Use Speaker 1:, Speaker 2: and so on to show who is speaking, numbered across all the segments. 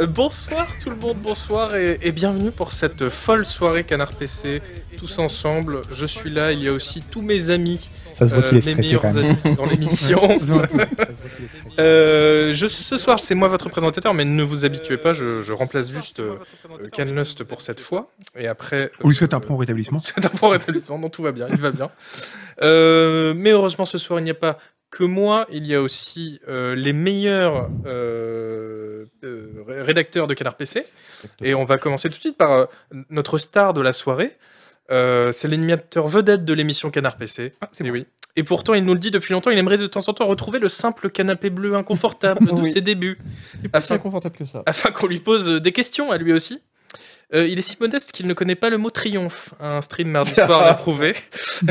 Speaker 1: Euh, Bonsoir tout le monde, bonsoir et, et bienvenue pour cette folle soirée Canard PC, tous ensemble. Je suis là, il y a aussi tous mes amis,
Speaker 2: Ça se voit
Speaker 1: euh,
Speaker 2: qu'il est
Speaker 1: mes
Speaker 2: stressé
Speaker 1: meilleurs
Speaker 2: quand même.
Speaker 1: amis dans l'émission.
Speaker 2: Ça se voit qu'il est stressé.
Speaker 1: Euh, je, ce soir, c'est moi votre présentateur, mais ne vous habituez pas, je, je remplace juste euh, euh, Calnust pour cette fois. Et après.
Speaker 2: On lui souhaite un
Speaker 1: euh,
Speaker 2: prompt rétablissement.
Speaker 1: C'est un bon rétablissement, non, tout va bien, il va bien. Euh, mais heureusement, ce soir, il n'y a pas que moi, il y a aussi euh, les meilleurs euh, euh, ré- rédacteurs de Canard PC. Et on va commencer tout de suite par euh, notre star de la soirée. Euh, c'est l'animateur vedette de l'émission Canard PC. et, oui. et pourtant, il nous le dit depuis longtemps, il aimerait de temps en temps retrouver le simple canapé bleu inconfortable de
Speaker 3: Oui.
Speaker 1: ses débuts
Speaker 3: C'est
Speaker 1: Ah, ça-
Speaker 3: plus confortable que ça.
Speaker 1: afin qu'on lui pose euh, des questions à lui aussi. Euh, il est si modeste qu'il ne connaît pas le mot triomphe. Un stream mardi soir l'a prouvé.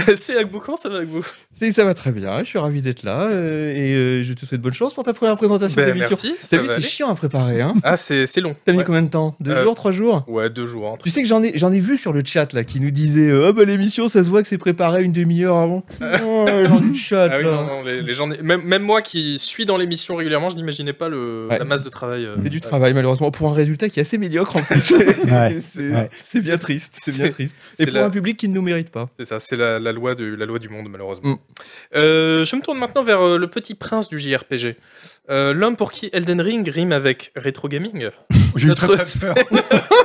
Speaker 1: Euh, C'est Agbou, comment ça va Agbou
Speaker 3: Si, ça va très bien, je suis ravi d'être là euh, et euh, je te souhaite bonne chance pour ta première présentation d'émission.
Speaker 1: Ben, ça
Speaker 3: T'as
Speaker 1: va
Speaker 3: vu, Ben, c'est
Speaker 1: aller.
Speaker 3: chiant à préparer. Hein
Speaker 1: Ah, c'est c'est long.
Speaker 3: T'as mis
Speaker 1: ouais.
Speaker 3: combien de temps Deux
Speaker 1: Euh,
Speaker 3: jours, trois jours
Speaker 1: Ouais, deux jours. hein. entre-
Speaker 3: tu sais que j'en ai, j'en ai vu sur le chat là qui nous disait euh, Ah bah l'émission ça se voit que c'est préparé une demi-heure avant. Oh, dans le chat
Speaker 1: Ah oui,
Speaker 3: là.
Speaker 1: non, non, les, les gens, même, même moi qui suis dans l'émission régulièrement, je n'imaginais pas le,
Speaker 3: Ouais.
Speaker 1: la masse de travail. euh,
Speaker 3: C'est du
Speaker 1: ouais.
Speaker 3: travail malheureusement pour un résultat qui est assez médiocre en plus.
Speaker 2: Ouais,
Speaker 3: c'est,
Speaker 2: ouais.
Speaker 3: c'est bien triste, c'est bien triste.
Speaker 1: C'est
Speaker 3: Et pour
Speaker 1: la-
Speaker 3: un public qui ne nous mérite pas.
Speaker 1: C'est ça, c'est la, la loi de, la loi du monde, malheureusement.
Speaker 3: Mm.
Speaker 1: Euh, je me tourne maintenant vers euh, le petit prince du JRPG. Euh, L'homme pour qui Elden Ring rime avec rétro gaming.
Speaker 2: J'ai eu très
Speaker 1: Notre-
Speaker 2: très peur.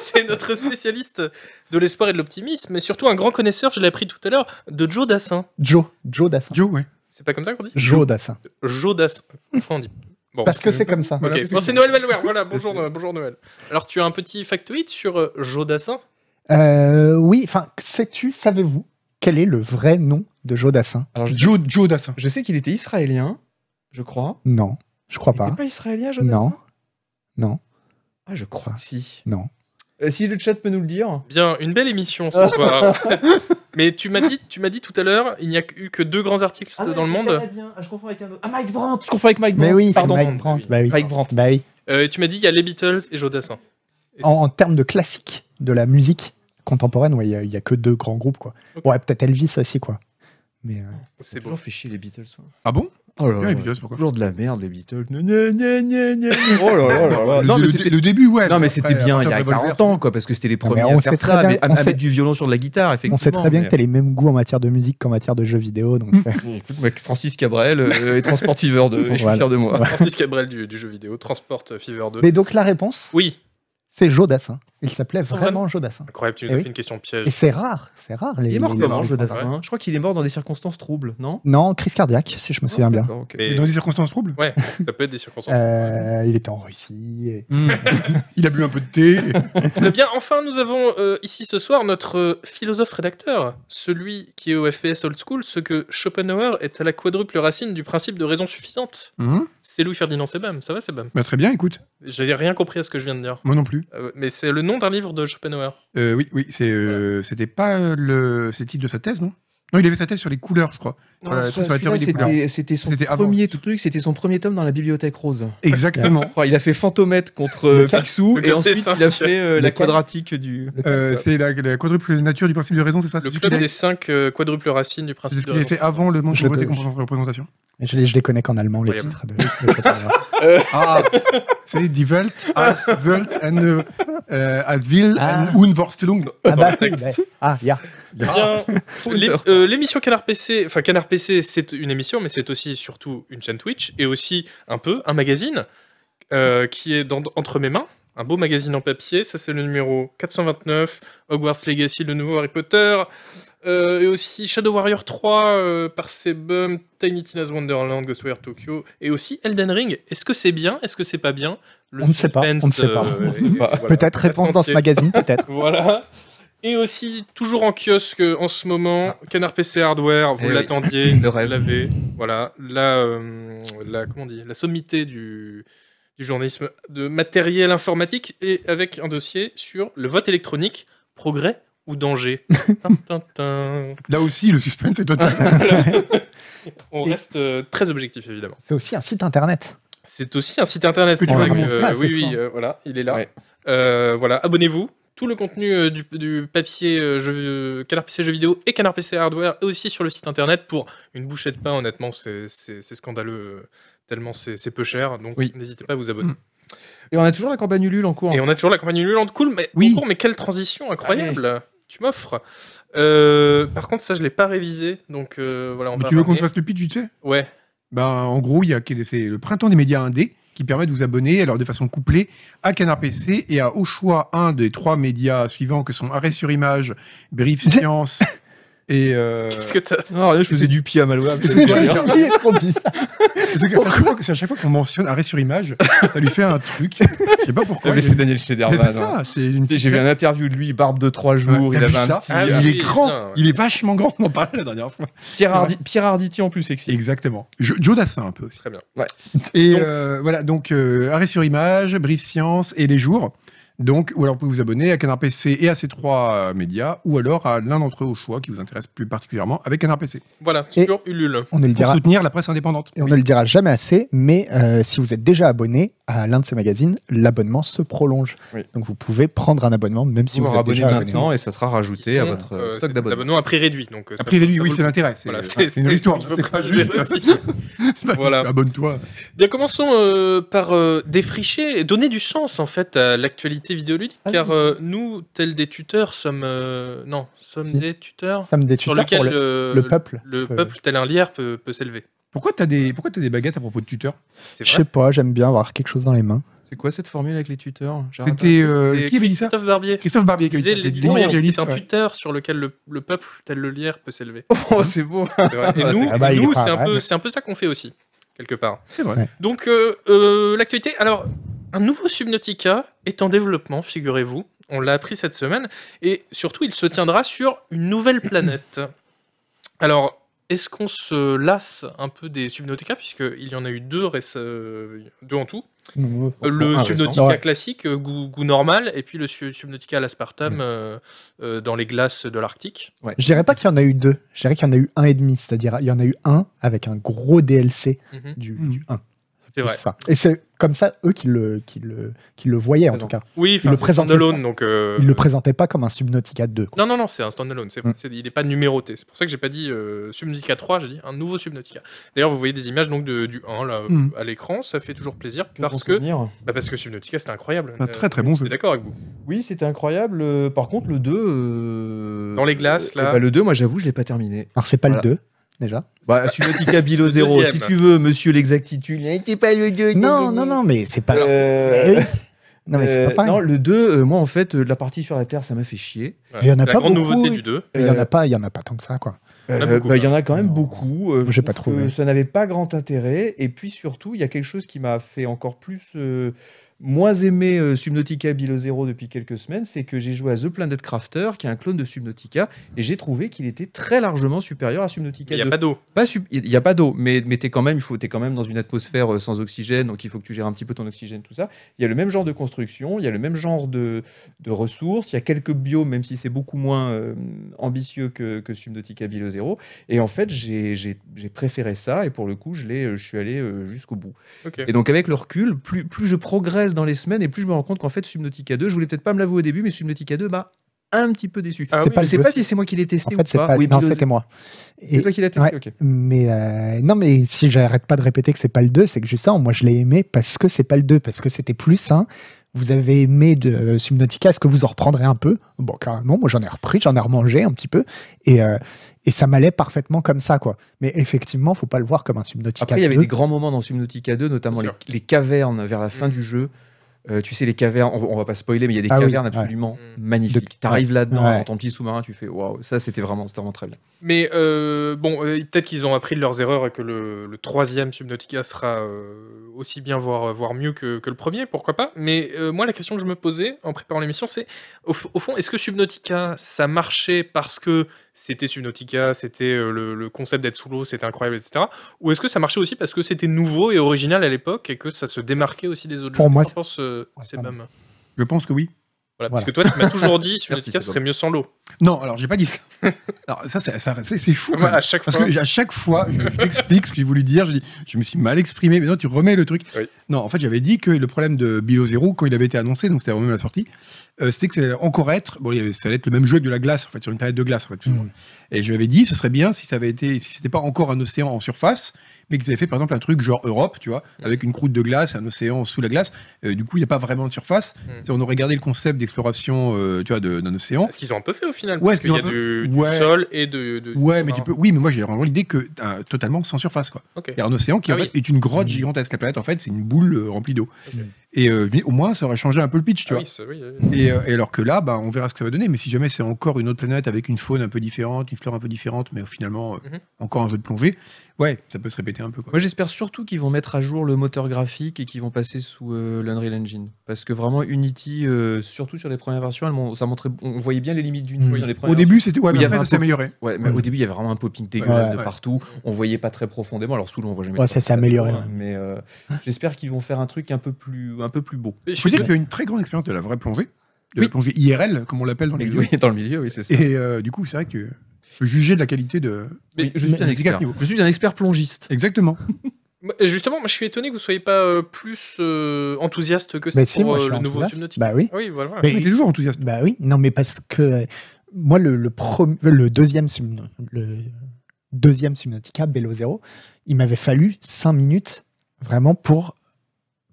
Speaker 1: c'est notre spécialiste de l'espoir et de l'optimisme, et surtout un grand connaisseur, je l'ai appris tout à l'heure, de Joe Dassin.
Speaker 2: Joe.
Speaker 4: Joe Dassin.
Speaker 2: Joe, ouais.
Speaker 1: C'est pas comme ça qu'on dit
Speaker 4: Joe Dassin.
Speaker 1: Joe Dassin. Pourquoi on dit Bon,
Speaker 4: Parce que c'est comme ça.
Speaker 1: Ok,
Speaker 2: Voilà, parce
Speaker 1: bon,
Speaker 2: que-
Speaker 1: c'est Noël Malware, voilà, bonjour, Noël, bonjour Noël. Alors tu as un petit factoid sur euh, Joe Dassin
Speaker 4: Euh, oui, enfin, sais-tu, savez-vous quel est le vrai nom de Joe Dassin
Speaker 3: Alors je,
Speaker 2: Joe, Joe Dassin.
Speaker 3: je sais qu'il était israélien, je crois.
Speaker 4: Non, je crois
Speaker 3: Il
Speaker 4: pas.
Speaker 3: était pas israélien, Jonathan
Speaker 4: Non, non,
Speaker 3: Ah, je crois. que Si.
Speaker 4: non.
Speaker 3: Euh, si le chat peut nous le dire.
Speaker 1: Bien, une belle émission ce soir. Mais tu m'as dit, tu m'as dit tout à l'heure, il n'y a eu que deux grands articles dans le monde.
Speaker 3: je confonds avec un autre. Ah, Mike Brandt Je confonds avec Mike Brandt.
Speaker 4: Mais oui, c'est
Speaker 3: pardon.
Speaker 4: Mike Brandt. Bah oui.
Speaker 3: Mike Brandt.
Speaker 4: Bah oui.
Speaker 1: Euh, et tu m'as dit, il y a les Beatles et Joe Dassin.
Speaker 4: En, en termes de classique de la musique contemporaine, ouais, il n'y a, que deux grands groupes, quoi.
Speaker 1: Ok.
Speaker 4: Ouais, peut-être Elvis aussi, quoi. Mais euh,
Speaker 1: C'est beau.
Speaker 3: toujours fait chier les Beatles. ouais.
Speaker 2: Ah bon
Speaker 3: Oh là
Speaker 2: Bien,
Speaker 3: là.
Speaker 2: les Beatles, pourquoi
Speaker 3: Toujours de la merde, les Beatles. Gna, gna, gna, gna, gna. Oh là là là là.
Speaker 2: Le-
Speaker 3: Non, mais
Speaker 2: le,
Speaker 3: c'était.
Speaker 2: le début, ouais.
Speaker 3: Non mais
Speaker 2: Après,
Speaker 3: c'était bien il y a
Speaker 2: Revolver,
Speaker 3: 40 ans quoi parce que c'était les
Speaker 4: mais
Speaker 3: premiers
Speaker 4: on
Speaker 3: à
Speaker 4: sait
Speaker 3: faire
Speaker 4: très
Speaker 3: ça
Speaker 4: bien-
Speaker 3: mais à-
Speaker 4: on sait-
Speaker 3: avec du violon sur de la guitare effectivement.
Speaker 4: on sait très bien que
Speaker 3: mais- Hmm.
Speaker 4: tu as les mêmes goûts en matière de musique qu'en matière de jeux vidéo, donc euh,
Speaker 3: Écoute, mec, Francis Cabrel euh, est transportiveur de et je suis
Speaker 4: Voilà.
Speaker 3: fier de moi.
Speaker 1: Francis Cabrel du, du jeu vidéo, Transport Fever 2.
Speaker 4: Mais donc la réponse,
Speaker 1: Oui,
Speaker 4: c'est Joe Dassin. Il s'appelait
Speaker 1: Son
Speaker 4: vraiment Joe Dassin.
Speaker 1: incroyable, tu nous
Speaker 4: Eh
Speaker 1: as
Speaker 4: oui.
Speaker 1: fait une question piège.
Speaker 4: Et c'est rare, c'est rare. Les,
Speaker 3: Euh, Il est mort
Speaker 4: les-
Speaker 3: comment
Speaker 4: les-
Speaker 3: Joe Dassin Je crois qu'il est mort dans des circonstances troubles, non
Speaker 4: Non, crise cardiaque, si je me souviens bien.
Speaker 3: Ah, D'accord, ok.
Speaker 1: Mais-
Speaker 2: Dans des circonstances troubles,
Speaker 1: Ouais, ça peut être des circonstances.
Speaker 4: Euh, il était en Russie. et-
Speaker 3: Hmm.
Speaker 2: il a bu un peu de thé.
Speaker 1: Eh bien, enfin, nous avons euh, ici ce soir notre euh, philosophe rédacteur, celui qui est au FPS Old School, ce que Schopenhauer est à la quadruple racine du principe de raison suffisante.
Speaker 3: Mm-hmm.
Speaker 2: Hum,
Speaker 1: C'est Louis-Ferdinand Sebam, ça va Sebam
Speaker 2: bah, très bien, écoute.
Speaker 1: J'ai rien compris à ce que je viens de dire.
Speaker 2: Moi non plus.
Speaker 1: Euh, mais c'est le nom d'un livre de Schopenhauer.
Speaker 2: Euh, oui, oui, c'est, euh, c'était pas euh, le, c'est le titre de sa thèse, non Non, il avait sa thèse sur les couleurs, je crois.
Speaker 3: Non,
Speaker 2: Voilà,
Speaker 3: ce-
Speaker 2: tout sur la
Speaker 3: celui-là,
Speaker 2: théorie des
Speaker 3: c'était- C'était son
Speaker 2: C'était avant.
Speaker 3: premier truc, c'était son premier tome dans la bibliothèque rose.
Speaker 2: Exactement.
Speaker 3: Enfin, il a fait Fantomètre contre euh, Picsou
Speaker 1: Le
Speaker 3: et
Speaker 1: club
Speaker 3: ensuite
Speaker 1: des cinq.
Speaker 3: il a fait euh, la
Speaker 4: Lequel
Speaker 3: quadratique du.
Speaker 2: Euh, c'est la, la quadruple nature du principe de raison, Ah, c'est ça
Speaker 1: Le
Speaker 2: C'est ce
Speaker 1: club
Speaker 2: qu'il a-
Speaker 1: des cinq euh, quadruples racines du
Speaker 2: c'est
Speaker 1: principe
Speaker 2: ce
Speaker 1: de
Speaker 2: qu'il avait
Speaker 1: raison
Speaker 2: fait avant le monde
Speaker 4: Je le
Speaker 2: de
Speaker 4: connais.
Speaker 2: contre représentation.
Speaker 4: Je, les, je les connais qu'en allemand, les
Speaker 1: Incroyable.
Speaker 4: titres de. de bah Schopenhauer.
Speaker 2: Ah, c'est Die Welt, als Welt and, euh, euh, als Will
Speaker 4: Ah.
Speaker 2: and Unvorstellung.
Speaker 4: ah bah
Speaker 1: le
Speaker 4: oui,
Speaker 1: texte.
Speaker 4: ouais. Ah, y'a.
Speaker 1: Bien, l'é- euh, l'émission Canard PC, enfin Canard PC, c'est une émission, mais c'est aussi surtout une chaîne Twitch et aussi un peu un magazine euh, qui est dans- entre mes mains. Un beau magazine en papier, ça c'est le numéro 429, Hogwarts Legacy, le nouveau Harry Potter, euh, et aussi Shadow Warrior 3 euh, par Sebum, Tiny Tina's Wonderland, Ghostwire Tokyo, et aussi Elden Ring. Est-ce que c'est bien Est-ce que c'est pas bien Le euh,
Speaker 4: On ne sait pas, on ne sait pas. Peut-être réponse dans ce
Speaker 1: magazine
Speaker 4: magazine, peut-être.
Speaker 1: voilà. Et aussi, toujours en kiosque euh, en ce moment, Canard PC Hardware, vous
Speaker 3: Ah. Eh oui.
Speaker 1: l'attendiez,
Speaker 3: Le
Speaker 1: vous
Speaker 3: rêve.
Speaker 1: l'avez. Voilà, la, euh, la, comment on dit, la sommité du, du journalisme de matériel informatique et avec un dossier sur le vote électronique, progrès ou danger. Tin, tin, tin.
Speaker 2: Là aussi, le suspense est total.
Speaker 1: On
Speaker 4: Et-
Speaker 1: reste euh, très objectif, évidemment.
Speaker 4: C'est aussi un site internet.
Speaker 1: C'est aussi un site internet.
Speaker 2: Que tu
Speaker 1: c'est
Speaker 2: vas
Speaker 1: vrai que,
Speaker 4: remonter là,
Speaker 1: euh,
Speaker 4: ce
Speaker 1: oui,
Speaker 4: soir.
Speaker 1: oui, euh, voilà, il est là.
Speaker 3: Ouais.
Speaker 1: Euh, voilà, abonnez-vous. Tout le contenu euh, du, du papier euh, jeu- Canard PC jeux vidéo et Canard PC hardware est aussi sur le site internet pour une bouchée de pain. Honnêtement, c'est c'est- c'est scandaleux euh, tellement c'est c'est peu cher. Donc
Speaker 3: Oui.
Speaker 1: n'hésitez pas à vous abonner.
Speaker 2: Mm.
Speaker 3: Et on a toujours la campagne Ulule en cours.
Speaker 1: Et on a toujours la campagne Ulule en cool, mais,
Speaker 2: Oui.
Speaker 1: en cours, mais quelle transition incroyable Tu m'offres. Euh, par contre, ça, je l'ai pas révisé. Donc euh, voilà, on
Speaker 2: Mais
Speaker 1: va
Speaker 2: tu veux qu'on
Speaker 1: ramener.
Speaker 2: te fasse le pitch vite fait
Speaker 1: Ouais.
Speaker 2: Bah, en gros, il y a c'est le printemps des médias indés qui permet de vous abonner, alors de façon couplée, à Canard PC et à au choix un des trois médias suivants que sont Arrêt sur Image, Brief Science et. euh,
Speaker 1: Qu'est-ce que t'as
Speaker 3: Ah, là, je faisais du pied à malware. mais ça me fait rien.
Speaker 4: Il est trop bizarre.
Speaker 2: parce que c'est à chaque fois que- c'est à chaque fois qu'on mentionne Arrêt sur Image, ça lui fait un truc. Je sais pas pourquoi.
Speaker 3: J'avais
Speaker 2: il-
Speaker 3: fait Daniel
Speaker 2: Mais c'est
Speaker 3: Schneiderman. hein.
Speaker 2: ça, c'est une.
Speaker 3: J'ai vu une interview de lui, barbe de 3 jours,
Speaker 2: Ouais,
Speaker 3: il
Speaker 2: t'as
Speaker 3: avait
Speaker 2: vu
Speaker 3: un
Speaker 2: ça
Speaker 3: petit... euh,
Speaker 1: Ah oui.
Speaker 2: il est
Speaker 1: putain,
Speaker 2: grand,
Speaker 1: ouais.
Speaker 2: il est vachement grand, on en parlait la dernière fois.
Speaker 3: Pierre, Hardi- Pierre Arditi en plus sexy.
Speaker 2: Exactement. Jo- Joe Dassin un peu aussi.
Speaker 1: Très bien.
Speaker 2: Et
Speaker 1: Donc-
Speaker 2: euh, voilà, donc euh, arrêt sur image, brief science et les jours. Donc, ou alors vous pouvez vous abonner à Canard PC et à ces trois euh, médias, ou alors à l'un d'entre eux au choix qui vous intéresse plus particulièrement avec Canard PC.
Speaker 1: Voilà,
Speaker 4: Et-
Speaker 1: sur Ulule.
Speaker 4: On ne le
Speaker 2: Pour
Speaker 4: dira.
Speaker 2: soutenir la presse indépendante.
Speaker 4: Et on ne le dira jamais assez, mais euh, si vous êtes déjà abonné à l'un de ces magazines, l'abonnement se prolonge.
Speaker 3: Oui.
Speaker 4: Donc vous pouvez prendre un abonnement même si vous,
Speaker 3: vous vous
Speaker 4: êtes
Speaker 3: abonnez
Speaker 4: déjà abonné.
Speaker 3: maintenant et ça sera rajouté
Speaker 1: Ils
Speaker 3: à
Speaker 1: sont,
Speaker 3: votre
Speaker 1: euh,
Speaker 3: euh,
Speaker 1: c'est
Speaker 3: stock
Speaker 1: des
Speaker 3: d'abonnement.
Speaker 1: abonnements à prix réduit. Donc, euh, ça
Speaker 2: Après,
Speaker 1: vaut-
Speaker 2: réduit,
Speaker 1: ça
Speaker 2: oui,
Speaker 1: vaut
Speaker 2: c'est
Speaker 1: le coup.
Speaker 2: l'intérêt. C'est
Speaker 1: Voilà,
Speaker 2: c'est une histoire.
Speaker 1: je veux
Speaker 2: C'est pas
Speaker 1: préciser
Speaker 2: juste.
Speaker 1: aussi. Voilà.
Speaker 2: Abonne-toi.
Speaker 1: Bien, commençons euh, par euh, défricher, et donner du sens en fait à l'actualité vidéoludique,
Speaker 4: Ah oui.
Speaker 1: car euh, nous, tels des tuteurs, sommes euh, non, sommes
Speaker 4: Si.
Speaker 1: des tuteurs
Speaker 4: Ça me détue
Speaker 1: sur
Speaker 4: pas
Speaker 1: lequel
Speaker 4: pour le,
Speaker 1: euh,
Speaker 4: le peuple.
Speaker 1: le
Speaker 4: peut-
Speaker 1: peuple, tel un lierre, peut, peut s'élever.
Speaker 2: Pourquoi t'as des, pourquoi t'as des baguettes à propos de tuteur
Speaker 1: C'est
Speaker 4: Je
Speaker 1: vrai.
Speaker 4: sais pas, j'aime bien avoir quelque chose dans les mains.
Speaker 3: C'est quoi cette formule avec les tuteurs J'ai raté.
Speaker 2: C'était euh,
Speaker 1: Et
Speaker 2: qui avait dit ça
Speaker 1: Christophe Barbier.
Speaker 2: Christophe Barbier qui
Speaker 1: Il disait
Speaker 2: avait dit ça.
Speaker 1: les
Speaker 2: L'éditorial
Speaker 1: tuteurs,
Speaker 2: réaliste,
Speaker 1: c'est un
Speaker 2: ouais.
Speaker 1: tuteur sur lequel le, le peuple, tel le lierre, peut s'élever.
Speaker 3: Oh, c'est beau
Speaker 1: C'est vrai. Et
Speaker 3: Ah,
Speaker 1: nous,
Speaker 4: c'est- ah bah, il est
Speaker 1: nous,
Speaker 4: pas
Speaker 1: c'est un peu,
Speaker 4: vrai.
Speaker 1: c'est un peu ça qu'on fait aussi, quelque part.
Speaker 2: C'est vrai.
Speaker 1: Donc, euh, euh, l'actualité. Alors, un nouveau Subnautica est en développement, figurez-vous. On l'a appris cette semaine. Et surtout, il se tiendra sur une nouvelle planète. Alors, est-ce qu'on se lasse un peu des Subnautica, puisqu'il y en a eu deux, réce- euh, deux en tout Euh, Le
Speaker 3: un récent.
Speaker 1: Subnautica
Speaker 4: Oh, Ah Ouais.
Speaker 1: classique, euh, goût, goût normal, et puis le su- Subnautica à
Speaker 4: Mm.
Speaker 1: l'aspartame euh, euh, dans les glaces de l'Arctique.
Speaker 4: Je dirais pas qu'il y en a eu deux, je dirais qu'il y en a eu un et demi, c'est-à-dire il y en a eu un avec un gros DLC
Speaker 1: Mhm,
Speaker 4: du,
Speaker 2: Mhm.
Speaker 4: du 1.
Speaker 1: C'est vrai.
Speaker 4: Ça. Et c'est comme ça, eux, qui le, qui le, qui le voyaient en tout cas.
Speaker 1: Oui, enfin,
Speaker 4: le
Speaker 1: c'est
Speaker 4: présente
Speaker 1: standalone, donc... euh,
Speaker 4: Ils le présentaient pas comme un Subnautica 2. quoi.
Speaker 1: Non, non, non, c'est un standalone. C'est,
Speaker 4: Mm.
Speaker 1: c'est- il n'est pas numéroté. C'est pour ça que j'ai pas dit euh, Subnautica 3, j'ai dit un nouveau Subnautica. D'ailleurs, vous voyez des images donc, de, du 1 là,
Speaker 2: Mm.
Speaker 1: à l'écran. Ça fait toujours plaisir
Speaker 3: Quel bon
Speaker 1: parce que,
Speaker 3: souvenir.
Speaker 1: bah, parce que Subnautica, c'était incroyable.
Speaker 2: Mm. Un très très bon
Speaker 1: Je
Speaker 2: jeu.
Speaker 1: suis d'accord avec vous.
Speaker 3: Oui, c'était incroyable. euh, Par contre, le 2... euh,
Speaker 1: Dans les glaces,
Speaker 3: euh,
Speaker 1: là.
Speaker 3: bah, le 2, moi, j'avoue, je l'ai pas terminé.
Speaker 4: Alors c'est pas
Speaker 3: Voilà.
Speaker 4: le 2, déjà.
Speaker 3: Bah, Subnautica Bilo
Speaker 1: Le
Speaker 3: 0,
Speaker 1: deuxième.
Speaker 3: si tu veux, monsieur l'exactitude. Eh, t'es pas le 2.
Speaker 4: Non, non, non, mais c'est pas.
Speaker 3: Euh,
Speaker 4: Mais oui. Non, mais c'est
Speaker 3: Euh,
Speaker 4: pas pareil.
Speaker 3: non, le 2, euh, moi, en fait, euh, la partie sur la Terre, ça m'a fait chier.
Speaker 1: Voilà.
Speaker 4: Il y en a
Speaker 1: la
Speaker 4: pas
Speaker 1: grande
Speaker 4: beaucoup,
Speaker 1: nouveauté
Speaker 4: oui.
Speaker 1: du 2.
Speaker 4: Il y en
Speaker 3: Euh,
Speaker 4: a pas, il y en a pas tant que ça, quoi.
Speaker 1: en a
Speaker 3: Euh, bah, Il
Speaker 1: beaucoup,
Speaker 3: y en a quand même
Speaker 4: Non.
Speaker 3: beaucoup. euh, je
Speaker 4: J'ai
Speaker 3: trouve
Speaker 4: pas trouvé.
Speaker 3: que Ça n'avait pas grand intérêt. Et puis surtout, il y a quelque chose qui m'a fait encore plus. euh, moins aimé euh, Subnautica Below Zero depuis quelques semaines, c'est que j'ai joué à The Planet Crafter, qui est un clone de Subnautica, et j'ai trouvé qu'il était très largement supérieur à Subnautica
Speaker 1: Il n'y a
Speaker 3: 2.
Speaker 1: pas d'eau.
Speaker 3: Pas sub- Il n'y a pas d'eau, mais, mais t'es quand, même- il faut- t'es quand même dans une atmosphère euh, sans oxygène, donc il faut que tu gères un petit peu ton oxygène, tout ça. Il y a le même genre de construction, il y a le même genre de, de ressources, il y a quelques biomes, même si c'est beaucoup moins euh, ambitieux que, que Subnautica Below Zero. Et en fait, j'ai j'ai- j'ai préféré ça, et pour le coup, je, l'ai, euh, je suis allé euh, jusqu'au bout.
Speaker 1: Ok.
Speaker 3: Et donc avec le recul, plus, plus je progresse dans les semaines, et plus je me rends compte qu'en fait, Subnautica 2, je voulais peut-être pas me l'avouer au début, mais Subnautica 2 m'a un petit peu déçu.
Speaker 1: Ah
Speaker 4: c'est
Speaker 1: oui,
Speaker 4: pas
Speaker 3: je
Speaker 4: le
Speaker 3: sais
Speaker 4: jeu.
Speaker 3: pas si c'est moi qui l'ai
Speaker 4: En
Speaker 3: testé
Speaker 4: fait,
Speaker 3: ou
Speaker 4: c'est
Speaker 3: pas.
Speaker 4: pas.
Speaker 3: Oui,
Speaker 4: non,
Speaker 3: Below-
Speaker 4: c'était moi.
Speaker 3: c'est
Speaker 4: Et,
Speaker 3: toi qui l'as testé,
Speaker 4: ouais.
Speaker 3: ok.
Speaker 4: mais euh, non, mais si j'arrête pas de répéter que c'est pas le 2, c'est que justement, moi, je l'ai aimé parce que c'est pas le 2, parce que c'était plus sain. Vous avez aimé de euh, Subnautica, est-ce que vous en reprendrez un peu Bon, carrément, moi j'en ai repris, j'en ai remangé un petit peu, et, euh, et ça m'allait parfaitement comme ça, quoi. Mais effectivement, faut pas le voir comme un Subnautica.
Speaker 3: Après, il y avait
Speaker 4: 2.
Speaker 3: des grands moments dans Subnautica 2, notamment les,
Speaker 1: Bien
Speaker 3: les cavernes vers la fin
Speaker 1: Mm.
Speaker 3: du jeu. Euh, tu sais, les cavernes, on, va- on va pas spoiler, mais il y a des
Speaker 4: Ah oui,
Speaker 3: cavernes
Speaker 4: ouais.
Speaker 3: absolument
Speaker 1: Mm.
Speaker 3: magnifiques.
Speaker 4: De-
Speaker 3: T'arrives là-dedans,
Speaker 4: Ouais.
Speaker 3: dans ton petit sous-marin, tu fais waouh, ça c'était vraiment, c'était vraiment très bien.
Speaker 1: Mais euh, bon, euh, peut-être qu'ils ont appris de leurs erreurs et que le, le troisième Subnautica sera euh, aussi bien, voire, voire mieux que, que le premier, pourquoi pas. Mais euh, moi, la question que je me posais en préparant l'émission, c'est au, f- au fond, est-ce que Subnautica, ça marchait parce que c'était Subnautica, c'était euh, le, le concept d'être sous l'eau, c'était incroyable, etc. Ou est-ce que ça marchait aussi parce que c'était nouveau et original à l'époque et que ça se démarquait aussi des autres
Speaker 4: Pour
Speaker 1: jeux
Speaker 4: moi,
Speaker 1: Qu'est-ce que t'en penses, euh,
Speaker 4: Ouais,
Speaker 1: c'est
Speaker 4: pardon.
Speaker 1: même.
Speaker 2: Je pense que oui.
Speaker 1: Voilà,
Speaker 4: Voilà.
Speaker 1: Parce que toi, tu m'as toujours dit
Speaker 3: Merci,
Speaker 1: Subnautica,
Speaker 3: c'est
Speaker 1: ce serait mieux sans l'eau.
Speaker 2: Non, alors j'ai pas dit ça. Alors, ça, ça, ça, c'est c'est fou. quand
Speaker 1: Voilà,
Speaker 2: même.
Speaker 1: à chaque
Speaker 2: Parce
Speaker 1: fois.
Speaker 2: que à chaque fois, je, je t'explique ce que j'ai voulu dire. Je, dis, je me suis mal exprimé. Mais non, tu remets le truc.
Speaker 1: Oui.
Speaker 2: Non, en fait, j'avais dit que le problème de Bilo Zero, quand il avait été annoncé, donc c'était avant même la sortie, euh, c'était que ça allait encore être. Bon, il y avait- ça allait être le même jeu avec de la glace, en fait, sur une période de glace, en fait. tout le
Speaker 4: Mm.
Speaker 2: monde. Et je lui avais dit, ce serait bien si ça avait été, si c'était pas encore un océan en surface, mais qu'ils avaient fait par exemple un truc genre Europe, tu vois,
Speaker 1: Mm.
Speaker 2: avec une croûte de glace, un océan sous la glace. Euh, du coup, il n'y a pas vraiment de surface.
Speaker 1: Mm.
Speaker 2: C'est- On aurait gardé le concept d'exploration, euh, tu vois, de- d'un océan.
Speaker 1: Ce qu'ils ont un peu fait au final.
Speaker 2: Ouais,
Speaker 1: parce
Speaker 2: ce qu'ils
Speaker 1: qu'il y
Speaker 2: ont
Speaker 1: a
Speaker 2: un
Speaker 1: du, du
Speaker 2: Ouais.
Speaker 1: sol et de. de-
Speaker 2: Ouais,
Speaker 1: du
Speaker 2: mais tu
Speaker 1: marin.
Speaker 2: peux. Oui, mais moi j'ai vraiment l'idée que euh, totalement sans surface quoi.
Speaker 1: Ok.
Speaker 2: Il y a un océan qui
Speaker 1: Ah
Speaker 2: en
Speaker 1: oui.
Speaker 2: fait, est une grotte
Speaker 3: Mmh.
Speaker 4: Mm.
Speaker 2: gigantesque. La planète en fait c'est une boule euh, remplie d'eau.
Speaker 1: Ok.
Speaker 2: Et euh, mais au moins ça aurait changé un peu le pitch, tu
Speaker 1: Ah
Speaker 2: vois.
Speaker 1: oui, c'est- oui, oui.
Speaker 2: Et, euh, et alors que là, bah, on verra ce que ça va donner. Mais si jamais c'est encore une autre planète avec une faune un peu différente, une fleur un peu différente, mais finalement euh,
Speaker 3: Mmh.
Speaker 1: Mhm.
Speaker 2: encore un jeu de plongée, ouais, ça peut se répéter un peu. Quoi.
Speaker 3: Moi, j'espère surtout qu'ils vont mettre à jour le moteur graphique et qu'ils vont passer sous euh, l'Unreal Engine. Parce que vraiment, Unity, euh, surtout sur les premières versions, elles m'ont- ça montrait, on voyait bien les limites d'Unity
Speaker 4: Oui.
Speaker 3: dans les premières
Speaker 2: Au début, c'était ouais,
Speaker 3: Oui,
Speaker 2: mais
Speaker 3: il y avait
Speaker 2: après ça
Speaker 3: un
Speaker 2: s'est
Speaker 3: peu-
Speaker 2: amélioré.
Speaker 3: Mm. Ouais, mais au début, il y avait vraiment un popping dégueulasse de
Speaker 2: ouais.
Speaker 3: partout. On voyait pas très profondément. Alors, sous l'eau, on voit jamais.
Speaker 4: Ouais,
Speaker 3: très
Speaker 4: ça s'est
Speaker 3: profondément,
Speaker 4: amélioré,
Speaker 3: hein, Mais euh, j'espère qu'ils vont faire un truc un peu plus, un peu plus beau.
Speaker 1: Mais je
Speaker 2: Je
Speaker 1: suis
Speaker 2: peux dire
Speaker 1: d'accord.
Speaker 2: qu'il y a une très grande expérience de la vraie plongée, de
Speaker 3: Oui.
Speaker 2: la plongée IRL comme on l'appelle dans les
Speaker 3: Mais
Speaker 2: vidéos.
Speaker 3: oui, dans le milieu, oui, c'est ça.
Speaker 2: Et euh, du coup, c'est vrai que tu peux juger de la qualité de.
Speaker 3: Oui, je
Speaker 2: mais-
Speaker 3: suis un
Speaker 2: mais-
Speaker 3: expert.
Speaker 2: niveau.
Speaker 3: Je suis un expert plongiste.
Speaker 2: Exactement.
Speaker 1: Moi, Justement, moi, je suis étonné que vous soyez pas euh, plus euh, enthousiaste que ça
Speaker 4: Bah
Speaker 1: pour
Speaker 4: si, moi,
Speaker 1: euh,
Speaker 4: je suis
Speaker 1: le nouveau
Speaker 4: enthousiaste.
Speaker 1: Subnautica.
Speaker 4: Bah oui.
Speaker 1: Oui, voilà.
Speaker 4: Mais-
Speaker 2: Mais t'es toujours enthousiaste.
Speaker 4: Bah oui, non, mais parce que euh, moi, le, le, prom- le deuxième, Sub- le deuxième Subnautica, Bello Zero, il m'avait fallu cinq minutes vraiment pour,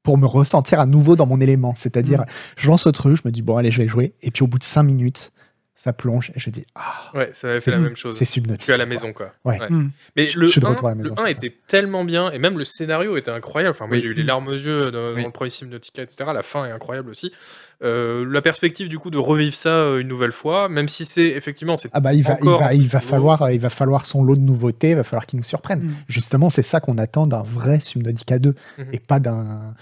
Speaker 4: pour me ressentir à nouveau dans mon élément. C'est-à-dire, je lance le truc, je me dis, bon, allez, je vais jouer. Et puis au bout de cinq minutes, ça plonge et je dis, ah,
Speaker 1: Ouais, ça avait fait
Speaker 4: c'est
Speaker 1: la même chose.
Speaker 4: c'est Subnautica.
Speaker 1: Tu es à la maison, quoi.
Speaker 4: Ouais. Hum.
Speaker 2: Hmm.
Speaker 1: Mais
Speaker 4: Je-
Speaker 1: le,
Speaker 4: je suis de
Speaker 1: 1,
Speaker 4: retour à la maison,
Speaker 1: le
Speaker 4: c'est
Speaker 1: 1
Speaker 4: ça.
Speaker 1: était tellement bien, et même le scénario était incroyable. Enfin, moi,
Speaker 3: Oui.
Speaker 1: j'ai eu les larmes aux yeux dans, dans
Speaker 3: Oui.
Speaker 1: le premier Subnautica, etc. La fin est incroyable aussi. Euh, la perspective, du coup, de revivre ça euh, une nouvelle fois, même si c'est effectivement, c'est
Speaker 4: Ah bah il va, il
Speaker 1: Encore
Speaker 4: va,
Speaker 1: un
Speaker 4: il
Speaker 1: peu
Speaker 4: va
Speaker 1: plus
Speaker 4: falloir, euh, il va falloir son lot de nouveautés, il va falloir qu'il nous surprenne.
Speaker 2: Mm.
Speaker 4: Justement, c'est ça qu'on attend d'un vrai Subnautica 2
Speaker 1: Mhm.
Speaker 4: et pas d'un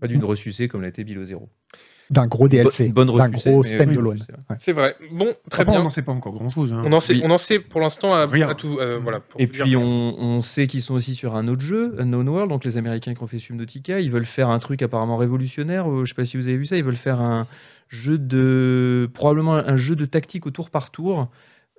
Speaker 3: Pas d'une ressucée comme l'a été Bilo Zero.
Speaker 4: d'un gros DLC,
Speaker 3: Une bonne
Speaker 4: d'un
Speaker 3: ressucée,
Speaker 4: gros
Speaker 3: mais, euh, une
Speaker 4: standalone.
Speaker 3: ressucée,
Speaker 1: c'est vrai. Bon, très
Speaker 2: Après, On
Speaker 1: bien.
Speaker 2: n'en sait pas encore hein. grand chose.
Speaker 1: On en sait,
Speaker 3: Hein. Oui.
Speaker 1: on en sait pour l'instant à,
Speaker 2: Rien.
Speaker 1: à tout. euh, voilà, pour
Speaker 3: Et
Speaker 1: dire-
Speaker 3: puis on, on sait qu'ils sont aussi sur un autre jeu, Unknown World, donc les Américains qui ont fait Subnautica, ils veulent faire un truc apparemment révolutionnaire, euh, je sais pas si vous avez vu ça, ils veulent faire un jeu de... probablement un jeu de tactique au tour par tour.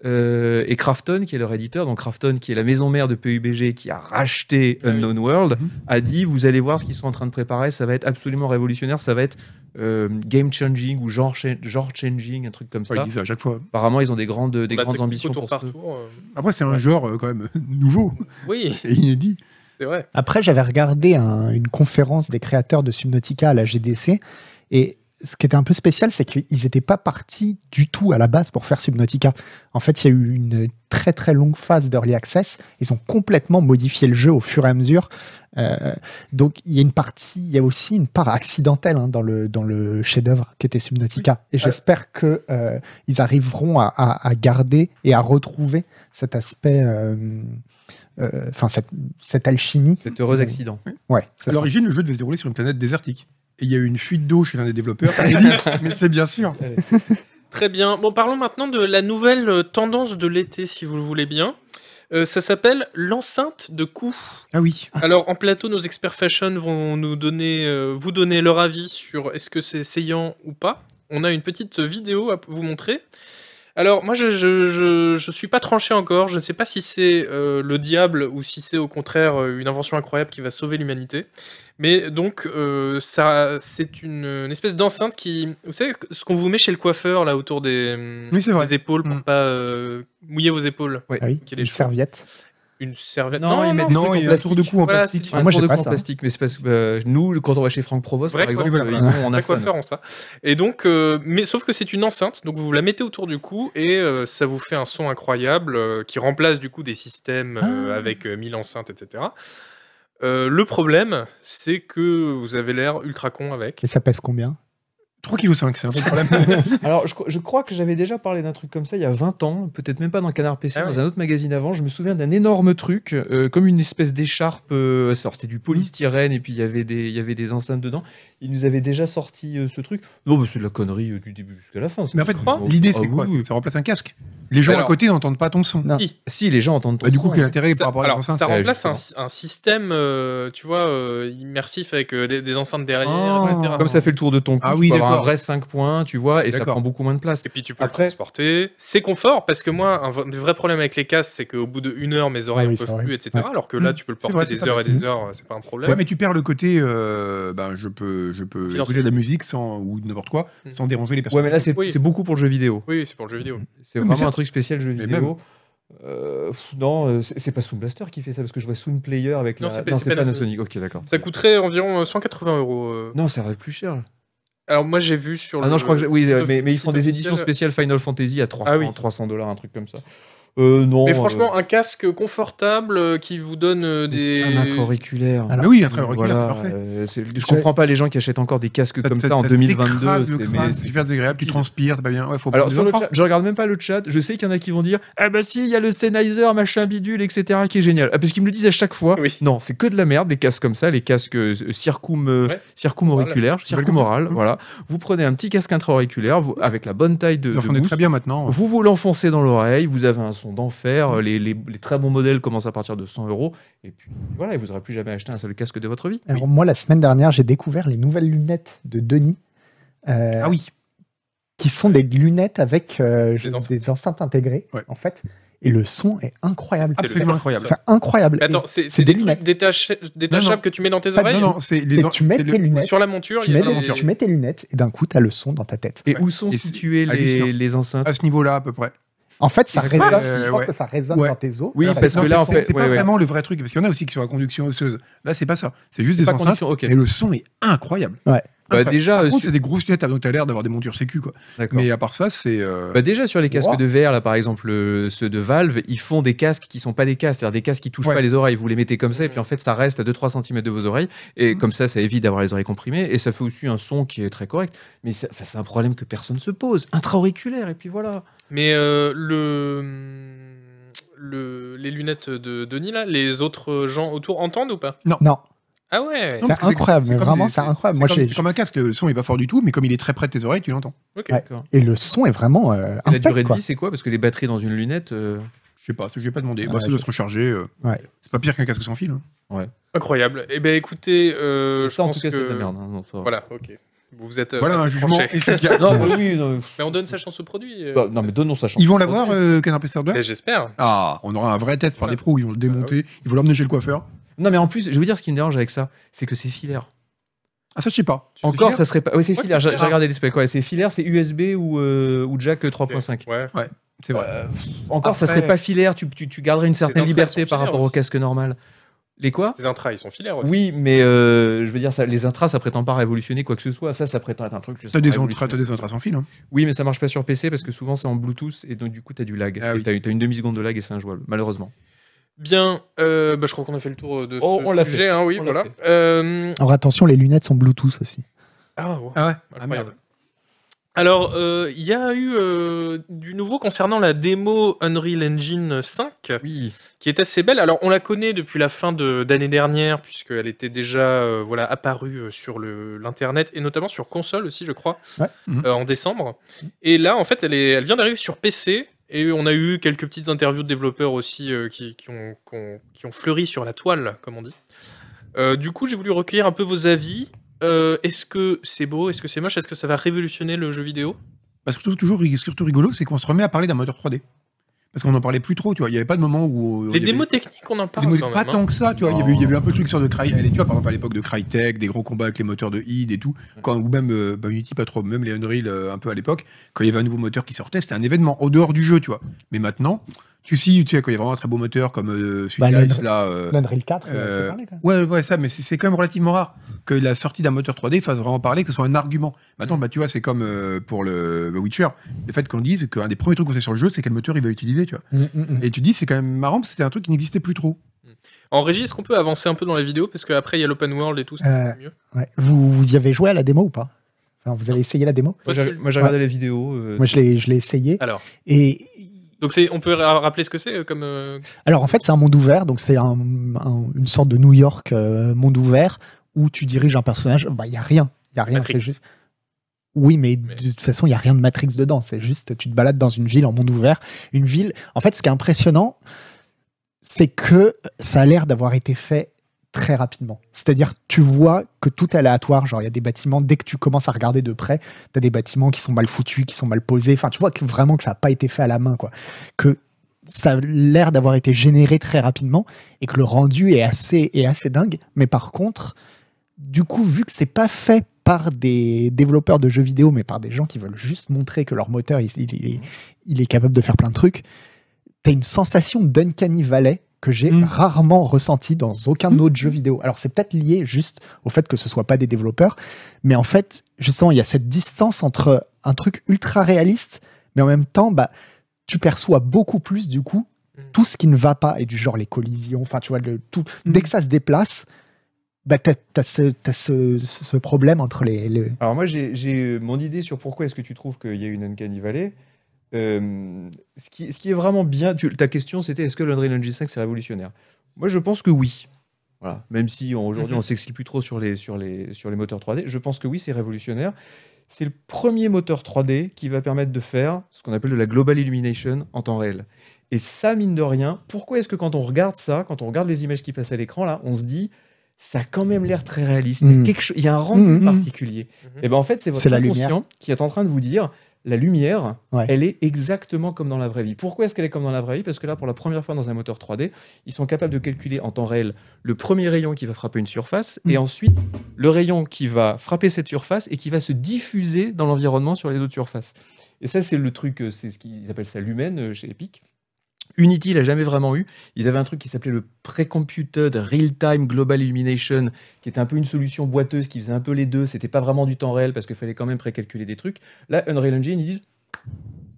Speaker 3: Euh, et Krafton, qui est leur éditeur, donc Krafton, qui est la maison mère de PUBG, qui a racheté
Speaker 1: Ah oui.
Speaker 3: Unknown World,
Speaker 2: Mhm.
Speaker 3: a dit vous allez voir ce qu'ils sont en train de préparer, ça va être absolument révolutionnaire, ça va être euh, game changing ou genre, cha- genre changing, un truc comme
Speaker 2: Ouais,
Speaker 3: ça.
Speaker 2: ils disent ça à chaque fois.
Speaker 3: Apparemment, ils ont des grandes, des
Speaker 1: la
Speaker 3: grandes
Speaker 1: technique
Speaker 3: ambitions
Speaker 1: au tour
Speaker 3: pour
Speaker 1: par
Speaker 3: ce-
Speaker 1: tour, euh,
Speaker 2: Après, c'est un genre euh, quand même nouveau
Speaker 1: Oui,
Speaker 2: et inédit.
Speaker 1: c'est vrai.
Speaker 4: Après, j'avais regardé un- une conférence des créateurs de Subnautica à la GDC et ce qui était un peu spécial, c'est qu'ils n'étaient pas partis du tout à la base pour faire Subnautica. En fait, il y a eu une très très longue phase d'early access. Ils ont complètement modifié le jeu au fur et à mesure. Euh, donc, il y a une partie, il y a aussi une part accidentelle hein, dans le dans le chef-d'œuvre qui était Subnautica. Et j'espère que euh, ils arriveront à, à- à garder et à retrouver cet aspect, euh, euh, enfin cette, cette alchimie
Speaker 3: cet heureux accident.
Speaker 4: Ouais,
Speaker 2: À
Speaker 4: c'est ça.
Speaker 2: l'origine, le jeu devait se dérouler sur une planète désertique. Et il y a eu une fuite d'eau chez l'un des développeurs. Et il dit, mais c'est bien sûr.
Speaker 1: Très bien. Bon, parlons maintenant de la nouvelle euh, tendance de l'été, si vous le voulez bien. Euh, ça s'appelle l'enceinte de cou.
Speaker 2: Ah oui.
Speaker 1: Alors en plateau, nos experts fashion vont nous donner, euh, vous donner leur avis sur est-ce que c'est saillant ou pas. On a une petite vidéo à p- vous montrer. Alors moi, je je, je- je suis pas tranché encore. Je ne sais pas si c'est euh, le diable ou si c'est au contraire euh, une invention incroyable qui va sauver l'humanité. Mais donc euh, ça, c'est une, une espèce d'enceinte qui, vous savez ce qu'on vous met chez le coiffeur là autour des, euh,
Speaker 2: Oui, c'est vrai.
Speaker 1: des épaules pour
Speaker 2: Mm.
Speaker 1: pas euh, mouiller vos épaules.
Speaker 4: Ah oui,
Speaker 1: Qu'il y ait des
Speaker 4: une
Speaker 1: cheveux.
Speaker 4: serviette.
Speaker 1: Une serviette.
Speaker 3: Non, ils mettent-
Speaker 2: Non, il y a un tour de cou en
Speaker 1: Voilà,
Speaker 2: plastique.
Speaker 1: c'est-
Speaker 4: Moi, j'ai
Speaker 3: tour de
Speaker 4: pas
Speaker 3: cou en
Speaker 4: ça.
Speaker 3: plastique, mais c'est parce que euh, nous, quand on va chez Franck Provost,
Speaker 1: Vrai
Speaker 3: par
Speaker 1: quoi,
Speaker 3: exemple,
Speaker 2: voilà.
Speaker 3: euh, ils ont en
Speaker 1: Les
Speaker 3: Afghan.
Speaker 1: coiffeurs ont ça. Et donc, euh, mais sauf que c'est une enceinte, donc vous la mettez autour du cou et euh, ça vous fait un son incroyable euh, qui remplace du coup des systèmes euh,
Speaker 4: Ah.
Speaker 1: avec euh, 1000 enceintes, etc. Euh, le problème, c'est que vous avez l'air ultra con avec.
Speaker 4: Et ça pèse combien
Speaker 2: 3,5 kg, c'est un peu le problème.
Speaker 3: Alors, je, cro- je crois que j'avais déjà parlé d'un truc comme ça il y a 20 ans, peut-être même pas dans Canard PC,
Speaker 1: Ah
Speaker 3: dans
Speaker 1: ouais.
Speaker 3: un autre magazine avant. Je me souviens d'un énorme truc, euh, comme une espèce d'écharpe. euh, alors, c'était du polystyrène et puis il y avait des, il y avait des enceintes dedans. Ils nous avaient déjà sorti euh, ce truc. Non, mais c'est de la connerie euh, du début jusqu'à la fin. ça.
Speaker 2: mais en fait,
Speaker 1: crois
Speaker 2: l'idée,
Speaker 3: Ah
Speaker 2: c'est quoi
Speaker 3: oui, oui.
Speaker 2: Ça remplace un casque. Les gens
Speaker 1: Alors-
Speaker 2: à côté n'entendent pas ton son.
Speaker 4: Non.
Speaker 1: Si,
Speaker 3: Si les gens entendent ton
Speaker 2: Bah, du
Speaker 3: son,
Speaker 2: coup, quel intérêt
Speaker 1: ça,
Speaker 2: par rapport à
Speaker 1: alors,
Speaker 2: l'enceinte
Speaker 1: ça
Speaker 3: Ouais,
Speaker 1: remplace un, un système, euh, tu vois, euh, immersif avec euh, des, des enceintes derrière,
Speaker 3: Ah,
Speaker 1: etc.
Speaker 3: Comme ça fait le tour de ton cou,
Speaker 2: Ah
Speaker 3: tu
Speaker 2: oui,
Speaker 3: peux avoir un
Speaker 2: D'accord.
Speaker 3: vrai 5 points, tu vois, et ça
Speaker 2: D'accord.
Speaker 3: prend beaucoup moins de place.
Speaker 1: Et puis tu peux
Speaker 3: Après-
Speaker 1: le transporter. C'est confort parce que moi, un v- des vrais problèmes avec les casques, c'est qu'au bout d'une heure, mes oreilles
Speaker 4: Ah
Speaker 1: ne
Speaker 4: oui, c'est
Speaker 1: peuvent
Speaker 4: vrai.
Speaker 1: plus, etc.
Speaker 4: Ouais.
Speaker 1: Alors que là,
Speaker 3: Mmh.
Speaker 2: Mm.
Speaker 1: tu peux le
Speaker 2: C'est
Speaker 1: porter
Speaker 2: vrai, c'est
Speaker 1: des
Speaker 2: pas
Speaker 1: heures et
Speaker 2: bête.
Speaker 1: des heures, c'est pas un problème.
Speaker 2: Ouais, mais tu perds le côté, euh, ben, je peux, je peux
Speaker 1: Financier.
Speaker 2: écouter de la musique sans, ou n'importe quoi,
Speaker 1: Mm.
Speaker 2: sans déranger les personnes.
Speaker 3: Ouais, mais là, c'est
Speaker 1: Oui.
Speaker 3: c'est beaucoup pour le jeu vidéo.
Speaker 1: Oui, c'est pour le jeu vidéo.
Speaker 3: C'est
Speaker 2: Oui, mais
Speaker 3: vraiment un
Speaker 2: certes.
Speaker 3: truc spécial jeu
Speaker 2: Mais
Speaker 3: vidéo. Euh, pff, non, euh, c'est c'est pas Sound Blaster qui fait ça parce que je vois Sound Player avec
Speaker 1: Non,
Speaker 3: la.
Speaker 1: c'est pas-
Speaker 3: non,
Speaker 1: c'est
Speaker 3: c'est
Speaker 1: Panasonic.
Speaker 3: Panasonic. Ok, d'accord.
Speaker 1: Ça coûterait environ euh, 180 euros. euh.
Speaker 3: Non, ça va être plus cher.
Speaker 1: Alors moi, j'ai vu sur
Speaker 3: Ah
Speaker 1: le.
Speaker 3: non, je crois que. j'ai- Oui, euh,
Speaker 1: le
Speaker 3: mais, mais ils font
Speaker 1: site
Speaker 3: des
Speaker 1: officiel-
Speaker 3: éditions spéciales Final Fantasy à 300
Speaker 1: Ah oui.
Speaker 3: 300 dollars, un truc comme ça. Euh, non.
Speaker 1: Mais
Speaker 3: euh,
Speaker 1: franchement, un casque confortable euh, qui vous donne euh,
Speaker 3: mais c'est un
Speaker 1: des.
Speaker 3: intra-auriculaire.
Speaker 4: Alors,
Speaker 2: Mais oui, un travail
Speaker 3: Voilà,
Speaker 2: Ah, c'est parfait.
Speaker 3: euh, c'est- je
Speaker 4: Je-
Speaker 3: comprends pas les gens qui achètent encore des casques comme ça, en
Speaker 2: t'écrase
Speaker 3: 2022.
Speaker 2: le
Speaker 3: c'est-
Speaker 2: crâne,
Speaker 3: mais-
Speaker 2: C'est super désagréable, tu transpires, t'es pas bien. Ouais, faut
Speaker 3: Alors,
Speaker 2: prendre
Speaker 3: sur
Speaker 2: des
Speaker 3: le
Speaker 2: autres.
Speaker 3: chat, je regarde même pas le chat. Je sais qu'il y en a qui vont dire Ah bah si, il y a le Sennheiser, machin bidule, etc. qui est génial. Ah, parce qu'ils me le disent à chaque fois.
Speaker 1: Oui.
Speaker 3: Non, c'est que de la merde, des casques comme ça, les casques euh, circum, euh,
Speaker 1: Ouais.
Speaker 3: circumauriculaires, circumorales.
Speaker 2: Mmh.
Speaker 3: Voilà. Vous prenez un petit casque intra-auriculaire vous- avec la bonne taille de.
Speaker 2: Ils
Speaker 3: de
Speaker 2: en font des
Speaker 3: mousse.
Speaker 2: très bien maintenant.
Speaker 3: Vous vous l'enfoncez dans l'oreille, vous avez un son d'enfer. euh, Les, les- les très bons modèles commencent à partir de 100 euros. Et puis voilà, et vous n'aurez plus jamais acheté un seul casque de votre vie.
Speaker 4: Alors, moi, la semaine dernière, j'ai découvert les nouvelles lunettes de Denis. euh,
Speaker 2: Ah oui,
Speaker 4: qui sont des lunettes avec euh, je-
Speaker 1: enceintes.
Speaker 4: des enceintes intégrées,
Speaker 2: Ouais.
Speaker 4: en fait. Et le son est incroyable.
Speaker 1: C'est
Speaker 2: absolument incroyable.
Speaker 4: C'est incroyable.
Speaker 1: Mais Attends, c'est
Speaker 4: c'est
Speaker 1: c'est
Speaker 4: des
Speaker 1: des trucs
Speaker 4: lunettes.
Speaker 1: détachés- détachables que tu mets dans tes
Speaker 4: Pas de-
Speaker 1: oreilles
Speaker 2: Ah Non, non, c'est les
Speaker 4: C'est- tu mets
Speaker 2: c'est
Speaker 4: tes
Speaker 2: le-
Speaker 4: lunettes,
Speaker 1: Sur la monture,
Speaker 4: tu
Speaker 1: il y
Speaker 4: mets,
Speaker 1: a
Speaker 4: des-
Speaker 1: des-
Speaker 4: tu mets tes lunettes et d'un coup, tu as le son dans ta tête.
Speaker 3: Et
Speaker 2: Ouais.
Speaker 3: où sont
Speaker 2: Et c'est
Speaker 3: situées les,
Speaker 2: hallucinant. Ah,
Speaker 3: les enceintes
Speaker 2: à ce niveau-là à peu près.
Speaker 4: En fait, ça
Speaker 2: Et c'est-
Speaker 4: résonne.
Speaker 2: euh,
Speaker 4: je pense
Speaker 2: ouais.
Speaker 4: que ça résonne
Speaker 2: Ouais.
Speaker 4: dans tes os.
Speaker 3: Oui,
Speaker 4: Ça
Speaker 3: parce que
Speaker 2: Non,
Speaker 4: résonne
Speaker 3: là,
Speaker 2: c'est-
Speaker 3: en
Speaker 2: c'est-
Speaker 3: fait,
Speaker 2: c'est
Speaker 3: ouais,
Speaker 2: pas
Speaker 3: ouais.
Speaker 2: vraiment le vrai truc parce qu'il y en a aussi qui sont à conduction osseuse. Là, c'est pas ça. C'est juste des
Speaker 3: Pas
Speaker 2: enceintes. Eh,
Speaker 3: condition, ok.
Speaker 2: Mais le son est incroyable.
Speaker 3: Bah,
Speaker 2: Incroyable.
Speaker 3: déjà,
Speaker 2: Par
Speaker 3: euh,
Speaker 2: contre,
Speaker 3: sur-
Speaker 2: c'est des grosses lunettes, donc t'as l'air d'avoir des montures sécu quoi.
Speaker 3: D'accord.
Speaker 2: Mais à part ça, c'est. euh,
Speaker 3: Bah déjà sur les casques
Speaker 4: Ouah.
Speaker 3: de verre là par exemple euh, ceux de Valve ils font des casques qui sont pas des casques c'est-à-dire des casques qui touchent
Speaker 2: Ouais.
Speaker 3: pas les oreilles vous les mettez comme ça et
Speaker 1: Mhm.
Speaker 3: puis en fait ça reste à 2-3 cm de vos oreilles
Speaker 1: Mmh.
Speaker 3: et comme ça ça évite d'avoir les oreilles comprimées et ça fait aussi un son qui est très correct mais ça- enfin, c'est un problème que personne se pose intra-auriculaire et puis voilà
Speaker 1: Mais euh, le... le les lunettes de Denis là, les autres gens autour entendent ou pas
Speaker 4: Non,
Speaker 1: Ah ouais.
Speaker 2: non,
Speaker 4: c'est
Speaker 2: parce que
Speaker 4: incroyable, mais
Speaker 2: comme
Speaker 4: vraiment,
Speaker 2: des-
Speaker 4: c'est incroyable.
Speaker 2: c'est
Speaker 4: Moi,
Speaker 2: comme-
Speaker 4: j'ai-
Speaker 2: c'est comme un casque, le son est pas fort du tout, mais comme il est très près de tes oreilles, tu l'entends.
Speaker 1: Ok.
Speaker 4: Ouais. et le son est vraiment euh,
Speaker 3: Et la
Speaker 4: impec,
Speaker 3: durée de
Speaker 4: quoi.
Speaker 3: vie c'est quoi parce que les batteries dans une lunette euh,
Speaker 2: Je sais pas, je vais pas demandé.
Speaker 4: Ah
Speaker 2: Bah, ça
Speaker 4: ouais,
Speaker 2: doit
Speaker 4: je
Speaker 2: se recharger. euh.
Speaker 4: Ouais.
Speaker 2: C'est pas pire qu'un casque sans fil. hein.
Speaker 1: Incroyable. Eh ben écoutez, euh, je
Speaker 3: ça en
Speaker 1: pense
Speaker 3: tout cas c'est de
Speaker 1: que
Speaker 3: la merde hein, non, ça va.
Speaker 1: voilà, ok. Vous êtes euh,
Speaker 2: Voilà
Speaker 1: assez
Speaker 2: un jugement.
Speaker 1: tranché.
Speaker 2: efficace.
Speaker 3: non mais oui non, pff,
Speaker 1: Mais on donne sa chance au produit. euh.
Speaker 3: bah, non, mais donnons sa chance
Speaker 2: Ils vont l'avoir, euh, Canard Pester 2
Speaker 1: Mais J'espère.
Speaker 2: Ah, on aura un vrai test par
Speaker 1: Voilà.
Speaker 2: des pros, ils vont le démonter, ils vont l'emmener chez le coiffeur.
Speaker 3: non mais en plus je vais vous dire ce qui me dérange avec ça c'est que c'est filaire
Speaker 2: Ah, ça, je sais pas.
Speaker 1: Tu-
Speaker 3: Encore,
Speaker 1: tu-
Speaker 3: ça serait pas. Oui, c'est
Speaker 1: Ouais,
Speaker 3: filaire.
Speaker 1: c'est
Speaker 3: J'ai j'ai
Speaker 1: filaire.
Speaker 3: regardé les specs. Ouais, c'est filaire, c'est USB ou, euh, ou jack 3.5.
Speaker 1: Ouais.
Speaker 2: C'est vrai.
Speaker 3: Euh, Encore, ça
Speaker 2: Après-
Speaker 3: serait pas filaire. Tu, tu, tu garderais une certaine
Speaker 1: entrailles
Speaker 3: liberté
Speaker 1: sont
Speaker 3: par
Speaker 1: filaires
Speaker 3: rapport au
Speaker 1: aussi.
Speaker 3: casque normal. Les quoi
Speaker 1: Les intras, ils sont filaires. aussi.
Speaker 3: Oui, mais euh, je veux dire, ça, les intras, ça prétend pas révolutionner quoi que ce soit. Ça, ça prétend être un truc.
Speaker 2: T'as
Speaker 3: justement
Speaker 2: des
Speaker 3: révolutionnaire.
Speaker 2: entrailles t'as des entrailles sans fil. hein.
Speaker 3: Oui, mais ça marche pas sur PC parce que souvent c'est en Bluetooth et donc du coup t'as du lag.
Speaker 2: Ah
Speaker 3: et
Speaker 2: oui.
Speaker 3: t'as t'as une demi seconde de lag et c'est injouable, malheureusement.
Speaker 1: Bien. euh, bah, je crois qu'on a fait le tour de
Speaker 3: Oh,
Speaker 1: ce
Speaker 3: on l'a
Speaker 1: sujet. hein, oui,
Speaker 3: On l'a
Speaker 1: voilà.
Speaker 3: fait.
Speaker 1: Euh,
Speaker 4: Alors attention, les lunettes sont Bluetooth aussi.
Speaker 1: Ah ouais.
Speaker 2: Ah ouais
Speaker 1: Incroyable. Alors, euh, il y a eu euh, du nouveau concernant la démo Unreal Engine 5,
Speaker 3: Oui.
Speaker 1: qui est assez belle. Alors, on la connaît depuis la fin de- d'année dernière, puisqu'elle était déjà euh, voilà, apparue euh, sur le- l'Internet, et notamment sur console aussi, je crois,
Speaker 4: Ouais.
Speaker 2: Mhm.
Speaker 1: euh, en décembre. Et là, en fait, elle, est, elle vient d'arriver sur PC, et on a eu quelques petites interviews de développeurs aussi euh, qui, qui ont, qui ont- qui ont fleuri sur la toile, comme on dit. Euh, du coup, j'ai voulu recueillir un peu vos avis. Euh, est-ce que c'est beau Est-ce que c'est moche Est-ce que ça va révolutionner le jeu vidéo
Speaker 2: Parce que toujours, surtout rigolo, c'est qu'on se remet à parler d'un moteur 3D. Parce qu'on en parlait plus trop, tu vois. Il y avait pas de moment où. euh,
Speaker 1: Les
Speaker 2: il y avait-
Speaker 1: démos techniques, on en
Speaker 2: Des
Speaker 1: parle
Speaker 2: modèles
Speaker 1: quand même.
Speaker 2: pas
Speaker 1: hein.
Speaker 2: tant que ça, tu vois. Il y, avait, il y avait un peu de trucs sur de Cry. Allez, tu vois, par exemple, à l'époque de Crytek, des gros combats avec les moteurs de id et tout. Quand, ou même euh, bah, Unity, pas trop, même les Unreal euh, un peu à l'époque. Quand il y avait un nouveau moteur qui sortait, c'était un événement au dehors du jeu, tu vois. Mais maintenant, tu sais, tu sais, quand il y a vraiment un très beau moteur comme euh, celui
Speaker 4: Bah,
Speaker 2: d'Ice,
Speaker 4: le-
Speaker 2: là. euh,
Speaker 4: L'Unreal 4, on en a
Speaker 2: euh,
Speaker 4: parlé, quand même.
Speaker 2: ouais, ouais, ça, mais c'est c'est quand même relativement rare que la sortie d'un moteur 3D fasse vraiment parler, que ce soit un argument. Maintenant,
Speaker 3: Mm.
Speaker 2: bah, tu vois, c'est comme euh, pour le, The Witcher, le fait qu'on dise qu'un des premiers trucs qu'on sait sur le jeu, c'est quel moteur il va utiliser, tu vois.
Speaker 4: Mm, mm, mm.
Speaker 2: Et tu dis, c'est quand même marrant, parce que c'était un truc qui n'existait plus trop.
Speaker 1: En régie, est-ce qu'on peut avancer un peu dans la vidéo Parce qu'après, il y a l'open world et tout, c'est
Speaker 4: Euh,
Speaker 1: mieux.
Speaker 4: Ouais. Vous, vous y avez joué à la démo ou pas Enfin, Vous avez essayé la démo
Speaker 1: Toi,
Speaker 3: Moi
Speaker 1: tu
Speaker 3: j'ai
Speaker 1: le-
Speaker 3: moi, j'ai regardé les vidéos. euh,
Speaker 4: Moi, je l'ai je l'ai essayé.
Speaker 1: Alors,
Speaker 4: Et
Speaker 1: donc c'est, on peut ra- rappeler ce que c'est euh, comme. euh,
Speaker 4: Alors en fait, c'est un monde ouvert, donc c'est un- un- une sorte de New York euh, monde ouvert où tu diriges un personnage. Bah, il y a rien, il y a rien,
Speaker 1: Matrix.
Speaker 4: c'est juste. Oui, mais de
Speaker 1: Mais-
Speaker 4: toute façon, il y a rien de Matrix dedans. C'est juste, tu te balades dans une ville en monde ouvert, une ville. En fait, ce qui est impressionnant, c'est que ça a l'air d'avoir été fait très rapidement. C'est-à-dire, tu vois que tout est aléatoire. Genre, il y a des bâtiments, dès que tu commences à regarder de près, tu as des bâtiments qui sont mal foutus, qui sont mal posés. Enfin, tu vois que vraiment que ça n'a pas été fait à la main, quoi. Que ça a l'air d'avoir été généré très rapidement et que le rendu est assez, est assez dingue. Mais par contre, du coup, vu que c'est pas fait par des développeurs de jeux vidéo, mais par des gens qui veulent juste montrer que leur moteur, il, il- il est, il est capable de faire plein de trucs, t'as une sensation d'uncanny valley que j'ai
Speaker 2: Mm.
Speaker 4: rarement ressentie dans aucun autre jeu vidéo. Alors, c'est peut-être lié juste au fait que ce soit pas des développeurs, mais en fait, justement, il y a cette distance entre un truc ultra réaliste, mais en même temps, bah, tu perçois beaucoup plus, du coup,
Speaker 1: Mm.
Speaker 4: tout ce qui ne va pas, et du genre les collisions, enfin, tu vois, le, tout, dès que ça se déplace, bah, t'as, t'as ce, t'as ce- ce- ce problème entre les. les-
Speaker 3: Alors moi, j'ai- j'ai euh, mon idée sur pourquoi est-ce que tu trouves qu'il y a une Uncanny Valley. Euh, ce, qui, ce qui est vraiment bien, tu- ta question c'était est-ce que l'Unreal Engine 5 c'est révolutionnaire Moi je pense que oui. Voilà. Même si on- aujourd'hui
Speaker 1: Mhm.
Speaker 3: on s'excite plus trop sur les, sur, les, sur les moteurs 3D, je pense que oui c'est révolutionnaire. C'est le premier moteur 3D qui va permettre de faire ce qu'on appelle de la global illumination en temps réel. Et ça, mine de rien, pourquoi est-ce que quand on regarde ça, quand on regarde les images qui passent à l'écran, là, on se dit, ça a quand même l'air très réaliste. Il y a
Speaker 4: Mhm.
Speaker 3: quelque chose- il y a un rendu
Speaker 4: Mhm.
Speaker 3: particulier.
Speaker 1: Mhm.
Speaker 3: Et ben en fait, c'est votre
Speaker 4: C'est la
Speaker 3: inconscient
Speaker 4: lumière.
Speaker 3: qui est en train de vous dire la lumière,
Speaker 4: Ouais.
Speaker 3: elle est exactement comme dans la vraie vie. Pourquoi est-ce qu'elle est comme dans la vraie vie Parce que là, pour la première fois dans un moteur 3D, ils sont capables de calculer en temps réel le premier rayon qui va frapper une surface
Speaker 4: Mm.
Speaker 3: et ensuite le rayon qui va frapper cette surface et qui va se diffuser dans l'environnement sur les autres surfaces. Et ça, c'est le truc, euh, c'est ce qu'ils appellent ça l'humaine euh, chez Epic. Unity l'a jamais vraiment eu. Ils avaient un truc qui s'appelait le Pre-Computed Real-Time Global Illumination, qui était un peu une solution boiteuse, qui faisait un peu les deux. C'était pas vraiment du temps réel parce qu'il fallait quand même précalculer des trucs. Là, Unreal Engine, ils disent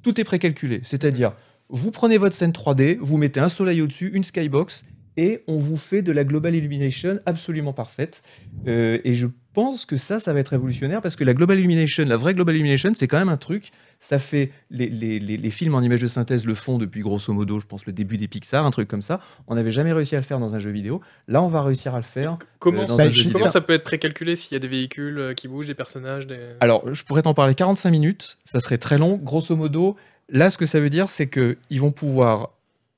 Speaker 3: tout est précalculé. C'est-à-dire, vous prenez votre scène 3D, vous mettez un soleil au-dessus, une skybox, et on vous fait de la global illumination absolument parfaite. Euh, et je pense que ça, ça va être révolutionnaire parce que la global illumination, la vraie global illumination, c'est quand même un truc. Ça fait les, les- les- les films en images de synthèse le font depuis grosso modo, je pense le début des Pixar, un truc comme ça. On n'avait jamais réussi à le faire dans un jeu vidéo. Là, on va réussir à le faire.
Speaker 1: Comment,
Speaker 3: euh, dans
Speaker 1: ça-
Speaker 4: un jeu
Speaker 1: comment
Speaker 4: vidéo.
Speaker 1: ça peut être précalculé s'il y a des véhicules euh, qui bougent, des personnages des...
Speaker 3: Alors, je pourrais t'en parler 45 minutes, ça serait très long. Grosso modo, là, ce que ça veut dire, c'est que ils vont pouvoir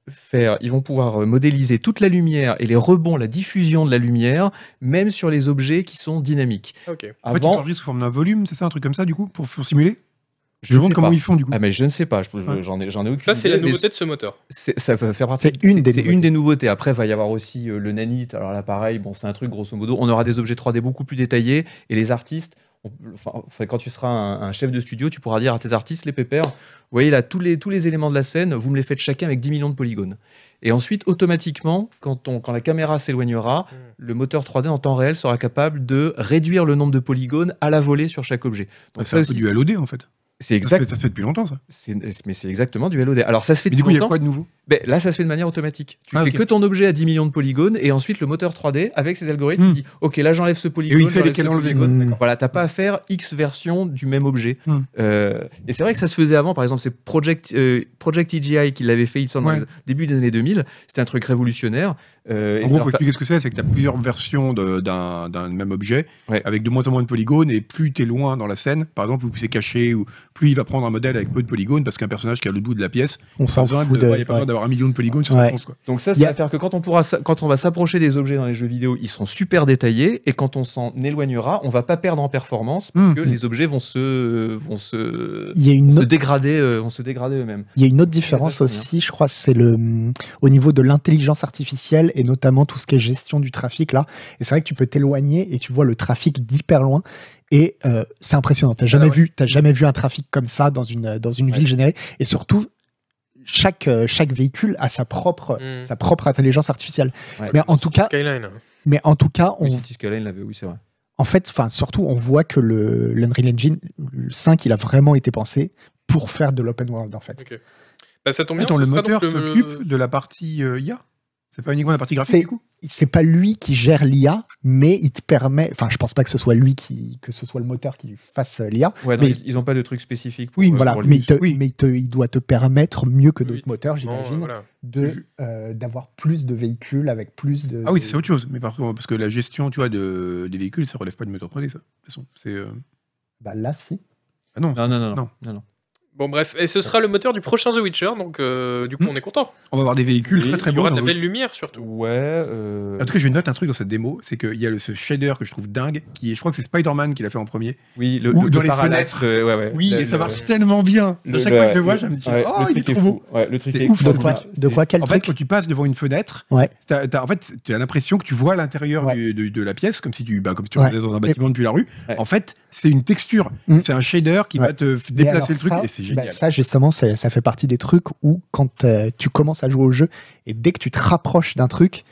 Speaker 3: faire, ils vont pouvoir euh, modéliser toute la lumière et les rebonds, la diffusion de la lumière, même sur les objets qui sont dynamiques.
Speaker 1: Ah, Ok.
Speaker 2: En fait, ils
Speaker 3: Avant,
Speaker 2: enregistrent sous forme d'un volume, c'est ça, un truc comme ça, du coup, pour, pour simuler
Speaker 3: ne
Speaker 2: Je me demande
Speaker 3: sais
Speaker 2: comment
Speaker 3: pas.
Speaker 2: ils font, du coup.
Speaker 3: Ah mais je ne sais pas, je- je-
Speaker 2: Ouais.
Speaker 3: j'en ai, j'en ai aucune
Speaker 1: Ça, c'est la
Speaker 3: idée, mais
Speaker 1: nouveauté de ce moteur.
Speaker 3: c'est- ça va faire partie.
Speaker 4: C'est une des
Speaker 3: c'est
Speaker 4: nouveautés.
Speaker 3: nouveautés. Après, il va y avoir aussi euh, le nanite. Alors là, pareil, bon, c'est un truc grosso modo. On aura des objets 3D beaucoup plus détaillés et les artistes. on- enfin, enfin, quand tu seras un, un chef de studio, tu pourras dire à tes artistes, les pépères, vous voyez là, tous les, tous les éléments de la scène, vous me les faites chacun avec 10 millions de polygones. Et ensuite, automatiquement, quand, on, quand la caméra s'éloignera,
Speaker 1: Mm.
Speaker 3: le moteur 3D en temps réel sera capable de réduire le nombre de polygones à la volée sur chaque objet. Donc,
Speaker 2: C'est un
Speaker 3: ça
Speaker 2: peu
Speaker 3: aussi,
Speaker 2: du LOD, en
Speaker 3: c'est
Speaker 2: fait. Ça se fait-
Speaker 3: exact.
Speaker 2: Ça se fait depuis longtemps, ça.
Speaker 3: c'est- Mais c'est exactement du LOD. Alors, ça se fait
Speaker 2: Mais du coup,
Speaker 3: depuis
Speaker 2: il y a
Speaker 3: longtemps.
Speaker 2: quoi de nouveau
Speaker 3: Ben, là, ça se fait de manière automatique. Tu
Speaker 2: Ah,
Speaker 3: fais
Speaker 2: ok.
Speaker 3: que ton objet à 10 millions de polygones et ensuite le moteur 3D avec ses algorithmes
Speaker 2: Hmm.
Speaker 3: il dit OK, là j'enlève ce
Speaker 2: Et
Speaker 3: polygone.
Speaker 2: oui, c'est
Speaker 3: j'enlève
Speaker 2: lesquels
Speaker 3: ce
Speaker 2: enlever.
Speaker 3: polygone.
Speaker 4: Mm.
Speaker 2: D'accord.
Speaker 3: Voilà, t'as pas à faire X versions du même objet.
Speaker 2: Hmm.
Speaker 3: Euh, et c'est vrai que ça se faisait avant. Par exemple, c'est Project, euh, Project EGI qui l'avait fait, il me semble,
Speaker 2: Ouais.
Speaker 3: dans les- début des années 2000. C'était un truc révolutionnaire. Euh, et
Speaker 2: En gros,
Speaker 3: alors,
Speaker 2: faut
Speaker 3: t'as-
Speaker 2: expliquer ce que c'est, c'est que tu as plusieurs versions de- d'un d'un même objet,
Speaker 3: Ouais.
Speaker 2: avec de moins en moins de polygones, et plus tu es loin dans la scène, par exemple, plus c'est caché, ou plus il va prendre un modèle avec peu de polygones, parce qu'un personnage qui est à l'autre bout de la pièce,
Speaker 4: On
Speaker 2: il
Speaker 4: s'en
Speaker 2: n'y a pas
Speaker 4: fout de.
Speaker 2: besoin d'avoir un million de polygones sur
Speaker 4: Ouais.
Speaker 2: sa tronche. quoi.
Speaker 3: Donc ça, ça
Speaker 4: Y a-
Speaker 3: va faire que quand on, pourra, s'a- quand on va s'approcher des objets dans les jeux vidéo, ils seront super détaillés, et quand on s'en éloignera, on va pas perdre en performance, parce
Speaker 2: Hmm.
Speaker 3: que les objets vont se, vont se,
Speaker 4: Mm. Il y a une
Speaker 3: se
Speaker 4: autre,
Speaker 3: dégrader, euh, vont se dégrader eux-mêmes.
Speaker 4: il y a une autre différence
Speaker 3: Je sais pas
Speaker 4: aussi, je crois, c'est le hum, au niveau de l'intelligence artificielle et notamment tout ce qui est gestion du trafic là. Et c'est vrai que tu peux t'éloigner et tu vois le trafic d'hyper loin. Et euh, c'est impressionnant. T'as jamais
Speaker 1: ouais.
Speaker 4: vu, t'as jamais vu un trafic comme ça dans une dans une ville
Speaker 3: Ouais.
Speaker 4: générée. Et surtout, chaque euh, chaque véhicule a sa propre
Speaker 1: Mm.
Speaker 4: sa propre intelligence artificielle.
Speaker 3: Mm-hmm. Ouais.
Speaker 4: Mais en tout cas,
Speaker 1: Skyline.
Speaker 4: mais en tout cas, on
Speaker 3: Oui, Cities Skyline l'avait, oui, c'est vrai.
Speaker 4: En fait, enfin, surtout, on voit que le, l'Unreal Engine le 5, il a vraiment été pensé pour faire de l'open world, en fait.
Speaker 1: Ok. Bah, ça tombe bien.
Speaker 2: Attends,
Speaker 1: ce
Speaker 2: le
Speaker 1: sera donc
Speaker 2: moteur
Speaker 1: le-
Speaker 2: s'occupe de la partie euh, IA C'est pas uniquement la partie graphique,
Speaker 4: C'est-
Speaker 2: du coup
Speaker 4: C'est pas lui qui gère l'IA, mais il te permet. Enfin, je pense pas que ce soit lui qui, que ce soit le moteur qui fasse euh, l'IA.
Speaker 3: Ouais, non,
Speaker 4: Mais-
Speaker 3: ils- ils n'ont pas de truc spécifique. Pour,
Speaker 2: Oui,
Speaker 3: euh,
Speaker 4: voilà,
Speaker 3: pour
Speaker 4: mais, il te,
Speaker 3: l'image.
Speaker 4: mais il, te- il doit te permettre mieux que d'autres
Speaker 1: Oui.
Speaker 4: moteurs,
Speaker 1: Non, euh,
Speaker 4: j'imagine,
Speaker 1: voilà.
Speaker 4: de euh, d'avoir plus de véhicules avec plus de.
Speaker 2: Ah oui, ça, c'est autre chose, mais par contre, parce que la gestion, tu vois, de, des véhicules, ça relève pas du moteur 3D, ça. De toute façon, c'est... euh,
Speaker 4: Bah, là, si.
Speaker 2: Ah non,
Speaker 3: Non, non, non, non.
Speaker 2: Non.
Speaker 3: non, non.
Speaker 1: Bon, bref, et ce sera le moteur du prochain The Witcher, donc euh, du coup,
Speaker 2: Hmm.
Speaker 1: on est content.
Speaker 2: On va avoir des véhicules très très
Speaker 1: Il y
Speaker 2: beaux.
Speaker 1: aura de
Speaker 2: dans
Speaker 1: la
Speaker 2: le-
Speaker 1: belle lumière surtout.
Speaker 3: Ouais. euh,
Speaker 2: En tout cas, je note un truc dans cette démo, c'est qu'il y a le, ce shader que je trouve dingue, qui est, je crois que c'est Spider-Man qui l'a fait en premier.
Speaker 3: oui, le,
Speaker 2: Ou
Speaker 3: le-
Speaker 2: dans
Speaker 3: le
Speaker 2: les
Speaker 3: parallaxe.
Speaker 2: fenêtres.
Speaker 3: le- ouais, ouais.
Speaker 2: Oui,
Speaker 3: Le-
Speaker 2: et ça
Speaker 3: le-
Speaker 2: marche tellement bien. À chaque fois que je le vois, je me dis,
Speaker 3: ouais,
Speaker 2: oh,
Speaker 3: le
Speaker 2: il est
Speaker 3: truc
Speaker 2: trop beau.
Speaker 3: fou. Ouais, le truc
Speaker 2: C'est
Speaker 3: est
Speaker 2: ouf
Speaker 4: De
Speaker 2: Faut
Speaker 4: quoi,
Speaker 2: pas-
Speaker 4: de quoi quel
Speaker 2: En fait,
Speaker 4: truc
Speaker 2: quand tu passes devant une fenêtre,
Speaker 4: Ouais.
Speaker 2: t'as- t'as- en fait, tu as l'impression que tu vois l'intérieur
Speaker 4: Ouais.
Speaker 2: du- de, de la pièce, comme si tu, bah, comme si tu
Speaker 4: Ouais.
Speaker 2: regardais dans un bâtiment depuis la rue.
Speaker 3: Ouais.
Speaker 2: En fait, c'est une texture.
Speaker 4: Mm.
Speaker 2: C'est un shader qui
Speaker 4: Ouais.
Speaker 2: va te f-
Speaker 4: Mais
Speaker 2: déplacer
Speaker 4: alors
Speaker 2: le truc,
Speaker 4: ça,
Speaker 2: et c'est
Speaker 4: bah,
Speaker 2: génial.
Speaker 4: ça, justement, ça, ça fait partie des trucs où, quand euh, tu commences à jouer au jeu, et dès que tu te rapproches d'un truc,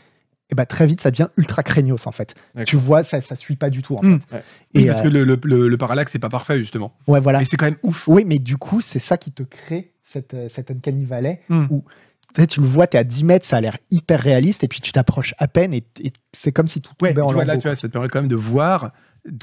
Speaker 4: et bah, très vite, ça devient ultra craignos, en fait.
Speaker 3: D'accord.
Speaker 4: Tu vois, ça ça suit pas du tout, en
Speaker 2: Mm.
Speaker 4: fait.
Speaker 3: Ouais.
Speaker 2: Oui,
Speaker 4: Et,
Speaker 2: parce
Speaker 4: euh,
Speaker 2: que le, le, le- le parallaxe, c'est pas parfait, justement.
Speaker 4: ouais, voilà.
Speaker 2: Mais c'est quand même ouf.
Speaker 4: Oui, mais du coup, c'est ça qui te crée cette, euh, cette Uncanny Valley
Speaker 2: Hmm.
Speaker 4: où tu, sais, tu le vois, t'es à 10 mètres, ça a l'air hyper réaliste, et puis tu t'approches à peine, et, et c'est comme si tout
Speaker 2: Ouais,
Speaker 4: tombait en
Speaker 2: tu vois, là,
Speaker 4: lambeaux.
Speaker 2: tu vois, ça te permet quand même de voir,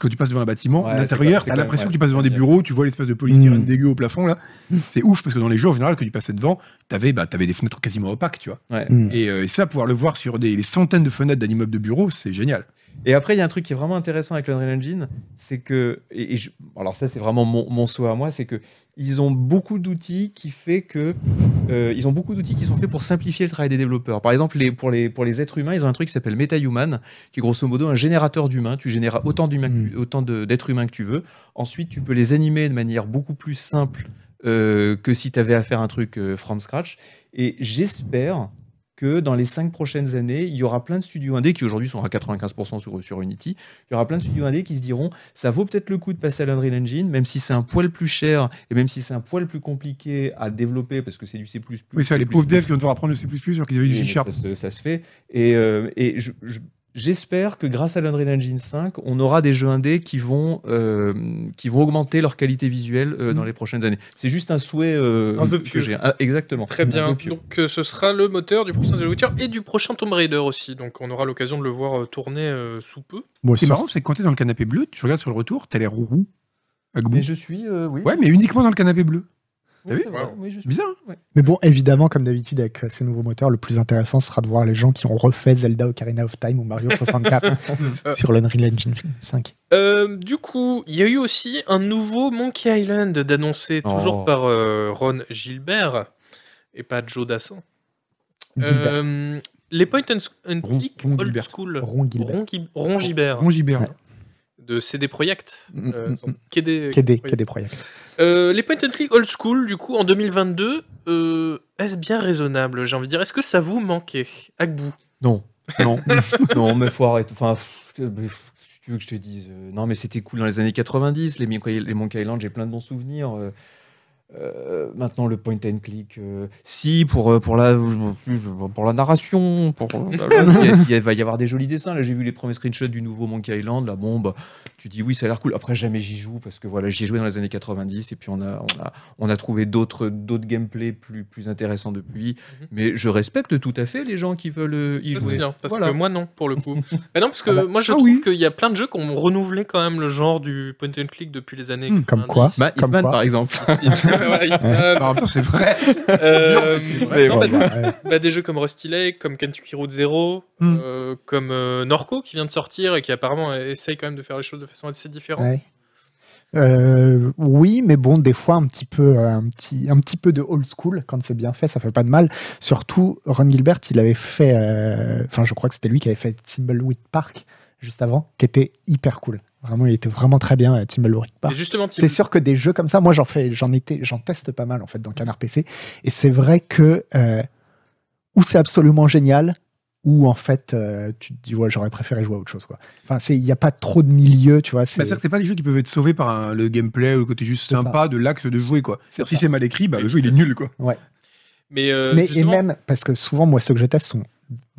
Speaker 2: quand tu passes devant un bâtiment,
Speaker 3: Ouais,
Speaker 2: l'intérieur,
Speaker 3: c'est
Speaker 2: t'as
Speaker 3: quand-
Speaker 2: l'impression
Speaker 3: c'est
Speaker 2: que tu passes
Speaker 3: quand
Speaker 2: devant
Speaker 3: même,
Speaker 2: des
Speaker 3: ouais.
Speaker 2: bureaux, tu vois l'espèce de polystyrène
Speaker 4: Mm.
Speaker 2: dégueu au plafond, là. C'est ouf, parce que dans les jeux, en général, quand tu passais devant, t'avais bah, t'avais des fenêtres quasiment opaques, tu vois.
Speaker 3: Ouais.
Speaker 4: Hmm.
Speaker 2: Et, euh, et ça, pouvoir le voir sur des, des centaines de fenêtres d'un immeuble de bureaux, c'est génial.
Speaker 3: Et après, il y a un truc qui est vraiment intéressant avec l'Unreal Engine, c'est que, et, et je- alors ça c'est vraiment mon, mon souhait à moi, c'est que ils ont beaucoup d'outils qui fait que, euh, ils ont beaucoup d'outils qui sont faits pour simplifier le travail des développeurs. Par exemple, les, pour, les, pour les êtres humains, ils ont un truc qui s'appelle MetaHuman, qui est grosso modo un générateur d'humains. Tu génères autant d'humains, que tu- autant de- d'êtres humains que tu veux. Ensuite, tu peux les animer de manière beaucoup plus simple euh, que si tu avais à faire un truc euh, from scratch. Et j'espère que dans les cinq prochaines années, il y aura plein de studios indés qui aujourd'hui sont à 95% sur, sur Unity. Il y aura plein de studios indés qui se diront ça vaut peut-être le coup de passer à l'Unreal Engine, même si c'est un poil plus cher et même si c'est un poil plus compliqué à développer parce que c'est du C++.
Speaker 2: Oui, ça, les
Speaker 3: plus,
Speaker 2: pauvres
Speaker 3: plus,
Speaker 2: devs qui vont devoir apprendre le C++ alors qu'ils avaient
Speaker 3: oui,
Speaker 2: du
Speaker 3: mais
Speaker 2: C-Sharp.
Speaker 3: Ça, se- ça se fait. Et, euh, et je- je- j'espère que grâce à l'Unreal Engine 5, on aura des jeux indés qui vont, euh, qui vont augmenter leur qualité visuelle euh, dans
Speaker 2: Mm.
Speaker 3: les prochaines années. C'est juste un souhait euh,
Speaker 1: Un vœu
Speaker 3: que
Speaker 1: pieux.
Speaker 3: j'ai. Ah, exactement.
Speaker 1: Très
Speaker 3: Un
Speaker 1: bien.
Speaker 3: vœu pieux.
Speaker 1: Donc, euh, ce sera le moteur du prochain The Witcher et du prochain Tomb Raider aussi. Donc, on aura l'occasion de le voir euh, tourner euh, sous peu.
Speaker 4: Moi,
Speaker 2: C'est
Speaker 4: ça-
Speaker 2: marrant, c'est que quand t'es dans le canapé bleu, tu regardes sur le retour, t'as l'air roux. avec bout.
Speaker 3: Mais je suis. euh, oui,
Speaker 2: Ah Ouais, mais uniquement dans le canapé bleu.
Speaker 3: oui,
Speaker 2: Ah oui
Speaker 3: c'est vrai.
Speaker 1: Wow.
Speaker 3: Oui, je suis-
Speaker 2: Bizarre. hein
Speaker 4: Mais bon, évidemment, comme d'habitude, avec euh, ces nouveaux moteurs, le plus intéressant sera de voir les gens qui ont refait Zelda Ocarina of Time ou Mario 64 sur l'Unreal Engine 5.
Speaker 1: Euh, du coup, il y a eu aussi un nouveau Monkey Island d'annoncé, toujours
Speaker 3: Oh.
Speaker 1: par euh, Ron Gilbert et pas Joe Dassin.
Speaker 4: Gilbert.
Speaker 1: Euh, les Point and, and
Speaker 2: Ron-
Speaker 1: Click
Speaker 2: Ron
Speaker 1: old
Speaker 2: Gilbert.
Speaker 1: school.
Speaker 4: Ron Gilbert.
Speaker 1: Ron, Gil- Ron Gilbert
Speaker 2: Mon gibert.
Speaker 4: Ouais.
Speaker 1: de CD Projekt.
Speaker 4: Mm,
Speaker 1: euh,
Speaker 4: mm,
Speaker 1: son- KD,
Speaker 4: KD,
Speaker 1: Projekt.
Speaker 4: KD Projekt.
Speaker 1: Euh, les point and click old school, du coup, en 2022, euh, est-ce bien raisonnable J'ai envie de dire, est-ce que ça vous manquait Agbou
Speaker 3: Non. Non. non, mais faut arrêter. Enfin, pff, euh, pff, si tu veux que je te dise. euh, non, mais c'était cool dans les années 90. Les, Monkey- les Monkey Island, j'ai plein de bons souvenirs. euh, euh, maintenant, le point and click, euh, si pour euh, pour la pour la narration, pour
Speaker 2: euh, bah,
Speaker 3: il, y a- il y a- va y avoir des jolis dessins. Là, j'ai vu les premiers screenshots du nouveau Monkey Island. Là, bon, bah, tu dis oui, ça a l'air cool. Après, jamais j'y joue parce que voilà, j'y ai joué dans les années 90 et puis on a on a on a trouvé d'autres d'autres gameplays plus plus intéressants depuis.
Speaker 1: Mhm.
Speaker 3: Mais je respecte tout à fait les gens qui veulent euh, y
Speaker 1: Ça,
Speaker 3: jouer.
Speaker 1: c'est bien, parce
Speaker 3: Voilà.
Speaker 1: que moi non, pour le coup. Bah non, parce que
Speaker 4: Ah bah,
Speaker 1: moi je
Speaker 2: ah
Speaker 1: trouve
Speaker 2: oui.
Speaker 1: qu'il y a plein de jeux qui ont renouvelé quand même le genre du point and click depuis les années.
Speaker 2: Hmm,
Speaker 4: comme quoi
Speaker 1: 90.
Speaker 3: Bah,
Speaker 4: Comme
Speaker 3: Hitman,
Speaker 4: quoi.
Speaker 3: par exemple.
Speaker 1: Voilà, Hitman,
Speaker 2: Ah, en même temps, c'est vrai.
Speaker 1: euh,
Speaker 2: c'est
Speaker 1: non,
Speaker 2: vrai.
Speaker 1: bah,
Speaker 4: Ouais, ouais, ouais.
Speaker 1: bah, des jeux comme Rusty Lake, comme Kentucky Road Zero,
Speaker 2: Hmm.
Speaker 1: euh, comme euh, Norco qui vient de sortir et qui apparemment essaye quand même de faire les choses de façon assez différente.
Speaker 4: Ouais. Euh, oui, mais bon, des fois un petit peu, euh, un petit, un petit peu de old school quand c'est bien fait, ça fait pas de mal. Surtout, Ron Gilbert, il avait fait, euh, enfin, je crois que c'était lui qui avait fait Thimbleweed Park juste avant, qui était hyper cool. Vraiment, il était vraiment très bien à Thimbleweed
Speaker 1: Et
Speaker 4: Park.
Speaker 1: justement, Tim-
Speaker 4: bah, C'est sûr que des jeux comme ça, moi j'en fais, j'en étais, j'en teste pas mal en fait dans Canard PC, et c'est vrai que euh, ou c'est absolument génial, ou en fait euh, tu te dis ouais j'aurais préféré jouer à autre chose quoi. Enfin c'est, il n'y a pas trop de milieu, tu vois.
Speaker 2: Bah, c'est-à-dire que c'est pas des jeux qui peuvent être sauvés par un- le gameplay ou le côté juste
Speaker 4: C'est ça.
Speaker 2: sympa de l'acte de jouer, quoi.
Speaker 4: C'est
Speaker 2: Si
Speaker 4: ça.
Speaker 2: c'est mal écrit, bah, le jeu, il est nul, quoi.
Speaker 1: mais, euh,
Speaker 4: mais et
Speaker 1: justement-
Speaker 4: même parce que souvent moi ceux que je teste sont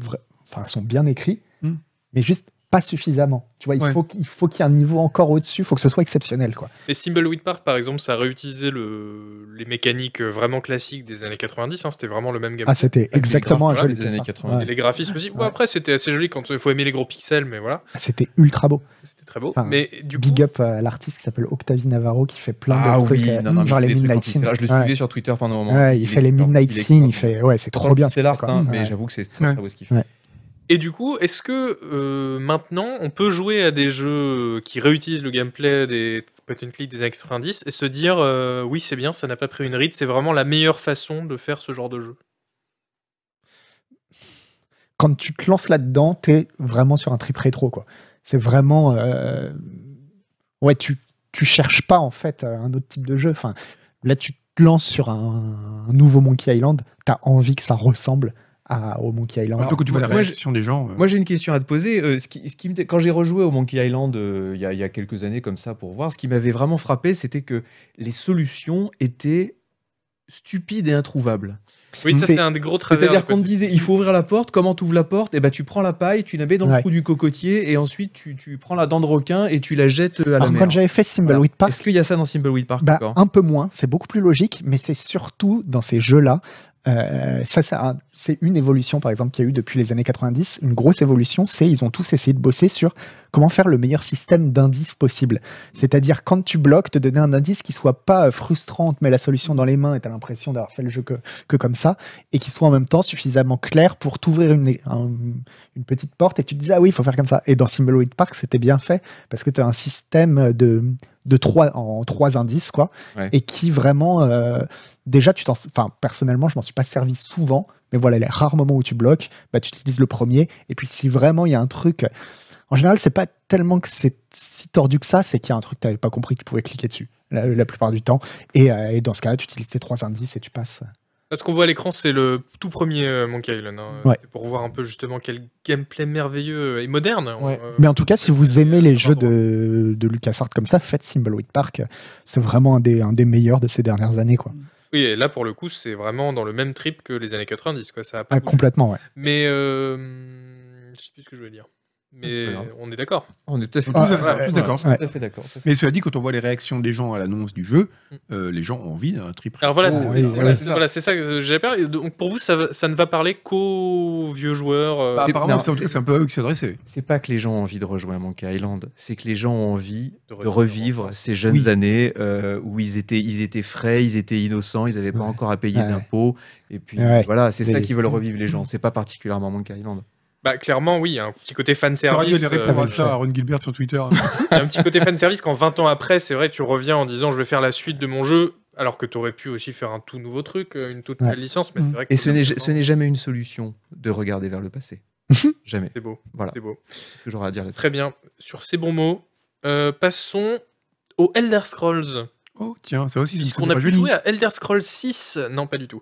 Speaker 4: vra- enfin sont bien écrits
Speaker 2: Hmm.
Speaker 4: mais juste pas suffisamment tu vois il
Speaker 2: Ouais.
Speaker 4: faut qu'il faut qu'il y ait un niveau encore au-dessus il faut que ce soit exceptionnel quoi
Speaker 1: Et Thimbleweed Park, par exemple, ça réutilisait le... les mécaniques vraiment classiques des années 90. hein, C'était vraiment le même gameplay.
Speaker 4: ah c'était
Speaker 3: les
Speaker 4: exactement un
Speaker 1: graphes,
Speaker 4: jeu
Speaker 3: voilà,
Speaker 4: de
Speaker 3: des années
Speaker 4: ça.
Speaker 3: 90.
Speaker 1: Et
Speaker 4: Ouais.
Speaker 1: les graphismes aussi. Ou
Speaker 4: Ouais.
Speaker 1: après, c'était assez joli quand il faut aimer les gros pixels, mais voilà,
Speaker 4: Ah, c'était ultra beau
Speaker 1: c'était très beau.
Speaker 4: Enfin,
Speaker 1: mais du coup,
Speaker 4: big up à l'artiste qui s'appelle Octavie Navarro qui fait plein
Speaker 3: Ah
Speaker 4: de trucs
Speaker 3: oui,
Speaker 4: euh,
Speaker 3: non, non, mais
Speaker 4: genre
Speaker 3: il
Speaker 4: les
Speaker 3: fait des trucs en
Speaker 4: Midnight
Speaker 3: pixel
Speaker 4: Sins
Speaker 3: art. Je le
Speaker 4: Ouais.
Speaker 3: suivais sur Twitter pendant un moment.
Speaker 4: Ouais, il, fait les
Speaker 3: est
Speaker 4: Midnight
Speaker 3: extra-
Speaker 4: Sins il
Speaker 3: est
Speaker 4: fait ouais c'est
Speaker 3: extra-
Speaker 4: trop bien
Speaker 3: C'est l'art,
Speaker 4: quoi.
Speaker 3: hein, mais
Speaker 4: Ouais.
Speaker 3: j'avoue que c'est
Speaker 2: Ouais.
Speaker 3: très beau ce qu'il fait.
Speaker 4: Ouais.
Speaker 1: Et du coup, est-ce que euh, maintenant on peut jouer à des jeux euh, qui réutilisent le gameplay des Point Click des années 90 et se dire euh, oui, c'est bien, ça n'a pas pris une ride, c'est vraiment la meilleure façon de faire ce genre de jeu
Speaker 4: Quand tu te lances là-dedans, t'es vraiment sur un trip rétro, quoi. C'est vraiment. euh, Ouais, tu, tu cherches pas, en fait, un autre type de jeu. Enfin, là, tu te lances sur un, un nouveau Monkey Island, t'as envie que ça ressemble à, au Monkey Island.
Speaker 2: Un peu quand tu vois la
Speaker 3: moi,
Speaker 2: réaction des gens. euh,
Speaker 3: Moi, j'ai une question à te poser. Euh, ce qui, ce qui me dé- quand j'ai rejoué au Monkey Island euh, il y, a- il y a quelques années, comme ça, pour voir, ce qui m'avait vraiment frappé, c'était que les solutions étaient stupides et introuvables.
Speaker 1: Oui, ça
Speaker 4: C'est-
Speaker 1: c'est un des gros travers.
Speaker 3: C'est-à-dire
Speaker 1: de
Speaker 3: qu'on me
Speaker 1: Point-
Speaker 3: disait, il faut ouvrir la porte, comment tu ouvres la porte Et ben tu prends la paille, tu la mets dans le
Speaker 4: Ouais.
Speaker 3: trou du cocotier, et ensuite tu, tu prends la dent de requin et tu la jettes euh, à la
Speaker 4: Alors, quand
Speaker 3: mer.
Speaker 4: j'avais fait Thimbleweed Park,
Speaker 3: Est-ce qu'il y a ça dans Thimbleweed Park
Speaker 4: Bah,
Speaker 3: encore
Speaker 4: un peu moins, c'est beaucoup plus logique, mais c'est surtout dans ces jeux-là. euh, ça, ça a- c'est une évolution, par exemple, qu'il y a eu depuis les années 90. Une grosse évolution, c'est ils ont tous essayé de bosser sur comment faire le meilleur système d'indices possible. C'est-à-dire, quand tu bloques, te donner un indice qui soit pas euh, frustrant, on te met la solution dans les mains et t'as l'impression d'avoir fait le jeu que, que comme ça, et qui soit en même temps suffisamment clair pour t'ouvrir une, un- une petite porte et tu te dis, ah oui, il faut faire comme ça. Et dans Simbleweed Park, c'était bien fait parce que tu as un système de, de trois, en trois indices, quoi,
Speaker 3: Ouais.
Speaker 4: et qui vraiment, euh, déjà, tu t'en, enfin, personnellement, je m'en suis pas servi souvent, mais voilà, les rares moments où tu bloques, bah, tu utilises le premier, et puis si vraiment il y a un truc, en général, c'est pas tellement que c'est si tordu que ça, c'est qu'il y a un truc que tu pas compris que tu pouvais cliquer dessus, la, la plupart du temps, et, euh, et dans ce cas-là, tu utilises tes trois indices et tu passes.
Speaker 1: Là, Ce qu'on voit à l'écran, c'est le tout premier euh, Monkey Island. hein.
Speaker 4: Ouais.
Speaker 1: C'était Pour voir un peu justement quel gameplay merveilleux et moderne.
Speaker 3: Ouais.
Speaker 1: euh,
Speaker 4: Mais en tout cas, si vous aimez les jeux
Speaker 1: pardon.
Speaker 4: de, de LucasArts comme ça, faites Simbleweed Park, c'est vraiment un des, un des meilleurs de ces dernières années, quoi.
Speaker 1: Oui, et là pour le coup, c'est vraiment dans le même trip que les années 90. Quoi. Ça a pas
Speaker 4: Ah,
Speaker 1: bougé.
Speaker 4: complètement, ouais.
Speaker 1: Mais euh, je sais plus ce que je voulais dire.
Speaker 3: C'est
Speaker 1: Mais
Speaker 3: pas grave.
Speaker 1: on est d'accord.
Speaker 3: On est tout à fait
Speaker 2: Tout à fait-
Speaker 4: Ah,
Speaker 2: tout à fait d'accord.
Speaker 4: ouais.
Speaker 3: Tout à fait d'accord. tout à fait.
Speaker 2: Mais cela dit, quand on voit les réactions des gens à l'annonce du jeu, euh, les gens ont envie d'un trip.
Speaker 1: Alors voilà,
Speaker 4: Oh,
Speaker 1: c'est
Speaker 4: oui,
Speaker 1: c'est-
Speaker 4: voilà,
Speaker 1: c'est- voilà, c'est ça que j'avais peur. Et Donc pour vous, ça, va- ça ne va parler qu'aux vieux joueurs. euh,
Speaker 2: Bah,
Speaker 3: c'est-
Speaker 2: apparemment,
Speaker 3: non,
Speaker 2: c'est en tout
Speaker 3: c'est-
Speaker 2: cas, c'est un peu à eux qui s'adressaient.
Speaker 3: C'est pas que les gens ont envie de rejoindre Monkey Island, c'est que les gens ont envie
Speaker 1: De
Speaker 3: de,
Speaker 1: revivre leur
Speaker 3: revivre
Speaker 1: enfance.
Speaker 3: ces jeunes
Speaker 4: Oui.
Speaker 3: années euh, où ils étaient, ils étaient frais, ils étaient innocents, ils n'avaient pas
Speaker 4: Ouais.
Speaker 3: encore à payer
Speaker 4: Ouais.
Speaker 3: d'impôts. Et puis
Speaker 4: Ouais.
Speaker 3: voilà, c'est ça
Speaker 4: Des-
Speaker 3: qu'ils veulent revivre les gens. C'est pas particulièrement Monkey Island.
Speaker 1: Bah clairement, oui, un petit côté fan
Speaker 2: Il y aura eu
Speaker 1: service. euh,
Speaker 2: des réponses à
Speaker 4: ouais.
Speaker 2: ça à Aaron Gilbert sur Twitter.
Speaker 1: un petit côté fan service quand 20 ans après, c'est vrai, tu reviens en disant je vais faire la suite de mon jeu, alors que tu aurais pu aussi faire un tout nouveau truc, euh, une toute
Speaker 4: Ouais.
Speaker 1: nouvelle licence. Mais
Speaker 4: Mm.
Speaker 1: c'est vrai que
Speaker 3: Et ce n'est
Speaker 1: commercialement,
Speaker 3: ce n'est jamais une solution de regarder vers le passé. jamais.
Speaker 1: C'est beau.
Speaker 3: Voilà.
Speaker 1: C'est beau.
Speaker 3: C'est ce que j'aurais à dire là-dessus.
Speaker 1: Très bien. Sur ces bons mots, euh, passons au Elder Scrolls.
Speaker 2: Oh, tiens, ça aussi, c'est
Speaker 1: Puisqu'on a pu jouer à Elder Scrolls 6. Non, pas du tout.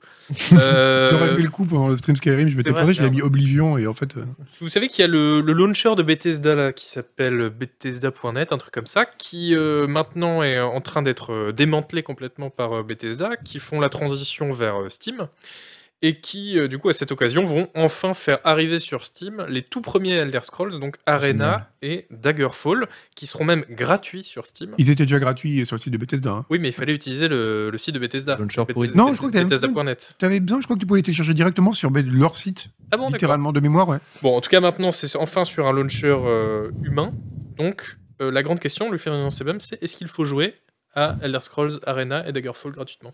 Speaker 1: Euh,
Speaker 2: J'aurais fait le coup pendant le stream Skyrim, je m'étais
Speaker 1: c'est vrai,
Speaker 2: planté, j'avais mis
Speaker 1: merde.
Speaker 2: Oblivion et en fait. euh,
Speaker 1: Vous savez qu'il y a le, le launcher de Bethesda là, qui s'appelle Bethesda.net, un truc comme ça, qui euh, maintenant est en train d'être euh, démantelé complètement par euh, Bethesda, qui font la transition vers euh, Steam, et qui, euh, du coup, à cette occasion, vont enfin faire arriver sur Steam les tout premiers Elder Scrolls, donc Arena et Daggerfall, qui seront même gratuits sur Steam.
Speaker 2: Ils étaient déjà gratuits sur le site de Bethesda. hein.
Speaker 1: Oui, mais il fallait utiliser le, le site de Bethesda.
Speaker 3: Launcher
Speaker 1: Bethes-
Speaker 3: pourri.
Speaker 2: Non, je crois que t'as même
Speaker 1: Bethesda.net.
Speaker 2: T'avais besoin, je crois que tu pouvais les télécharger directement sur be- leur site,
Speaker 1: Ah bon, d'accord.
Speaker 2: littéralement de mémoire. Ouais.
Speaker 1: Bon, en tout cas, maintenant, c'est enfin sur un launcher euh, humain. Donc, euh, la grande question, lui Ferdinand Sebum, c'est est-ce qu'il faut jouer à Elder Scrolls Arena et Daggerfall gratuitement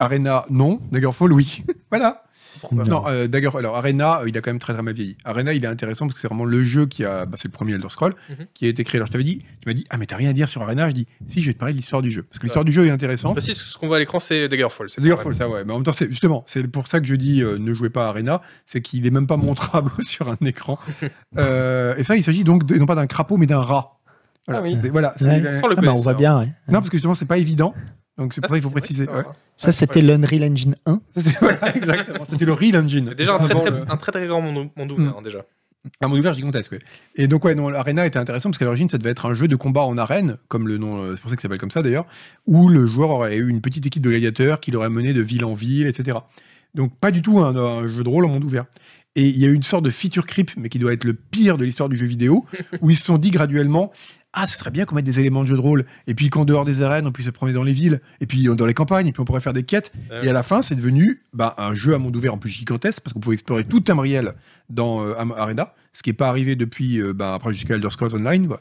Speaker 2: Arena, non. Daggerfall, oui. voilà.
Speaker 1: Pourquoi
Speaker 2: Non, euh, Dagger- alors Arena, euh, il a quand même très très mal vieilli. Arena, il est intéressant parce que c'est vraiment le jeu qui a, bah, c'est le premier Elder Scroll
Speaker 1: Mhm.
Speaker 2: qui a été créé. Alors je t'avais dit, tu m'as dit, ah mais t'as rien à dire sur Arena. Je dis, si, je vais te parler de l'histoire du jeu parce que l'histoire du jeu est intéressante.
Speaker 1: Bah, si, ce qu'on voit à l'écran, c'est Daggerfall.
Speaker 2: C'est d'ailleurs
Speaker 1: pas
Speaker 2: faux,
Speaker 1: vrai.
Speaker 2: ça, ouais. Mais en même temps, c'est justement, c'est pour ça que je dis euh, ne jouez pas à Arena, c'est qu'il est même pas montrable sur un écran. Euh, et ça, il s'agit donc de- non pas d'un crapaud, mais d'un rat. Voilà,
Speaker 1: Ah oui.
Speaker 2: c'est- voilà, c'est-
Speaker 4: Ouais.
Speaker 2: euh,
Speaker 1: Sans le
Speaker 4: Ah bah, on
Speaker 1: connaisseur.
Speaker 4: voit bien, ouais.
Speaker 2: non parce que justement, c'est pas évident. Donc c'est
Speaker 1: Ah,
Speaker 2: pour ça qu'il faut
Speaker 1: c'est vrai que
Speaker 2: préciser.
Speaker 1: c'est un
Speaker 2: ouais.
Speaker 1: rat.
Speaker 4: Ça, c'était l'Unreal Engine 1.
Speaker 2: Ça, c'est- voilà, exactement. C'était le Real Engine.
Speaker 1: Déjà, un très
Speaker 2: Avant
Speaker 1: très,
Speaker 2: le-
Speaker 1: un très, très grand monde, monde ouvert,
Speaker 2: Mm.
Speaker 1: hein, déjà.
Speaker 2: Un monde ouvert gigantesque, ouais. Et donc, ouais, non, l'Arena était intéressant parce qu'à l'origine, ça devait être un jeu de combat en arène, comme le nom, euh, c'est pour ça que ça s'appelle comme ça d'ailleurs, où le joueur aurait eu une petite équipe de gladiateurs qui l'aurait mené de ville en ville, etc. Donc, pas du tout un, un jeu de rôle en monde ouvert. Et il y a eu une sorte de feature creep, mais qui doit être le pire de l'histoire du jeu vidéo, où ils se sont dit graduellement Ah, ce serait bien qu'on mette des éléments de jeu de rôle, et puis qu'en dehors des arènes, on puisse se promener dans les villes, et puis euh, dans les campagnes, et puis on pourrait faire des quêtes.
Speaker 1: Euh.
Speaker 2: Et à la fin, c'est devenu bah, un jeu à monde ouvert en plus gigantesque, parce qu'on pouvait explorer tout Tamriel dans euh, Am- Arena, ce qui n'est pas arrivé depuis, euh, bah, après jusqu'à Elder Scrolls Online. quoi.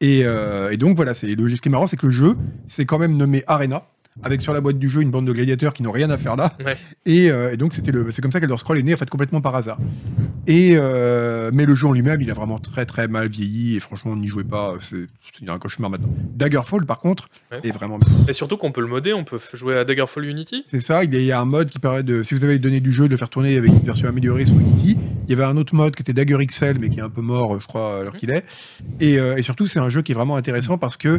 Speaker 2: Et, euh, et donc voilà, c'est le- ce qui est marrant, c'est que le jeu, c'est quand même nommé Arena, avec sur la boîte du jeu une bande de gladiateurs qui n'ont rien à faire là.
Speaker 1: Ouais.
Speaker 2: Et, euh, et donc c'était le, c'est comme ça qu'Elder Scroll est né en fait complètement par hasard. Et euh, mais le jeu en lui-même, il a vraiment très très mal vieilli et franchement n'y jouez pas, c'est, c'est un cauchemar maintenant. Daggerfall par contre
Speaker 1: Ouais.
Speaker 2: est vraiment
Speaker 1: Et surtout qu'on peut le modder, on peut f- jouer à Daggerfall Unity.
Speaker 2: c'est ça, il y a un mode qui permet de, si vous avez les données du jeu, de le faire tourner avec une version améliorée sur Unity. Il y avait un autre mode qui était Dagger XL, mais qui est un peu mort, euh, je crois, alors qu'il est. Et, euh, et surtout, c'est un jeu qui est vraiment intéressant parce que,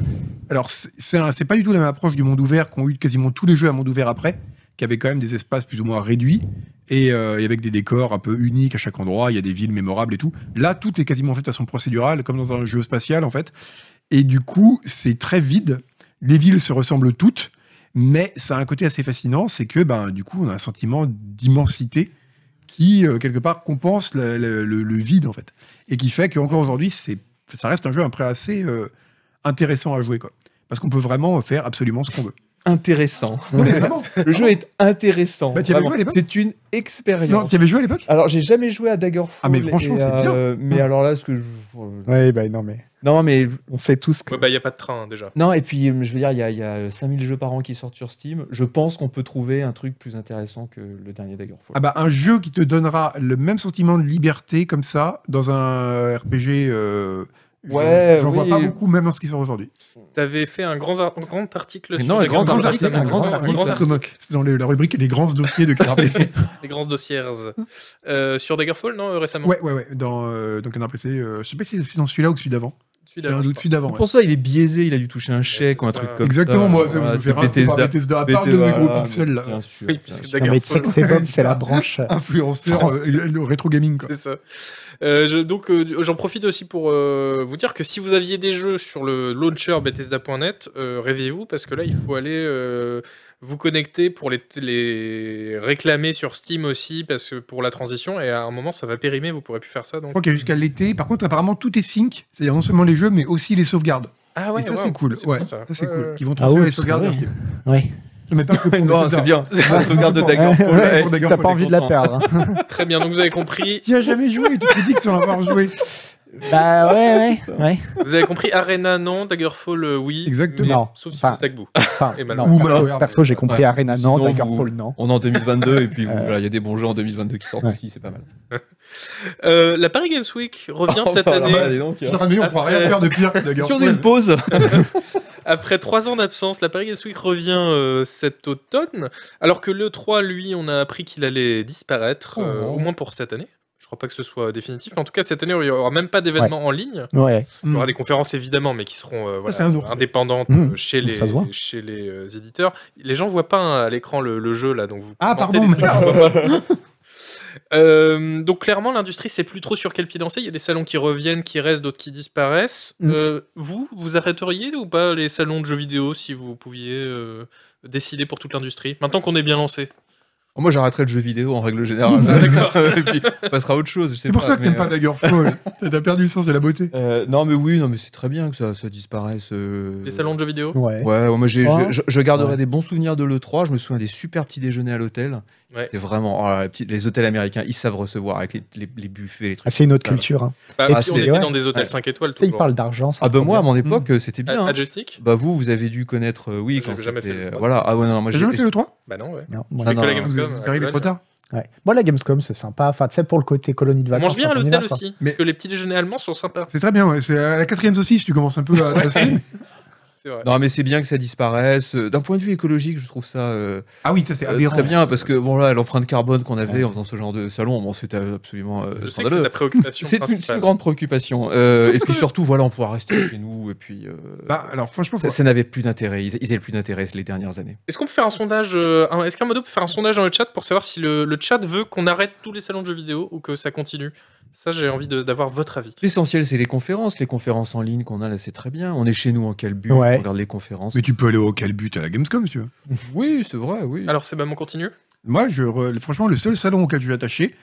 Speaker 2: alors, c'est- c'est un- c'est pas du tout la même approche du monde ouvert qu'ont eu quasiment tous les jeux à monde ouvert après, qui avaient quand même des espaces plus ou moins réduits. Et, euh, et avec des décors un peu uniques à chaque endroit, il y a des villes mémorables et tout. Là, tout est quasiment fait de façon procédurale, comme dans un jeu spatial en fait. Et du coup, c'est très vide. Les villes se ressemblent toutes. Mais ça a un côté assez fascinant, c'est que ben, du coup, on a un sentiment d'immensité qui, euh, quelque part, compense le, le- le- le vide, en fait. Et qui fait qu'encore aujourd'hui, c'est- ça reste un jeu après assez euh, intéressant à jouer. Quoi. Parce qu'on peut vraiment faire absolument ce qu'on veut.
Speaker 3: Intéressant.
Speaker 2: vraiment
Speaker 3: Le jeu est intéressant.
Speaker 2: Bah, t'y avais
Speaker 3: vraiment.
Speaker 2: joué à l'époque
Speaker 3: C'est une expérience.
Speaker 2: Non, tu avais joué à l'époque
Speaker 3: Alors, j'ai jamais joué à Daggerfall.
Speaker 2: Ah, mais franchement,
Speaker 3: et
Speaker 2: c'est
Speaker 3: à-
Speaker 2: bien.
Speaker 3: Mais alors là, ce que je...
Speaker 4: Ouais, bah non, mais
Speaker 3: Non, mais
Speaker 4: on sait tous que.
Speaker 1: Ouais, bah, il n'y a pas de train hein, déjà.
Speaker 3: Non, et puis euh, je veux dire, il y a, il y a 5000 jeux par an qui sortent sur Steam. Je pense qu'on peut trouver un truc plus intéressant que le dernier Daggerfall.
Speaker 2: Ah bah, un jeu qui te donnera le même sentiment de liberté comme ça dans un RPG. euh, j'en-
Speaker 3: Ouais,
Speaker 2: j'en vois
Speaker 3: oui.
Speaker 2: pas beaucoup, même dans ce qui sort aujourd'hui.
Speaker 1: T'avais fait un grand, ar- un grand article
Speaker 3: Mais
Speaker 1: sur
Speaker 3: non, un
Speaker 1: les
Speaker 3: grand
Speaker 1: grands
Speaker 3: article,
Speaker 1: artisans,
Speaker 3: un
Speaker 1: les
Speaker 3: grand
Speaker 1: grands-
Speaker 3: article.
Speaker 1: les grands artisans,
Speaker 2: C'est dans le- la rubrique les grands dossiers de Canard PC.
Speaker 1: les grands dossiers Euh, sur Daggerfall, non, euh, récemment.
Speaker 2: Ouais, ouais, ouais, dans, euh, dans Canard PC. euh, je sais pas si c'est dans celui-là ou celui d'avant.
Speaker 1: Celui
Speaker 2: J'ai un
Speaker 1: d'avant, je
Speaker 2: doute,
Speaker 1: crois.
Speaker 2: celui d'avant.
Speaker 3: C'est
Speaker 2: ouais.
Speaker 3: pour ça, il est biaisé, il a dû toucher un chèque
Speaker 1: c'est
Speaker 3: ou un
Speaker 1: ça.
Speaker 3: truc comme
Speaker 2: Exactement,
Speaker 3: ça.
Speaker 2: moi,
Speaker 3: Voilà,
Speaker 2: ça me
Speaker 3: c'est
Speaker 2: fait rire, c'est pas
Speaker 3: Bethesda.
Speaker 2: Bethesda, à part le
Speaker 3: Bethesda,
Speaker 2: gros
Speaker 3: voilà,
Speaker 2: pixel,
Speaker 3: Bien
Speaker 1: Oui,
Speaker 3: sûr. bien
Speaker 1: parce que
Speaker 3: sûr.
Speaker 4: Non, mais
Speaker 1: Daggerfall,
Speaker 4: Sexebomb, c'est la branche.
Speaker 3: Ah,
Speaker 2: influenceur, euh, le rétro gaming, quoi.
Speaker 1: C'est ça. Euh, je- donc, euh, j'en profite aussi pour euh, vous dire que si vous aviez des jeux sur le launcher Bethesda.net, euh, réveillez-vous parce que là, il faut aller euh, vous connecter pour les, les réclamer sur Steam aussi parce que pour la transition. Et à un moment, ça va périmer, vous pourrez plus faire ça.
Speaker 2: Je
Speaker 1: Donc...
Speaker 2: crois qu'il y a jusqu'à l'été. Par contre, apparemment, tout est sync, c'est-à-dire non seulement les jeux, mais aussi les sauvegardes.
Speaker 1: Ah
Speaker 2: Et ça, c'est cool.
Speaker 1: C'est
Speaker 2: Ouais,
Speaker 1: bien,
Speaker 2: ça,
Speaker 1: ça.
Speaker 2: c'est
Speaker 1: Ouais, ouais.
Speaker 2: cool. Ils vont
Speaker 4: Ah
Speaker 2: transférer
Speaker 4: ouais,
Speaker 2: les
Speaker 4: c'est
Speaker 2: sauvegardes.
Speaker 4: vrai.
Speaker 2: vers Steam.
Speaker 4: Ouais.
Speaker 2: Mais pas que pour
Speaker 3: Non,
Speaker 2: Bethesda.
Speaker 3: c'est bien. La sauvegarde de Daggerfall.
Speaker 4: Ouais,
Speaker 3: ouais.
Speaker 2: pour
Speaker 4: T'as
Speaker 2: Daggerfall,
Speaker 4: pas envie de la
Speaker 3: content.
Speaker 4: perdre. hein.
Speaker 1: Très bien, donc vous avez compris.
Speaker 2: Qui a jamais joué Tu critiques sans avoir joué.
Speaker 4: bah ouais, ouais, ouais.
Speaker 1: Vous avez compris Arena, non. Daggerfall, euh, oui.
Speaker 2: Exactement.
Speaker 1: mais
Speaker 4: Non.
Speaker 1: Sauf si
Speaker 4: Enfin,
Speaker 1: vous Tagboo.
Speaker 4: Enfin,
Speaker 1: Et
Speaker 4: non,
Speaker 2: Ou
Speaker 4: perso,
Speaker 2: Malware,
Speaker 4: perso, j'ai compris
Speaker 1: ouais.
Speaker 4: Arena, non,
Speaker 3: Sinon,
Speaker 4: Daggerfall,
Speaker 3: vous-
Speaker 4: non.
Speaker 3: On est en 2022 et puis
Speaker 4: Euh.
Speaker 3: voilà, il y a des bons jeux en 2022 qui sortent
Speaker 4: Ouais.
Speaker 3: aussi, c'est pas mal.
Speaker 1: Euh, la Paris Games Week revient
Speaker 3: Oh,
Speaker 1: cette
Speaker 3: bah,
Speaker 1: année.
Speaker 3: bah, dis donc,
Speaker 2: Je
Speaker 3: euh,
Speaker 2: suis en train de me dire, on pourra rien
Speaker 1: Après-
Speaker 2: faire de pire que Daggerfall.
Speaker 3: Sur une pause.
Speaker 1: Après trois ans d'absence, la Paris Games Week revient euh, cet automne, alors que l'E3, lui, on a appris qu'il allait disparaître, euh,
Speaker 3: Oh.
Speaker 1: au moins pour cette année. Je crois pas que ce soit définitif, mais en tout cas, cette année, il n'y aura même pas d'événements en ligne.
Speaker 4: Ouais.
Speaker 1: Il y aura
Speaker 2: Mm.
Speaker 1: des conférences, évidemment, mais qui seront euh, voilà,
Speaker 2: c'est un Hmm. ours.
Speaker 1: indépendantes
Speaker 4: Mm.
Speaker 1: euh, chez, les,
Speaker 4: ça se voit.
Speaker 1: chez les euh, éditeurs. Les gens voient pas hein, à l'écran le, le jeu, là, donc vous
Speaker 2: Ah,
Speaker 1: commentez
Speaker 2: pardon,
Speaker 1: des trucs qu'on voit pas. Euh, donc clairement l'industrie sait plus trop sur quel pied danser. Il y a des salons qui reviennent, qui restent, d'autres qui disparaissent.
Speaker 2: Hmm.
Speaker 4: Mm.
Speaker 1: Euh, vous, vous arrêteriez ou pas les salons de jeux vidéo si vous pouviez euh, décider pour toute l'industrie Maintenant qu'on est bien lancé.
Speaker 3: Oh, Moi, j'arrêterai le jeu vidéo en règle générale. et puis, on passera à autre chose. je sais
Speaker 2: C'est pour
Speaker 3: pas,
Speaker 2: ça que
Speaker 3: mais,
Speaker 2: t'aimes pas Daggerfall. T'as perdu le sens de la beauté.
Speaker 3: euh, Non, mais oui, non, mais c'est très bien que ça, ça disparaisse. euh,
Speaker 1: Les salons de jeux vidéo.
Speaker 4: Ouais.
Speaker 3: Ouais, ouais, moi j'ai-
Speaker 4: Ouais.
Speaker 3: je, je- je garderai
Speaker 4: Ouais.
Speaker 3: des bons souvenirs de l'E3. Je me souviens des super petits déjeuners à l'hôtel.
Speaker 1: Ouais.
Speaker 3: C'est vraiment. oh là là, les, petits- les hôtels américains, ils savent recevoir avec les, les- les buffets, les
Speaker 4: Ah,
Speaker 3: trucs.
Speaker 4: c'est une autre
Speaker 3: Ça va.
Speaker 4: culture. Hein.
Speaker 1: Bah,
Speaker 4: Et
Speaker 1: puis,
Speaker 3: puis,
Speaker 1: on était
Speaker 4: ouais.
Speaker 1: dans des hôtels
Speaker 3: Ouais.
Speaker 1: 5 étoiles
Speaker 4: Tu sais,
Speaker 1: toujours.
Speaker 4: ils parlent d'argent. c'est
Speaker 3: Ah,
Speaker 4: un
Speaker 3: bah, moi, à
Speaker 4: problème.
Speaker 3: mon
Speaker 2: Hmm.
Speaker 3: époque, euh, c'était bien.
Speaker 1: À,
Speaker 3: hein.
Speaker 1: à joystick
Speaker 3: Bah, vous, vous avez dû connaître. euh, oui,
Speaker 1: Moi,
Speaker 3: quand
Speaker 1: j'ai Ah, jamais fait
Speaker 3: c'était-
Speaker 1: le-
Speaker 3: Voilà. Ah, ouais, non, moi
Speaker 2: T'as
Speaker 3: j'ai.
Speaker 2: jamais fait le 3
Speaker 1: Bah non, ouais.
Speaker 4: Non, moi,
Speaker 3: Ah,
Speaker 1: J'ai que la
Speaker 3: non,
Speaker 2: Vous
Speaker 1: Gamescom.
Speaker 2: êtes
Speaker 1: à
Speaker 2: arrivé
Speaker 1: Cologne.
Speaker 2: trop tard.
Speaker 4: ouais. moi, la Gamescom, c'est sympa. Enfin, tu sais, pour le côté colonie de
Speaker 1: On
Speaker 4: vacances.
Speaker 1: mange bien à
Speaker 4: quand on y
Speaker 1: l'hôtel
Speaker 4: va, quoi. Bah,
Speaker 1: aussi,
Speaker 2: Mais-
Speaker 1: parce que les petits déjeuners allemands sont sympas.
Speaker 2: C'est très bien, ouais. C'est à la quatrième saucisse, tu commences un peu à tasser.
Speaker 1: C'est vrai.
Speaker 3: Non, mais c'est bien que ça disparaisse. Euh, D'un point de vue écologique, je trouve ça euh,
Speaker 2: Ah oui, ça c'est
Speaker 3: euh,
Speaker 2: aberrant.
Speaker 3: très bien parce que bon là, l'empreinte carbone qu'on avait en faisant ce genre de salon, bon, c'était absolument
Speaker 1: Je
Speaker 3: euh,
Speaker 1: sais que c'est
Speaker 3: scandaleux.
Speaker 1: la préoccupation
Speaker 3: C'est une,
Speaker 1: principale.
Speaker 3: une grande préoccupation. Euh, et puis surtout, voilà, on pourra rester chez nous. Et puis, euh,
Speaker 2: Bah, alors franchement,
Speaker 3: ça,
Speaker 2: faut-
Speaker 3: ça n'avait plus d'intérêt. Ils, ils avaient plus d'intérêt les dernières années.
Speaker 1: Est-ce qu'on peut faire un sondage euh, un- Est-ce qu'un modo peut faire un sondage dans le chat pour savoir si le, le chat veut qu'on arrête tous les salons de jeux vidéo ou que ça continue Ça, j'ai envie de- d'avoir votre avis.
Speaker 3: L'essentiel, c'est les conférences. Les conférences en ligne qu'on a là, c'est très bien. On est chez nous en calbu,
Speaker 4: Ouais.
Speaker 3: on regarde les conférences.
Speaker 2: mais tu peux aller au calbut à la Gamescom si tu veux.
Speaker 3: Oui, c'est vrai, oui.
Speaker 1: Alors, c'est on continue
Speaker 2: Moi, je re- franchement, le seul salon auquel je suis attaché,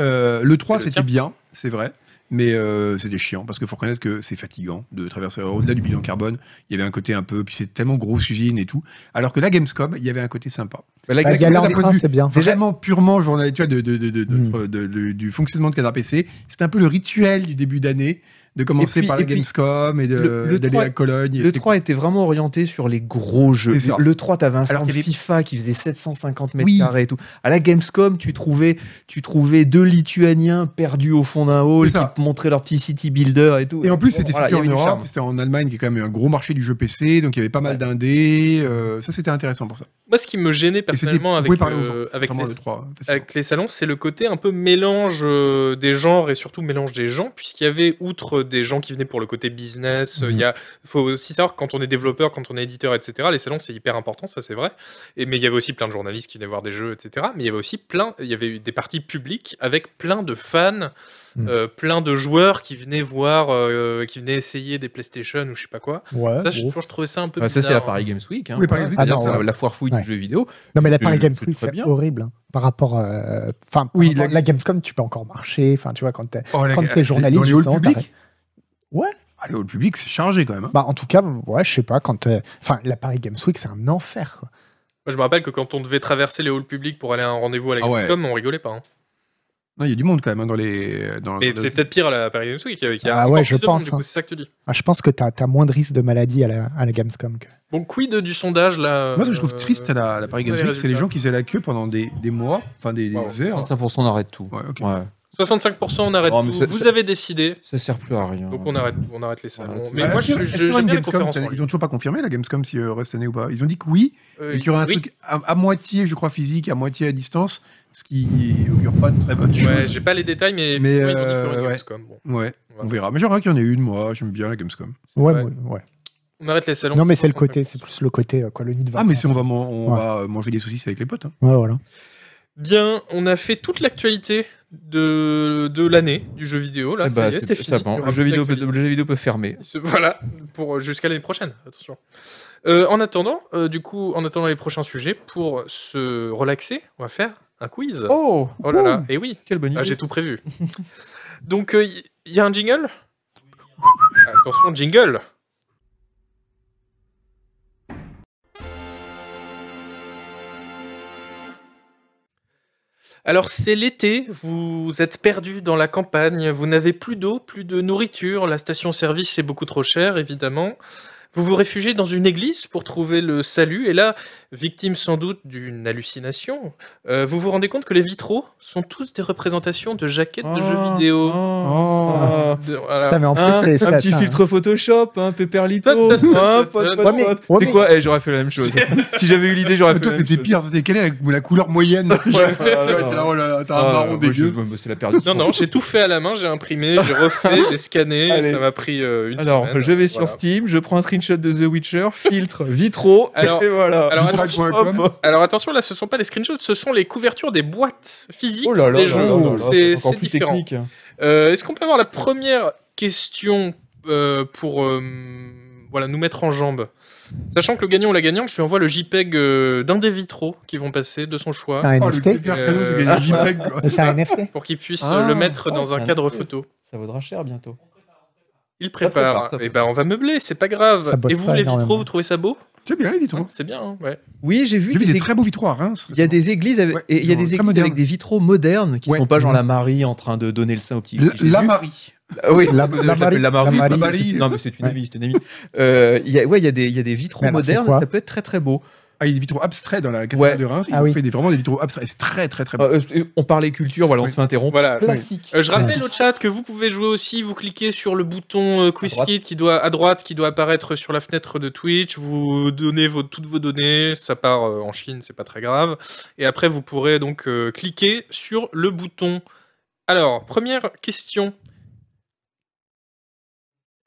Speaker 2: euh, le 3,
Speaker 1: C'est le
Speaker 2: c'était
Speaker 1: tien.
Speaker 2: bien, c'est vrai, mais euh, c'était chiant parce qu'il faut reconnaître que c'est fatigant de traverser au-delà du bilan carbone. Il y avait un côté un peu, puis c'est tellement grosse usine et tout. Alors que la Gamescom, il y avait un côté sympa.
Speaker 3: Bah, la-
Speaker 4: Bah,
Speaker 3: la-
Speaker 4: y aller en
Speaker 2: d'un point de
Speaker 4: train,
Speaker 2: vue-
Speaker 4: c'est bien.
Speaker 2: Vraiment purement
Speaker 3: Hmm.
Speaker 2: journal, tu vois, de, de- de- de- de- de- de- du fonctionnement de Canard PC. C'était un peu le rituel du début d'année de commencer
Speaker 3: Et puis-
Speaker 2: par la
Speaker 3: et puis,
Speaker 2: Gamescom et
Speaker 3: le-
Speaker 2: de-
Speaker 3: le
Speaker 2: d'aller
Speaker 3: 3
Speaker 2: à Cologne.
Speaker 3: Le 3 était vraiment orienté sur les gros jeux.
Speaker 2: C'est ça.
Speaker 3: Le 3, t'avais un stand
Speaker 2: Alors qu'il y avait-
Speaker 3: FIFA qui faisait 750 mètres
Speaker 2: Oui.
Speaker 3: carrés et tout. À la Gamescom, tu trouvais, tu trouvais deux Lituaniens perdus au fond d'un hall
Speaker 2: C'est
Speaker 3: qui
Speaker 2: ça.
Speaker 3: te montraient leur petit city builder et tout.
Speaker 2: Et en plus,
Speaker 3: Bon,
Speaker 2: c'était
Speaker 3: voilà,
Speaker 2: situé
Speaker 3: il y
Speaker 2: en
Speaker 3: avait du
Speaker 2: Europe,
Speaker 3: charme.
Speaker 2: c'était en Allemagne, qui est quand même un gros marché du jeu PC, donc il y avait pas mal
Speaker 3: Ouais.
Speaker 2: d'indés. euh, ça, c'était intéressant pour ça.
Speaker 1: Moi, ce qui me gênait
Speaker 2: c'était-
Speaker 1: personnellement
Speaker 2: vous
Speaker 1: avec,
Speaker 2: pouvez parler aux gens,
Speaker 1: euh, avec,
Speaker 2: Vraiment,
Speaker 1: les,
Speaker 2: le 3. facilement.
Speaker 1: avec les salons, c'est le côté un peu mélange euh, des genres et surtout mélange des gens, puisqu'il y avait, outre des gens qui venaient pour le côté business, euh, il y a, faut aussi savoir que quand on est développeur, quand on est éditeur, etc., les salons, c'est hyper important, ça c'est vrai. Et, mais il y avait aussi plein de journalistes qui venaient voir des jeux, etc. Mais il y avait aussi plein, il y avait eu des parties publiques avec plein de fans,
Speaker 4: Mhm.
Speaker 1: euh, plein de joueurs qui venaient voir, euh, qui venaient essayer des PlayStation ou je sais pas quoi.
Speaker 4: Ouais,
Speaker 1: ça, j'ai
Speaker 4: bon.
Speaker 1: toujours trouvé ça un peu
Speaker 3: Ah, ça, c'est la
Speaker 1: bizarre.
Speaker 3: Paris Games Week. hein,
Speaker 2: Oui, Paris
Speaker 3: voilà.
Speaker 2: Games Week.
Speaker 3: C'est-à-dire,
Speaker 4: Ah, non,
Speaker 3: c'est la-
Speaker 4: ouais.
Speaker 3: la foire fouille
Speaker 4: Ouais.
Speaker 3: du jeu vidéo.
Speaker 4: Non, mais la Paris
Speaker 3: Euh,
Speaker 4: Games
Speaker 3: c'est
Speaker 4: Week,
Speaker 3: très
Speaker 4: c'est
Speaker 3: bien.
Speaker 4: horrible. hein, par rapport. euh, Enfin,
Speaker 2: Oui,
Speaker 4: oui, la...
Speaker 2: la-
Speaker 4: Gamescom, tu peux encore marcher. Enfin, tu vois, quand t'es.
Speaker 2: Oh, la-
Speaker 4: quand t'es journaliste,
Speaker 2: Dans les
Speaker 4: je
Speaker 2: halls
Speaker 4: sens,
Speaker 2: publics
Speaker 4: Ouais.
Speaker 2: Ah, les halls publics, c'est chargé quand même. hein.
Speaker 4: Bah, en tout cas, ouais, je sais pas. Quand t'es- Enfin, la Paris Games Week, c'est un enfer. quoi.
Speaker 1: Moi, je me rappelle que quand on devait traverser les halls publics pour aller à un rendez-vous à la
Speaker 2: Ah ouais.
Speaker 1: Gamescom, on rigolait pas. hein.
Speaker 2: Non, il y a du monde quand même hein, dans les. Dans,
Speaker 1: Mais
Speaker 2: dans-
Speaker 1: c'est peut-être pire à la Paris Games Week. qu'il y a- qu'il y a
Speaker 4: Ah
Speaker 1: encore
Speaker 4: ouais,
Speaker 1: plus
Speaker 4: je
Speaker 1: de monde,
Speaker 4: pense,
Speaker 1: du coup,
Speaker 4: hein.
Speaker 1: c'est ça que tu dis.
Speaker 4: Ah, je pense que t'as as moins de risques de maladie à la, à la Gamescom. que-
Speaker 1: Bon, quid du sondage là
Speaker 2: Moi, ce que je
Speaker 1: euh,
Speaker 2: trouve triste à la, à la Paris
Speaker 1: c'est quoi
Speaker 2: Games
Speaker 1: les
Speaker 2: Week, c'est les
Speaker 1: résultats
Speaker 2: gens qui faisaient la queue pendant des, des mois, enfin des, des
Speaker 1: Wow.
Speaker 2: heures.
Speaker 3: 35% on arrête tout.
Speaker 2: Ouais, ok.
Speaker 3: Ouais.
Speaker 1: 65% on arrête
Speaker 3: Oh, mais
Speaker 1: tout.
Speaker 3: c'est-
Speaker 1: Vous
Speaker 3: c'est-
Speaker 1: avez décidé,
Speaker 3: Ça sert plus à rien.
Speaker 1: donc on arrête tout, on arrête les
Speaker 3: Voilà,
Speaker 1: salons.
Speaker 3: tout.
Speaker 1: Mais
Speaker 2: Bah,
Speaker 1: moi, je-
Speaker 2: est-ce qu'il y aura- est-ce qu'il
Speaker 1: je-
Speaker 2: y aura
Speaker 1: j'aime
Speaker 2: une
Speaker 1: bien les
Speaker 2: Gamescom
Speaker 1: conférences
Speaker 2: cette année
Speaker 1: en
Speaker 2: Ils
Speaker 1: ligne.
Speaker 2: ont toujours pas confirmé la Gamescom si euh, reste année ou pas. Ils ont dit que oui,
Speaker 1: Euh,
Speaker 2: et qu'il y aura un
Speaker 1: oui.
Speaker 2: truc à, à moitié, je crois, physique, à moitié à distance, ce qui augure pas de très bonnes
Speaker 1: Ouais,
Speaker 2: choses.
Speaker 1: j'ai pas les détails, mais,
Speaker 2: Mais,
Speaker 1: effectivement, ils ont dit qu'il y aurait une
Speaker 2: euh, ouais.
Speaker 1: Gamescom. Bon,
Speaker 2: Ouais, on
Speaker 1: voilà.
Speaker 2: verra. Mais j'aimerais qu'il y en ait une, moi, j'aime bien la Gamescom.
Speaker 4: Ouais,
Speaker 1: Ouais.
Speaker 4: moi, ouais.
Speaker 1: On arrête les salons.
Speaker 4: Non, mais c'est le côté,
Speaker 1: 65%.
Speaker 4: c'est plus le côté, euh, quoi, le nid de
Speaker 2: Ah,
Speaker 4: vacances.
Speaker 2: mais c'est on va, man- on
Speaker 4: Ouais.
Speaker 2: va euh, manger des saucisses avec les potes. hein.
Speaker 4: Ouais, voilà.
Speaker 1: Bien, on a fait toute l'actualité de, de l'année du jeu vidéo. Là,
Speaker 3: Eh
Speaker 1: ça
Speaker 3: bah,
Speaker 1: y est,
Speaker 3: c'est-
Speaker 1: c'est fini.
Speaker 3: ça
Speaker 1: Il y
Speaker 3: prend.
Speaker 1: aura
Speaker 3: Le jeu
Speaker 1: plus
Speaker 3: vidéo peut-
Speaker 1: d'actualité.
Speaker 3: le jeu vidéo peut fermer.
Speaker 1: Il se- Voilà, pour euh, jusqu'à l'année prochaine, attention. Euh, en attendant, euh, du coup, en attendant les prochains sujets, pour se relaxer, on va faire un quiz. Oh,
Speaker 3: Oh,
Speaker 1: là là, et oui,
Speaker 3: Quelle bonne
Speaker 1: Ah,
Speaker 3: idée.
Speaker 1: j'ai tout prévu. Donc, il y a un jingle Attention, jingle Alors c'est l'été, vous êtes perdu dans la campagne, vous n'avez plus d'eau, plus de nourriture, la station-service est beaucoup trop chère évidemment. Vous vous réfugiez dans une église pour trouver le salut et là, victime sans doute d'une hallucination, euh, vous vous rendez compte que les vitraux sont tous des représentations de jaquettes de
Speaker 3: Ah.
Speaker 1: jeux vidéo.
Speaker 3: Oh.
Speaker 1: De- voilà.
Speaker 4: Putain, mais en plus,
Speaker 3: Hein,
Speaker 4: c'est ça,
Speaker 3: un petit
Speaker 4: ça,
Speaker 3: filtre Photoshop, un Pépérlito,
Speaker 1: Tot, tot, tot,
Speaker 3: hein,
Speaker 1: tot,
Speaker 3: pote,
Speaker 1: tot.
Speaker 3: pote,
Speaker 4: Ouais, mais-
Speaker 3: pote.
Speaker 4: ouais,
Speaker 3: C'est
Speaker 4: mais-
Speaker 3: quoi Eh, J'aurais fait la même chose. si j'avais eu l'idée, j'aurais
Speaker 2: Ah,
Speaker 3: fait
Speaker 2: toi,
Speaker 3: la même
Speaker 2: c'était
Speaker 3: chose.
Speaker 2: pire, c'était quelle est la- la couleur moyenne
Speaker 3: Ouais. Ah,
Speaker 2: T'es là, oh là là, T'as un marron dégueu.
Speaker 3: C'est la perte
Speaker 1: Non, non, j'ai tout fait à la main, j'ai imprimé, j'ai refait, j'ai scanné,
Speaker 3: Allez.
Speaker 1: ça m'a pris euh, une
Speaker 3: Alors,
Speaker 1: semaine.
Speaker 3: je vais sur
Speaker 1: Voilà.
Speaker 3: Steam, je prends un screenshot de The Witcher, filtre, vitraux,
Speaker 1: Alors-
Speaker 3: et voilà.
Speaker 1: alors,
Speaker 2: Vitrac.com.
Speaker 3: Hop.
Speaker 1: Alors attention, là, ce sont pas les screenshots, ce sont les couvertures des boîtes physiques
Speaker 3: Oh là là,
Speaker 1: des
Speaker 3: là
Speaker 1: jeux.
Speaker 3: là là là,
Speaker 1: c'est
Speaker 3: encore
Speaker 1: c'est
Speaker 3: plus
Speaker 1: différent.
Speaker 3: technique.
Speaker 1: Euh, Est-ce qu'on peut avoir la première question euh, pour euh, voilà, nous mettre en jambe Sachant que le gagnant ou la gagnante, je lui envoie le JPEG euh, d'un des vitraux qui vont passer de son choix
Speaker 4: C'est un
Speaker 2: Oh, le
Speaker 4: NFT.
Speaker 2: pépère cadeau,
Speaker 1: Euh,
Speaker 2: tu gagnes un JPEG, quoi.
Speaker 4: C'est un NFT.
Speaker 1: pour qu'il puisse euh,
Speaker 2: Ah,
Speaker 1: le mettre
Speaker 3: oh,
Speaker 1: dans un
Speaker 3: c'est un
Speaker 1: cadre
Speaker 3: peu.
Speaker 1: photo.
Speaker 3: Ça vaudra cher bientôt.
Speaker 1: Il
Speaker 3: prépare,
Speaker 1: prépare.
Speaker 3: ça
Speaker 1: Et
Speaker 3: prépare.
Speaker 1: ben on va meubler, c'est pas grave.
Speaker 4: Ça bosse
Speaker 1: Et vous,
Speaker 4: pas
Speaker 1: les
Speaker 4: énormément.
Speaker 1: vitraux, vous trouvez ça beau
Speaker 2: C'est bien, les vitraux.
Speaker 1: C'est bien, hein, ouais.
Speaker 3: Oui, j'ai vu
Speaker 2: J'ai vu
Speaker 3: des
Speaker 2: des
Speaker 3: églises-
Speaker 2: très beaux vitraux à Reims.
Speaker 3: Il y a des églises avec,
Speaker 2: Ouais,
Speaker 3: et il y
Speaker 2: ils
Speaker 3: a
Speaker 2: sont
Speaker 3: des
Speaker 2: très
Speaker 3: églises avec
Speaker 2: modernes.
Speaker 3: des vitraux modernes qui
Speaker 2: Ouais.
Speaker 3: sont pas genre la Marie en train de donner le sein au petit.
Speaker 2: L-
Speaker 3: petit Jésus.
Speaker 2: La Marie.
Speaker 3: Ah Oui,
Speaker 4: La-
Speaker 3: parce que je
Speaker 4: la
Speaker 3: l'appelle
Speaker 4: Marie.
Speaker 3: la
Speaker 4: La
Speaker 3: Marie.
Speaker 4: Marie.
Speaker 3: mais
Speaker 2: La
Speaker 3: c'est-
Speaker 2: Marie.
Speaker 3: Non, mais c'est une
Speaker 4: Ouais.
Speaker 3: amie, c'est une amie. Euh, il y a, ouais, il y a des, il y a des vitraux
Speaker 4: Mais alors, c'est
Speaker 3: modernes,
Speaker 4: quoi
Speaker 3: ça peut être très très beau.
Speaker 2: Ah, il y a des vitraux abstraits dans la cathédrale
Speaker 3: Ouais.
Speaker 2: de Reims. Ils
Speaker 4: Ah
Speaker 2: ont
Speaker 4: oui.
Speaker 2: fait des, vraiment des vitraux abstraits. C'est très, très, très beau.
Speaker 3: Euh, euh, on parlait culture, voilà, on
Speaker 2: Oui.
Speaker 3: se fait interrompre.
Speaker 1: Voilà.
Speaker 4: Classique.
Speaker 1: Euh, je rappelle au chat que vous pouvez jouer aussi, vous cliquez sur le bouton euh, Quiz
Speaker 3: À droite.
Speaker 1: Kit qui doit, à droite qui doit apparaître sur la fenêtre de Twitch, vous donnez vos, toutes vos données, ça part euh, en Chine, c'est pas très grave, et après vous pourrez donc euh, cliquer sur le bouton. Alors, première question.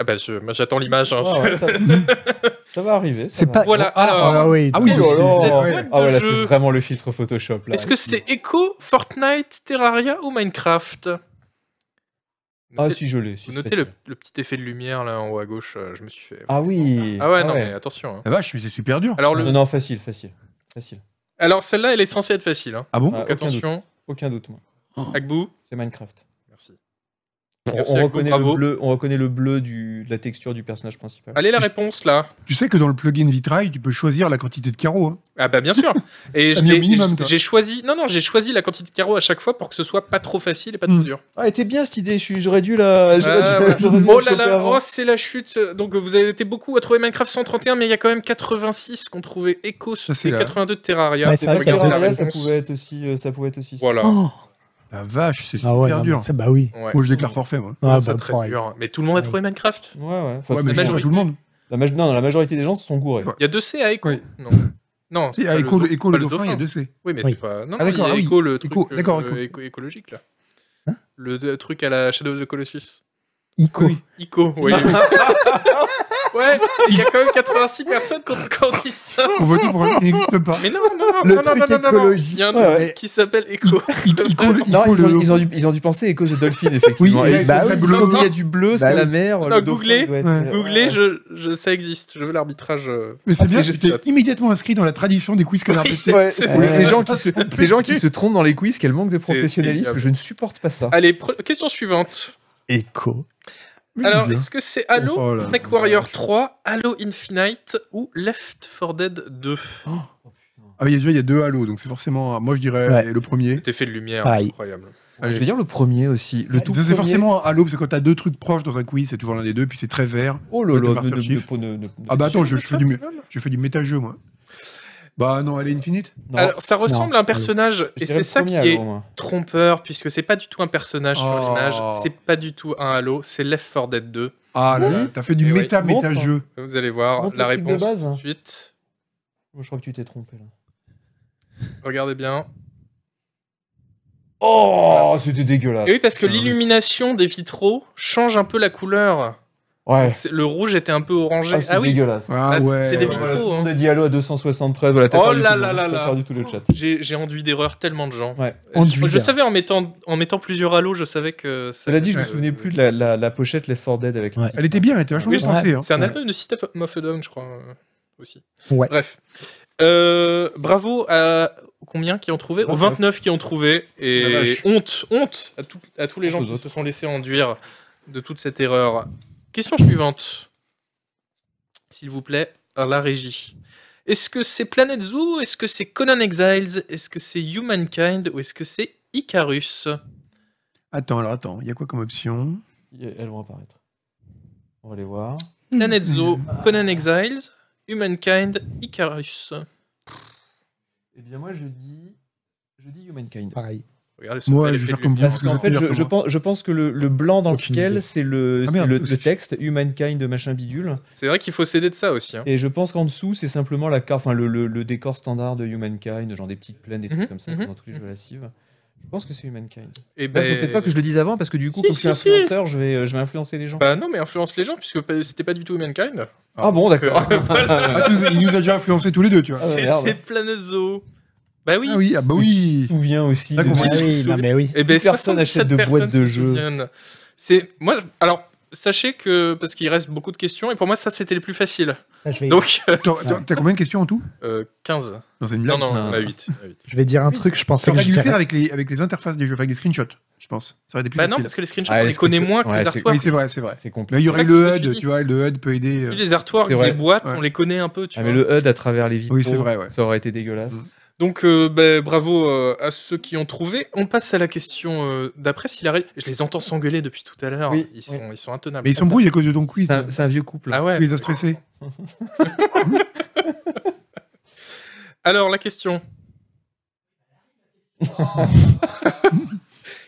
Speaker 1: Ah bah je- moi, j'attends l'image. hein,
Speaker 3: Ah
Speaker 1: je-
Speaker 3: ouais, ça, ça va arriver. ça
Speaker 4: C'est
Speaker 3: va.
Speaker 4: pas.
Speaker 1: Voilà,
Speaker 4: Ah,
Speaker 1: alors-
Speaker 4: ah oui.
Speaker 2: Mm. Ah oui,
Speaker 3: Oh là
Speaker 1: Cette
Speaker 3: là.
Speaker 2: ouais.
Speaker 1: boîte de
Speaker 3: Ah ouais, là,
Speaker 1: jeu,
Speaker 3: c'est vraiment le filtre Photoshop. oh, là.
Speaker 1: Est-ce que c'est Echo, Fortnite, Terraria ou Minecraft
Speaker 3: Ah
Speaker 1: Notez-
Speaker 3: si je l'ai. si,
Speaker 1: Vous
Speaker 3: c'est
Speaker 1: notez
Speaker 3: facile.
Speaker 1: le, le petit effet de lumière là en haut à gauche, euh, je me suis fait.
Speaker 3: Ah oui.
Speaker 1: Ah ouais, non, mais attention. hein.
Speaker 2: La vache, mais c'est super dur.
Speaker 1: Alors, le-
Speaker 3: Non, non, facile, facile, facile.
Speaker 1: Alors celle-là, elle est censée être facile. hein.
Speaker 2: Ah bon
Speaker 3: Ah,
Speaker 1: Donc
Speaker 3: aucun
Speaker 1: attention,
Speaker 3: Aucun doute, moi.
Speaker 1: Agbou.
Speaker 3: C'est Minecraft.
Speaker 1: Merci.
Speaker 3: On,
Speaker 1: Merci
Speaker 3: on
Speaker 1: à vous,
Speaker 3: reconnaît,
Speaker 1: bravo.
Speaker 3: le bleu, on reconnaît le bleu du, de la texture du personnage principal.
Speaker 1: Allez, la réponse là.
Speaker 2: Tu sais que dans le plugin Vitrail, tu peux choisir la quantité de carreaux. hein.
Speaker 1: Ah bah bien sûr. Et
Speaker 2: T'as
Speaker 1: je
Speaker 2: mis au
Speaker 1: l'ai-
Speaker 2: minimum,
Speaker 1: j'ai-
Speaker 2: toi.
Speaker 1: j'ai choisi. Non non, j'ai choisi la quantité de carreaux à chaque fois pour que ce soit pas trop facile et pas trop
Speaker 2: Hmm.
Speaker 1: dur.
Speaker 3: Ah, elle était bien cette idée, je suis- j'aurais dû la. j'aurais
Speaker 1: Ah,
Speaker 3: dû-
Speaker 1: ouais.
Speaker 3: j'aurais dû la
Speaker 1: Oh là
Speaker 3: choper
Speaker 1: là,
Speaker 3: avant.
Speaker 1: oh, c'est la chute. Donc vous avez été beaucoup à trouver Minecraft 131, mais il y a quand même 86 qu'on trouvait Echo
Speaker 2: Ça, c'est
Speaker 1: et
Speaker 2: là.
Speaker 1: 82 de Terraria.
Speaker 4: Ouais,
Speaker 3: C'est
Speaker 4: vrai
Speaker 3: pas
Speaker 4: qu'elle
Speaker 3: grave,
Speaker 4: reste-
Speaker 3: là, ça pouvait être aussi. euh, Ça pouvait être aussi. ça.
Speaker 1: Voilà.
Speaker 4: Oh
Speaker 2: La vache, c'est
Speaker 4: ah
Speaker 2: super
Speaker 4: ouais, non,
Speaker 2: dur.
Speaker 4: mais ça, bah oui.
Speaker 1: Ouais.
Speaker 2: Moi, je déclare forfait, moi.
Speaker 4: Ah,
Speaker 1: ça
Speaker 4: bah,
Speaker 1: très
Speaker 4: pareil.
Speaker 1: dur. hein. Mais tout le monde a trouvé Minecraft.
Speaker 3: Ouais, ouais. Enfin,
Speaker 2: Ouais,
Speaker 1: la
Speaker 2: mais je pense pas
Speaker 1: majorité.
Speaker 2: tout le monde.
Speaker 3: la maj- non, la majorité des gens se sont gourés.
Speaker 2: Ouais.
Speaker 1: Il y a deux C à Echo.
Speaker 2: Oui.
Speaker 1: Non. Non,
Speaker 2: Si,
Speaker 1: pas
Speaker 2: à Echo,
Speaker 1: do-
Speaker 2: le, Echo,
Speaker 1: pas
Speaker 2: le dauphin, il y a deux C.
Speaker 1: Oui, mais
Speaker 4: Oui.
Speaker 1: c'est pas. Non,
Speaker 2: Ah,
Speaker 1: non, il y
Speaker 2: d'accord,
Speaker 1: a
Speaker 2: ah oui.
Speaker 1: Echo, le truc
Speaker 2: Echo,
Speaker 1: euh,
Speaker 2: d'accord,
Speaker 1: euh,
Speaker 2: Echo.
Speaker 1: éco- écologique là.
Speaker 4: Hein
Speaker 1: le euh, truc à la Shadow of the Colossus.
Speaker 4: Ico.
Speaker 2: Oui.
Speaker 1: Ico, oui. ouais, il y a quand même 86 personnes quand quand on dit ça.
Speaker 2: On veut dire pour un- il n'existe pas.
Speaker 1: Mais non, non, non,
Speaker 4: Le
Speaker 1: non, non,
Speaker 4: truc
Speaker 1: non, non, non.
Speaker 4: écologique.
Speaker 1: Il y a un
Speaker 3: Ouais,
Speaker 1: truc
Speaker 3: ouais.
Speaker 1: qui s'appelle Echo.
Speaker 2: Ico, le-
Speaker 3: Non,
Speaker 2: Ico,
Speaker 3: ils ont,
Speaker 2: le-
Speaker 3: ils ont dû, ils ont dû penser Echoes of Dolphin, effectivement.
Speaker 2: Oui,
Speaker 3: Et
Speaker 2: mais
Speaker 3: bah
Speaker 4: c'est
Speaker 3: oui,
Speaker 2: fabuleux.
Speaker 3: il y a du bleu, c'est
Speaker 4: Bah
Speaker 3: la
Speaker 4: oui.
Speaker 3: mer.
Speaker 1: Non,
Speaker 3: le dauphin
Speaker 1: googlez,
Speaker 3: doit être- euh,
Speaker 2: ouais.
Speaker 1: Googlez, je, je, ça existe. Je veux l'arbitrage. euh,
Speaker 2: Mais c'est
Speaker 1: Ah,
Speaker 2: bien,
Speaker 1: c'est
Speaker 2: tu t'es
Speaker 1: génial.
Speaker 2: immédiatement inscrit dans la tradition des quiz canard PC.
Speaker 3: Ouais,
Speaker 1: C'est-
Speaker 3: c'est- ces,
Speaker 4: euh,
Speaker 3: gens qui se, ces gens qui se trompent dans les quiz, quel manque de
Speaker 1: C'est- c'est
Speaker 3: professionnalisme,
Speaker 1: ignoble.
Speaker 3: je ne supporte pas ça.
Speaker 1: Allez, pre- question suivante.
Speaker 4: Echo.
Speaker 2: Oui,
Speaker 1: Alors,
Speaker 2: bien.
Speaker 1: est-ce que c'est Halo,
Speaker 2: Oh là
Speaker 1: Black
Speaker 2: là.
Speaker 1: Warrior 3, Halo Infinite ou Left 4 Dead 2
Speaker 2: Ah, il y a déjà il y a deux halos, donc c'est forcément. Moi, je dirais
Speaker 4: Ouais.
Speaker 2: le premier.
Speaker 1: T'es fait de lumière,
Speaker 4: Pareil.
Speaker 1: incroyable.
Speaker 3: Je vais dire le premier aussi. Le tout
Speaker 2: C'est
Speaker 3: premier.
Speaker 2: forcément un halo, parce que quand t'as deux trucs proches dans un quiz, c'est toujours l'un des deux, puis c'est très vert.
Speaker 3: Oh là là,
Speaker 2: Par
Speaker 3: ne- ne-
Speaker 2: chiffre.
Speaker 3: ne- ne- ne-
Speaker 2: Ah bah attends, je, je fais du,
Speaker 1: Ça, c'est mal.
Speaker 2: je fais du méta-jeu, moi. Bah non, elle est infinite.
Speaker 3: non,
Speaker 1: Alors, ça ressemble
Speaker 4: Non.
Speaker 1: à un personnage,
Speaker 3: je
Speaker 1: et
Speaker 3: dirais
Speaker 1: c'est
Speaker 3: le
Speaker 1: ça qui
Speaker 3: premier,
Speaker 1: est
Speaker 3: alors, moi.
Speaker 1: trompeur, puisque c'est pas du tout un personnage sur
Speaker 2: Oh.
Speaker 1: l'image, c'est pas du tout un Halo, c'est Left 4 Dead 2.
Speaker 2: Ah là, là, t'as fait du
Speaker 1: Et ouais.
Speaker 2: méta-méta-jeu.
Speaker 1: Vous allez voir
Speaker 3: Montre
Speaker 1: la
Speaker 3: le truc de
Speaker 1: réponse
Speaker 3: base. hein.
Speaker 1: tout de suite.
Speaker 3: Moi, Je crois que tu t'es trompé là.
Speaker 1: Regardez bien.
Speaker 3: Oh, c'était dégueulasse.
Speaker 1: Et oui, parce que
Speaker 2: putain, oui.
Speaker 1: l'illumination des vitraux change un peu la couleur.
Speaker 3: Ouais,
Speaker 1: C'est- Le rouge était un peu orangé.
Speaker 3: ah,
Speaker 1: Ah,
Speaker 3: c'est
Speaker 1: oui,
Speaker 3: dégueulasse.
Speaker 1: Ah,
Speaker 2: Ah
Speaker 1: c'est- c'est des
Speaker 2: ouais.
Speaker 1: vitraux.
Speaker 3: Voilà, tout le
Speaker 1: hein.
Speaker 3: monde a dit allô à 273. Voilà, t'as
Speaker 1: Oh
Speaker 3: perdu
Speaker 1: là
Speaker 3: tout le
Speaker 1: là
Speaker 3: monde,
Speaker 1: là
Speaker 3: t'as
Speaker 1: là.
Speaker 3: perdu tout le chat.
Speaker 1: J'ai j'ai enduit d'erreurs tellement de gens.
Speaker 3: Ouais.
Speaker 1: Je-
Speaker 4: Enduit
Speaker 1: je,
Speaker 4: d'erreurs.
Speaker 1: savais en mettant, en mettant plusieurs halos, je savais que. ça-
Speaker 3: Cela dit, je me
Speaker 1: euh,
Speaker 3: souvenais plus de la, la, la pochette Left 4 Dead avec.
Speaker 4: Ouais.
Speaker 3: les-
Speaker 2: Elle était bien, elle était vachement
Speaker 1: Oui,
Speaker 2: bien pensée. hein.
Speaker 1: C'est un
Speaker 4: Ouais.
Speaker 1: album de System of a Down, je crois. euh, aussi.
Speaker 4: Ouais.
Speaker 1: Bref. Euh, bravo à combien qui ont trouvé Aux 29 qui ont trouvé.
Speaker 2: La
Speaker 1: Et
Speaker 2: vache.
Speaker 1: honte, honte à, tout- à tous les gens
Speaker 3: Aux
Speaker 1: qui
Speaker 3: autres.
Speaker 1: se sont laissés enduire de toute cette erreur. Question suivante. S'il vous plaît, à la régie. Est-ce que c'est Planet Zoo Est-ce que c'est Conan Exiles Est-ce que c'est Humankind Ou est-ce que c'est Icarus
Speaker 2: Attends, alors attends, il y a quoi comme option
Speaker 3: Elles vont apparaître. On va les voir.
Speaker 1: Planet Zoo, Conan Exiles, Humankind, Icarus.
Speaker 3: Eh bien, moi, je dis. Je dis Humankind.
Speaker 4: Pareil.
Speaker 1: Regardez ce
Speaker 2: Moi,
Speaker 1: bel
Speaker 2: je vais
Speaker 1: effet
Speaker 2: faire
Speaker 1: de
Speaker 2: comme
Speaker 1: lumière.
Speaker 2: vous.
Speaker 3: En fait,
Speaker 2: Dire
Speaker 3: je,
Speaker 2: que
Speaker 3: je
Speaker 2: moi.
Speaker 3: pense, je pense que le, le blanc dans
Speaker 4: Aucune
Speaker 3: lequel
Speaker 4: idée.
Speaker 3: c'est le,
Speaker 2: Ah merde,
Speaker 3: c'est le,
Speaker 2: aussi.
Speaker 3: le texte Humankind machin bidule.
Speaker 1: C'est vrai qu'il faut s'aider de ça aussi. hein.
Speaker 3: Et je pense qu'en dessous, c'est simplement la carte, enfin, le, le- le décor standard de Humankind, genre des petites plaines, des
Speaker 1: Mhm,
Speaker 3: trucs comme ça,
Speaker 1: mhm,
Speaker 3: dans tous les jeux lascives. Je pense que c'est Humankind.
Speaker 1: Et ben,
Speaker 3: Là, faut Bah, peut-être pas que je le dise avant, parce que du coup,
Speaker 1: Si,
Speaker 3: comme je
Speaker 1: si,
Speaker 3: suis influenceur, je vais, je vais influencer les gens.
Speaker 1: Bah non, mais influence les gens, puisque pas- c'était pas du tout Humankind.
Speaker 3: ah bon, d'accord.
Speaker 1: euh,
Speaker 2: Ah, tu nous- Il nous a déjà influencé tous les deux, tu vois.
Speaker 3: Ah ouais,
Speaker 1: C'était
Speaker 3: merde.
Speaker 1: Planet Zoo. Bah oui.
Speaker 2: Ah oui, ah bah oui.
Speaker 3: Je me souviens aussi.
Speaker 2: Ah,
Speaker 3: de-
Speaker 2: comment
Speaker 4: Ah
Speaker 1: ils
Speaker 4: oui,
Speaker 1: sont
Speaker 4: non, mais oui.
Speaker 1: Et ben
Speaker 3: Plus personne
Speaker 1: 77
Speaker 3: achète de boîtes
Speaker 1: personnes se
Speaker 3: de jeux.
Speaker 1: souviennent. C'est moi. je- Alors sachez que parce qu'il reste beaucoup de questions, et pour moi ça c'était les plus faciles.
Speaker 4: Ah, je, vais,
Speaker 1: Donc euh,
Speaker 2: T'as- T'as t'as combien de questions en tout
Speaker 1: euh, 15.
Speaker 2: Non, c'est une
Speaker 1: Non
Speaker 2: blague.
Speaker 1: non,
Speaker 3: Non.
Speaker 1: on a 8. on a 8.
Speaker 4: je vais dire un truc, je pensais que
Speaker 2: T'aurais
Speaker 4: je
Speaker 2: dû le faire
Speaker 4: dirais.
Speaker 2: avec les, avec les interfaces des jeux, avec des screenshots, je pense. Ça aurait été plus
Speaker 1: Bah non, parce
Speaker 2: facile.
Speaker 1: que les screenshots
Speaker 3: Ah,
Speaker 1: on
Speaker 3: les
Speaker 1: les connaît
Speaker 3: screenshots,
Speaker 1: moins que
Speaker 3: ouais,
Speaker 1: les
Speaker 3: c'est-
Speaker 1: artworks.
Speaker 2: Oui, c'est vrai, c'est vrai.
Speaker 3: C'est
Speaker 2: Mais
Speaker 3: compliqué.
Speaker 2: il y
Speaker 1: C'est
Speaker 2: aurait
Speaker 1: ça que je me
Speaker 2: le
Speaker 1: suis
Speaker 2: HUD,
Speaker 1: dit.
Speaker 2: tu vois, le HUD peut aider.
Speaker 1: Plus
Speaker 2: euh.
Speaker 1: les artworks,
Speaker 3: C'est
Speaker 1: les
Speaker 3: vrai.
Speaker 1: boîtes,
Speaker 2: Ouais.
Speaker 1: on les connaît un peu. Tu
Speaker 3: Ah,
Speaker 1: vois.
Speaker 3: mais le HUD à travers les vitres.
Speaker 2: Oui, c'est vrai, ouais.
Speaker 3: Ça aurait été dégueulasse.
Speaker 1: Donc euh, bah, bravo euh, à ceux qui ont trouvé. On passe à la question euh, d'après. S'il arrive, je les entends s'engueuler depuis tout à l'heure.
Speaker 3: Oui,
Speaker 1: ils sont ils sont intenables.
Speaker 2: Mais ils s'embrouillent à cause de ton quiz.
Speaker 3: C'est un, c'est un vieux couple.
Speaker 1: ah ouais.
Speaker 2: Tu les as stressés.
Speaker 1: Alors, la question.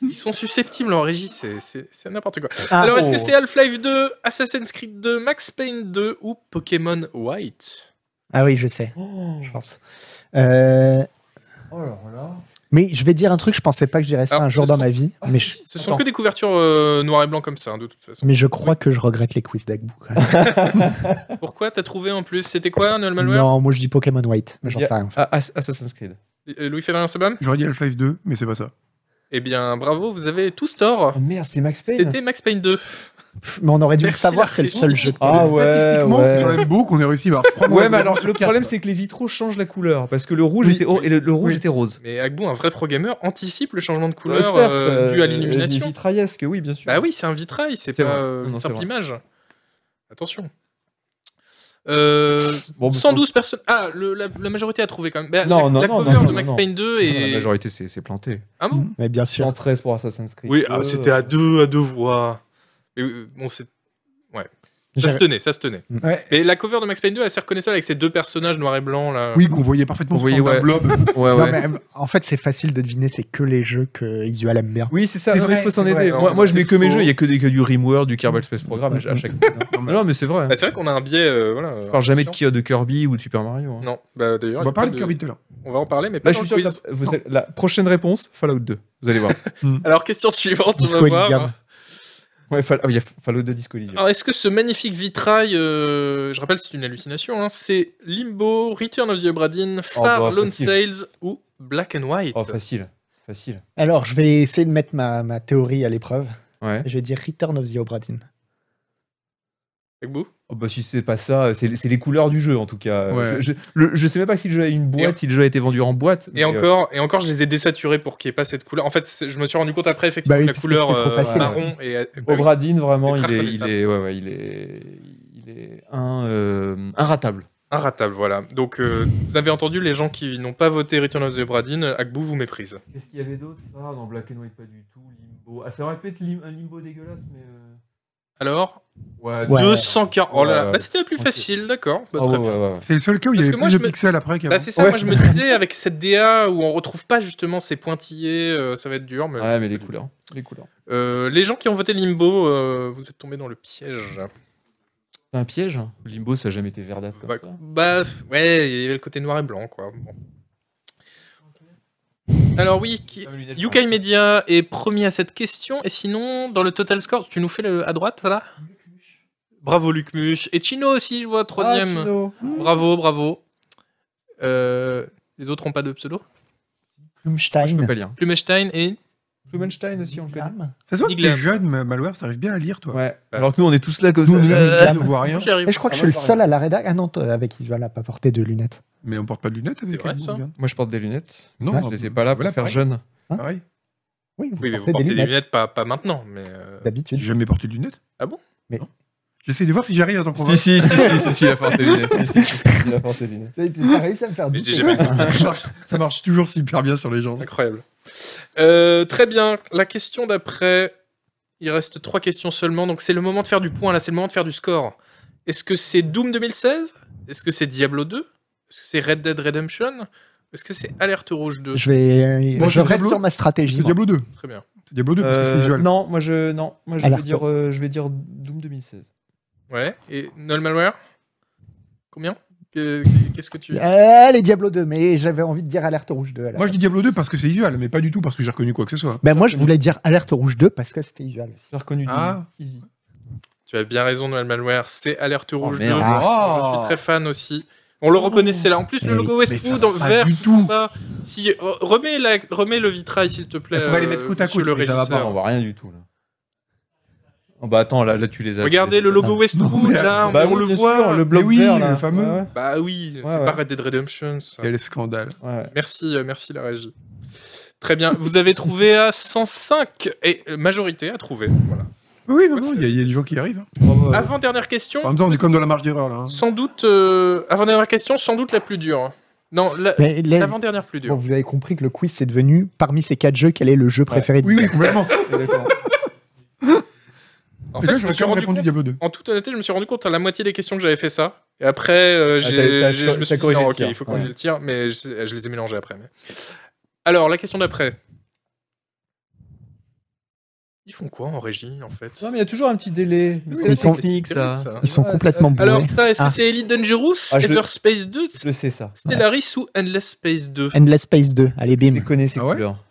Speaker 1: Ils sont susceptibles en régie, c'est- c'est c'est n'importe quoi.
Speaker 3: Ah,
Speaker 1: Alors, est-ce
Speaker 3: oh.
Speaker 1: que c'est Half-Life 2, Assassin's Creed 2, Max Payne 2 ou Pokémon White
Speaker 4: Ah oui, je sais,
Speaker 3: Oh,
Speaker 4: je pense. Euh,
Speaker 3: oh là là.
Speaker 4: mais je vais dire un truc, je pensais pas que je dirais ça
Speaker 1: Alors,
Speaker 4: un jour
Speaker 1: ce
Speaker 4: dans
Speaker 1: sont-
Speaker 4: ma vie.
Speaker 3: Ah,
Speaker 4: Mais
Speaker 3: si,
Speaker 4: je,
Speaker 1: Ce sont
Speaker 3: Attends.
Speaker 1: que des couvertures euh, noir et blanc comme ça, hein, de toute façon.
Speaker 4: mais je crois que je regrette les quiz d'Agbou. quand même.
Speaker 1: Pourquoi t'as trouvé en plus C'était quoi, Noël Malware
Speaker 4: non, moi je dis Pokémon White, mais j'en
Speaker 3: Y a-
Speaker 4: sais rien.
Speaker 3: Ah, Ass- Assassin's Creed.
Speaker 1: Euh, Louis Félin Sabam
Speaker 2: J'aurais dit Half-Life 2, mais c'est pas ça.
Speaker 1: Eh bien, bravo, vous avez tous tort.
Speaker 3: Oh merde, c'est Max Payne.
Speaker 1: C'était Max Payne 2.
Speaker 4: Pff, Mais on aurait dû
Speaker 1: Merci,
Speaker 4: le savoir,
Speaker 1: la
Speaker 4: c'est le
Speaker 1: réponse.
Speaker 4: seul jeu.
Speaker 3: Ah ouais,
Speaker 2: Statistiquement,
Speaker 3: ouais.
Speaker 2: c'est quand même beau qu'on ait réussi à avoir trois
Speaker 3: Ouais,
Speaker 2: mauvaises
Speaker 3: mais alors
Speaker 2: sur
Speaker 3: le
Speaker 2: quatre.
Speaker 3: problème, c'est que les vitraux changent la couleur. Parce que le rouge,
Speaker 2: Oui.
Speaker 3: était, or- et le, le rouge
Speaker 2: Oui.
Speaker 3: était rose.
Speaker 1: Mais Agbo, un vrai pro-gamer, anticipe le changement de couleur
Speaker 3: Certes,
Speaker 1: euh, dû à
Speaker 3: euh,
Speaker 1: l'illumination.
Speaker 3: des vitraillesques, oui, bien sûr.
Speaker 1: Bah oui, c'est un vitrail, c'est
Speaker 3: C'est
Speaker 1: pas
Speaker 3: vrai.
Speaker 1: euh,
Speaker 3: Non,
Speaker 1: une
Speaker 3: c'est
Speaker 1: simple
Speaker 3: vrai.
Speaker 1: image. Attention. Euh,
Speaker 3: Bon, bah,
Speaker 1: 112 personnes. Ah, le- la, la majorité a trouvé quand même. Bah,
Speaker 3: Non,
Speaker 1: la,
Speaker 3: non,
Speaker 1: la
Speaker 3: non,
Speaker 1: cover
Speaker 3: non, non,
Speaker 1: de Max
Speaker 3: non.
Speaker 1: Payne 2
Speaker 3: Non,
Speaker 1: et.
Speaker 3: La majorité s'est s'est plantée.
Speaker 1: Ah bon
Speaker 4: Mais bien sûr.
Speaker 3: 113 pour Assassin's Creed.
Speaker 1: Oui, ah,
Speaker 3: Euh,
Speaker 1: c'était à deux, à deux voix. Et, euh, bon, c'est- ça se
Speaker 4: J'avais-
Speaker 1: tenait, ça se tenait.
Speaker 3: Mm.
Speaker 2: Ouais.
Speaker 1: Et la cover de Max Payne 2, elle est reconnaissable avec ces deux personnages noirs et blancs là.
Speaker 2: Oui, qu'on voyait parfaitement
Speaker 3: Qu'on
Speaker 2: sur
Speaker 3: voyait,
Speaker 2: un
Speaker 3: ouais.
Speaker 2: blob.
Speaker 1: Ah
Speaker 3: Ouais,
Speaker 4: Non,
Speaker 3: ouais.
Speaker 4: mais, euh, en fait, c'est facile de deviner, c'est que les jeux que Isual aime bien.
Speaker 3: Oui, c'est ça.
Speaker 2: C'est
Speaker 3: Non,
Speaker 2: vrai,
Speaker 3: mais il faut s'en
Speaker 2: c'est
Speaker 3: aider.
Speaker 2: vrai.
Speaker 3: moi,
Speaker 1: Non,
Speaker 3: moi, je
Speaker 1: c'est
Speaker 3: mets que mes
Speaker 1: faux.
Speaker 3: jeux. Il y a que, des- que du RimWorld, du Kerbal Space Program à, à chaque. non, mais- non, mais c'est vrai.
Speaker 1: Bah, c'est vrai qu'on a un biais. euh, voilà,
Speaker 3: Je parle jamais de, Ki- de Kirby ou de Super Mario. hein.
Speaker 1: Non, bah d'ailleurs.
Speaker 2: On
Speaker 1: il y a
Speaker 2: va parler
Speaker 1: pas
Speaker 2: de Kirby tout à l'heure.
Speaker 1: On va en parler, mais pas
Speaker 3: Là, je
Speaker 1: dans
Speaker 3: suis
Speaker 1: le
Speaker 3: sûr que
Speaker 1: quiz.
Speaker 3: ça- vous allez- la prochaine réponse, Fallout 2. Vous allez voir.
Speaker 1: Alors, question suivante, on
Speaker 4: Disco
Speaker 1: va voir. hein.
Speaker 4: Elysium.
Speaker 3: Ouais, Fall- oh, il y a Fallout 2 Disco Elysium.
Speaker 1: Alors, est-ce que ce magnifique vitrail, euh, je rappelle, c'est une hallucination, hein, c'est Limbo, Return of the Obra Dinn, Far,
Speaker 3: bah,
Speaker 1: Lone
Speaker 3: facile.
Speaker 1: Sales ou Black and White
Speaker 3: Oh, facile. Facile.
Speaker 4: Alors, je vais essayer de mettre ma, ma théorie à l'épreuve.
Speaker 3: Ouais.
Speaker 4: Je vais dire Return of the Obra Dinn.
Speaker 1: Agbo
Speaker 3: Oh, bah, si c'est pas ça, c'est c'est les couleurs du jeu en tout cas.
Speaker 2: Ouais.
Speaker 3: Je, je, le- je sais même pas si le jeu a une boîte, si le jeu a été vendu en boîte.
Speaker 1: Et
Speaker 3: mais, euh,
Speaker 1: encore, et encore, je les ai désaturés pour qu'il n'y ait pas cette couleur. En fait, c'est- je me suis rendu compte après, effectivement,
Speaker 4: Bah oui,
Speaker 1: que la
Speaker 4: parce que c'était
Speaker 1: couleur
Speaker 4: trop
Speaker 1: euh,
Speaker 4: facile.
Speaker 1: marron et. et- bah oui.
Speaker 3: Obra Dinn, vraiment,
Speaker 1: C'est
Speaker 3: il
Speaker 1: très
Speaker 3: est, il est, ouais, ouais, il est, il est un, euh, inratable.
Speaker 1: Inratable, voilà. Donc, euh, vous avez entendu, les gens qui n'ont pas voté Return of the Obra Dinn, Agbo vous méprise.
Speaker 3: Qu'est-ce qu'il y avait d'autre ça Dans Black and White, pas du tout. Limbo. Ah, ça aurait pu être un limbo dégueulasse, mais. euh,
Speaker 1: Alors
Speaker 3: Ouais,
Speaker 4: Ouais.
Speaker 1: 240. Oh là là,
Speaker 3: Ouais,
Speaker 1: bah, c'était le plus
Speaker 3: tranquille.
Speaker 1: facile, d'accord. Bah,
Speaker 3: Ah,
Speaker 1: très
Speaker 3: ouais,
Speaker 1: bien.
Speaker 3: ouais, ouais.
Speaker 2: C'est le seul cas où il y
Speaker 1: Parce
Speaker 2: avait
Speaker 1: que moi,
Speaker 2: plus de
Speaker 1: je me-
Speaker 2: pixels après qu'avant.
Speaker 1: Bah, c'est ça,
Speaker 3: Ouais.
Speaker 1: moi je me disais, avec cette DA où on retrouve pas justement ces pointillés, euh, ça va être dur. Mais...
Speaker 3: Ouais, mais les couleurs. Les couleurs.
Speaker 1: Euh, les gens qui ont voté Limbo, euh, vous êtes tombés dans le piège.
Speaker 3: Ah, C'est un piège hein. Limbo, ça a jamais été verdâtre comme
Speaker 1: Bah,
Speaker 3: ça.
Speaker 1: bah, ouais, il y avait le côté noir et blanc, quoi. Bon. Alors oui,
Speaker 3: Ah,
Speaker 1: qui... Yukai Media est premier à cette question, et sinon, dans le total score, tu nous fais le à droite, là Bravo Luc Muche, et Chino aussi, je vois, troisième.
Speaker 3: Ah, Chino.
Speaker 1: bravo, bravo. Euh, les autres ont pas de pseudo
Speaker 3: Ah, Je peux
Speaker 4: Blumstein.
Speaker 3: pas lire.
Speaker 1: Plumestein et...
Speaker 3: Blumenstein aussi, on le connaît.
Speaker 4: Blam.
Speaker 2: Ça se voit que
Speaker 1: Niglam.
Speaker 2: les jeunes ma- malwares, t'arrives bien à lire, toi.
Speaker 3: Ouais. Alors que nous, on est tous là comme
Speaker 2: Nous, on
Speaker 3: ça.
Speaker 2: est là,
Speaker 4: Euh,
Speaker 2: on ne voit rien,
Speaker 1: J'arrive.
Speaker 4: Et je crois que je suis le seul à la rédac. Ah non, toi, avec Isual à pas porter de lunettes.
Speaker 2: mais on porte pas de lunettes avec
Speaker 1: C'est vrai,
Speaker 2: les
Speaker 1: ça
Speaker 2: Niglam.
Speaker 3: Moi, je porte des lunettes.
Speaker 2: Non,
Speaker 4: Ah,
Speaker 3: Je
Speaker 2: bah,
Speaker 3: les ai pas là pour
Speaker 2: voilà,
Speaker 3: faire
Speaker 2: pareil.
Speaker 3: jeune.
Speaker 4: Hein
Speaker 2: Pareil.
Speaker 4: Oui, vous
Speaker 1: Oui, mais
Speaker 4: portez,
Speaker 1: vous portez
Speaker 4: des
Speaker 1: des
Speaker 4: lunettes
Speaker 1: lunettes, pas, pas maintenant, mais... euh,
Speaker 2: J'ai
Speaker 4: d'habitude.
Speaker 2: jamais porté de lunettes.
Speaker 1: Ah bon
Speaker 4: Mais-
Speaker 2: Non. J'essaie de voir si j'arrive à t'en
Speaker 3: Si,
Speaker 2: convaincre.
Speaker 3: si, si, si, si, si, il a porté des lunettes. Si, si, si, si, si, il a porté des lunettes.
Speaker 4: T'as réussi à me faire
Speaker 1: Mais j'ai jamais compris.
Speaker 2: Ça marche, ça marche toujours super bien sur les gens.
Speaker 1: Incroyable. Euh, très bien. La question d'après. Il reste trois questions seulement, donc c'est le moment de faire du point. Là, c'est le moment de faire du score. Est-ce que c'est Doom 2016 Est-ce que c'est Diablo 2 Est-ce que c'est Red Dead Redemption Est-ce que c'est Alerte Rouge 2
Speaker 4: Je vais. euh,
Speaker 2: Bon,
Speaker 4: je
Speaker 2: c'est
Speaker 4: reste
Speaker 2: Diablo.
Speaker 4: sur ma stratégie.
Speaker 2: C'est
Speaker 4: moi.
Speaker 2: Diablo 2.
Speaker 1: Très bien.
Speaker 2: C'est Diablo 2 parce que c'est
Speaker 3: Euh,
Speaker 2: visuel.
Speaker 3: non, moi je non, moi je vais
Speaker 4: Alerte.
Speaker 3: dire euh, je vais dire Doom 2016.
Speaker 1: Ouais. Et Null Malware Combien Que- Qu'est-ce que tu.
Speaker 4: Euh, les Diablo 2, mais j'avais envie de dire Alerte Rouge 2. alors.
Speaker 2: Moi, je dis Diablo 2 parce que c'est visuel, mais pas du tout parce que j'ai reconnu quoi que ce soit.
Speaker 4: Ben, moi, je voulais dire Alerte Rouge 2 parce que c'était Isual aussi.
Speaker 3: J'ai reconnu Doom.
Speaker 2: Ah.
Speaker 3: Easy.
Speaker 1: Tu as bien raison, Noël Malware. C'est Alerte Rouge 2.
Speaker 3: merde.
Speaker 1: Je suis très fan aussi. On le reconnaissait là. En plus, le
Speaker 4: Mais-
Speaker 1: logo
Speaker 2: Mais ça
Speaker 1: Westwood en
Speaker 2: va pas
Speaker 1: vert.
Speaker 2: du tout.
Speaker 1: Bah, si, re- remets, la- remets le vitrail, s'il te plaît.
Speaker 2: Il faudrait les
Speaker 1: euh,
Speaker 2: mettre côte à
Speaker 1: monsieur
Speaker 2: côte,
Speaker 1: le
Speaker 2: mais ça va
Speaker 1: régisseur.
Speaker 2: pas,
Speaker 3: on voit rien du tout là. Oh, bah attends, là, là tu les as.
Speaker 1: Regardez le logo
Speaker 2: Non,
Speaker 1: Westwood,
Speaker 2: mais-
Speaker 1: là, on-
Speaker 3: Bah,
Speaker 1: on
Speaker 3: oui,
Speaker 1: le
Speaker 3: bien
Speaker 1: voit.
Speaker 3: sûr, le bloc
Speaker 2: Mais oui,
Speaker 3: vert, là.
Speaker 2: le fameux.
Speaker 3: Ouais,
Speaker 1: Bah oui, c'est
Speaker 3: ouais.
Speaker 1: pas Red Dead Redemption. ça.
Speaker 2: Quel scandale.
Speaker 3: ouais, ouais.
Speaker 1: Merci, euh, merci la régie. Très bien, vous avez trouvé à 105 et euh, majorité à trouver. Voilà.
Speaker 2: Oui, non,
Speaker 1: Ouais,
Speaker 2: non,
Speaker 1: c'est-
Speaker 2: il y a- il y, a des gens qui arrivent. hein.
Speaker 3: Bravo, ouais.
Speaker 1: Avant dernière question,
Speaker 2: En même temps, on est comme dans la marge d'erreur là. hein.
Speaker 1: sans doute euh, avant dernière question, sans doute la plus dure. Non, la-
Speaker 4: Mais les-
Speaker 1: l'avant dernière plus
Speaker 4: Bon,
Speaker 1: dure.
Speaker 4: vous avez compris que le quiz, c'est devenu parmi ces quatre jeux, quel est le jeu préféré
Speaker 2: Oui, oui,
Speaker 4: d'Isual.
Speaker 2: complètement.
Speaker 1: Ah.
Speaker 3: Ouais, d'accord.
Speaker 1: En
Speaker 2: Et
Speaker 1: fait,
Speaker 2: là,
Speaker 1: je me
Speaker 2: j'aurais
Speaker 1: suis
Speaker 2: quand même
Speaker 1: rendu
Speaker 2: répondu
Speaker 1: compte.
Speaker 2: Diablo 2.
Speaker 1: En toute honnêteté, je me suis rendu compte à la moitié des questions que j'avais fait ça. Et après, euh,
Speaker 3: Ah,
Speaker 1: j'ai-
Speaker 3: t'as- t'as
Speaker 1: j'ai-
Speaker 3: cor-
Speaker 1: je me
Speaker 3: t'as
Speaker 1: suis dit,
Speaker 3: corrigé
Speaker 1: non,
Speaker 3: le
Speaker 1: ok,
Speaker 3: tir,
Speaker 1: il faut
Speaker 3: ouais.
Speaker 1: corriger le tir, mais je, je les ai mélangés après. mais- Alors, la question d'après. Ils font quoi en régie, en fait
Speaker 3: Non, mais il y a toujours un petit délai.
Speaker 1: Oui,
Speaker 3: c'est
Speaker 1: mais
Speaker 3: la
Speaker 4: ils sont-
Speaker 3: technique
Speaker 1: c'est
Speaker 3: ça.
Speaker 1: terrible, ça.
Speaker 4: Ils sont
Speaker 3: Ouais,
Speaker 4: complètement
Speaker 3: c'est-
Speaker 4: bourrés.
Speaker 1: Alors ça, est-ce que
Speaker 4: Ah.
Speaker 1: c'est Elite Dangerous,
Speaker 3: Ah, je le-
Speaker 1: Everspace 2,
Speaker 3: Je le sais ça.
Speaker 1: Stellaris ou Endless Space 2
Speaker 4: Endless Space 2, allez,
Speaker 3: Je
Speaker 4: bim.
Speaker 3: les connais ces
Speaker 2: Ah ouais
Speaker 3: couleurs.
Speaker 1: Bah,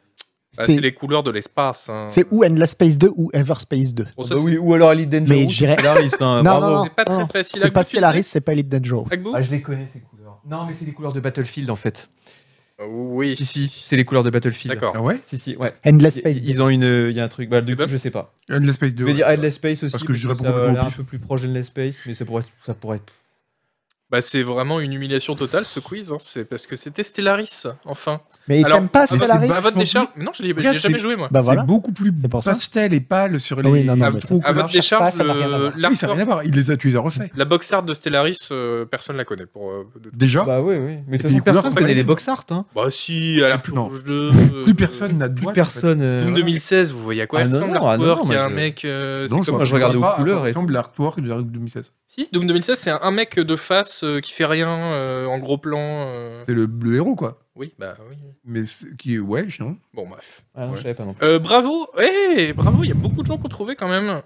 Speaker 1: C'est
Speaker 4: Ah, C'est-
Speaker 1: les couleurs de l'espace. hein.
Speaker 4: C'est ou Endless Space 2 ou Everspace 2.
Speaker 1: Bon,
Speaker 3: Ah
Speaker 1: ça,
Speaker 3: bah
Speaker 1: c'est-
Speaker 3: oui, ou alors Elite Dangerous.
Speaker 4: Mais j'irais-
Speaker 3: Stellaris, hein,
Speaker 4: Non,
Speaker 3: bravo.
Speaker 4: non,
Speaker 1: C'est pas très
Speaker 4: non,
Speaker 1: facile.
Speaker 4: C'est
Speaker 1: Agbo,
Speaker 4: pas
Speaker 1: tu le
Speaker 4: Stellaris, c'est pas Elite Dangerous.
Speaker 1: dis Agbo
Speaker 3: Ah, je les connais ces couleurs. Non, mais c'est les couleurs de Battlefield en fait.
Speaker 1: Oui.
Speaker 3: Si, si, c'est les couleurs de Battlefield.
Speaker 1: D'accord.
Speaker 2: Ah ouais
Speaker 3: Si, si, ouais.
Speaker 4: Endless
Speaker 3: Ils-
Speaker 4: Space.
Speaker 3: Ils ont une. Il y a un truc. Bah,
Speaker 1: C'est
Speaker 3: du coup,
Speaker 1: pas-
Speaker 3: je sais pas.
Speaker 2: Endless Space 2.
Speaker 3: Je vais
Speaker 2: ouais.
Speaker 3: dire Endless Space aussi.
Speaker 2: Parce que je dirais
Speaker 3: ça
Speaker 2: complètement
Speaker 3: a
Speaker 2: au
Speaker 3: l'air un
Speaker 2: pif.
Speaker 3: peu plus proche d'Endless Space, mais ça pourrait, être- ça pourrait être.
Speaker 1: Bah, c'est vraiment une humiliation totale ce quiz. hein. C'est parce que c'était Stellaris, enfin.
Speaker 4: Mais
Speaker 1: Alors,
Speaker 4: t'aimes pas
Speaker 1: à votre-
Speaker 4: Stellaris
Speaker 1: Bah, à votre
Speaker 2: franchement,
Speaker 1: décharge. Non, je l'ai je l'ai
Speaker 2: regarde,
Speaker 1: jamais
Speaker 2: c'est-
Speaker 1: joué moi.
Speaker 4: Bah
Speaker 2: C'est
Speaker 4: voilà.
Speaker 2: beaucoup plus
Speaker 4: C'est pour ça.
Speaker 2: pastel et pâle sur les
Speaker 4: Oui, non, non,
Speaker 2: Ah,
Speaker 4: mais
Speaker 2: trop
Speaker 1: À votre
Speaker 2: colorés.
Speaker 1: décharge,
Speaker 4: ça n'a rien à voir.
Speaker 1: le-
Speaker 2: Oui, ça n'a rien à
Speaker 1: l'artwork-
Speaker 2: voir. Il les a, tu les as refaits.
Speaker 1: la box art de Stellaris, euh, personne la connaît pour. euh, de-
Speaker 2: Déjà,
Speaker 3: Bah oui, oui. Mais de
Speaker 2: Et
Speaker 3: toute
Speaker 2: puis les
Speaker 3: façon,
Speaker 2: couleurs
Speaker 3: personne
Speaker 2: sont
Speaker 3: connaît
Speaker 2: pas
Speaker 3: les
Speaker 2: les
Speaker 3: box art. Hein.
Speaker 1: Bah si, à la
Speaker 2: Plus- non.
Speaker 1: Rouge 2.
Speaker 2: plus personne n'a de
Speaker 3: Plus
Speaker 2: voix, en fait.
Speaker 3: personne. euh,
Speaker 1: euh, Doom
Speaker 3: voilà.
Speaker 1: 2016, vous voyez à quoi
Speaker 3: Ah
Speaker 1: il
Speaker 3: non,
Speaker 1: ressemble
Speaker 3: non, ah non,
Speaker 1: l'artwork
Speaker 3: non,
Speaker 1: Il y a
Speaker 3: moi,
Speaker 1: un
Speaker 3: je-
Speaker 1: mec. euh, c'est
Speaker 2: Non,
Speaker 1: comme-
Speaker 3: moi, je regarde aux
Speaker 2: pas à quoi
Speaker 3: couleurs et-
Speaker 2: ressemble l'artwork de la 2016.
Speaker 1: Si, donc 2016, c'est un, un mec de face euh, qui fait rien euh, en gros plan. euh,
Speaker 2: C'est le, le héros, quoi.
Speaker 1: Oui, bah oui.
Speaker 2: Mais c'est- qui est ouais, non
Speaker 1: Bon, bref.
Speaker 3: Ah non,
Speaker 2: Ouais.
Speaker 3: je savais pas non plus.
Speaker 1: Euh, bravo Eh, bravo, il y a beaucoup de gens qui ont trouvé quand même.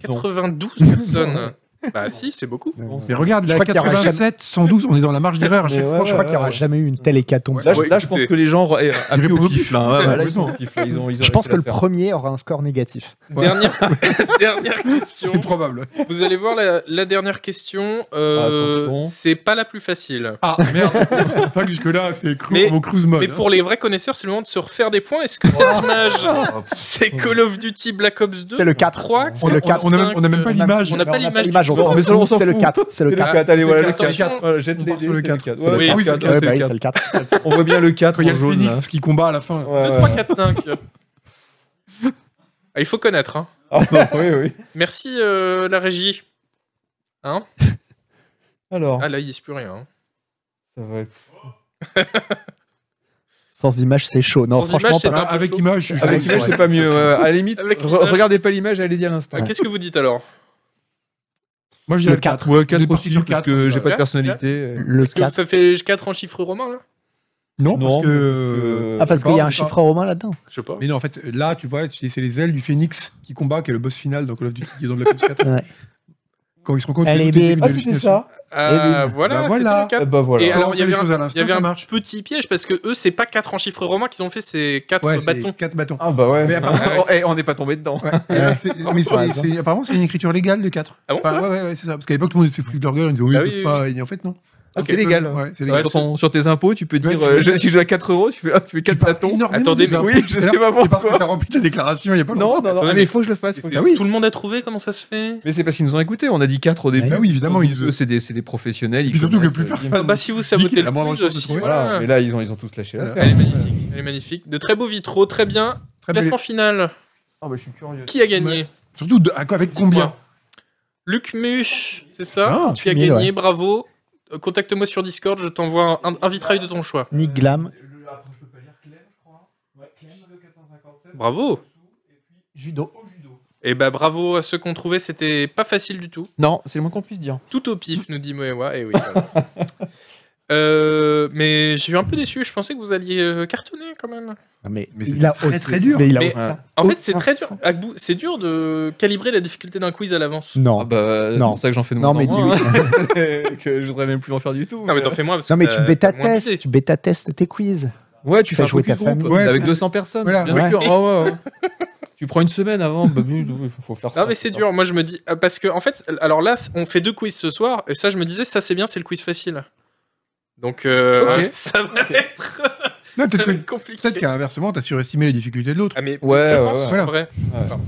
Speaker 1: 92 personnes. bah si, c'est beaucoup.
Speaker 4: Euh,
Speaker 2: Mais regarde,
Speaker 4: Je
Speaker 2: la
Speaker 4: crois qu'il y aura
Speaker 2: 87, 112, on est dans la marge d'erreur à
Speaker 3: Mais
Speaker 2: chaque
Speaker 3: ouais,
Speaker 2: fois.
Speaker 4: Je crois qu'il n'y aura
Speaker 3: ouais.
Speaker 4: jamais eu une telle hécatombe.
Speaker 3: Là, je-
Speaker 1: Ouais,
Speaker 3: là, je
Speaker 1: écoutez.
Speaker 3: pense que les gens euh, appuient
Speaker 2: répondent
Speaker 3: au
Speaker 2: au
Speaker 3: pif. là, ouais, ouais, là, ils sont au pif, là, ils ont- ils ont-
Speaker 4: Je pense
Speaker 3: ils
Speaker 4: que le
Speaker 3: doivent faire.
Speaker 4: premier aura un score négatif.
Speaker 1: Dernière, dernière question.
Speaker 2: C'est probable.
Speaker 1: Vous allez voir la, la dernière question. euh,
Speaker 3: Attention.
Speaker 1: c'est pas la plus facile.
Speaker 2: Ah merde C'est vrai que jusque-là, c'est cru
Speaker 1: Mais-
Speaker 2: mon cruise mode.
Speaker 1: Mais
Speaker 2: hein.
Speaker 1: pour les vrais connaisseurs, c'est le moment de se refaire des points. Est-ce que cette image,
Speaker 3: Ah, pff,
Speaker 1: c'est Call of Duty Black Ops 2
Speaker 4: C'est le 4.
Speaker 1: 3
Speaker 4: On-
Speaker 2: on,
Speaker 4: le
Speaker 2: a-
Speaker 4: quatre,
Speaker 2: on a même, on a même pas
Speaker 1: euh,
Speaker 2: l'image.
Speaker 1: on n'a
Speaker 4: Alors,
Speaker 1: pas
Speaker 4: on n'a
Speaker 1: l'image.
Speaker 4: l'image, on
Speaker 3: Non,
Speaker 4: s'en
Speaker 3: mais ça, on
Speaker 4: fout.
Speaker 3: s'en
Speaker 4: C'est le bah
Speaker 3: fout.
Speaker 4: 4. C'est
Speaker 3: C'est
Speaker 4: le
Speaker 3: le
Speaker 4: 4.
Speaker 3: 4, allez, voilà, le
Speaker 1: Attention.
Speaker 3: 4. Voilà, Jette
Speaker 2: On
Speaker 3: les
Speaker 2: part sur le
Speaker 3: dés, c'est le
Speaker 2: quatre.
Speaker 3: 4.
Speaker 2: C'est
Speaker 3: Ouais,
Speaker 1: le
Speaker 3: c'est le
Speaker 2: quatre.
Speaker 3: 4,
Speaker 4: Ouais,
Speaker 3: c'est
Speaker 4: bah
Speaker 3: le
Speaker 4: oui,
Speaker 3: 4.
Speaker 4: c'est le 4.
Speaker 3: On voit bien le 4
Speaker 2: Quand il y a
Speaker 3: en
Speaker 2: le
Speaker 3: jaune. là.
Speaker 2: phoenix qui combat à la fin.
Speaker 3: Ouais,
Speaker 1: 2,
Speaker 3: ouais.
Speaker 1: 3, 4, 5. Ah, il faut connaître. Hein.
Speaker 3: Ah, bah, oui, oui.
Speaker 1: Merci euh, la régie.
Speaker 3: Alors,
Speaker 1: Ah là, il n'y plus rien. hein.
Speaker 3: ça va être-
Speaker 4: Sans image, c'est chaud. Non,
Speaker 1: Sans
Speaker 4: franchement,
Speaker 1: image, c'est
Speaker 4: pas-
Speaker 2: Ah,
Speaker 1: un peu
Speaker 2: avec
Speaker 1: chaud.
Speaker 2: image, je-
Speaker 3: Avec
Speaker 2: je-
Speaker 3: l'image, c'est pas mieux. ouais, ouais. À la limite,
Speaker 1: Avec
Speaker 3: re-
Speaker 1: l'image.
Speaker 3: regardez pas l'image, allez-y à l'instant.
Speaker 1: Euh, Qu'est-ce que vous dites alors
Speaker 2: Moi, je dirais
Speaker 4: Le
Speaker 2: le
Speaker 4: quatre.
Speaker 2: 4.
Speaker 3: Ouais, 4 aussi, parce que j'ai pas de
Speaker 1: Ouais.
Speaker 3: personnalité. euh,
Speaker 4: le
Speaker 1: Parce que
Speaker 4: 4.
Speaker 1: Ça fait 4 en chiffre romain là
Speaker 2: Non,
Speaker 3: Non,
Speaker 2: parce que.
Speaker 3: euh,
Speaker 4: Ah, parce
Speaker 2: je sais
Speaker 4: qu'il y a
Speaker 2: pas,
Speaker 4: un
Speaker 2: je sais pas.
Speaker 4: chiffre romain là-dedans.
Speaker 1: Je sais pas.
Speaker 2: Mais non, en fait, là, tu vois, c'est c'est les ailes du phoenix qui combat, qui est le boss final dans Call of Duty, qui est dans Black Ops 4.
Speaker 4: Ouais.
Speaker 2: Quand ils se rendent compte
Speaker 4: Allez,
Speaker 2: que c'est
Speaker 4: bim.
Speaker 2: une
Speaker 3: Ah, c'était
Speaker 2: hallucination.
Speaker 3: ça
Speaker 1: Ah,
Speaker 4: Eh oui.
Speaker 1: voilà,
Speaker 2: Bah
Speaker 1: c'était
Speaker 2: voilà.
Speaker 1: le 4.
Speaker 3: Bah
Speaker 1: Et
Speaker 3: voilà.
Speaker 2: Alors,
Speaker 1: alors,
Speaker 2: on
Speaker 1: il y
Speaker 2: fait les
Speaker 1: avait un-
Speaker 2: choses à
Speaker 1: il y
Speaker 2: l'instant,
Speaker 1: avait
Speaker 2: ça
Speaker 1: un
Speaker 2: marche.
Speaker 1: petit piège parce que eux, c'est pas 4 en chiffre romain qu'ils ont fait, c'est 4
Speaker 2: Ouais, c'est
Speaker 1: bâtons.
Speaker 2: 4 bâtons.
Speaker 3: Ah, bah ouais.
Speaker 2: Mais apparemment-
Speaker 3: Eh, On n'est pas tombé dedans.
Speaker 2: Ouais. Et là, c'est- mais c'est-
Speaker 4: Par exemple.
Speaker 2: c'est- apparemment, c'est une écriture légale de 4.
Speaker 1: Ah bon, c'est
Speaker 2: ouais, ouais, ouais, c'est ça. Parce qu'à l'époque, tout le monde s'est foutu de leur gueule. Ils disaient, oui,
Speaker 1: Ah
Speaker 2: ils
Speaker 1: oui,
Speaker 2: peuvent
Speaker 1: oui,
Speaker 2: pas. Et en fait, non.
Speaker 3: Ah,
Speaker 1: Ok.
Speaker 3: c'est légal.
Speaker 2: Ouais, c'est
Speaker 1: Ouais,
Speaker 2: légal.
Speaker 3: Sur, ton- sur tes impôts, tu peux dire
Speaker 2: c'est
Speaker 3: euh, je,
Speaker 2: légal.
Speaker 3: si je joue à 4 euros, tu fais, ah, tu fais 4 bâtons.
Speaker 1: Attendez, mais
Speaker 3: Oui, je sais pas
Speaker 2: C'est parce que
Speaker 3: pourquoi.
Speaker 2: t'as rempli ta déclaration il y a pas longtemps.
Speaker 3: Non, non, non,
Speaker 1: Attendez,
Speaker 3: ah, mais il faut que je le fasse. faut que je-
Speaker 2: Ah oui.
Speaker 1: Tout le monde a trouvé comment ça se fait
Speaker 3: Mais c'est parce qu'ils nous ont écoutés, on a dit 4 au début.
Speaker 2: Bah oui, évidemment,
Speaker 3: Ils
Speaker 2: ils-
Speaker 3: disent, eux, c'est des, c'est des professionnels.
Speaker 2: Puis surtout que
Speaker 3: connaissent,
Speaker 2: plus
Speaker 3: euh,
Speaker 2: personne.
Speaker 1: Bah, si vous
Speaker 2: Dick,
Speaker 1: sabotez
Speaker 2: la
Speaker 1: le
Speaker 2: moindre
Speaker 1: quiz
Speaker 2: chance de
Speaker 1: aussi,
Speaker 2: trouver.
Speaker 3: Voilà,
Speaker 1: voilà.
Speaker 3: mais là, ils ont, ils ont tous lâché
Speaker 2: Voilà.
Speaker 3: l'affaire.
Speaker 1: Elle est magnifique, elle est magnifique. De très beaux vitraux, très bien.
Speaker 2: Très
Speaker 1: Classement
Speaker 2: bien.
Speaker 1: final,
Speaker 3: Ah, bah, je suis curieux.
Speaker 1: qui a gagné
Speaker 2: Surtout de- à quoi- avec combien
Speaker 1: Dites-moi. Luc Muche, c'est ça
Speaker 2: Ah,
Speaker 1: Tu as
Speaker 4: 8000,
Speaker 1: gagné,
Speaker 4: ouais.
Speaker 1: bravo. Euh, Contacte-moi sur Discord, je t'envoie un, un vitrail de ton choix.
Speaker 4: Nick Glam,
Speaker 1: Bravo
Speaker 4: judo.
Speaker 1: Et bah bravo à ceux qu'on trouvait, c'était pas facile du tout.
Speaker 3: Non, c'est le moins qu'on puisse dire.
Speaker 1: Tout au pif, nous dit Moewa. Et oui, voilà. Euh, mais je suis un peu déçu, je pensais que vous alliez euh, cartonner quand même.
Speaker 4: Mais,
Speaker 2: Mais
Speaker 4: il
Speaker 2: c'était
Speaker 4: a
Speaker 2: très,
Speaker 4: osé.
Speaker 2: très dur.
Speaker 4: Mais il a
Speaker 1: Mais-
Speaker 4: osé.
Speaker 3: Ouais.
Speaker 1: En fait,
Speaker 4: Oh,
Speaker 1: c'est
Speaker 4: ah,
Speaker 1: très dur. Agbou, C'est dur de calibrer la difficulté d'un quiz à l'avance.
Speaker 3: Ah
Speaker 4: Non.
Speaker 3: bah,
Speaker 4: Non.
Speaker 3: non. c'est ça que j'en fais de
Speaker 4: Non,
Speaker 3: moins
Speaker 4: mais
Speaker 3: en
Speaker 4: dis
Speaker 3: moins, hein. que je voudrais même plus en faire du tout. euh,
Speaker 1: Non, mais t'en fais moins parce que
Speaker 4: Non, mais
Speaker 1: t'as-
Speaker 4: tu
Speaker 1: t'as moins
Speaker 4: bêta-testes,
Speaker 1: d'idées.
Speaker 4: tu bêta-testes tes quiz.
Speaker 3: Ouais,
Speaker 4: Fais
Speaker 3: tu fais un
Speaker 4: jouer
Speaker 3: focus
Speaker 4: ta
Speaker 3: group
Speaker 4: famille.
Speaker 2: Ouais.
Speaker 3: avec 200 personnes.
Speaker 2: Voilà.
Speaker 3: bien
Speaker 4: Ouais.
Speaker 3: sûr. Ah Ouais, ouais, ouais. tu prends une semaine avant, bah, il faut faire ça.
Speaker 1: Non mais c'est dur, moi je me dis, euh, parce que en fait, alors là on fait deux quiz ce soir, et ça je me disais, ça c'est bien, c'est le quiz facile. Donc euh,
Speaker 3: Ok.
Speaker 1: ça va être,
Speaker 2: Non,
Speaker 1: ça
Speaker 2: Peut-être
Speaker 1: va
Speaker 2: que-
Speaker 1: être compliqué.
Speaker 2: peut-être qu'à inversement, t'as surestimé les difficultés de l'autre.
Speaker 1: Ah mais
Speaker 3: Ouais,
Speaker 1: je
Speaker 3: ouais,
Speaker 1: pense,
Speaker 3: ouais.
Speaker 1: en
Speaker 2: Voilà.
Speaker 1: vrai.
Speaker 4: Bah,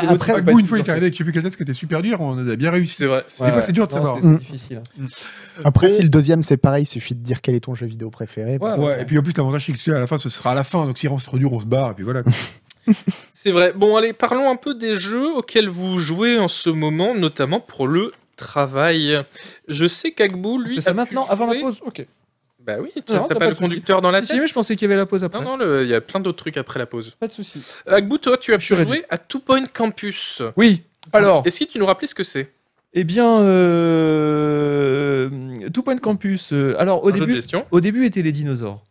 Speaker 3: que l'autre
Speaker 4: après,
Speaker 3: Ouais,
Speaker 2: Agbou,
Speaker 3: bah,
Speaker 2: une fois, il
Speaker 3: c'est
Speaker 2: est arrivé avec Cubicle Test qui était super dur. On a bien réussi.
Speaker 1: C'est vrai. c'est-
Speaker 2: Des fois, c'est dur de savoir.
Speaker 3: C'est
Speaker 4: Mm.
Speaker 3: difficile.
Speaker 4: après,
Speaker 1: Bon.
Speaker 4: si le deuxième c'est pareil, il suffit de dire quel est ton jeu vidéo préféré.
Speaker 3: Ouais.
Speaker 2: Ouais, et puis en plus, l'avantage, c'est que tu sais, à la fin, ce sera à la fin. Donc, si on se trop dur, on se barre. Et puis voilà.
Speaker 1: C'est vrai. Bon allez, parlons un peu des jeux auxquels vous jouez en ce moment, notamment pour le travail. Je sais qu'Agbou, lui...
Speaker 3: C'est ça
Speaker 1: a pu
Speaker 3: maintenant, avant la
Speaker 1: jouer-
Speaker 3: pause Ok.
Speaker 1: Bah oui, t'as
Speaker 3: Non,
Speaker 1: t'as
Speaker 3: t'as
Speaker 1: pas
Speaker 3: pas
Speaker 1: le
Speaker 3: de souci.
Speaker 1: conducteur dans la
Speaker 3: Si,
Speaker 1: tête.
Speaker 3: mais je pensais qu'il y avait la pause après.
Speaker 1: Non, non, le- il y a plein d'autres trucs après la pause.
Speaker 3: Pas de souci.
Speaker 1: Agbou, toi, tu as
Speaker 3: Je
Speaker 1: pu
Speaker 3: suis ready.
Speaker 1: jouer à Two Point Campus.
Speaker 3: Oui, alors.
Speaker 1: Est-ce que tu nous rappelais ce que c'est
Speaker 3: Eh bien, euh, tout point de campus. euh, alors, au
Speaker 1: Un jeu de
Speaker 3: début,
Speaker 1: gestion
Speaker 3: au début étaient les dinosaures.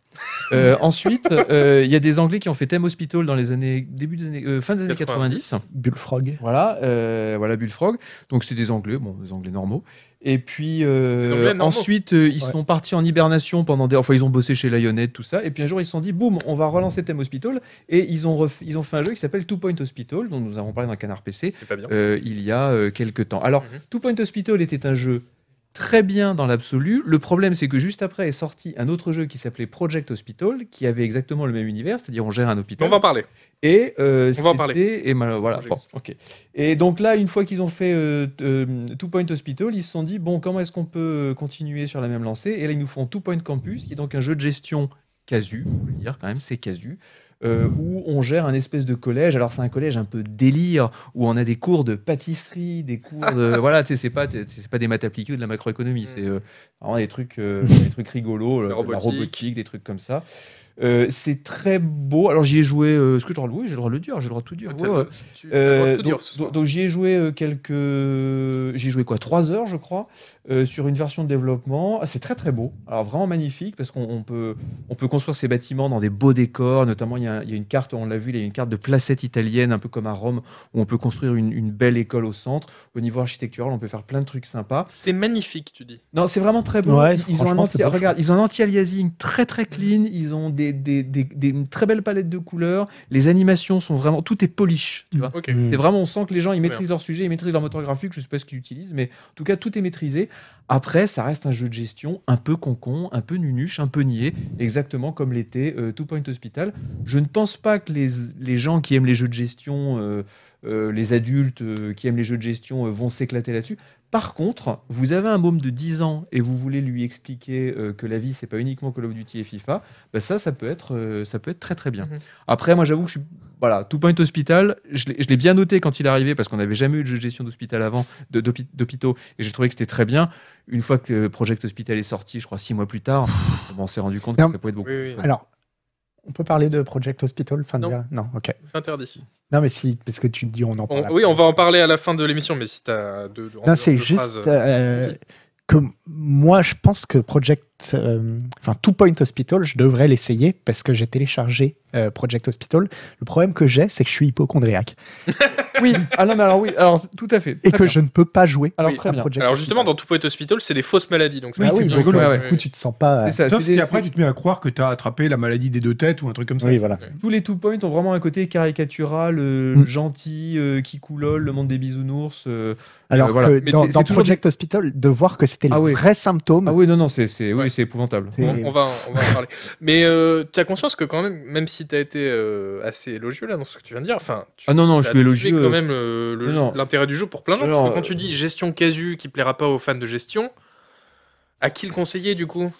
Speaker 3: Euh, ensuite, euh, il y a des Anglais qui ont fait Thème Hospital dans les années début des années, euh, fin des années
Speaker 1: 90.
Speaker 3: 90.
Speaker 4: Bullfrog.
Speaker 3: Voilà, euh, voilà Bullfrog. Donc c'est des Anglais, bon, des Anglais normaux. Et puis euh,
Speaker 1: Des Anglais normaux.
Speaker 3: ensuite, euh, ils
Speaker 4: Ouais.
Speaker 3: sont partis en hibernation pendant des. Enfin, ils ont bossé chez Lionhead, tout ça. Et puis un jour, ils se sont dit, boum, on va relancer Thème Hospital. Et ils ont, ref- ils ont fait un jeu qui s'appelle Two Point Hospital, dont nous avons parlé dans Canard PC
Speaker 1: C'est pas bien.
Speaker 3: euh, il y a euh, quelques euh, temps. Alors,
Speaker 1: Mhm.
Speaker 3: Two Point Hospital était un jeu très bien dans l'absolu. Le problème, c'est que juste après est sorti un autre jeu qui s'appelait Project Hospital, qui avait exactement le même univers, c'est-à-dire on gère un hôpital.
Speaker 1: On va en parler.
Speaker 3: Et euh,
Speaker 1: On va en
Speaker 3: c'était-
Speaker 1: parler.
Speaker 3: Et mal- voilà.
Speaker 1: Projet.
Speaker 3: bon, ok. Et donc là, une fois qu'ils ont fait euh, euh, Two Point Hospital, ils se sont dit bon, comment est-ce qu'on peut euh, continuer sur la même lancée Et là, ils nous font Two Point Campus, qui est donc un jeu de gestion casu, on peut le dire quand même, c'est casu. euh, où on gère un espèce de collège. Alors c'est un collège un peu délire où on a des cours de pâtisserie, des cours de voilà, tu sais c'est pas c'est c'est pas des maths appliquées ou de la macroéconomie,
Speaker 1: Mm.
Speaker 3: c'est euh, vraiment des trucs euh, des trucs rigolos, euh, la
Speaker 1: robotique.
Speaker 3: robotique, des trucs comme ça. Euh, c'est très beau. Alors j'y ai joué. euh, Est-ce que j'ai le droit de oui, j'ai le droit de le dire, j'ai le droit de tout dire. ouais, ouais.
Speaker 1: Tu-
Speaker 3: Euh,
Speaker 1: t'as Ah, le droit de tout
Speaker 3: donc
Speaker 1: dire ce soir.
Speaker 3: donc- donc j'y ai joué euh, quelques, j'y ai joué quoi, trois heures je crois, euh, sur une version de développement. Ah, c'est très très beau, alors vraiment magnifique parce qu'on on peut on peut construire ces bâtiments dans des beaux décors. Notamment il y a, il y a une carte, on l'a vu, il y a une carte de placette italienne un peu comme à Rome où on peut construire une, une belle école au centre. Au niveau architectural, on peut faire plein de trucs sympas.
Speaker 1: C'est magnifique, tu dis.
Speaker 3: Non, c'est vraiment très beau.
Speaker 4: Ouais,
Speaker 3: Ils- ils ont un
Speaker 4: franchement, c'est
Speaker 3: anti,
Speaker 4: pas fou.
Speaker 3: regarde, ils ont un anti-aliasing très très clean. Ils ont des, des, des- des- une très belle palette de couleurs. Les animations sont vraiment tout est polish, tu vois.
Speaker 1: Ok.
Speaker 4: Mm.
Speaker 3: C'est vraiment, on sent que les gens, ils
Speaker 1: Bien.
Speaker 3: maîtrisent leur sujet, ils maîtrisent leur moteur graphique, je sais pas ce qu'ils utilisent, mais en tout cas, tout est maîtrisé. Après, ça reste un jeu de gestion un peu concon, un peu nunuche, un peu niais, exactement comme l'était euh, Two Point Hospital. Je ne pense pas que les, les gens qui aiment les jeux de gestion, euh, euh, les adultes euh, qui aiment les jeux de gestion, euh, vont s'éclater là-dessus. Par contre, vous avez un môme de 10 ans et vous voulez lui expliquer euh, que la vie, c'est pas uniquement Call of Duty et FIFA, bah ça, ça peut être, euh, ça peut être très très bien.
Speaker 1: Mhm.
Speaker 3: Après, moi, j'avoue que je suis voilà, Two Point Hospital, je l'ai je l'ai bien noté quand il est arrivé parce qu'on n'avait jamais eu de jeu de gestion d'hôpital avant, de- d'hôpi- d'hôpitaux, et j'ai trouvé que c'était très bien. Une fois que euh, Project Hospital est sorti, je crois six mois plus tard, on s'est rendu compte que
Speaker 4: Non.
Speaker 3: ça pouvait être beaucoup.
Speaker 1: Oui, oui.
Speaker 3: plus fun.
Speaker 4: Alors, on peut parler de Project Hospital fin de
Speaker 1: Non.
Speaker 4: la- non, ok.
Speaker 1: C'est interdit.
Speaker 4: Non, mais si, parce que tu dis, on en
Speaker 1: On-
Speaker 4: parle.
Speaker 1: oui,
Speaker 4: après.
Speaker 1: on va en parler à la fin de l'émission, mais si t'as deux, deux- en
Speaker 4: Non,
Speaker 1: deux-
Speaker 4: c'est
Speaker 1: deux
Speaker 4: juste
Speaker 1: phrases, euh,
Speaker 4: euh,
Speaker 1: vas-y.
Speaker 4: que moi, je pense que Project, euh, enfin Two Point Hospital, je devrais l'essayer parce que j'ai téléchargé euh, Project Hospital. Le problème que j'ai, c'est que je suis hypochondriaque
Speaker 3: oui, ah non, mais alors oui, alors tout à fait.
Speaker 4: et
Speaker 3: très
Speaker 4: que
Speaker 3: bien.
Speaker 4: je ne peux pas jouer.
Speaker 3: Alors
Speaker 1: Oui,
Speaker 3: très
Speaker 4: à
Speaker 3: bien.
Speaker 4: Project
Speaker 1: Alors
Speaker 4: Hospital. Ah
Speaker 1: justement, dans Two Point Hospital, c'est des fausses maladies, donc ça,
Speaker 4: Oui,
Speaker 1: c'est
Speaker 4: c'est
Speaker 1: bien.
Speaker 4: rigolo.
Speaker 3: Ah ouais, ouais.
Speaker 4: Du coup, tu te sens pas.
Speaker 3: C'est ça,
Speaker 2: Sauf
Speaker 3: c'est des-
Speaker 2: si après
Speaker 3: c'est-
Speaker 2: tu te mets à croire que t'as attrapé la maladie des deux têtes ou un truc comme ça.
Speaker 4: euh, Oui, voilà.
Speaker 3: tous les two points ont vraiment un côté caricatural, euh,
Speaker 4: Mm. gentil,
Speaker 3: gentil, euh, qui coulole, le monde des bisounours. euh.
Speaker 4: Alors
Speaker 3: Euh, voilà.
Speaker 4: que
Speaker 3: Mais
Speaker 4: dans,
Speaker 3: c'est-
Speaker 4: dans
Speaker 3: c'est toujours
Speaker 4: Project Hospital, de voir que c'était le
Speaker 3: Ah oui.
Speaker 4: vrai symptôme.
Speaker 3: Ah oui, non, non, c'est c'est- oui,
Speaker 1: Ouais.
Speaker 3: c'est épouvantable.
Speaker 4: Mm. c'est-
Speaker 1: On, on va, en- on va en parler. Mais euh, tu as conscience que quand même, même si tu as été euh, assez élogieux là dans ce que tu viens de dire, enfin, tu
Speaker 3: Ah non, non,
Speaker 1: t'as
Speaker 3: je suis
Speaker 1: adjugé
Speaker 3: élogieux.
Speaker 1: quand
Speaker 3: euh,
Speaker 1: même euh, le
Speaker 3: Non,
Speaker 1: jeu-
Speaker 3: non.
Speaker 1: l'intérêt du jeu pour plein de gens.
Speaker 3: Non,
Speaker 1: parce que quand
Speaker 3: euh,
Speaker 1: tu dis gestion casu qui plaira pas aux fans de gestion, à qui le conseiller du coup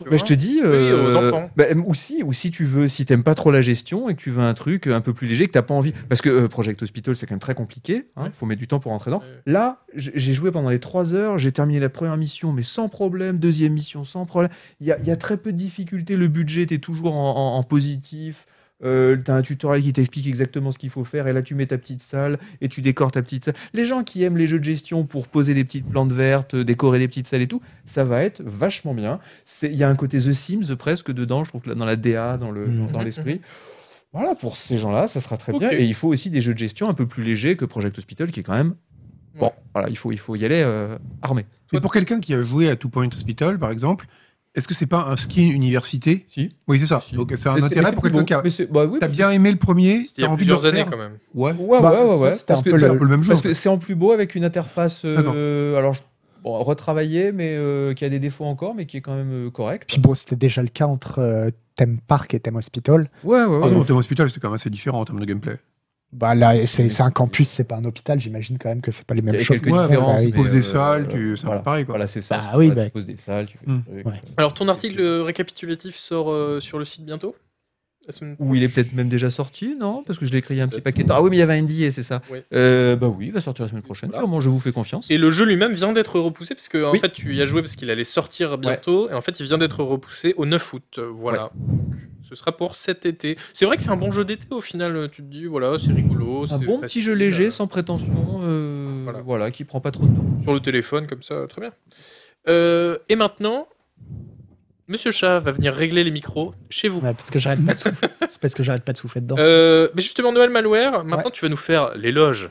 Speaker 1: Tu
Speaker 3: Bah,
Speaker 1: vois
Speaker 3: je te dis,
Speaker 1: aux
Speaker 3: euh,
Speaker 1: enfants.
Speaker 3: bah, ou si, ou si tu veux, si t'aimes pas trop la gestion et que tu veux un truc un peu plus léger, que t'as pas envie, parce que euh, Project Hospital c'est quand même très compliqué, hein,
Speaker 1: Ouais.
Speaker 3: faut mettre du temps pour rentrer dedans.
Speaker 1: Ouais.
Speaker 3: Euh, Là, j- j'ai joué pendant les 3 heures, j'ai terminé la première mission, mais sans problème, deuxième mission sans problème. Il y a, il y a très peu de difficultés, le budget t'es toujours en, en- en positif. Euh, t'as un tutoriel qui t'explique exactement ce qu'il faut faire et là tu mets ta petite salle et tu décores ta petite salle. Les gens qui aiment les jeux de gestion pour poser des petites plantes vertes, euh, décorer des petites salles et tout, ça va être vachement bien. C'est- Il y a un côté The Sims presque dedans, je trouve que là, dans la DA, dans le-
Speaker 4: Mhm.
Speaker 3: dans l'esprit. Voilà, pour ces gens-là, ça sera très
Speaker 1: Ok.
Speaker 3: bien. Et il faut aussi des jeux de gestion un peu plus légers que Project Hospital, qui est quand même. Bon,
Speaker 1: Ouais.
Speaker 3: voilà, il faut, il faut y aller euh, armé.
Speaker 2: Mais pour quelqu'un qui a joué à Two Point Hospital, par exemple, est-ce que c'est pas un skin université
Speaker 3: Si.
Speaker 2: Oui, c'est ça.
Speaker 3: Si.
Speaker 2: Donc c'est un
Speaker 3: Mais c'est- mais
Speaker 2: intérêt
Speaker 3: c'est
Speaker 2: pour
Speaker 3: plus
Speaker 2: quelqu'un
Speaker 3: beau.
Speaker 2: qui a.
Speaker 3: Mais c'est- bah oui,
Speaker 2: T'as
Speaker 3: parce
Speaker 2: bien aimé le
Speaker 1: C'était
Speaker 2: premier,
Speaker 1: il
Speaker 2: t'as
Speaker 1: y a
Speaker 2: envie de le
Speaker 1: plusieurs années
Speaker 2: refaire.
Speaker 1: quand même.
Speaker 2: Ouais.
Speaker 3: que- Ouais,
Speaker 4: Bah,
Speaker 3: ouais, ouais,
Speaker 4: ça,
Speaker 3: ouais,
Speaker 4: c'était
Speaker 3: parce
Speaker 4: un
Speaker 3: que-
Speaker 4: peu
Speaker 2: C'est
Speaker 4: le-
Speaker 2: un peu le même jeu.
Speaker 3: Parce que c'est en plus beau avec une interface, euh,
Speaker 2: D'accord.
Speaker 3: alors je- bon, retravaillée, mais euh, qui a des défauts encore, mais qui est quand même euh, correcte.
Speaker 4: Puis bon, c'était déjà le cas entre euh, Theme Park et Thème Hospital.
Speaker 3: Ouais, ouais, ouais.
Speaker 2: Ah non, Thème Hospital, c'est quand même assez différent en termes de gameplay.
Speaker 4: Bah là, c'est c'est un campus, c'est pas un hôpital. J'imagine quand même que c'est pas les mêmes
Speaker 3: Il y a
Speaker 4: choses.
Speaker 3: quelques
Speaker 2: Ouais,
Speaker 3: différences.
Speaker 4: bah oui.
Speaker 3: mais,
Speaker 2: Pose des
Speaker 3: euh,
Speaker 2: salles, tu- c'est un peu
Speaker 3: voilà.
Speaker 2: pareil, quoi.
Speaker 3: Voilà, c'est ça.
Speaker 4: Bah
Speaker 3: c'est
Speaker 4: oui,
Speaker 3: ça,
Speaker 4: bah-
Speaker 3: Tu poses des salles, tu fais
Speaker 2: Hmm.
Speaker 3: des trucs,
Speaker 4: Ouais.
Speaker 3: euh.
Speaker 1: Alors ton article euh, récapitulatif sort euh, sur le site bientôt La semaine-
Speaker 3: Ou il est peut-être même déjà sorti, non Parce que je l'ai écrit il y a un petit paquet de temps. Ah oui, mais il y avait un NDA, c'est ça
Speaker 1: Ouais.
Speaker 3: Euh, Bah oui, il va sortir la semaine prochaine,
Speaker 1: Voilà.
Speaker 3: sûrement, je vous fais confiance.
Speaker 1: Et le jeu lui-même vient d'être repoussé parce que en
Speaker 3: Oui.
Speaker 1: fait tu y as joué parce qu'il allait sortir bientôt et en fait il vient d'être repoussé au 9 août. euh, Voilà. Ce sera pour cet été. C'est vrai que c'est un bon jeu d'été au final. euh, Tu te dis voilà c'est rigolo.
Speaker 3: Un
Speaker 1: c'est
Speaker 3: bon
Speaker 1: facile,
Speaker 3: petit jeu léger,
Speaker 1: euh,
Speaker 3: sans prétention, euh,
Speaker 1: Voilà.
Speaker 3: voilà. qui prend pas trop de temps.
Speaker 1: sur le téléphone comme ça très bien. Euh, et maintenant Monsieur Chat va venir régler les micros chez vous.
Speaker 4: Ouais, parce que j'arrête pas de souffler. C'est parce que j'arrête pas de souffler dedans.
Speaker 1: Euh, mais justement Noël Malware, maintenant tu vas nous faire l'éloge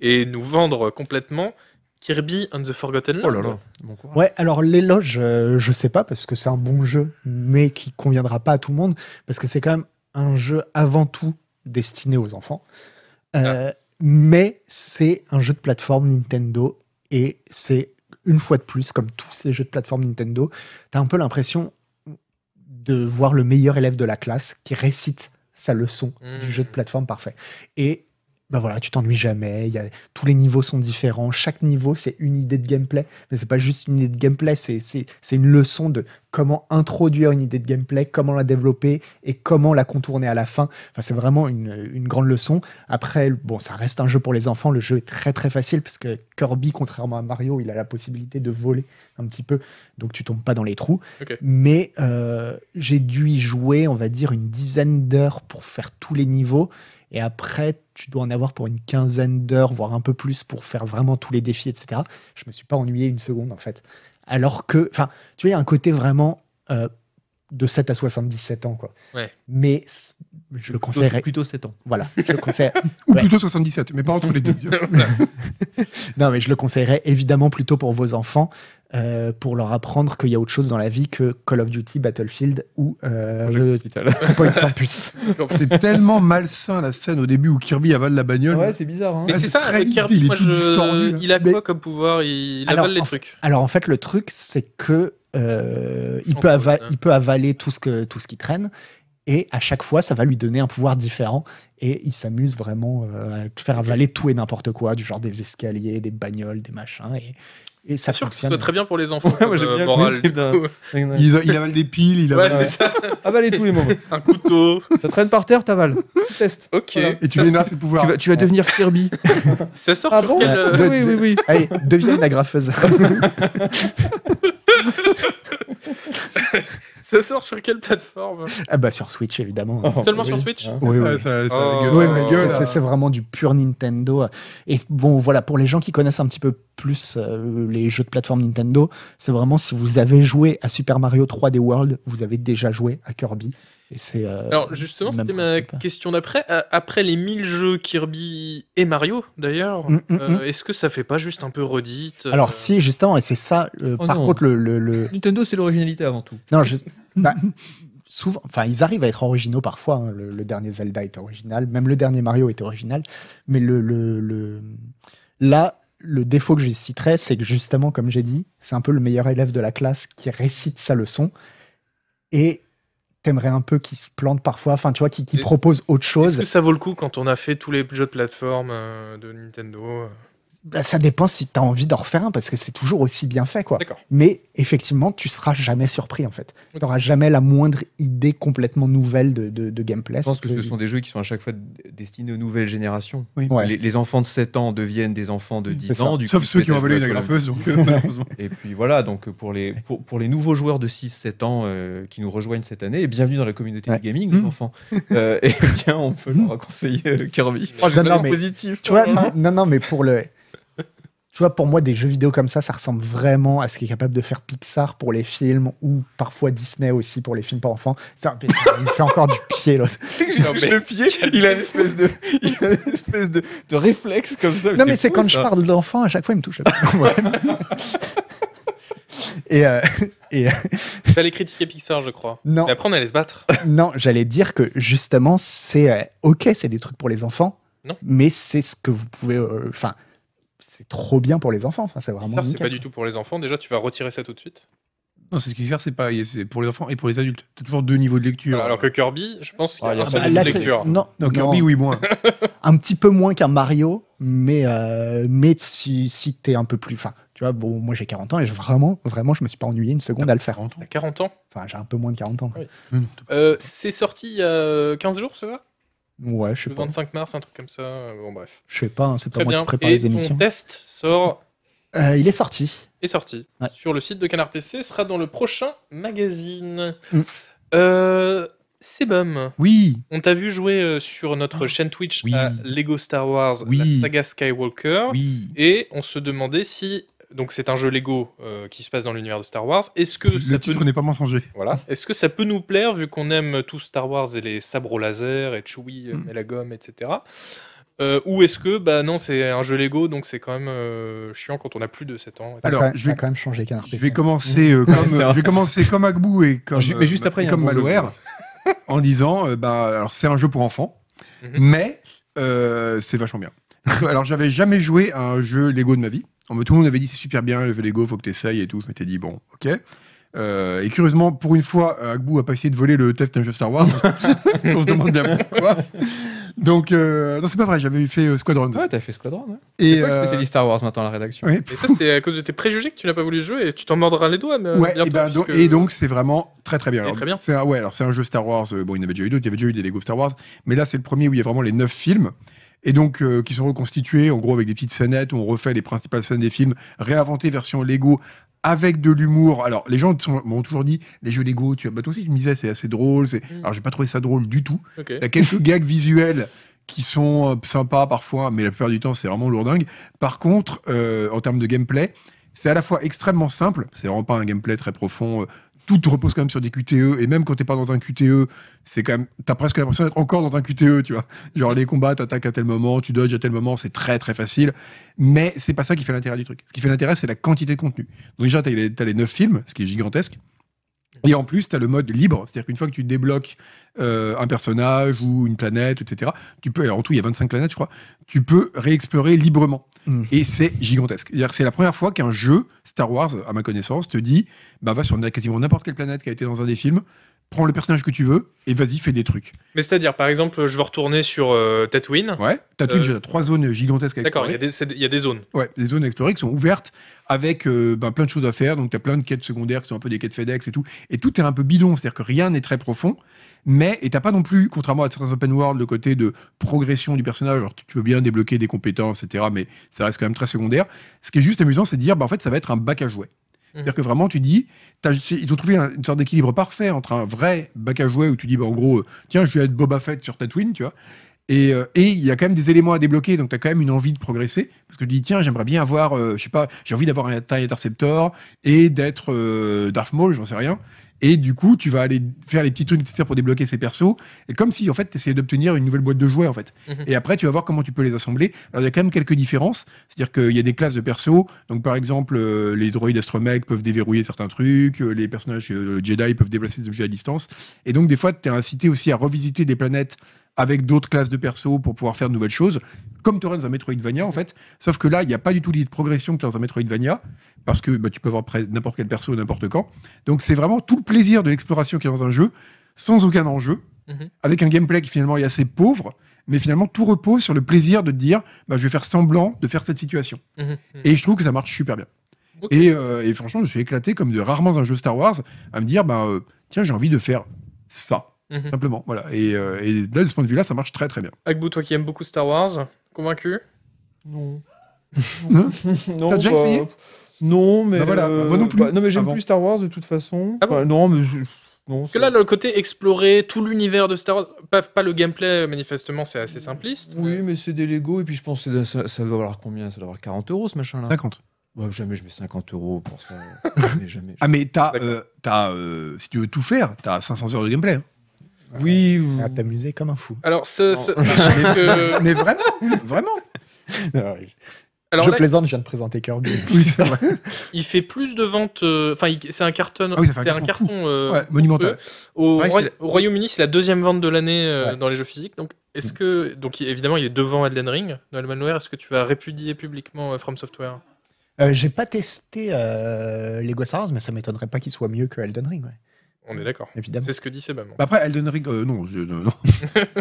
Speaker 1: et nous vendre complètement Kirby and the Forgotten
Speaker 3: Oh
Speaker 1: Land.
Speaker 3: là là, bon courage.
Speaker 4: Ouais, alors l'éloge, euh, je sais pas, parce que c'est un bon jeu, mais qui conviendra pas à tout le monde, parce que c'est quand même un jeu avant tout destiné aux enfants. Euh, Mais c'est un jeu de plateforme Nintendo, et c'est une fois de plus, comme tous ces jeux de plateforme Nintendo, t'as un peu l'impression de voir le meilleur élève de la classe qui récite sa leçon
Speaker 1: Mmh.
Speaker 4: du jeu de plateforme parfait. Et ben voilà, tu t'ennuies jamais, il y a- tous les niveaux sont différents, chaque niveau c'est une idée de gameplay, mais c'est pas juste une idée de gameplay, c'est- c'est c'est une leçon de comment introduire une idée de gameplay, comment la développer et comment la contourner à la fin. Enfin, c'est vraiment une, une grande leçon. Après, bon, ça reste un jeu pour les enfants, le jeu est très très facile parce que Kirby, contrairement à Mario, il a la possibilité de voler un petit peu, donc tu tombes pas dans les trous.
Speaker 1: Ok.
Speaker 4: Mais euh, j'ai dû y jouer, on va dire, une dizaine d'heures pour faire tous les niveaux. Et après, tu dois en avoir pour une quinzaine d'heures, voire un peu plus, pour faire vraiment tous les défis, etc. Je me suis pas ennuyé une seconde, en fait. Alors que, enfin, tu vois, il y a un côté vraiment euh, de 7 à 77 ans, quoi.
Speaker 1: Ouais.
Speaker 4: Mais c- je le
Speaker 3: Plutôt-
Speaker 4: conseillerais.
Speaker 3: Plutôt 7 ans.
Speaker 4: Voilà, je le conseille.
Speaker 2: Ou
Speaker 4: Ouais.
Speaker 2: plutôt 77, mais pas entre les deux.
Speaker 1: Voilà.
Speaker 4: Non, mais je le conseillerais évidemment plutôt pour vos enfants, euh, pour leur apprendre qu'il y a autre chose dans la vie que Call of Duty, Battlefield ou euh,
Speaker 3: Projet
Speaker 4: le
Speaker 3: Capital.
Speaker 4: Two Point Campus.
Speaker 2: C'est tellement malsain la scène au début où Kirby avale la bagnole.
Speaker 3: Ouais, c'est bizarre. Hein.
Speaker 1: Mais
Speaker 2: Ouais,
Speaker 1: c'est
Speaker 2: c'est
Speaker 1: ça,
Speaker 2: très
Speaker 1: avec
Speaker 2: vite,
Speaker 1: Kirby,
Speaker 2: il est
Speaker 1: moi,
Speaker 2: tout
Speaker 1: je-
Speaker 2: distordu, là.
Speaker 1: il a
Speaker 4: Mais-
Speaker 1: quoi comme pouvoir Il, il
Speaker 4: Alors,
Speaker 1: avale les
Speaker 4: en-
Speaker 1: trucs.
Speaker 4: Alors en fait, le truc, c'est que euh, il,
Speaker 1: On
Speaker 4: peut ava-
Speaker 1: peut, euh.
Speaker 4: il peut avaler tout ce, que, tout ce qui traîne. Et à chaque fois, ça va lui donner un pouvoir différent. Et il s'amuse vraiment euh, à te faire avaler tout et n'importe quoi, du genre des escaliers, des bagnoles, des machins. Et, et ça
Speaker 1: C'est sûr que ce
Speaker 4: fonctionne.
Speaker 1: soit très bien pour les enfants.
Speaker 3: Ouais,
Speaker 1: comme,
Speaker 3: moi, j'aime
Speaker 1: euh,
Speaker 3: bien le
Speaker 1: morale,
Speaker 3: principe
Speaker 1: du
Speaker 3: d'un-
Speaker 1: coup.
Speaker 3: Ah
Speaker 2: Il, il avale des piles, il
Speaker 1: Ouais,
Speaker 2: avale.
Speaker 1: c'est ça.
Speaker 3: Avalez Ah, bah, tous les moments.
Speaker 1: Un couteau.
Speaker 3: Ça traîne par terre, t'avales. Tu testes.
Speaker 1: Ok.
Speaker 3: Voilà.
Speaker 2: Et tu
Speaker 1: ça,
Speaker 2: vénères ses pouvoirs.
Speaker 3: Tu vas, tu vas
Speaker 4: Ouais.
Speaker 3: devenir Kirby.
Speaker 1: ça sort
Speaker 3: Ah
Speaker 1: sur
Speaker 3: bon
Speaker 1: quel. euh,
Speaker 4: Ouais.
Speaker 3: Oui, oui, oui.
Speaker 4: Allez, deviens une agrafeuse.
Speaker 1: Ça sort sur quelle plateforme
Speaker 4: ah bah sur Switch, évidemment.
Speaker 3: Oh,
Speaker 1: Seulement
Speaker 3: oui.
Speaker 1: sur Switch
Speaker 3: Hein.
Speaker 4: Oui,
Speaker 2: Ça-
Speaker 4: oui.
Speaker 2: ça- ça
Speaker 1: Oh.
Speaker 2: dégueule,
Speaker 1: Ouais,
Speaker 2: ça
Speaker 1: mais
Speaker 4: c'est-
Speaker 2: dégueule,
Speaker 4: c'est-
Speaker 2: là.
Speaker 4: c'est vraiment du pur Nintendo. Et bon, voilà, pour les gens qui connaissent un petit peu plus euh, les jeux de plateforme Nintendo, c'est vraiment si vous avez joué à Super Mario 3D World, vous avez déjà joué à Kirby. Et c'est. euh,
Speaker 1: Alors justement,
Speaker 4: c'est le
Speaker 1: c'était
Speaker 4: même
Speaker 1: ma
Speaker 4: principe. hein.
Speaker 1: question d'après. Euh, Après les 1000 jeux Kirby et Mario, d'ailleurs,
Speaker 4: Mm, mm,
Speaker 1: euh, est-ce que ça fait pas juste un peu redite euh,
Speaker 4: Alors, si, justement, et c'est ça, euh,
Speaker 3: Oh
Speaker 4: par
Speaker 3: non.
Speaker 4: contre, le. le- le-
Speaker 3: Nintendo, c'est l'originalité avant tout.
Speaker 4: Non, je- bah, souvent, enfin, ils arrivent à être originaux parfois. hein. Le, le dernier Zelda est original, même le dernier Mario est original. Mais le, le, le- là, le défaut que je citerai, c'est que justement, comme j'ai dit, c'est un peu le meilleur élève de la classe qui récite sa leçon et t'aimerais un peu qu'il se plante parfois, enfin, tu vois, qu'il qu'il
Speaker 1: Et-
Speaker 4: propose autre
Speaker 1: Est-ce
Speaker 4: chose.
Speaker 1: que ça vaut le coup quand on a fait tous les jeux de plateforme euh, de Nintendo
Speaker 4: Bah, ça dépend si t'as envie d'en refaire un parce que c'est toujours aussi bien fait, quoi.
Speaker 1: D'accord.
Speaker 4: Mais effectivement, tu seras jamais surpris en fait. Tu
Speaker 1: Ok.
Speaker 4: n'auras jamais la moindre idée complètement nouvelle de, de- de gameplay.
Speaker 3: Je pense que
Speaker 4: Parce
Speaker 3: ce sont des jeux qui sont à chaque fois d- destinés aux nouvelles générations.
Speaker 4: Ouais.
Speaker 3: Les, les enfants de 7 ans deviennent des enfants de 10
Speaker 4: C'est
Speaker 3: ans.
Speaker 4: ça.
Speaker 3: du coup,
Speaker 2: Sauf
Speaker 3: ils se
Speaker 2: ceux qui
Speaker 3: mettent
Speaker 2: ont
Speaker 3: à jouer
Speaker 2: avalé une
Speaker 3: à Call of
Speaker 2: agrafeuse, donc, euh, malheureusement.
Speaker 3: Et puis voilà, donc pour les, pour, pour les nouveaux joueurs de 6-7 ans euh, qui nous rejoignent cette année, et bienvenue dans la communauté
Speaker 4: Ouais.
Speaker 3: du gaming, les
Speaker 4: Mm.
Speaker 3: enfants, euh, eh bien, on peut leur conseiller euh, Kirby.
Speaker 1: Oh,
Speaker 4: j'ai Non, non, mais-
Speaker 3: positif. hein.
Speaker 4: Tu vois, enfin, non, non, mais pour le. Tu vois, pour moi, des jeux vidéo comme ça, ça ressemble vraiment à ce qu'est capable de faire Pixar pour les films ou parfois Disney aussi pour les films pour enfants. Ça, il me fait encore du pied, l'autre.
Speaker 1: Non, mais-
Speaker 3: le pied, il a une espèce de, il a une espèce de, de réflexe comme ça.
Speaker 4: Non, mais c'est
Speaker 3: fou,
Speaker 4: quand
Speaker 3: ça.
Speaker 4: je parle de l'enfant, à chaque fois, il me touche. Ouais. et euh,
Speaker 1: Fallait critiquer Pixar, je crois.
Speaker 4: non, Ah,
Speaker 1: Mais après, on allait se battre.
Speaker 4: Non, j'allais dire que justement, c'est euh, ok, c'est des trucs pour les enfants,
Speaker 1: Non.
Speaker 4: mais c'est ce que vous pouvez. euh, Enfin, c'est trop bien pour les enfants. Enfin, c'est vraiment.
Speaker 1: Pixar, c'est
Speaker 4: nickel.
Speaker 1: pas du tout pour les enfants. Déjà, tu vas retirer ça tout de suite.
Speaker 2: Non, c'est ce qui sert, c'est pas c'est pour les enfants et pour les adultes. T'as toujours deux niveaux de lecture.
Speaker 1: Voilà, Alors que Kirby, je pense qu'il y a
Speaker 3: Ah, il y a
Speaker 1: un
Speaker 3: pas
Speaker 1: seul
Speaker 3: de
Speaker 1: niveau
Speaker 4: bah là,
Speaker 1: de
Speaker 4: c'est-
Speaker 1: lecture.
Speaker 4: non,
Speaker 2: Non,
Speaker 4: non,
Speaker 2: Kirby, oui, moins.
Speaker 4: un petit peu moins qu'un Mario, mais euh, mais si si t'es un peu plus. Enfin, tu vois, bon, moi j'ai 40 ans et je- vraiment, vraiment, je me suis pas ennuyé une seconde à le faire.
Speaker 2: 40 ans.
Speaker 1: À 40 ans.
Speaker 4: Enfin, j'ai un peu moins de 40 ans. quoi.
Speaker 1: Euh, c'est sorti il y a 15 jours, c'est ça
Speaker 4: Ouais, je sais
Speaker 1: Le
Speaker 4: pas.
Speaker 1: 25 mars, un truc comme ça. Euh, Bon, bref.
Speaker 4: Je sais pas. hein, c'est pas
Speaker 1: Très
Speaker 4: moi
Speaker 1: bien.
Speaker 4: qui prépare
Speaker 1: Et
Speaker 4: les
Speaker 1: ton
Speaker 4: émissions.
Speaker 1: test sort
Speaker 4: Euh, il est sorti.
Speaker 1: est sorti
Speaker 4: Ouais.
Speaker 1: sur le site de Canard PC, sera dans le prochain magazine.
Speaker 4: Mm.
Speaker 1: Euh, Sebum,
Speaker 2: Oui,
Speaker 1: on t'a vu jouer euh, sur notre chaîne Twitch
Speaker 2: Ah. Oui.
Speaker 1: à Lego Star Wars,
Speaker 2: Oui.
Speaker 1: la saga Skywalker,
Speaker 2: oui.
Speaker 1: et on se demandait si donc c'est un jeu Lego euh, qui se passe dans l'univers de Star Wars. Est-ce que
Speaker 2: Le
Speaker 1: ça peut
Speaker 2: titre n'est pas mensonger.
Speaker 1: voilà, est-ce que ça peut nous plaire vu qu'on aime tous Star Wars et les sabres au laser et Chewie euh,
Speaker 2: Mm.
Speaker 1: met la gomme, etc. Euh, ou est-ce que bah non c'est un jeu Lego donc c'est quand même euh, chiant quand on a plus de 7 ans. etc.
Speaker 2: Alors,
Speaker 4: ça, a Bah, quand-
Speaker 2: je
Speaker 4: ça a
Speaker 2: vais-
Speaker 4: quand même changé hein. Canard
Speaker 2: Je
Speaker 4: PC.
Speaker 2: vais commencer euh, comme je vais commencer comme Agbu et comme
Speaker 3: Ju- mais juste
Speaker 2: euh,
Speaker 3: après, il y a
Speaker 2: comme
Speaker 3: un bon
Speaker 2: Malware en disant euh, bah alors c'est un jeu pour enfants
Speaker 1: Mhm.
Speaker 2: mais euh, c'est vachement bien. alors j'avais jamais joué à un jeu Lego de ma vie. On me- tout le monde avait dit c'est super bien, le jeu Lego, faut que tu essayes et tout. Je m'étais dit bon, ok. Euh, et curieusement, pour une fois, Agbu a pas essayé de voler le test d'un jeu Star Wars. On se demande bien pourquoi. Donc, euh, non, c'est pas vrai, j'avais fait euh, Squadrons.
Speaker 3: Ouais, t'as fait Squadron. Ouais.
Speaker 2: et
Speaker 3: C'est toi le
Speaker 2: euh,
Speaker 3: spécialiste Star Wars maintenant à la rédaction.
Speaker 2: ouais,
Speaker 1: Et ça, c'est à cause de tes préjugés que tu n'as pas voulu jouer et tu t'en mordras les doigts. Mais euh,
Speaker 2: Ouais,
Speaker 1: bientôt,
Speaker 2: et, ben, donc,
Speaker 1: puisque-
Speaker 2: et donc, c'est vraiment très très bien.
Speaker 1: Et
Speaker 2: Alors,
Speaker 1: très bien.
Speaker 2: C'est un, ouais, alors c'est un jeu Star Wars. euh, bon, il y en avait déjà eu d'autres. Il y avait déjà eu des Lego Star Wars, mais là c'est le premier où il y a vraiment les neuf films et donc euh, qui sont reconstitués en gros avec des petites scénettes où on refait les principales scènes des films, réinventées version Lego avec de l'humour. Alors les gens sont- m'ont toujours dit les jeux Lego. Tu as, bah, toi aussi tu me disais c'est assez drôle. c'est-
Speaker 1: Mm.
Speaker 2: Alors j'ai pas trouvé ça drôle du tout.
Speaker 1: Ok.
Speaker 2: Il y a quelques gags visuels qui sont euh, sympas parfois, mais la plupart du temps, c'est vraiment lourdingue. Par contre, euh, en termes de gameplay, c'est à la fois extrêmement simple, c'est vraiment pas un gameplay très profond. euh, Tout repose quand même sur des QTE, et même quand t'es pas dans un QTE, c'est quand même, t'as presque l'impression d'être encore dans un QTE, tu vois. Genre les combats, t'attaques à tel moment, tu dodges à tel moment, c'est très très facile. Mais c'est pas ça qui fait l'intérêt du truc. Ce qui fait l'intérêt, c'est la quantité de contenu. Donc déjà, t'as les, t'as les 9 films, ce qui est gigantesque. Et en plus, t'as le mode libre, c'est-à-dire qu'une fois que tu débloques euh, un personnage ou une planète, etc. Tu peux, alors en tout, il y a 25 planètes, je crois. Tu peux réexplorer librement.
Speaker 4: Mm.
Speaker 2: Et c'est gigantesque. C'est-à-dire que C'est la première fois qu'un jeu Star Wars, à ma connaissance, te dit bah, va sur quasiment n'importe quelle planète qui a été dans un des films, prends le personnage que tu veux et vas-y, fais des trucs.
Speaker 1: Mais c'est-à-dire, par exemple, je veux retourner sur euh, Tatooine.
Speaker 2: Ouais. T'as tout
Speaker 1: Euh,
Speaker 2: déjà trois zones gigantesques à
Speaker 1: D'accord, il y, a
Speaker 2: explorer.
Speaker 1: des- c'est- il y a des zones.
Speaker 2: Ouais, les zones à explorer qui sont ouvertes avec euh, ben, plein de choses à faire. Donc, tu as plein de quêtes secondaires qui sont un peu des quêtes FedEx et tout. Et tout est un peu bidon, c'est-à-dire que rien n'est très profond. Mais, et t'as pas non plus, contrairement à certains open world, le côté de progression du personnage. Alors, tu tu peux bien débloquer des compétences, etc. Mais ça reste quand même très secondaire. Ce qui est juste amusant, c'est de dire, bah, en fait, ça va être un bac à jouets. C'est-à-dire que vraiment, tu dis, t'as- ils ont trouvé un- une sorte d'équilibre parfait entre un vrai bac à jouets où tu dis, bah, en gros, euh, tiens, je vais être Boba Fett sur Tatooine, tu vois. Et euh, et il y a quand même des éléments à débloquer, donc tu as quand même une envie de progresser. Parce que tu dis, tiens, j'aimerais bien avoir, euh, je sais pas, j'ai envie d'avoir un TIE Interceptor et d'être euh, Darth Maul, j'en sais rien. Et du coup, tu vas aller faire les petits trucs nécessaires pour débloquer ces persos. Et comme si, en fait, tu essayais d'obtenir une nouvelle boîte de jouets, en fait.
Speaker 1: Mhm.
Speaker 2: Et après, tu vas voir comment tu peux les assembler. Alors, il y a quand même quelques différences. C'est-à-dire qu'il y a des classes de persos. Donc, par exemple, euh, les droïdes astromech peuvent déverrouiller certains trucs. euh, les personnages euh, Jedi peuvent déplacer des objets à distance. Et donc, des fois, tu es incité aussi à revisiter des planètes avec d'autres classes de persos pour pouvoir faire de nouvelles choses. Comme tu aurais dans un Metroidvania, en fait. Sauf que là, il n'y a pas du tout l'idée de progression que tu as dans un Metroidvania. Parce que bah, tu peux avoir près- n'importe quel perso, n'importe quand. Donc, c'est vraiment tout le plaisir de l'exploration qu'il y a dans un jeu, sans aucun enjeu avec un gameplay qui finalement est assez pauvre, mais finalement tout repose sur le plaisir de te dire bah, je vais faire semblant de faire cette situation. Et je trouve que ça marche super bien.
Speaker 1: Mhm. Ok.
Speaker 2: Et, euh, et franchement, je me suis éclaté comme de rarement dans un jeu Star Wars à me dire bah, euh, tiens, j'ai envie de faire ça.
Speaker 1: Mhm.
Speaker 2: Simplement, voilà. Et, euh, et de ce point de vue-là, ça marche très très bien.
Speaker 1: Agbu, toi qui aimes beaucoup Star Wars, convaincu
Speaker 3: Non.
Speaker 2: Hein
Speaker 3: non,
Speaker 2: T'as déjà
Speaker 3: bah,
Speaker 2: essayé
Speaker 3: Non, mais.
Speaker 2: Bah voilà,
Speaker 3: euh,
Speaker 2: moi non plus,
Speaker 3: non, mais j'aime
Speaker 2: avant.
Speaker 3: plus Star Wars de toute façon.
Speaker 1: Ah bon
Speaker 3: Enfin, non, mais. je- Non,
Speaker 1: Parce que là, le côté explorer tout l'univers de Star Wars, pas, pas le gameplay, manifestement, c'est assez simpliste.
Speaker 3: Oui, mais c'est des Lego, et puis je pense que ça, ça doit valoir combien Ça doit valoir 40 euros ce
Speaker 4: Ah.
Speaker 3: machin-là.
Speaker 2: 50.
Speaker 3: Ouais, jamais je mets 50 euros pour ça. jamais, jamais.
Speaker 2: Ah, mais t'as,
Speaker 1: D'accord.
Speaker 2: euh, t'as, euh, si tu veux tout faire, t'as 500 heures de gameplay. hein.
Speaker 3: Oui,
Speaker 4: Tu vas
Speaker 3: ou-
Speaker 4: t'amuser comme un fou.
Speaker 1: Alors, ça- ça-
Speaker 3: Non.
Speaker 1: sachez que.
Speaker 2: Mais vraiment, vraiment. Ah,
Speaker 4: Non, je-
Speaker 1: Alors
Speaker 4: je
Speaker 1: là,
Speaker 4: plaisante, je viens de présenter Kirby.
Speaker 2: Oui, c'est vrai.
Speaker 1: il fait plus de ventes. euh, Enfin, il- c'est un carton.
Speaker 2: Ah oui, ça fait un
Speaker 1: c'est un
Speaker 2: carton
Speaker 1: carton. euh,
Speaker 2: Ouais, monumental.
Speaker 1: Au,
Speaker 3: Ouais,
Speaker 1: Roya-
Speaker 3: c'est-
Speaker 1: au Royaume-Uni, c'est la deuxième vente de l'année euh,
Speaker 4: Ouais.
Speaker 1: dans les jeux physiques. Donc, est-ce que. Donc, il- évidemment, il est devant Elden Ring, dans le Manware. Est-ce que tu vas répudier publiquement euh, From Software
Speaker 4: Euh, J'ai pas testé euh, Lego Star Wars, mais ça m'étonnerait pas qu'il soit mieux que Elden Ring, ouais,
Speaker 1: On est d'accord.
Speaker 4: évidemment.
Speaker 1: C'est ce que dit Sebam.
Speaker 2: Bah après, Elden Ring, euh, non, je- non, non.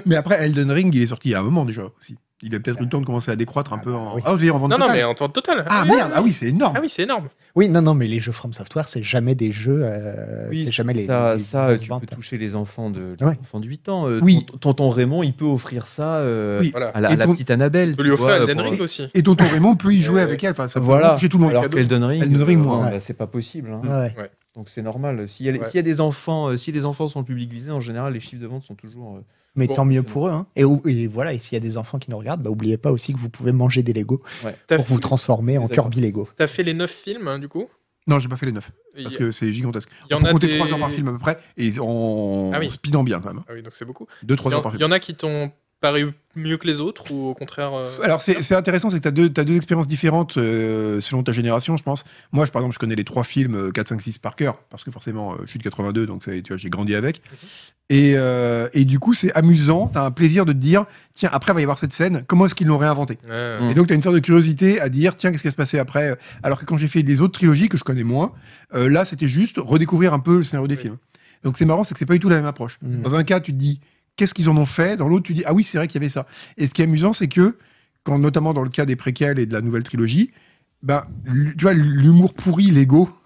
Speaker 2: mais après, Elden Ring, il est sorti il y a un moment déjà aussi. Il a peut-être eu le temps de commencer à décroître un
Speaker 4: Ah
Speaker 2: peu
Speaker 4: bah
Speaker 2: en.
Speaker 4: oui.
Speaker 2: Ah, vous voyez, en vente
Speaker 1: Non, non,
Speaker 2: totale.
Speaker 1: mais en vente totale.
Speaker 2: Ah
Speaker 1: Oui,
Speaker 2: merde,
Speaker 1: oui,
Speaker 2: ah
Speaker 1: oui.
Speaker 2: oui, c'est énorme.
Speaker 1: Ah oui, c'est énorme.
Speaker 4: Oui, non, non, mais les jeux From Software, c'est jamais des jeux. euh,
Speaker 3: oui,
Speaker 4: c'est jamais les.
Speaker 3: ça,
Speaker 4: les-
Speaker 3: ça,
Speaker 4: les
Speaker 3: tu
Speaker 4: ventes.
Speaker 3: peux toucher les enfants de, les
Speaker 4: Ouais.
Speaker 3: enfants de 8 ans. euh,
Speaker 2: Oui.
Speaker 3: ton- Tonton Raymond, il peut offrir ça euh,
Speaker 2: Oui.
Speaker 1: Voilà.
Speaker 3: à la,
Speaker 2: Et
Speaker 3: à la
Speaker 2: ton-
Speaker 3: petite Annabelle.
Speaker 1: Je peux lui
Speaker 3: tu
Speaker 1: offrir
Speaker 3: vois,
Speaker 1: Elden
Speaker 3: pour-
Speaker 1: Ring aussi.
Speaker 2: Et tonton Raymond peut y jouer
Speaker 1: Euh,
Speaker 2: avec elle. Enfin, ça peut
Speaker 3: Voilà.
Speaker 2: vraiment toucher tout le monde.
Speaker 3: Alors
Speaker 2: Cadeau.
Speaker 3: qu'Elden Ring,
Speaker 2: Elden Ring,
Speaker 3: euh,
Speaker 2: moi,
Speaker 3: non,
Speaker 4: ouais.
Speaker 3: bah, c'est pas possible. hein.
Speaker 4: Ouais, ouais.
Speaker 3: Donc c'est normal. S'il y, a les-
Speaker 1: Ouais.
Speaker 3: s'il y a des enfants, euh, si les enfants sont le public visé, en général, les chiffres de vente sont toujours. euh,
Speaker 4: Mais
Speaker 1: Bon,
Speaker 4: tant mieux pour eux. hein. Et, ou- et voilà, et s'il y a des enfants qui nous regardent, bah, oubliez pas aussi que vous pouvez manger des Lego
Speaker 1: T'as
Speaker 4: pour vous
Speaker 1: fait,
Speaker 4: transformer en
Speaker 3: Exactement.
Speaker 4: Kirby Lego.
Speaker 1: t'as fait les 9 films, hein, du coup
Speaker 2: Non, j'ai pas fait les neuf
Speaker 1: Il
Speaker 2: parce
Speaker 1: y-
Speaker 2: que c'est gigantesque.
Speaker 1: il y en
Speaker 2: Faut
Speaker 1: a
Speaker 2: compter
Speaker 1: des-
Speaker 2: 3 heures par film à peu près et en
Speaker 1: Ah oui.
Speaker 2: speedant bien quand même.
Speaker 1: Ah oui, donc c'est beaucoup.
Speaker 2: 2-3
Speaker 1: Il y en-
Speaker 2: heures par
Speaker 1: il
Speaker 2: film.
Speaker 1: y en a qui t'ont paraît mieux que les autres ou au contraire euh,
Speaker 2: Alors, c'est c'est intéressant, c'est que tu as deux, t'as deux expériences différentes euh, selon ta génération, je pense. Moi, je, par exemple, je connais les trois films euh, 4, 5, 6 par cœur, parce que forcément, euh, je suis de 82, donc ça, tu vois, j'ai grandi avec. Et, euh, et du coup, c'est amusant, tu as un plaisir de te dire, tiens, après, il va y avoir cette scène, comment est-ce qu'ils l'ont réinventée
Speaker 1: ouais.
Speaker 3: Mm.
Speaker 2: Et donc, tu as une sorte de curiosité à dire, tiens, qu'est-ce qui va se passer après Alors que quand j'ai fait les autres trilogies, que je connais moins, euh, là, c'était juste redécouvrir un peu le scénario des
Speaker 1: Oui.
Speaker 2: films. Donc, c'est marrant, c'est que c'est pas du tout la même approche.
Speaker 4: Mm.
Speaker 2: Dans un cas, tu te dis, qu'est-ce qu'ils en ont fait Dans l'autre, tu dis, ah oui, c'est vrai qu'il y avait ça. Et ce qui est amusant, c'est que, quand, notamment dans le cas des préquels et de la nouvelle trilogie, ben, l- tu vois, l'humour pourri, l'ego.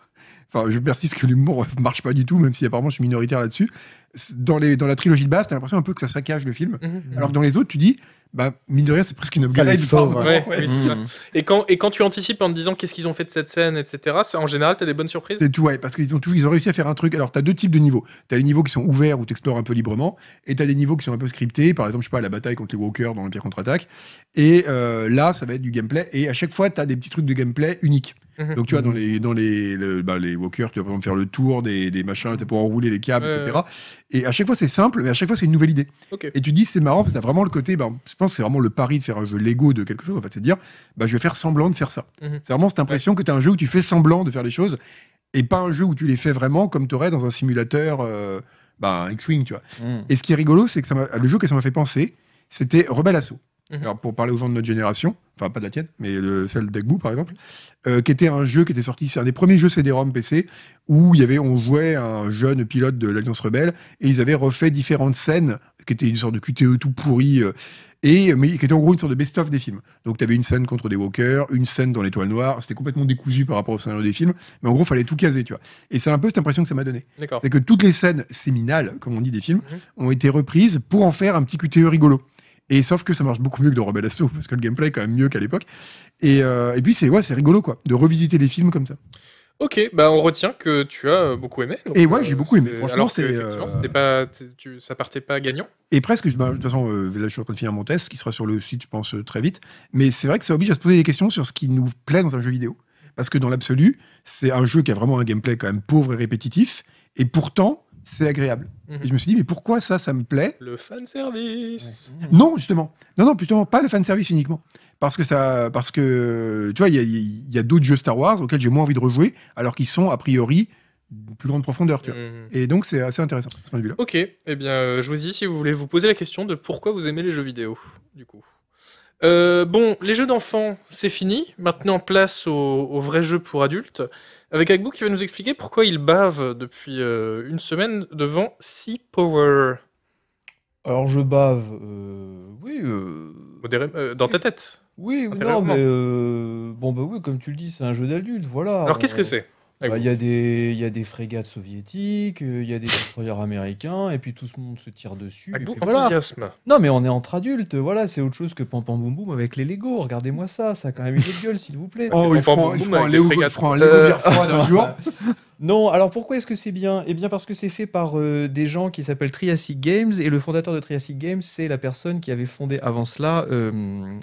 Speaker 2: Enfin, je persiste que l'humour marche pas du tout, même si apparemment je suis minoritaire là-dessus. C'est- Dans, les, dans la trilogie de base, t'as l'impression un peu que ça saccage le film.
Speaker 1: Mhm.
Speaker 2: Alors que dans les autres, tu dis, bah, mine de rien, c'est presque une
Speaker 4: Ça les
Speaker 2: upgrade.
Speaker 4: sauve,
Speaker 2: par
Speaker 1: Ouais,
Speaker 2: rapport- ouais.
Speaker 1: oui, c'est ça.
Speaker 3: Mm.
Speaker 1: Et quand, et quand tu anticipes en te disant qu'est-ce qu'ils ont fait de cette scène, etc., c'est- en général, t'as des bonnes surprises.
Speaker 2: C'est tout, ouais, parce qu'ils ont, toujours- ils ont réussi à faire un truc. Alors, tu as deux types de niveaux. Tu as les niveaux qui sont ouverts où tu explores un peu librement, et tu as des niveaux qui sont un peu scriptés, par exemple, je sais pas, la bataille contre les Walkers dans l'Empire contre-attaque. Et euh, là, ça va être du gameplay, et à chaque fois, tu as des petits trucs de gameplay uniques.
Speaker 1: Mhm.
Speaker 2: Donc, tu vois, dans les, dans les, le- bah, les Walkers, tu vas par exemple faire le tour des, des machins tu sais, pour enrouler les câbles,
Speaker 1: Ouais,
Speaker 2: etc. Et à chaque fois, c'est simple, mais à chaque fois, c'est une nouvelle idée.
Speaker 1: Ok.
Speaker 2: Et tu te dis, c'est marrant, parce que t'as vraiment le côté, ben, je pense que c'est vraiment le pari de faire un jeu Lego de quelque chose, en fait, c'est de dire, bah, je vais faire semblant de faire ça.
Speaker 1: Mhm.
Speaker 2: C'est vraiment cette impression que tu as un jeu où tu fais semblant de faire les choses, et pas un jeu où tu les fais vraiment comme tu aurais dans un simulateur euh, ben, X-Wing, tu vois.
Speaker 3: Mm.
Speaker 2: Et ce qui est rigolo, c'est que ça m'a- le jeu que ça m'a fait penser, c'était Rebel Assault.
Speaker 1: Mhm.
Speaker 2: Alors, pour parler aux gens de notre génération, enfin pas de la tienne, mais le- celle d'Agbu par exemple, euh, qui était un jeu qui était sorti, c'est un des premiers jeux CD-ROM PC où il y avait, on jouait un jeune pilote de l'Alliance Rebelle et ils avaient refait différentes scènes qui étaient une sorte de QTE tout pourri. euh, et, mais qui était en gros une sorte de best-of des films. Donc, tu avais une scène contre des walkers, une scène dans l'étoile noire, c'était complètement décousu par rapport au scénario des films, mais en gros, fallait tout caser, tu vois. Et c'est un peu cette impression que ça m'a donné.
Speaker 1: D'accord.
Speaker 2: C'est que toutes les scènes séminales, comme on dit des films,
Speaker 1: Mhm.
Speaker 2: ont été reprises pour en faire un petit QTE rigolo. Et sauf que ça marche beaucoup mieux que dans Rebel Assault, parce que le gameplay est quand même mieux qu'à l'époque. Et, euh, et puis, c'est ouais, c'est rigolo, quoi, de revisiter les films comme ça.
Speaker 1: Ok, bah on retient que tu as euh, beaucoup aimé. donc,
Speaker 2: Et ouais, j'ai beaucoup aimé.
Speaker 1: c'est-
Speaker 2: Franchement,
Speaker 1: alors que,
Speaker 2: c'est, euh,
Speaker 1: effectivement, c'était pas, t- tu- ça partait pas gagnant.
Speaker 2: Et presque, je- bah, de toute façon, euh, là, je suis en train de finir mon test, qui sera sur le site, je pense, euh, très vite. Mais c'est vrai que ça oblige à se poser des questions sur ce qui nous plaît dans un jeu vidéo. Parce que dans l'absolu, c'est un jeu qui a vraiment un gameplay quand même pauvre et répétitif. Et pourtant, c'est agréable.
Speaker 1: Mhm.
Speaker 2: Et je me suis dit, mais pourquoi ça, ça me plaît
Speaker 1: Le fan service.
Speaker 2: Non, justement. Non, non, justement, pas le fanservice uniquement. Parce que ça, parce que tu vois, il y a, il y a d'autres jeux Star Wars auxquels j'ai moins envie de rejouer, alors qu'ils sont a priori de plus grande profondeur. Tu vois.
Speaker 1: Mhm.
Speaker 2: Et donc c'est assez intéressant de ce point de vue-là.
Speaker 1: Ok, eh bien, euh, jouez-y si vous voulez vous poser la question de pourquoi vous aimez les jeux vidéo, du coup. Euh, bon, les jeux d'enfants, c'est fini. Maintenant, place aux, aux vrais jeux pour adultes. Avec Agbou qui va nous expliquer pourquoi il bave depuis euh, une semaine devant Sea Power.
Speaker 3: Alors je bave. euh, oui. euh,
Speaker 1: Modéré- euh, dans ta tête.
Speaker 3: Oui, oui, non,
Speaker 1: Intérieurement.
Speaker 3: mais euh, bon, bah oui, comme tu le dis, c'est un jeu d'adulte, voilà.
Speaker 1: Alors, qu'est-ce que
Speaker 3: Euh,
Speaker 1: c'est
Speaker 3: bah,
Speaker 1: Agbou
Speaker 3: Il y a des, il y a des frégates soviétiques, euh, il y a des destroyers américains, et puis tout ce monde se tire dessus. et
Speaker 1: Agbou,
Speaker 3: puis voilà.
Speaker 1: enthousiasme.
Speaker 3: Non, mais on est entre adultes, voilà, c'est autre chose que Pam Pam Boum Boum avec les Lego. Regardez-moi ça, ça a quand même une autre gueule, s'il vous plaît.
Speaker 1: Oh, ils feront- ils feront un Léo- ils feront
Speaker 2: un
Speaker 3: Léo Guerre
Speaker 2: froide
Speaker 1: Euh,
Speaker 2: un jour.
Speaker 3: Euh, Non, alors pourquoi est-ce que c'est bien Eh bien parce que c'est fait par euh, des gens qui s'appellent Triassic Games et le fondateur de Triassic Games, c'est la personne qui avait fondé avant cela euh,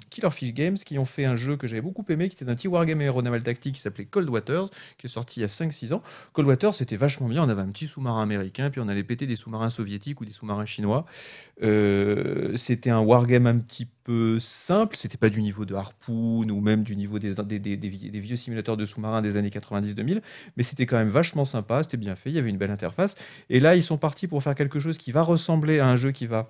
Speaker 3: Killerfish Games, qui ont fait un jeu que j'avais beaucoup aimé, qui était un petit wargame aéronaval tactique qui s'appelait Cold Waters, qui est sorti il y a 5-6 ans. Cold Waters, c'était vachement bien, on avait un petit sous-marin américain, puis on allait péter des sous-marins soviétiques ou des sous-marins chinois. Euh, c'était un wargame un petit peu simple, c'était pas du niveau de Harpoon ou même du niveau des, des- des- des vie- des vieux simulateurs de sous-marins des années 90-2000, mais c'était quand même vachement sympa, c'était bien fait, il y avait une belle interface. Et là, ils sont partis pour faire quelque chose qui va ressembler à un jeu qui va.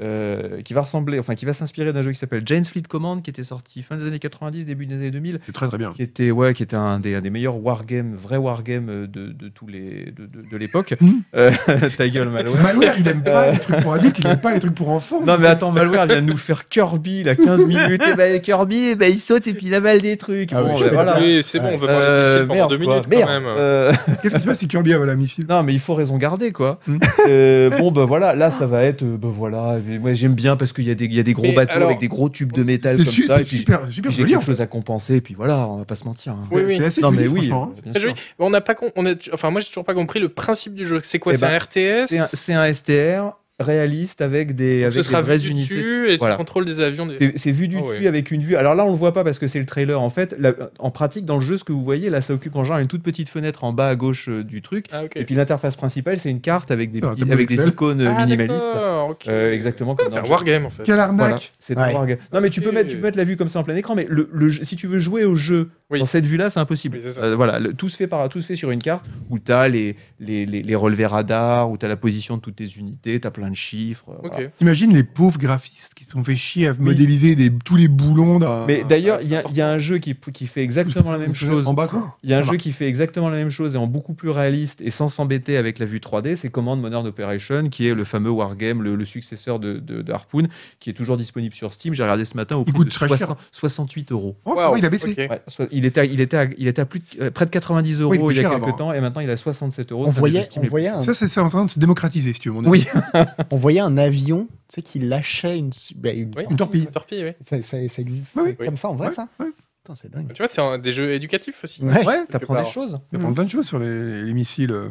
Speaker 3: euh, qui va ressembler, enfin qui va s'inspirer d'un jeu qui s'appelle Jane's Fleet Command, qui était sorti fin des années 90, début des années 2000,
Speaker 2: C'est très très bien.
Speaker 3: qui était ouais, qui était un des, un des meilleurs wargames, vrai wargame euh, de, de tous les de, de- de l'époque.
Speaker 2: Mhm.
Speaker 3: Euh, ta gueule, Malo.
Speaker 2: Malware, il aime
Speaker 1: Euh.
Speaker 2: pas les trucs pour adultes, il aime pas les trucs pour enfants.
Speaker 3: Non mais attends, Malware vient de nous faire Kirby, là, 15 minutes, et ben Kirby, et ben, il saute et puis il avale des trucs.
Speaker 2: Ah
Speaker 3: Bon,
Speaker 2: oui,
Speaker 3: ben,
Speaker 2: je
Speaker 3: voilà.
Speaker 1: Oui, c'est bon, on peut parler de
Speaker 3: Euh,
Speaker 1: PC pendant
Speaker 3: merde,
Speaker 1: deux
Speaker 3: quoi,
Speaker 1: minutes quand
Speaker 3: merde.
Speaker 1: même.
Speaker 3: Euh,
Speaker 2: Qu'est-ce qui se passe si Kirby avait la missile
Speaker 3: non mais il faut raison garder quoi.
Speaker 2: Mm.
Speaker 3: Euh, bon ben voilà, là ça va être, euh, ben voilà, mais moi j'aime bien parce qu'il y, a des- il y a des gros
Speaker 1: Mais
Speaker 3: bateaux
Speaker 1: alors,
Speaker 3: avec des gros tubes de métal
Speaker 2: C'est
Speaker 3: comme
Speaker 2: su-
Speaker 3: ça,
Speaker 2: c'est
Speaker 3: et puis
Speaker 2: super, c'est super
Speaker 3: j'ai
Speaker 2: joli. en
Speaker 3: quelque
Speaker 2: fait.
Speaker 3: chose à compenser, et puis voilà, on va pas se mentir. hein.
Speaker 1: Oui, Ah, oui.
Speaker 2: C'est assez
Speaker 3: Non mais
Speaker 2: joli,
Speaker 3: oui,
Speaker 2: franchement. hein.
Speaker 3: euh, bien
Speaker 1: Très
Speaker 3: sûr.
Speaker 1: joli. On n'a pas con- on a- enfin, moi, j'ai toujours pas compris le principe du jeu. C'est quoi
Speaker 3: Eh
Speaker 1: C'est
Speaker 3: ben,
Speaker 1: un RTS
Speaker 3: C'est un, c'est un STR réaliste avec des,
Speaker 1: Donc,
Speaker 3: avec
Speaker 1: Ce sera
Speaker 3: des vraies
Speaker 1: vu du
Speaker 3: unités.
Speaker 1: dessus et
Speaker 3: Voilà.
Speaker 1: tu contrôles des avions. des-
Speaker 3: C'est c'est vu du
Speaker 1: Ah ouais.
Speaker 3: dessus avec une vue. Alors là, on le voit pas parce que c'est le trailer. En fait, la- en pratique, dans le jeu, ce que vous voyez, là, ça occupe en général une toute petite fenêtre en bas à gauche euh, du truc.
Speaker 1: Ah, ok.
Speaker 3: Et puis l'interface principale, c'est une carte avec des,
Speaker 2: Ah,
Speaker 3: petits-
Speaker 2: tableau
Speaker 3: avec des
Speaker 2: Excel.
Speaker 3: icônes euh,
Speaker 1: Ah,
Speaker 3: minimalistes.
Speaker 1: d'accord, ok. Ah,
Speaker 3: Euh, exactement comme
Speaker 1: C'est un
Speaker 3: dans-
Speaker 1: wargame en fait.
Speaker 2: Quelle arnaque
Speaker 3: Voilà, c'est un
Speaker 4: Ouais.
Speaker 3: wargame. Non, mais tu peux,
Speaker 1: Ok.
Speaker 3: mettre, tu peux mettre la vue comme ça en plein écran, mais le, le jeu- si tu veux jouer au jeu
Speaker 1: Oui.
Speaker 3: dans cette vue-là, c'est impossible.
Speaker 1: Oui, c'est ça.
Speaker 3: Euh, voilà, le- tout, se fait par, tout se fait sur une carte où tu as les, les, les, les relevés radars, où tu as la position de toutes tes unités, tu as plein de chiffres. euh,
Speaker 1: Ok.
Speaker 3: voilà.
Speaker 2: T'imagines les pauvres graphistes qui se sont fait chier à modéliser des, tous les boulons d'un.
Speaker 3: Mais d'ailleurs,
Speaker 1: ouais,
Speaker 3: il y, a- il y a un jeu qui, qui fait exactement la même chose.
Speaker 2: En bas, quoi.
Speaker 3: Il y a un
Speaker 2: Ça
Speaker 3: jeu qui fait exactement la même chose et en beaucoup plus réaliste et sans s'embêter avec la vue 3D, c'est Command Modern Operation, qui est le fameux wargame, le, le successeur de, de- de Harpoon, qui est toujours disponible sur Steam. J'ai regardé ce matin au
Speaker 2: Il
Speaker 3: prix
Speaker 2: coûte
Speaker 3: de
Speaker 2: très cher.
Speaker 3: 60 68 euros.
Speaker 2: Oh,
Speaker 1: Waouh,
Speaker 2: il a baissé.
Speaker 1: ok.
Speaker 3: Ouais, soit- il, était à, il, était à- il était à plus de- euh, près de 90 euros
Speaker 2: Oui, il était
Speaker 3: il y a
Speaker 2: cher
Speaker 3: quelques
Speaker 2: avant, hein.
Speaker 3: temps et maintenant il est à 67 euros.
Speaker 4: On
Speaker 3: C'est un des jeux
Speaker 4: voyait,
Speaker 3: Steam
Speaker 4: on
Speaker 3: les plus
Speaker 4: voyait,
Speaker 3: chers.
Speaker 4: un,
Speaker 2: Ça, c'est c'est en train de se démocratiser, si tu veux. mon avis.
Speaker 3: Oui.
Speaker 4: on voyait un avion, tu sais, qui lâchait une, su- bah, une-
Speaker 1: Oui.
Speaker 2: Une torpille.
Speaker 1: Torpille, oui.
Speaker 4: Ça, ça- ça existe
Speaker 2: Oui,
Speaker 1: oui.
Speaker 4: comme ça en vrai,
Speaker 2: Ouais,
Speaker 4: ça
Speaker 2: ouais.
Speaker 4: Putain, c'est dingue.
Speaker 1: Tu vois, c'est un- des jeux éducatifs aussi.
Speaker 4: Ouais.
Speaker 3: Ouais, t'apprends
Speaker 1: part.
Speaker 3: des choses.
Speaker 2: Il y a plein de choses sur les, les missiles. euh,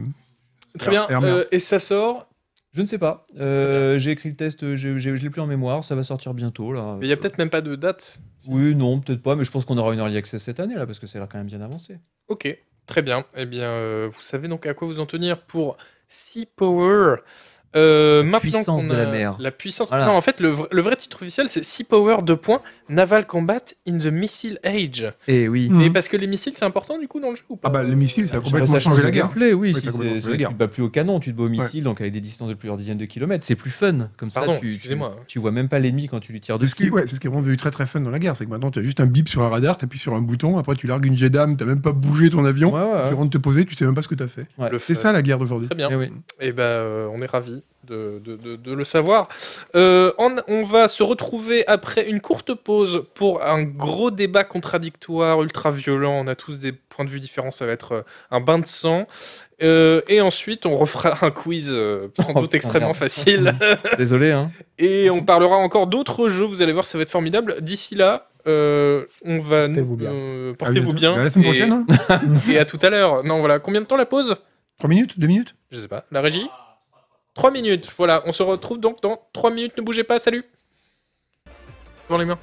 Speaker 1: Très bien.
Speaker 2: Air- Air-
Speaker 1: euh, et ça sort.
Speaker 3: Je ne sais pas. Euh, j'ai écrit le test, euh, j'ai- j'ai- je l'ai plus en mémoire, ça va sortir bientôt. Là.
Speaker 1: Mais il y a peut-être même pas de date.
Speaker 3: Oui, non, peut-être pas, mais je pense qu'on aura une early access cette année là parce que c'est quand même bien avancé.
Speaker 1: Ok, très bien. Eh bien, euh, vous savez donc à quoi vous en tenir pour Sea Power. Euh, maintenant
Speaker 3: puissance
Speaker 1: qu'on
Speaker 3: de la
Speaker 1: a
Speaker 3: mer.
Speaker 1: La puissance.
Speaker 3: Voilà.
Speaker 1: Non, en fait, le, vr- le vrai titre officiel, c'est Sea Power 2. Naval Combat in the Missile Age.
Speaker 3: Et oui.
Speaker 1: Mais
Speaker 2: Mhm.
Speaker 1: parce que les missiles, c'est important du coup dans le jeu ou pas
Speaker 2: Ah bah, les missiles, ça a
Speaker 1: Ouais.
Speaker 2: complètement changé la guerre.
Speaker 3: gameplay, oui.
Speaker 2: Oui,
Speaker 3: si
Speaker 2: ça a complètement
Speaker 3: c'est-
Speaker 2: changé la
Speaker 3: c'est-
Speaker 2: guerre.
Speaker 3: tu te bats plus au canon, tu te bats au
Speaker 2: Ouais.
Speaker 3: missile, donc avec des distances de plusieurs dizaines de kilomètres. C'est plus fun. Comme ça,
Speaker 1: Pardon,
Speaker 3: tu- tu,
Speaker 1: excusez-moi.
Speaker 3: tu vois même pas l'ennemi quand tu lui tires
Speaker 2: C'est
Speaker 3: dessus.
Speaker 2: ce, qui, ouais, c'est ce qui est vraiment devenu très très fun dans la guerre, c'est que maintenant tu as juste un bip sur un radar, tu appuies sur un bouton, après tu largues une jet d'âme, tu même pas bougé ton avion,
Speaker 3: Ouais, ouais, ouais.
Speaker 2: tu rentres te poser, tu sais même pas ce que tu as fait.
Speaker 3: Ouais.
Speaker 1: Le
Speaker 2: C'est
Speaker 1: fun.
Speaker 2: ça la guerre d'aujourd'hui.
Speaker 1: Très bien.
Speaker 3: Eh oui.
Speaker 1: Eh ben, euh, on est ravis de, de- de- de le savoir. Euh, on, on va se retrouver après une courte pause pour un gros débat contradictoire, ultra violent. On a tous des points de vue différents, ça va être euh, un bain de sang. Euh, et ensuite, on refera un quiz euh, sans
Speaker 3: Oh,
Speaker 1: doute
Speaker 3: putain,
Speaker 1: extrêmement
Speaker 3: merde.
Speaker 1: facile.
Speaker 3: Désolé. Hein.
Speaker 1: et on parlera encore d'autres jeux, vous allez voir, ça va être formidable. D'ici là, euh, on va...
Speaker 4: Portez-vous bien.
Speaker 1: euh,
Speaker 2: À
Speaker 1: portez-vous
Speaker 2: bientôt.
Speaker 1: bien.
Speaker 2: À la semaine
Speaker 1: et-
Speaker 2: prochaine, hein
Speaker 1: Et, à tout à l'heure. Non, voilà, combien de temps la pause
Speaker 2: 3 minutes 2 minutes
Speaker 1: je sais pas. La régie 3 minutes. Voilà, on se retrouve donc dans 3 minutes. Ne bougez pas, salut Dans les mains.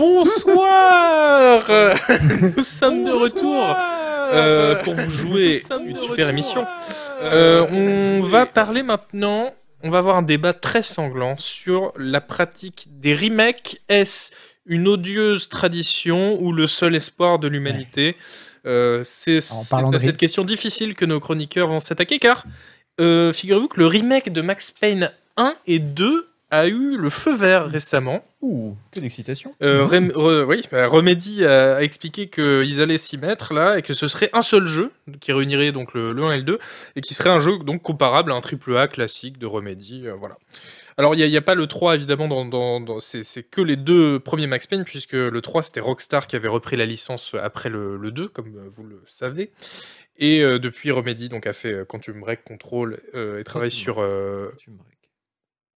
Speaker 1: Bonsoir Nous sommes de retour euh, pour vous jouer une super émission. Euh, on va parler maintenant, on va avoir un débat très sanglant sur la pratique des remakes. Est-ce une odieuse tradition ou le seul espoir de l'humanité Euh, C'est
Speaker 4: En
Speaker 1: c'est
Speaker 4: parlant
Speaker 1: à
Speaker 4: de
Speaker 1: cette
Speaker 4: re-
Speaker 1: question difficile que nos chroniqueurs vont s'attaquer car euh, figurez-vous que le remake de Max Payne 1 et 2 a eu le feu vert récemment.
Speaker 3: Ouh, que d'excitation.
Speaker 1: Euh, Rem- re- oui, bah, Remedy a, a expliqué qu'ils allaient s'y mettre là et que ce serait un seul jeu qui réunirait donc le, le 1 et le 2 et qui serait un jeu donc comparable à un triple A classique de Remedy. euh, voilà. Alors il n'y a, il y a pas le 3 évidemment, dans, dans- dans- c'est c'est que les deux premiers Max Payne puisque le 3 c'était Rockstar qui avait repris la licence après le, le 2 comme euh, vous le savez. Et euh, depuis Remedy donc a fait euh, Quantum Break, Control euh, et travaille
Speaker 3: Quantum.
Speaker 1: sur euh,
Speaker 3: Quantum Break.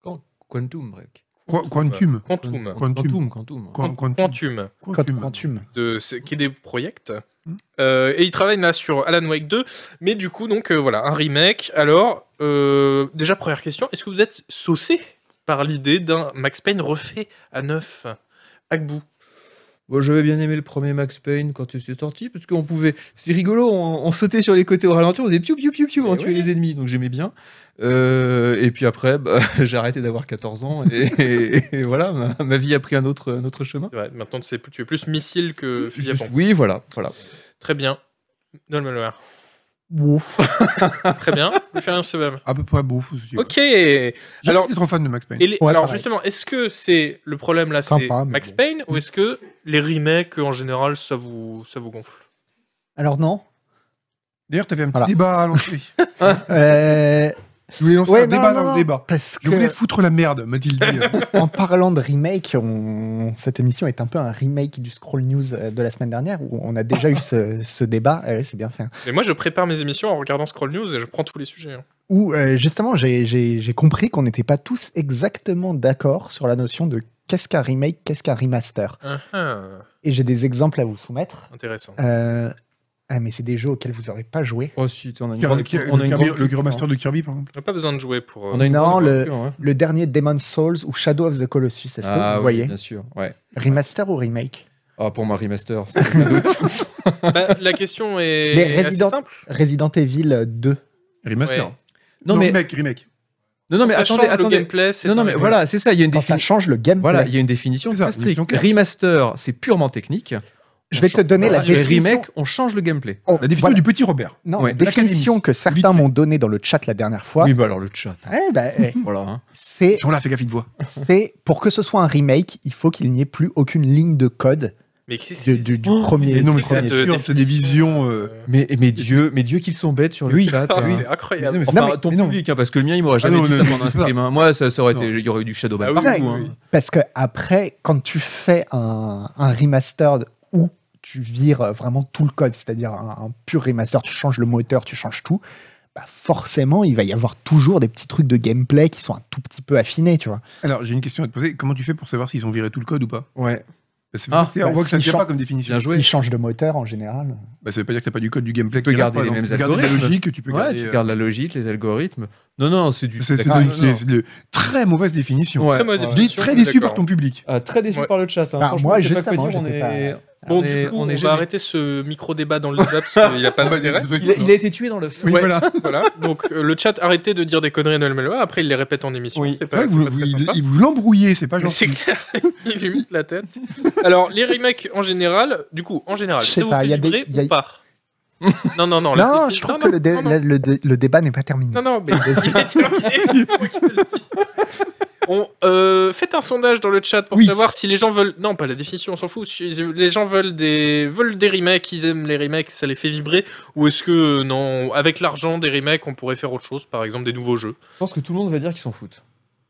Speaker 3: Quan- Quantum Break.
Speaker 2: Qu- Quantum.
Speaker 1: Quantum.
Speaker 3: Quantum. Quantum.
Speaker 2: Quan-
Speaker 1: Quantum.
Speaker 4: Code Quantum.
Speaker 1: de ce- qui est des projects.
Speaker 4: Mm.
Speaker 2: Hmm.
Speaker 1: Euh, et il travaille là sur Alan Wake 2, mais du coup, donc euh, voilà, un remake. Alors, euh, déjà, première question, est-ce que vous êtes saucé par l'idée d'un Max Payne refait à neuf Agbou.
Speaker 3: Bon, j'avais bien aimé le premier Max Payne quand il s'est sorti, parce qu'on pouvait. C'était rigolo, on, on sautait sur les côtés au ralenti, on faisait piou piou piou piou, on
Speaker 1: Mais
Speaker 3: tuait
Speaker 1: oui.
Speaker 3: les ennemis, donc j'aimais bien. Euh, et puis après, bah, j'ai arrêté d'avoir 14 ans, et, et- et voilà, ma, ma vie a pris un autre, un autre chemin.
Speaker 1: C'est vrai, maintenant tu, sais plus, tu es plus missile que Euh, fusil à
Speaker 3: Je-
Speaker 1: pompe.
Speaker 3: oui, voilà, voilà.
Speaker 1: Très bien. Noël Malouard.
Speaker 4: Ouf.
Speaker 1: Très bien. Je vais faire un sebum.
Speaker 2: À peu près beau, fou. si tu veux.
Speaker 1: Ok.
Speaker 2: J'ai
Speaker 1: Alors-
Speaker 2: été trop fan de Max Payne.
Speaker 1: Et les-
Speaker 4: Ouais,
Speaker 1: alors
Speaker 4: pareil.
Speaker 1: justement, est-ce que c'est le problème là, c'est
Speaker 4: Sympa, mais
Speaker 1: Max
Speaker 4: bon. Mm.
Speaker 1: Payne ou est-ce que les remakes en général ça vous ça vous gonfle
Speaker 4: Alors non.
Speaker 2: D'ailleurs, t'avais un petit
Speaker 4: Voilà.
Speaker 2: débat à lancer.
Speaker 4: Euh,
Speaker 2: Je voulais lancer
Speaker 4: ouais, non,
Speaker 2: un débat
Speaker 4: non,
Speaker 2: dans
Speaker 4: non,
Speaker 2: le débat.
Speaker 4: Parce
Speaker 2: Je voulais
Speaker 4: que
Speaker 2: foutre la merde, m'a-t-il dit.
Speaker 4: en parlant de remake, on- cette émission est un peu un remake du Scroll News euh, de la semaine dernière où on a déjà eu ce, ce débat. Euh, c'est bien fait.
Speaker 1: Mais moi, je prépare mes émissions en regardant Scroll News et je prends tous les sujets. hein.
Speaker 4: Où euh, justement, j'ai- j'ai j'ai compris qu'on n'était pas tous exactement d'accord sur la notion de qu'est-ce qu'un remake, qu'est-ce qu'un remaster.
Speaker 1: Ah, ah,
Speaker 4: Et j'ai des exemples à vous soumettre.
Speaker 1: intéressant.
Speaker 4: Euh, ah, mais c'est des jeux auxquels vous n'aurez pas joué.
Speaker 3: Oh, si, on a une
Speaker 2: Kirby-
Speaker 3: grande-
Speaker 2: Kirby-
Speaker 3: on a une
Speaker 2: le
Speaker 3: grande
Speaker 2: Kirby- le
Speaker 3: culture,
Speaker 2: remaster
Speaker 3: hein.
Speaker 2: de Kirby, par exemple.
Speaker 1: On n'a pas besoin de jouer pour. euh,
Speaker 3: On a une
Speaker 4: Non,
Speaker 3: grande
Speaker 4: le-
Speaker 3: culture, ouais.
Speaker 4: Le dernier Demon's Souls ou Shadow of the Colossus, hein. est-ce que
Speaker 3: Ah,
Speaker 4: vous
Speaker 3: oui,
Speaker 4: voyez
Speaker 3: bien sûr, ouais.
Speaker 4: Remaster ou remake
Speaker 3: Ah, pour ma remaster.
Speaker 1: Bah, la question est
Speaker 4: Les
Speaker 1: est assez
Speaker 4: Resident-
Speaker 1: simple.
Speaker 4: Resident Evil 2.
Speaker 2: Remaster.
Speaker 1: Ouais.
Speaker 3: non, mais
Speaker 2: remake, remake.
Speaker 3: Non, non, mais
Speaker 1: ça
Speaker 3: attendez,
Speaker 1: change le
Speaker 3: attendez.
Speaker 1: gameplay. c'est
Speaker 3: Non, non,
Speaker 1: dingue.
Speaker 3: mais voilà, c'est ça. Il y a une
Speaker 4: Quand ça
Speaker 3: définition.
Speaker 4: change le gameplay.
Speaker 3: Voilà, il y a une définition
Speaker 2: C'est ça,
Speaker 3: très stricte.
Speaker 2: définition claire.
Speaker 3: Remaster, c'est purement technique.
Speaker 4: Je vais te donner la
Speaker 3: Voilà, sur les
Speaker 4: définition.
Speaker 3: remakes, on change le gameplay.
Speaker 4: Oh,
Speaker 2: La définition
Speaker 4: voilà.
Speaker 2: du petit Robert.
Speaker 4: Non,
Speaker 3: Ouais.
Speaker 4: la définition que certains m'ont donnée dans le chat la dernière fois.
Speaker 3: Oui, bah alors le chat.
Speaker 4: Eh ben, eh,
Speaker 3: Voilà. hein.
Speaker 4: c'est
Speaker 2: Ils sont là, fais gaffe, ils te voient.
Speaker 4: c'est- pour que ce soit un remake, il faut qu'il n'y ait plus aucune ligne de code
Speaker 1: Mais qu'est-ce
Speaker 4: du, du- du
Speaker 3: Oh,
Speaker 4: premier.
Speaker 2: mais non,
Speaker 4: du
Speaker 2: mais
Speaker 1: c'est
Speaker 4: premier.
Speaker 2: c'est
Speaker 1: cette,
Speaker 2: sûr,
Speaker 1: euh,
Speaker 2: c'est des visions. euh,
Speaker 3: Mais, mais Dieu, mais Dieu qu'ils sont bêtes sur le
Speaker 2: Oui.
Speaker 3: chat.
Speaker 1: Ah,
Speaker 3: hein.
Speaker 1: C'est incroyable.
Speaker 2: mais non, mais
Speaker 3: Enfin,
Speaker 4: Non, mais-
Speaker 3: ton
Speaker 2: mais non.
Speaker 3: public, hein, parce que le mien, il m'aurait jamais
Speaker 2: non,
Speaker 3: dit
Speaker 2: non,
Speaker 3: ça
Speaker 2: non,
Speaker 3: pendant un
Speaker 2: c'est ça.
Speaker 3: stream. hein. Moi, ça, ça aurait été,
Speaker 2: Non.
Speaker 3: il y aurait eu du Shadowban
Speaker 1: Ah oui,
Speaker 3: partout.
Speaker 4: oui,
Speaker 3: hein.
Speaker 1: oui.
Speaker 4: Parce que après, quand tu fais un, un remastered où tu vires vraiment tout le code, c'est-à-dire un, un pur remaster, tu changes le moteur, tu changes tout, bah forcément, il va y avoir toujours des petits trucs de gameplay qui sont un tout petit peu affinés, tu vois.
Speaker 2: Alors, j'ai une question à te poser. Comment tu fais pour savoir s'ils ont viré tout le code ou pas
Speaker 3: Ouais.
Speaker 2: C'est
Speaker 3: Ah,
Speaker 2: pour ça que c'est-
Speaker 4: bah,
Speaker 2: on voit que ça ne
Speaker 4: s'ils
Speaker 2: tient pas
Speaker 4: changent-
Speaker 2: comme définition.
Speaker 3: Bien joué. Ouais.
Speaker 4: Ils changent de moteur en général.
Speaker 2: Bah, ça veut pas dire que t'as pas du code du gameplay.
Speaker 3: Tu peux
Speaker 2: qui est là,
Speaker 3: garder
Speaker 2: par
Speaker 3: les
Speaker 2: exemple.
Speaker 3: mêmes
Speaker 2: Tu peux garder
Speaker 3: algorithmes.
Speaker 2: la logique, tu peux
Speaker 3: Ouais,
Speaker 2: garder.
Speaker 3: tu
Speaker 2: euh,
Speaker 3: gardes la logique, les algorithmes. Non, non, c'est du.
Speaker 2: C'est c'est
Speaker 3: Ah,
Speaker 2: de-
Speaker 3: non, non.
Speaker 2: c'est de très mauvaise définition.
Speaker 3: Ouais.
Speaker 1: Très mauvaise
Speaker 3: Ouais.
Speaker 2: Dé-
Speaker 1: définition,
Speaker 2: Très
Speaker 1: je suis
Speaker 2: déçu par
Speaker 1: d'accord.
Speaker 2: ton public.
Speaker 3: Ah, très déçu
Speaker 1: Ouais.
Speaker 3: par le chat. hein.
Speaker 4: Bah,
Speaker 3: Franchement,
Speaker 4: moi,
Speaker 3: je sais pas
Speaker 4: justement,
Speaker 3: quoi dire, on
Speaker 4: j'étais
Speaker 3: est-
Speaker 4: pas-
Speaker 1: Bon,
Speaker 3: on est-
Speaker 1: du coup,
Speaker 3: on
Speaker 1: on,
Speaker 3: est
Speaker 1: va
Speaker 3: gêné.
Speaker 1: arrêter ce micro-débat dans le débat parce qu'il n'y a pas d'intérêt.
Speaker 3: Il a, il a été tué dans le feu.
Speaker 2: Oui,
Speaker 1: Ouais.
Speaker 2: voilà.
Speaker 1: voilà. Donc, euh, le chat, arrêtez de dire des conneries à Noël Malloy. Après, il les répète en émission.
Speaker 3: Oui.
Speaker 1: C'est
Speaker 2: C'est vrai
Speaker 1: pas,
Speaker 2: que
Speaker 1: c'est
Speaker 2: vous-
Speaker 1: pas très
Speaker 2: vous-
Speaker 1: sympa.
Speaker 2: ils vous l'embrouillez, c'est pas
Speaker 4: Ah
Speaker 1: Mais C'est
Speaker 2: gentil.
Speaker 1: clair, il lui monte la tête. Alors, les remakes en général, du coup, en général,
Speaker 4: Je sais
Speaker 1: ça vous
Speaker 4: pas,
Speaker 1: fait
Speaker 4: il y a des-
Speaker 1: vibrer
Speaker 4: il y a-
Speaker 1: ou pas Non, non, non. la
Speaker 4: Non,
Speaker 1: défi-
Speaker 4: je trouve
Speaker 1: non,
Speaker 4: que le, dé-
Speaker 1: non, non,
Speaker 4: la- le dé- le débat n'est pas terminé.
Speaker 1: non, non, mais il est terminé. c'est moi qui te le dis. On, euh, faites un sondage dans le chat pour
Speaker 2: Oui.
Speaker 1: savoir si les gens veulent. Non, pas la définition, on s'en fout. Si les gens veulent des veulent des remakes, ils aiment les remakes, ça les fait vibrer, ou est-ce que euh, non, avec l'argent des remakes, on pourrait faire autre chose, par exemple des nouveaux jeux.
Speaker 3: Je pense que tout le monde va dire qu'ils s'en foutent.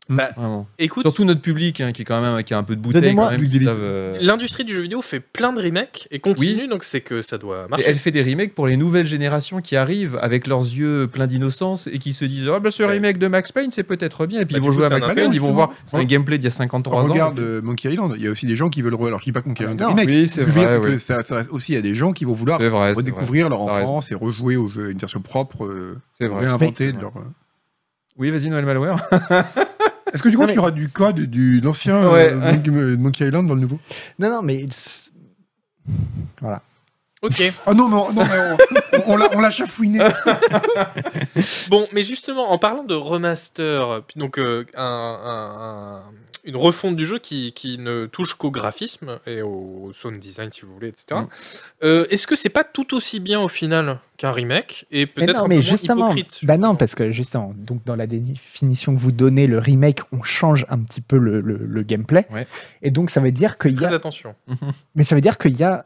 Speaker 1: Bah,
Speaker 3: Vraiment.
Speaker 1: Écoute,
Speaker 3: Surtout notre public, hein, qui est quand même qui a un peu de bouteille
Speaker 4: Donnez-moi
Speaker 3: quand même.
Speaker 2: du
Speaker 3: qui
Speaker 2: Divinity.
Speaker 3: savent, euh,
Speaker 1: l'industrie du jeu vidéo fait plein de remakes et continue, donc c'est que ça doit
Speaker 3: Et
Speaker 1: marcher.
Speaker 3: elle fait des remakes pour les nouvelles générations qui arrivent avec leurs yeux pleins d'innocence et qui se disent Ah, bah ce
Speaker 1: Ouais.
Speaker 3: remake de Max Payne, c'est peut-être bien. Et puis
Speaker 1: Bah,
Speaker 3: ils
Speaker 1: du coup,
Speaker 3: vont jouer à
Speaker 1: c'est un
Speaker 3: Max
Speaker 1: intérêt,
Speaker 3: Payne, ils vont
Speaker 2: justement.
Speaker 3: voir, c'est un gameplay d'il y a 53 ans.
Speaker 2: Regarde euh, Monkey Island, il y a aussi des gens qui veulent re- alors je dis pas que Monkey
Speaker 4: Ah,
Speaker 2: Island
Speaker 4: non.
Speaker 2: est remake.
Speaker 3: Oui,
Speaker 2: Ce
Speaker 3: c'est
Speaker 2: que je veux
Speaker 3: vrai,
Speaker 2: dire, c'est que
Speaker 3: oui.
Speaker 2: ça s'adresse aussi à des gens qui vont vouloir
Speaker 3: C'est vrai, c'est vrai.
Speaker 2: redécouvrir leur
Speaker 3: T'as raison.
Speaker 2: enfance et rejouer aux jeux, une version propre, euh,
Speaker 3: C'est vrai.
Speaker 2: réinventée de
Speaker 3: Mais-
Speaker 2: leur. euh.
Speaker 3: Oui, vas-y, Noël Malware.
Speaker 2: Est-ce que du coup,
Speaker 4: Non,
Speaker 2: tu auras du code du, de l'ancien euh,
Speaker 3: Ouais.
Speaker 2: Monkey- euh, Monkey Island dans le nouveau
Speaker 4: Non, non, mais c'est-
Speaker 1: Ok.
Speaker 2: Ah non, mais on, non, mais on- on- on l'a- on l'a chafouiné.
Speaker 1: Bon, mais justement, en parlant de remaster, puis donc euh, un- un- un- une refonte du jeu qui, qui ne touche qu'au graphisme et au sound design, si vous voulez, etc.
Speaker 3: Mm.
Speaker 1: euh, Est-ce que c'est pas tout aussi bien au final qu'un remake et
Speaker 4: mais
Speaker 1: peut-être
Speaker 4: non,
Speaker 1: un
Speaker 4: mais
Speaker 1: peu moins
Speaker 4: justement,
Speaker 1: hypocrite
Speaker 4: bah non,
Speaker 1: justement.
Speaker 4: parce que justement, donc dans la définition que vous donnez, le remake, on change un petit peu le, le- le gameplay,
Speaker 3: Ouais.
Speaker 4: et donc ça veut dire qu'il y
Speaker 1: Très
Speaker 4: a,
Speaker 1: attention.
Speaker 4: mais ça veut dire qu'il y a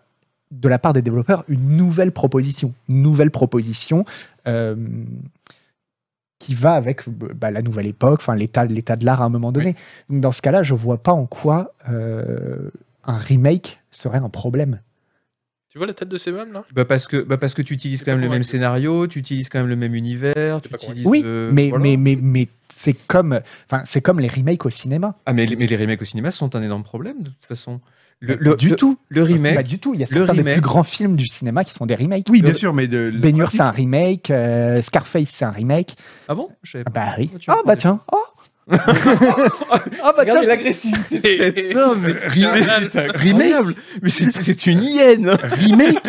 Speaker 4: de la part des développeurs une nouvelle proposition, une nouvelle proposition euh, qui va avec bah, la nouvelle époque, enfin l'état l'état de l'art à un moment donné. Donc dans ce cas-là, je vois pas en quoi euh, un remake serait un problème.
Speaker 1: Tu vois la tête de Sebam là
Speaker 3: Bah parce que bah parce que tu utilises
Speaker 1: T'es pas
Speaker 3: quand même le même
Speaker 1: convaincu.
Speaker 3: scénario, tu utilises quand même le même univers, tu
Speaker 1: pas convaincu.
Speaker 3: utilises
Speaker 4: Oui,
Speaker 3: euh,
Speaker 4: mais,
Speaker 3: voilà.
Speaker 4: mais mais mais c'est comme enfin c'est comme les remakes au cinéma.
Speaker 3: Ah, mais, les- mais les remakes au cinéma sont un énorme problème de toute façon. Le,
Speaker 4: Pas
Speaker 3: le-
Speaker 4: Bah, du
Speaker 3: le-
Speaker 4: tout.
Speaker 3: le
Speaker 4: Pas
Speaker 3: remake,
Speaker 4: du tout. Il y a
Speaker 3: le
Speaker 4: certains des
Speaker 3: remake-
Speaker 4: plus grands films du cinéma qui sont des remakes.
Speaker 2: Oui, bien sûr, mais de. la
Speaker 4: Baignure,
Speaker 2: pratique-
Speaker 4: c'est un remake. euh, Scarface, c'est un remake.
Speaker 3: ah bon Je savais
Speaker 4: Ah
Speaker 3: pas.
Speaker 4: bah oui.
Speaker 3: Tu
Speaker 4: Ah
Speaker 3: apprends
Speaker 4: bah
Speaker 3: des-
Speaker 4: tiens. Oh. ah bah tiens.
Speaker 3: Regardez l'agressivité de cet homme.
Speaker 1: C'est
Speaker 3: Remake, c'est incroyable. Mais c'est c'est une hyène.
Speaker 2: Remake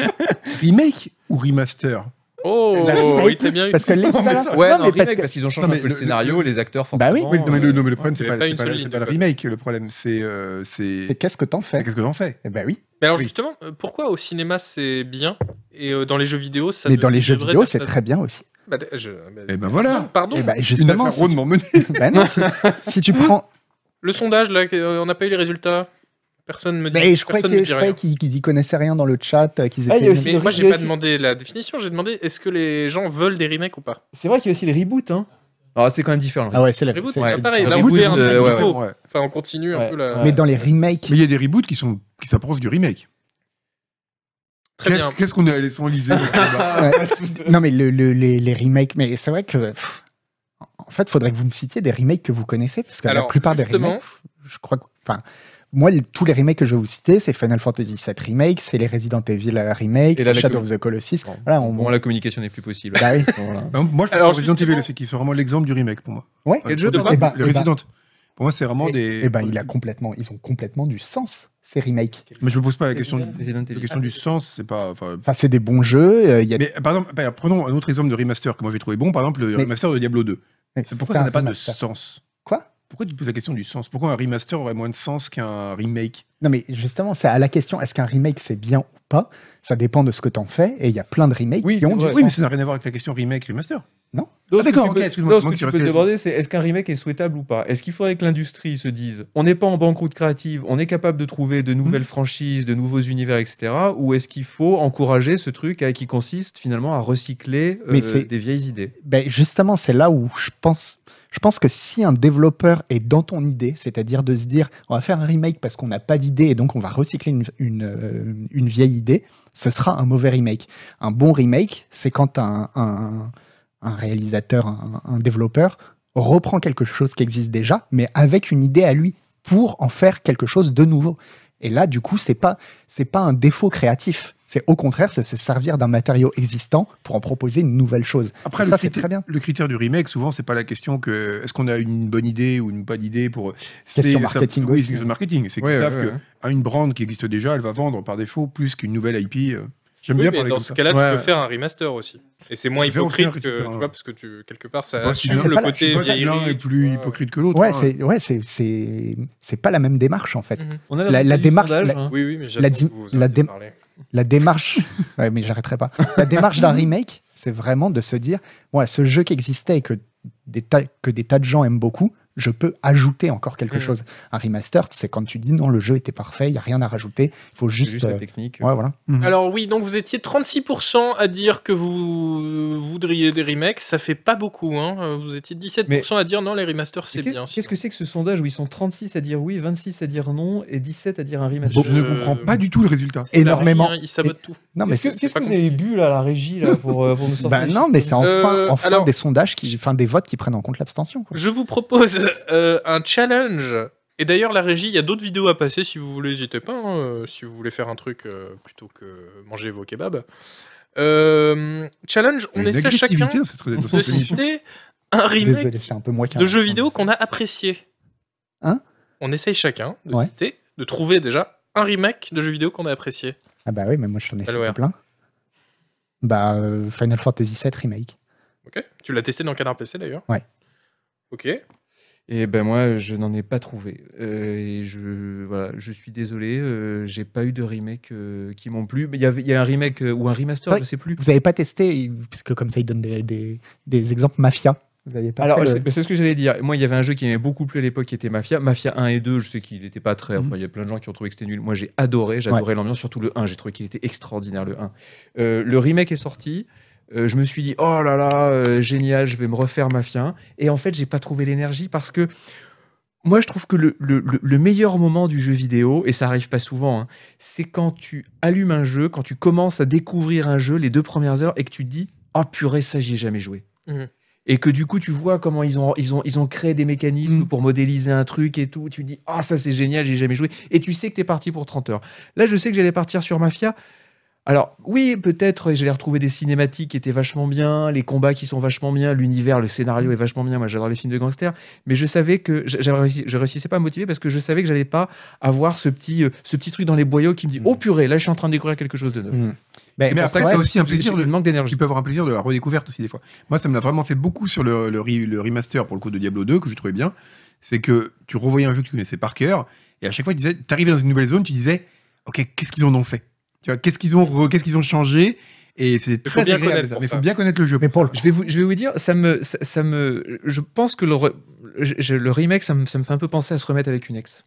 Speaker 2: Remake ou remaster
Speaker 1: Oh,
Speaker 4: La remake,
Speaker 1: il t'a bien eu.
Speaker 4: parce que l'équivalent.
Speaker 2: ça-
Speaker 3: Ouais,
Speaker 4: non,
Speaker 3: non,
Speaker 4: mais
Speaker 3: remake,
Speaker 4: parce
Speaker 3: parce,
Speaker 4: que-
Speaker 3: qu'ils ont changé
Speaker 2: Non,
Speaker 3: un
Speaker 2: mais
Speaker 3: peu le
Speaker 2: le-
Speaker 3: scénario, les acteurs,
Speaker 4: Bah
Speaker 3: forcément. euh,
Speaker 4: oui.
Speaker 2: Oui, non, mais, le, non, mais le problème, c'est
Speaker 1: Il y
Speaker 2: pas,
Speaker 1: avait pas
Speaker 2: c'est
Speaker 1: une
Speaker 2: pas-
Speaker 1: seule
Speaker 2: c'est
Speaker 1: ligne
Speaker 2: pas
Speaker 1: de
Speaker 2: le
Speaker 1: code.
Speaker 2: remake. Le problème, c'est euh, c'est
Speaker 4: C'est qu'est-ce que t'en
Speaker 2: c'est
Speaker 4: fais
Speaker 2: qu'est-ce que j'en fais
Speaker 4: Eh bah oui.
Speaker 1: Mais alors
Speaker 2: Oui.
Speaker 1: justement, euh, pourquoi au cinéma c'est bien et euh, dans les jeux vidéo ça
Speaker 4: mais
Speaker 1: ne
Speaker 4: dans les jeux
Speaker 1: devrait
Speaker 4: vidéo,
Speaker 1: pas-
Speaker 4: c'est
Speaker 1: ça-
Speaker 4: très bien aussi.
Speaker 1: Bah, je- bah,
Speaker 2: Eh ben voilà.
Speaker 1: non, Pardon.
Speaker 4: Et bah
Speaker 2: Une
Speaker 4: justement,
Speaker 2: affaire
Speaker 4: si tu,
Speaker 2: rondement menée.
Speaker 4: bah non, si, si tu prends.
Speaker 1: Le sondage là, euh, on n'a pas eu les résultats. Personne me dit.
Speaker 4: Mais je croyais
Speaker 1: personne me
Speaker 4: que-
Speaker 1: dit
Speaker 4: je
Speaker 1: rien.
Speaker 4: croyais qu'ils qu'ils y connaissaient rien dans le chat, euh, qu'ils
Speaker 3: Ah, il y a
Speaker 4: étaient.
Speaker 3: aussi
Speaker 1: Mais
Speaker 3: Le
Speaker 1: moi,
Speaker 3: remake
Speaker 1: j'ai pas
Speaker 3: aussi.
Speaker 1: demandé la définition, j'ai demandé est-ce que les gens veulent des remakes ou pas
Speaker 3: C'est vrai qu'il y a aussi les reboots. Hein. Alors, c'est quand même différent. le
Speaker 4: Ah ouais, c'est la.
Speaker 1: Reboot,
Speaker 4: c'est-
Speaker 1: c'est pas pareil.
Speaker 3: le
Speaker 1: Là, on
Speaker 3: reboot,
Speaker 1: fait un truc
Speaker 3: euh, ouais,
Speaker 1: nouveau.
Speaker 2: ouais.
Speaker 1: Enfin, on continue un
Speaker 3: Ouais,
Speaker 1: peu la.
Speaker 3: ouais.
Speaker 4: Mais dans les remakes,
Speaker 2: Mais il y a des reboots qui sont qui s'approchent du remake.
Speaker 1: Très
Speaker 2: Qu'est-ce-
Speaker 1: bien.
Speaker 2: Qu'est-ce qu'on est allé sans Bah, liser
Speaker 4: Non, mais le, le- les, les remakes, mais c'est vrai que. pff, en fait, faudrait que vous me citiez des remakes que vous connaissez, parce que la
Speaker 1: Alors,
Speaker 4: plupart des
Speaker 1: justement,
Speaker 4: remakes, je crois que. Enfin, moi, le- tous les remakes que je vais vous citer, c'est Final Fantasy VII Remake, c'est les Resident Evil euh, Remake,
Speaker 3: Et là,
Speaker 4: c'est
Speaker 3: la
Speaker 4: Shadow
Speaker 3: com-
Speaker 4: of the Colossus.
Speaker 3: Bon,
Speaker 4: Voilà, on.
Speaker 3: Bon, la communication n'est plus possible.
Speaker 4: Bah oui.
Speaker 3: Voilà.
Speaker 2: Moi, je
Speaker 1: Alors,
Speaker 2: pense que Resident
Speaker 1: justement-
Speaker 2: Evil, c'est qui sont vraiment l'exemple du remake pour moi.
Speaker 4: Ouais.
Speaker 2: Euh,
Speaker 3: Quel jeu,
Speaker 1: de
Speaker 3: pardon
Speaker 1: quoi
Speaker 4: Eh ben,
Speaker 2: Les
Speaker 4: eh ben-
Speaker 2: Resident. Pour moi, c'est vraiment des.
Speaker 4: eh ben, il a complètement, ils ont complètement du sens, ces remakes.
Speaker 2: Mais je me pose pas la question, du-
Speaker 3: Resident
Speaker 2: la
Speaker 3: Evil.
Speaker 2: question du sens. C'est pas. enfin,
Speaker 4: Enfin, c'est des bons jeux, euh, il y a
Speaker 2: ben, Mais par exemple, bah, prenons un autre exemple de remaster que moi j'ai trouvé bon. Par exemple, le
Speaker 4: Mais-
Speaker 2: remaster de Diablo 2. C'est pourquoi ça n'a pas de sens.
Speaker 4: Quoi
Speaker 2: Pourquoi tu te poses la question du sens Pourquoi un remaster aurait moins de sens qu'un remake
Speaker 4: Non, mais justement, c'est à la question est-ce qu'un remake c'est bien ou pas Ça dépend de ce que t'en fais, et il y a plein de remakes
Speaker 3: Oui,
Speaker 4: qui ont
Speaker 3: c'est
Speaker 4: du
Speaker 3: vrai.
Speaker 4: sens.
Speaker 2: Oui, mais ça n'a rien à voir avec la question remake, remaster.
Speaker 3: Non,
Speaker 2: Ah,
Speaker 3: ce que
Speaker 2: d'accord,
Speaker 3: tu
Speaker 2: ok,
Speaker 3: peux-
Speaker 2: excuse-moi,
Speaker 3: non, ce
Speaker 2: moi
Speaker 3: que
Speaker 2: qui
Speaker 3: tu
Speaker 2: restais
Speaker 3: peux te
Speaker 2: là-dessus.
Speaker 3: demander, c'est est-ce qu'un remake est souhaitable ou pas Est-ce qu'il faudrait que l'industrie se dise on n'est pas en banqueroute créative, on est capable de trouver de
Speaker 4: Mmh.
Speaker 3: nouvelles franchises, de nouveaux univers, etc. Ou est-ce qu'il faut encourager ce truc euh, qui consiste finalement à recycler euh,
Speaker 4: Mais c'est-
Speaker 3: des vieilles idées
Speaker 4: Ben justement, c'est là où je pense, je pense que si un développeur est dans ton idée, c'est-à-dire de se dire on va faire un remake parce qu'on n'a pas d'idée et donc on va recycler une, une, euh, une vieille idée, ce sera un mauvais remake. Un bon remake, c'est quand un, un, un réalisateur, un, un développeur reprend quelque chose qui existe déjà, mais avec une idée à lui pour en faire quelque chose de nouveau. Et là, du coup, c'est pas c'est pas un défaut créatif. C'est au contraire, c'est se servir d'un matériau existant pour en proposer une nouvelle chose.
Speaker 2: Après,
Speaker 4: Ça,
Speaker 2: le,
Speaker 4: c'est
Speaker 2: critère,
Speaker 4: très bien.
Speaker 2: le critère du remake, souvent, c'est pas la question que est-ce qu'on a une bonne idée ou une bonne idée pour.
Speaker 4: Question
Speaker 2: ça-
Speaker 4: marketing
Speaker 2: Oui,
Speaker 4: aussi. hein.
Speaker 2: c'est question marketing. C'est qu'ils
Speaker 3: Ouais,
Speaker 2: savent
Speaker 3: ouais,
Speaker 2: que
Speaker 3: ouais.
Speaker 2: à une brand qui existe déjà, elle va vendre par défaut plus qu'une nouvelle IP. euh. J'aime
Speaker 1: Oui,
Speaker 2: bien
Speaker 1: mais
Speaker 2: parler
Speaker 1: dans
Speaker 2: comme
Speaker 1: ce
Speaker 2: ça.
Speaker 1: cas-là,
Speaker 3: Ouais,
Speaker 1: tu peux
Speaker 3: ouais.
Speaker 1: faire un remaster aussi. Et c'est moins
Speaker 2: Tu peux en faire
Speaker 1: hypocrite
Speaker 2: que
Speaker 1: que,
Speaker 2: tu fais un-
Speaker 1: tu vois, parce que tu, quelque part, ça
Speaker 2: Bah, c'est
Speaker 1: assume
Speaker 4: pas
Speaker 1: le
Speaker 4: la-
Speaker 1: côté euh,
Speaker 2: Je sais pas si L'un
Speaker 1: vieillerie.
Speaker 2: est plus
Speaker 1: tu vois.
Speaker 2: hypocrite que l'autre.
Speaker 4: Ouais,
Speaker 2: hein.
Speaker 4: c'est ouais, c'est c'est c'est pas la même démarche en fait.
Speaker 1: Mhm.
Speaker 3: On a la,
Speaker 4: La- la
Speaker 3: du
Speaker 4: démarche-
Speaker 3: sondage,
Speaker 4: la-
Speaker 3: hein.
Speaker 1: Oui, oui, mais j'attends
Speaker 4: dim-
Speaker 1: que vous
Speaker 4: la
Speaker 1: arrêtiez de
Speaker 4: dim-
Speaker 1: parler.
Speaker 4: La démarche, ouais, mais j'arrêterai pas. La démarche d'un remake, c'est vraiment de se dire, ouais, ce jeu qui existait et que des tas que des tas de gens aiment beaucoup, je peux ajouter encore quelque
Speaker 1: Mhm.
Speaker 4: chose. Un remaster, c'est quand tu dis non, le jeu était parfait, il y a rien à rajouter, il faut
Speaker 3: C'est
Speaker 4: juste,
Speaker 3: juste
Speaker 4: euh,
Speaker 3: la technique.
Speaker 4: ouais, voilà.
Speaker 2: Mhm.
Speaker 1: Alors oui, donc vous étiez 36% à dire que vous voudriez des remakes, ça fait pas beaucoup, hein. Euh, Vous étiez 17% à dire non, les remasters c'est
Speaker 3: Mais qu'est-
Speaker 1: bien.
Speaker 3: Qu'est-ce
Speaker 1: sinon.
Speaker 3: que c'est que ce sondage où ils sont 36 à dire oui, 26 à dire non et 17 à dire un remaster
Speaker 2: Je ne comprends pas du tout le résultat.
Speaker 1: C'est la
Speaker 4: énormément.
Speaker 1: régie, hein, ils sabotent tout.
Speaker 4: Non, mais
Speaker 3: Est-ce que-
Speaker 4: c'est
Speaker 1: c'est
Speaker 3: Qu'est-ce
Speaker 1: pas
Speaker 3: que vous avez bu là, à la régie là, pour, euh, pour nous sortir
Speaker 4: bah
Speaker 3: les
Speaker 4: non,
Speaker 3: chiffres
Speaker 4: mais c'est enfin,
Speaker 1: Euh,
Speaker 4: enfin
Speaker 1: alors-
Speaker 4: des sondages qui, enfin des votes qui prennent en compte l'abstention. quoi.
Speaker 1: Je vous propose euh, un challenge. Et d'ailleurs, la régie, il y a d'autres vidéos à passer si vous voulez, n'hésitez pas. hein, euh, si vous voulez faire un truc euh, plutôt que manger vos kebabs. Euh, challenge, on
Speaker 2: Une
Speaker 1: essaie
Speaker 2: agressivité,
Speaker 1: chacun
Speaker 2: hein, cette- dans
Speaker 1: de
Speaker 2: cette émission.
Speaker 1: citer un remake
Speaker 4: Désolé, c'est un peu moi qui.
Speaker 1: de jeux vidéo qu'on a apprécié.
Speaker 4: Hein
Speaker 1: On essaye chacun de
Speaker 4: Ouais.
Speaker 1: citer, de trouver déjà un remake de jeu vidéo qu'on a apprécié.
Speaker 4: Ah bah oui, mais moi j'en ai
Speaker 1: Bioware.
Speaker 4: cité plein. Bah euh, Final Fantasy VII remake.
Speaker 1: Ok Tu l'as testé dans Canard PC d'ailleurs
Speaker 4: Ouais.
Speaker 1: Ok. Et
Speaker 3: Et ben moi, je n'en ai pas trouvé. Euh, et je, voilà, je suis désolé, euh, j'ai pas eu de remake euh, qui m'ont plu. Mais il y avait- il y a un remake euh, ou un remaster,
Speaker 4: Ouais.
Speaker 3: je sais plus.
Speaker 4: Vous avez pas testé parce que comme ça il donne des, des, des exemples mafia. Vous avez pas
Speaker 3: Alors,
Speaker 4: fait le-
Speaker 3: c'est c'est ce que j'allais dire. Moi, il y avait un jeu qui m'aimait beaucoup plu à l'époque qui était Mafia. Mafia 1 et 2, je sais qu'il n'était pas très.
Speaker 4: Mhm.
Speaker 3: Enfin, il y a plein de gens qui ont trouvé que c'était nul. Moi, j'ai adoré, j'adorais l'ambiance, surtout le 1. J'ai trouvé qu'il était extraordinaire, le 1. Euh, le remake est sorti. Euh, je me suis dit, oh là là, euh, génial, je vais me refaire Mafia 1. Et en fait, j'ai pas trouvé l'énergie parce que. Moi, je trouve que le, le- le- le meilleur moment du jeu vidéo, et ça arrive pas souvent, hein, c'est quand tu allumes un jeu, quand tu commences à découvrir un jeu les deux premières heures et que tu te dis, oh purée, ça, j'y ai jamais joué et que du coup tu vois comment ils ont ils ont ils ont créé des mécanismes pour modéliser un truc et tout tu dis ah ça c'est génial j'ai jamais joué et tu sais que t'es parti pour 30 heures là je sais que j'allais partir sur Mafia alors oui peut-être et j'allais retrouver des cinématiques qui étaient vachement bien les combats qui sont vachement bien l'univers le scénario est vachement bien moi j'adore les films de gangsters mais je savais que j- j'avais réussi- je réussissais pas à me motiver parce que je savais que j'allais pas avoir ce petit euh, ce petit truc dans les boyaux qui me dit
Speaker 2: Mm.
Speaker 3: oh purée là je suis en train de découvrir quelque chose de neuf
Speaker 4: Mm. Mais,
Speaker 2: Mais
Speaker 4: bon,
Speaker 2: après,
Speaker 4: ouais,
Speaker 2: c'est aussi un
Speaker 3: J'ai- j'ai-
Speaker 2: plaisir de,
Speaker 3: il manque d'énergie
Speaker 2: Tu peux avoir un plaisir de la redécouverte aussi des fois. Moi, ça me l'a vraiment fait beaucoup sur le, le re- le remaster pour le coup de Diablo 2 que je trouvais bien. C'est que tu revoyais un jeu que tu connaissais par cœur et à chaque fois, tu disais, t'arrivais dans une nouvelle zone, tu disais, ok, qu'est-ce qu'ils en ont fait Tu vois, qu'est-ce qu'ils ont, re- qu'est-ce qu'ils ont changé Et c'est
Speaker 1: faut
Speaker 2: très
Speaker 1: bien
Speaker 2: agréable.
Speaker 1: connaître
Speaker 2: ça.
Speaker 1: pour
Speaker 2: Mais il faut
Speaker 1: ça.
Speaker 2: bien connaître le jeu.
Speaker 4: mais pour le
Speaker 3: Je vais vous, je vais vous dire, ça me, ça, ça me, je pense que le, re- je- je- le remake, ça me, ça me fait un peu penser à se remettre avec une ex.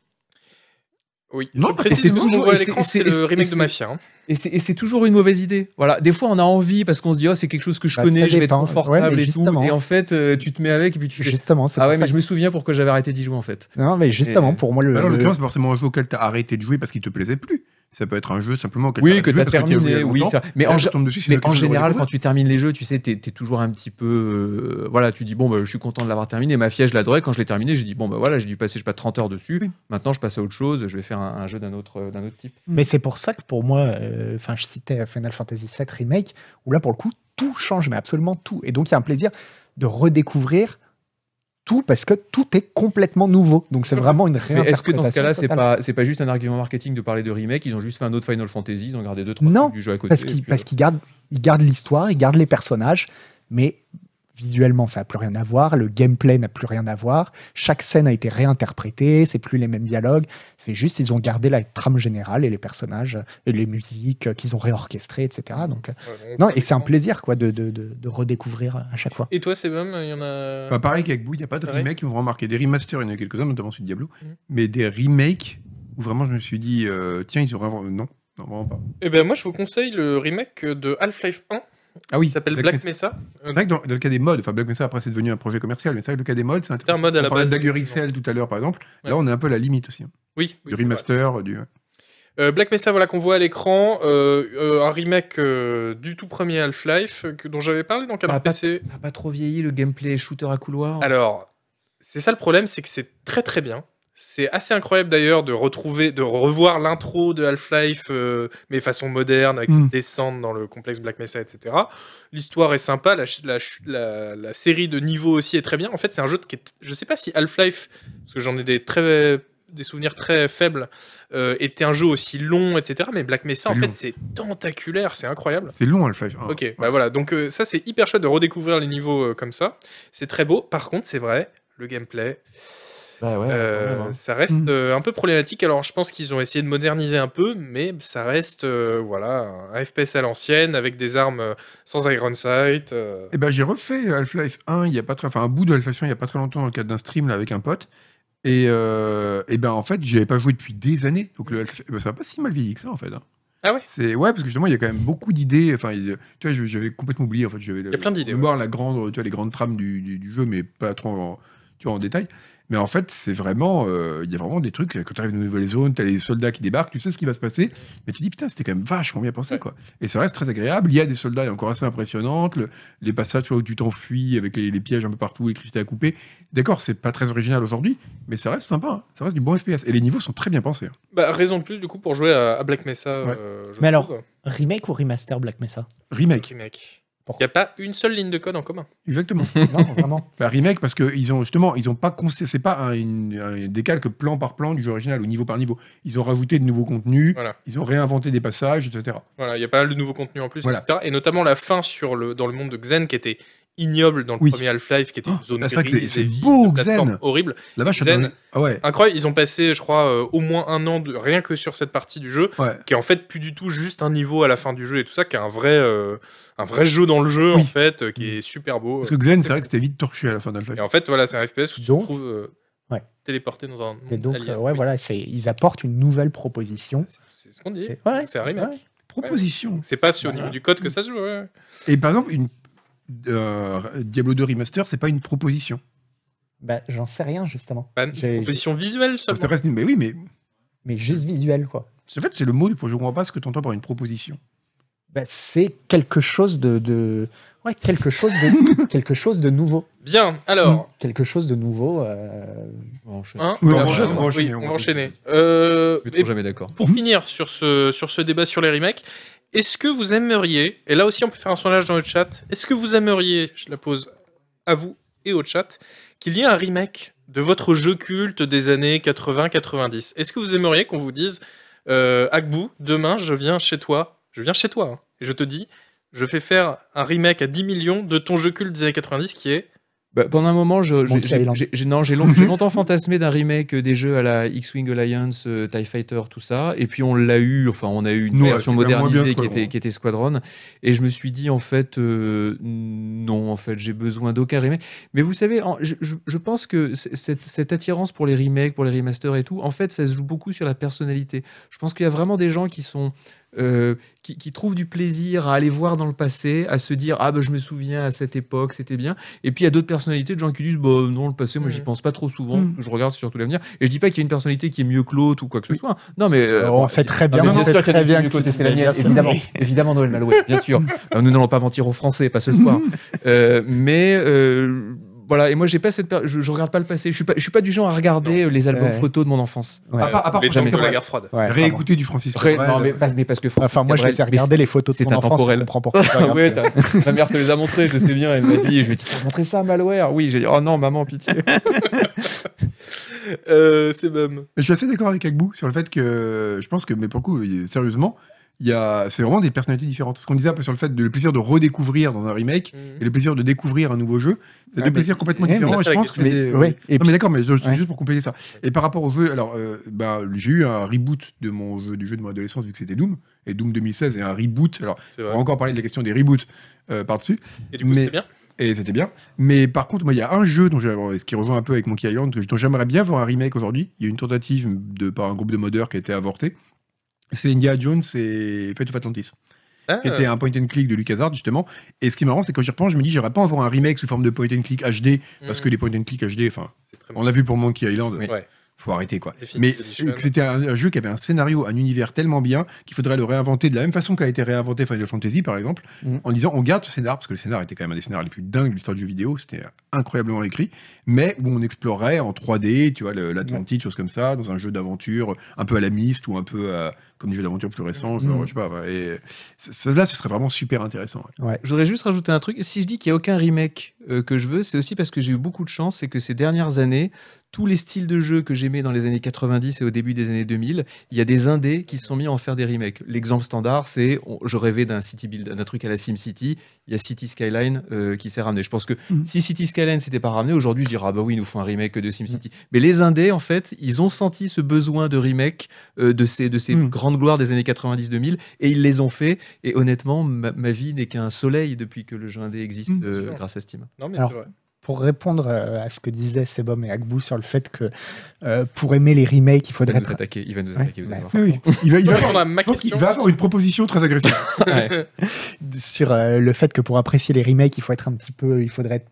Speaker 1: Oui.
Speaker 2: Non,
Speaker 1: Je
Speaker 2: parce que
Speaker 1: précise
Speaker 2: c'est
Speaker 1: que ce qu'on
Speaker 3: toujours-
Speaker 1: voit à
Speaker 3: et c'est-
Speaker 1: l'écran,
Speaker 3: et c'est-
Speaker 1: c'est
Speaker 3: et c'est-
Speaker 1: le remake
Speaker 3: et
Speaker 1: de Mafia. hein.
Speaker 3: Et c'est et c'est toujours une mauvaise idée. Voilà. Des fois, on a envie parce qu'on se dit, oh, c'est quelque chose que je
Speaker 4: Bah,
Speaker 3: connais,
Speaker 4: ça
Speaker 3: je vais être
Speaker 4: dépend. Ouais,
Speaker 3: confortable
Speaker 4: mais
Speaker 3: et tout.
Speaker 4: justement.
Speaker 3: Et en fait, euh, tu te mets avec et puis tu fais.
Speaker 4: justement, c'est
Speaker 3: Ah
Speaker 4: pour
Speaker 3: ouais, mais
Speaker 4: ça
Speaker 3: je me souviens pourquoi j'avais arrêté d'y jouer en fait.
Speaker 4: que- non mais justement
Speaker 3: Et-
Speaker 4: pour moi le,
Speaker 2: Bah, Alors, en
Speaker 4: le-
Speaker 2: l'occurrence, c'est pas forcément un jeu auquel t'as arrêté de jouer parce qu'il te plaisait plus. Ça peut être un jeu simplement auquel
Speaker 3: Oui,
Speaker 2: t'arrêtes
Speaker 3: que
Speaker 2: de jouer
Speaker 3: t'as
Speaker 2: parce tu as
Speaker 3: terminé. Oui, ça. Mais en, gé- Mais en général, quand tu termines les jeux, tu sais, t'es es toujours un petit peu. euh, voilà, tu dis, bon, bah, je suis content de l'avoir terminé. Mafia, je l'adorais. Quand je l'ai terminé, j'ai dit, bon, bah voilà, j'ai dû passer, je sais pas, 30 heures dessus.
Speaker 2: Oui.
Speaker 3: Maintenant, je passe à autre chose. Je vais faire un, un jeu d'un autre, euh, d'un autre type.
Speaker 4: mais c'est pour ça que pour moi, euh, enfin je citais Final Fantasy VII remake où là pour le coup tout change mais absolument tout et donc il y a un plaisir de redécouvrir tout parce que tout est complètement nouveau donc c'est vraiment une
Speaker 3: Mais
Speaker 4: réinterprétation.
Speaker 3: est-ce que dans ce cas-là, c'est
Speaker 4: totale.
Speaker 3: pas, c'est pas juste un argument marketing de parler de remake Ils ont juste fait un autre Final Fantasy, ils ont gardé deux, trois
Speaker 4: Non,
Speaker 3: trucs du jeu à côté.
Speaker 4: parce
Speaker 3: et
Speaker 4: qu'il
Speaker 3: puis,
Speaker 4: parce qu'il garde il garde l'histoire, il garde les personnages, mais visuellement, ça n'a plus rien à voir, le gameplay n'a plus rien à voir, chaque scène a été réinterprétée, c'est plus les mêmes dialogues, c'est juste ils ont gardé la trame générale et les personnages et les musiques euh, qu'ils ont réorchestrées, etc. Donc, euh,
Speaker 1: Ouais, donc,
Speaker 4: non, et c'est un
Speaker 1: complètement.
Speaker 4: plaisir quoi de, de, de- de redécouvrir à chaque fois.
Speaker 1: Et toi, Sebum, il y en a.
Speaker 2: Bah, pareil qu'avec Bou, il n'y a pas de
Speaker 1: Ouais.
Speaker 2: remake qui m'ont remarqué. Des remasters, il y en a quelques-uns, notamment celui de Diablo.
Speaker 1: Mhm.
Speaker 2: Mais des remakes où vraiment je me suis dit, euh, tiens, ils ont vraiment. Non, non, vraiment pas.
Speaker 1: Eh ben, moi, je vous conseille le remake de Half-Life 1
Speaker 2: Ah oui,
Speaker 1: qui s'appelle
Speaker 2: Black
Speaker 1: Black
Speaker 2: Mesa.
Speaker 1: Mesa.
Speaker 2: C'est vrai que dans, dans le cas des modes, enfin Black Mesa après c'est devenu un projet commercial, mais c'est vrai que le cas des modes, c'est
Speaker 1: C'était un mode à la
Speaker 2: On parlait
Speaker 1: base.
Speaker 2: d'Agure XL tout à l'heure par exemple,
Speaker 1: Ouais.
Speaker 2: là on est un peu à la limite aussi. hein.
Speaker 1: Oui, oui,
Speaker 2: du
Speaker 1: c'est vrai.
Speaker 2: remaster, du.
Speaker 1: Euh, Black Mesa, voilà qu'on voit à l'écran, euh, euh, un remake euh, du tout premier Half-Life euh, que- dont j'avais parlé dans
Speaker 3: va
Speaker 1: Canard
Speaker 3: pas-
Speaker 1: PC.
Speaker 3: Ça n'a pas trop vieilli le gameplay shooter à couloir.
Speaker 1: Alors, c'est ça le problème, c'est que c'est très très bien. C'est assez incroyable d'ailleurs de retrouver, de revoir l'intro de Half-Life, euh, mais façon moderne, avec
Speaker 4: Mm.
Speaker 1: cette descente dans le complexe Black Mesa, etc. L'histoire est sympa, la, ch- la ch- la- la série de niveaux aussi est très bien. En fait, c'est un jeu qui est. Je sais pas si Half-Life, parce que j'en ai des très des souvenirs très faibles, euh, était un jeu aussi long, etc. Mais Black Mesa, en
Speaker 2: Long.
Speaker 1: fait, c'est tentaculaire, c'est incroyable.
Speaker 2: C'est long Half-Life 1.
Speaker 1: Ok, bah voilà, donc euh, ça c'est hyper chouette de redécouvrir les niveaux euh, comme ça. C'est très beau. Par contre, c'est vrai, le gameplay,
Speaker 3: Bah ouais,
Speaker 1: euh,
Speaker 3: quand même, hein.
Speaker 1: ça reste
Speaker 4: Mm.
Speaker 1: euh, un peu problématique. Alors je pense qu'ils ont essayé de moderniser un peu, mais ça reste euh, voilà un FPS à l'ancienne avec des armes euh, sans Iron Sight. euh.
Speaker 2: Et ben j'ai refait Half-Life 1, il y a pas très, enfin un bout de Half-Life 1 il y a pas très longtemps dans le cadre d'un stream là avec un pote. Et, euh, et ben en fait j'y avais pas joué depuis des années, donc
Speaker 1: Mm.
Speaker 2: le Half-Life- eh ben, ça va pas si mal vieilli que ça en fait. hein.
Speaker 1: Ah ouais
Speaker 2: C'est ouais parce que justement il y a quand même beaucoup d'idées. Enfin il- tu vois je- j'avais complètement oublié en fait j'avais
Speaker 1: Il y a plein d'idées,
Speaker 2: de voir la grande tu vois les grandes trames du, du- du jeu mais pas trop en, tu vois, en détail. Mais en fait c'est vraiment euh, il y a vraiment des trucs quand tu arrives dans une nouvelle zone t'as les soldats qui débarquent tu sais ce qui va se passer mais tu dis putain c'était quand même vachement bien pensé
Speaker 1: Ouais.
Speaker 2: quoi. Et ça reste très agréable. Il y a des soldats encore assez impressionnantes. le- les passages tu vois, où tu t'enfuis avec les, les pièges un peu partout, l'électricité à couper. D'accord, c'est pas très original aujourd'hui, mais ça reste sympa. hein. Ça reste du bon FPS. Et les niveaux sont très bien pensés. hein.
Speaker 1: Bah, raison de plus du coup pour jouer à, à Black Mesa.
Speaker 2: Ouais.
Speaker 1: euh, je
Speaker 4: Mais
Speaker 1: trouve.
Speaker 4: Remake ou remaster Black Mesa
Speaker 1: Le
Speaker 2: Remake,
Speaker 1: remake. Il n'y
Speaker 4: Pourquoi
Speaker 1: a pas une seule ligne de code en commun.
Speaker 2: exactement.
Speaker 4: Non, vraiment.
Speaker 2: Bah, remake parce que ils ont justement, ils ont pas conse- c'est pas un, une- un décalque plan par plan du jeu original ou niveau par niveau. Ils ont rajouté de nouveaux contenus,
Speaker 1: Voilà.
Speaker 2: ils ont réinventé des passages, etc.
Speaker 1: Voilà, il y a pas mal de nouveaux contenus en plus,
Speaker 2: Voilà.
Speaker 1: etc. Et notamment la fin sur le, dans le monde de Xen qui était ignoble dans le
Speaker 2: Oui.
Speaker 1: premier Half-Life, qui était une
Speaker 2: Oh,
Speaker 1: zone
Speaker 2: c'est vrai que c'est-
Speaker 1: grise
Speaker 2: c'est
Speaker 1: et vide,
Speaker 2: beau,
Speaker 1: de plateforme
Speaker 2: Xen.
Speaker 1: horrible.
Speaker 2: La vache, ça
Speaker 1: Zen.
Speaker 2: donne- ah ouais,
Speaker 1: Incroyable, ils ont passé, je crois, euh, au moins un an de rien que sur cette partie du jeu,
Speaker 2: ouais.
Speaker 1: qui est en fait plus du tout juste un niveau à la fin du jeu et tout ça, qui est un vrai, euh, un vrai jeu dans le jeu
Speaker 2: Oui. Mm.
Speaker 1: en fait, euh, qui est super beau.
Speaker 2: Parce que Xen, c'est vrai que c'était vite torché à la fin d'Alpha.
Speaker 1: Et en fait, voilà, c'est un FPS où tu te
Speaker 4: Donc,
Speaker 1: retrouves euh,
Speaker 4: ouais.
Speaker 1: téléporté dans un monde
Speaker 4: Mais donc,
Speaker 1: alien.
Speaker 4: euh, ouais,
Speaker 1: Oui,
Speaker 4: voilà, c'est- ils apportent une nouvelle proposition.
Speaker 1: c'est- C'est ce qu'on dit.
Speaker 4: Et- ouais,
Speaker 1: c'est un remake.
Speaker 4: ouais.
Speaker 2: Proposition.
Speaker 1: C'est pas
Speaker 2: Bah,
Speaker 1: sur au
Speaker 4: Voilà.
Speaker 1: niveau du code
Speaker 2: Mm.
Speaker 1: que ça se joue. ouais.
Speaker 2: Et par exemple, une, euh, Diablo 2 Remaster, c'est pas une proposition.
Speaker 4: Bah, j'en sais rien justement,
Speaker 1: Pas Bah, une
Speaker 4: J'ai-
Speaker 1: proposition visuelle
Speaker 2: Ça
Speaker 1: seulement.
Speaker 2: reste une... Mais oui, mais
Speaker 4: mais juste visuel quoi.
Speaker 2: en fait, c'est le mot du projet. Je comprends pas ce que tu entends par une proposition.
Speaker 4: Bah, c'est quelque chose de, de- ouais quelque chose de quelque chose de nouveau, Mm.
Speaker 1: Bien, alors.
Speaker 4: quelque chose de nouveau. euh,
Speaker 3: On va enchaîner.
Speaker 1: hein,
Speaker 2: Oui, on
Speaker 1: euh,
Speaker 2: va enchaîner,
Speaker 1: oui,
Speaker 2: on va enchaîner,
Speaker 1: on
Speaker 2: on
Speaker 1: va
Speaker 2: va
Speaker 1: enchaîner. Euh,
Speaker 3: Je suis
Speaker 1: et
Speaker 3: trop jamais d'accord.
Speaker 1: pour finir sur ce, sur ce débat sur les remakes, est-ce que vous aimeriez, et là aussi on peut faire un sondage dans le chat, est-ce que vous aimeriez, je la pose à vous et au chat, qu'il y ait un remake de votre jeu culte des années 80-90 Est-ce que vous aimeriez qu'on vous dise, euh, Agbu, demain je viens chez toi, je viens chez toi, hein, et je te dis, je fais faire un remake à 10 millions de ton jeu culte des années 90 qui est...
Speaker 3: Bah, pendant un moment, je- je-
Speaker 4: Monkey
Speaker 3: j'ai
Speaker 4: Island.
Speaker 3: j'ai- j'ai- non, j'ai long- j'ai longtemps fantasmé d'un remake euh, des jeux à la X-Wing Alliance, euh, TIE Fighter, tout ça. Et puis on l'a eu, enfin, on a eu une
Speaker 2: Ouais,
Speaker 3: version
Speaker 2: c'est quand même moins
Speaker 3: modernisée
Speaker 2: bien
Speaker 3: qui
Speaker 2: Squadron.
Speaker 3: était, qui était Squadron. Et je me suis dit, en fait, euh, non, en fait, j'ai besoin d'aucun remake. Mais vous savez, en- je, je- je pense que c- cette, cette attirance pour les remakes, pour les remasters et tout, en fait, ça se joue beaucoup sur la personnalité. Je pense qu'il y a vraiment des gens qui sont. euh, qui, qui trouvent du plaisir à aller voir dans le passé, à se dire ah ben je me souviens à cette époque c'était bien. Et puis il y a d'autres personnalités de gens qui disent bah non le passé moi j'y
Speaker 1: Mhm.
Speaker 3: pense pas trop souvent,
Speaker 4: Mhm.
Speaker 3: parce que je regarde surtout l'avenir. Et je dis pas qu'il y a une personnalité qui est mieux que l'autre ou quoi que ce soit. Non mais euh,
Speaker 4: Oh, on
Speaker 3: bon,
Speaker 4: sait
Speaker 3: il y a-
Speaker 4: très bien,
Speaker 3: Ah, mais
Speaker 4: on
Speaker 3: bien
Speaker 4: sait
Speaker 3: sûr qu'il y
Speaker 4: très
Speaker 3: a
Speaker 4: bien
Speaker 3: du
Speaker 4: qui
Speaker 3: côté, c'est la
Speaker 4: bien
Speaker 3: mienne,
Speaker 4: sûr.
Speaker 3: évidemment, évidemment Noël Malouet, bien sûr. Euh, nous n'allons pas mentir aux Français, pas ce soir. Euh, mais euh, voilà, et moi j'ai pas cette, per- je, je regarde pas le passé. Je suis pas, je suis pas du genre à regarder euh, les albums
Speaker 4: Ouais.
Speaker 3: photos de mon enfance.
Speaker 4: Ouais.
Speaker 2: À part, à part
Speaker 1: les
Speaker 2: pour
Speaker 1: de
Speaker 2: Cabrel.
Speaker 1: la guerre froide.
Speaker 4: Ouais, pardon.
Speaker 2: Réécouter du Francis
Speaker 3: Ré-
Speaker 2: Cabrel.
Speaker 3: non, mais, pas- mais parce que Francis
Speaker 4: Enfin, moi, je
Speaker 3: Cabrel-
Speaker 4: les ai regardés les photos de
Speaker 3: c'est
Speaker 4: mon enfance.
Speaker 3: intemporel.
Speaker 4: Je comprends pourquoi. je
Speaker 3: Ah ouais,
Speaker 4: regarde.
Speaker 3: t'as- ma mère te les a montrés, je sais bien. Elle m'a dit, je vais te montrer ça, malware. Oui, j'ai dit, oh non, maman, pitié.
Speaker 1: Euh, c'est même.
Speaker 2: Mais Je suis assez d'accord avec Agbou sur le fait que je pense que, mais pour le coup, il- sérieusement, il il y a- c'est vraiment des personnalités différentes. Ce qu'on disait un peu sur le fait de le plaisir de redécouvrir dans un remake
Speaker 1: Mhm. Mmh.
Speaker 2: et le plaisir de découvrir un nouveau jeu,
Speaker 3: Ouais,
Speaker 2: c'est deux
Speaker 3: mais-
Speaker 2: plaisirs complètement
Speaker 4: Ouais, mais
Speaker 2: différents.
Speaker 1: là,
Speaker 2: et
Speaker 1: c'est
Speaker 2: je
Speaker 1: la
Speaker 2: pense que
Speaker 1: question.
Speaker 2: c'est-
Speaker 4: Oui, et
Speaker 2: non, mais d'accord, mais je- je-
Speaker 4: Ouais.
Speaker 2: juste pour compléter ça. Et par rapport au jeu, alors, euh, bah, j'ai eu un reboot de mon jeu, du jeu de mon adolescence, vu que c'était Doom. Et Doom 2016 est un reboot. Alors,
Speaker 1: C'est
Speaker 2: on
Speaker 1: vrai.
Speaker 2: va encore parler de la question des reboots euh, par-dessus.
Speaker 1: Et du coup,
Speaker 2: mais-
Speaker 1: c'est bien.
Speaker 2: Et c'était bien. Mais par contre, moi, il y a un jeu dont j'ai- ce qui rejoint un peu avec Monkey Island, que- dont j'aimerais bien voir un remake aujourd'hui. Il y a eu une tentative de, par un groupe de modeurs qui a été avortée. C'est Indiana Jones et Fate of Atlantis,
Speaker 1: Ah,
Speaker 2: qui était un point and click de LucasArts, justement. Et ce qui est marrant, c'est que quand j'y repense, je me dis, j'aimerais pas en voir un remake sous forme de point and click HD, parce
Speaker 1: hmm,
Speaker 2: que les point and click HD, enfin,
Speaker 1: c'est très
Speaker 2: on l'a vu pour Monkey Island,
Speaker 3: Oui.
Speaker 1: Ouais.
Speaker 2: faut arrêter, quoi. Mais
Speaker 1: Definitive Edition.
Speaker 2: que c'était un, un jeu qui avait un scénario, un univers tellement bien qu'il faudrait le réinventer de la même façon qu'a été réinventé Final Fantasy, par exemple,
Speaker 4: Mhm.
Speaker 2: en disant on garde ce scénar, parce que le scénar était quand même un des scénars les plus dingues de l'histoire du jeu vidéo, c'était incroyablement écrit, mais où on explorait en 3D, tu vois, le- l'Atlantide, choses comme ça, dans un jeu d'aventure un peu à la miste ou un peu à- comme des jeux d'aventure plus récents, genre,
Speaker 4: Mhm.
Speaker 2: je sais pas. ouais, Et c- ça, là, ce serait vraiment super intéressant. ouais.
Speaker 3: Je voudrais juste rajouter un truc. Si je dis qu'il n'y a aucun remake euh, que je veux, c'est aussi parce que j'ai eu beaucoup de chance, c'est que ces dernières années, tous les styles de jeu que j'aimais dans les années 90 et au début des années 2000, il y a des indés qui se sont mis à en faire des remakes. L'exemple standard, c'est on- je rêvais d'un city build, d'un truc à la SimCity. Il y a City Skyline euh, qui s'est ramené. Je pense que
Speaker 4: Mhm.
Speaker 3: si City Skyline s'était pas ramené, aujourd'hui, je dirais ah bah oui, ils nous font un remake de SimCity. Mais les indés, en fait, ils ont senti ce besoin de remake euh, de ces, de ces
Speaker 4: Mhm.
Speaker 3: grandes gloires des années 90-2000 et ils les ont fait. Et honnêtement, ma, ma vie n'est qu'un soleil depuis que le jeu indé existe
Speaker 4: Mm,
Speaker 3: euh,
Speaker 1: sûr.
Speaker 3: grâce à Steam.
Speaker 1: Non, mais
Speaker 4: Alors,
Speaker 1: c'est vrai.
Speaker 4: Pour répondre euh, à ce que disaient Sebom et Agbou sur le fait que euh, pour aimer les remakes, il
Speaker 3: Il va
Speaker 4: faudrait.
Speaker 3: nous
Speaker 4: tra-
Speaker 3: attaquer, il va nous
Speaker 4: Ouais,
Speaker 3: attaquer, vous
Speaker 4: bah,
Speaker 3: allez voir.
Speaker 4: oui,
Speaker 2: Il va, il
Speaker 1: Je
Speaker 2: va-
Speaker 1: vais répondre à ma
Speaker 2: je pense qu'il
Speaker 1: question.
Speaker 2: va avoir une proposition très agressive.
Speaker 3: Ouais.
Speaker 4: sur euh, le fait que pour apprécier les remakes, il faut être un petit peu, il faudrait être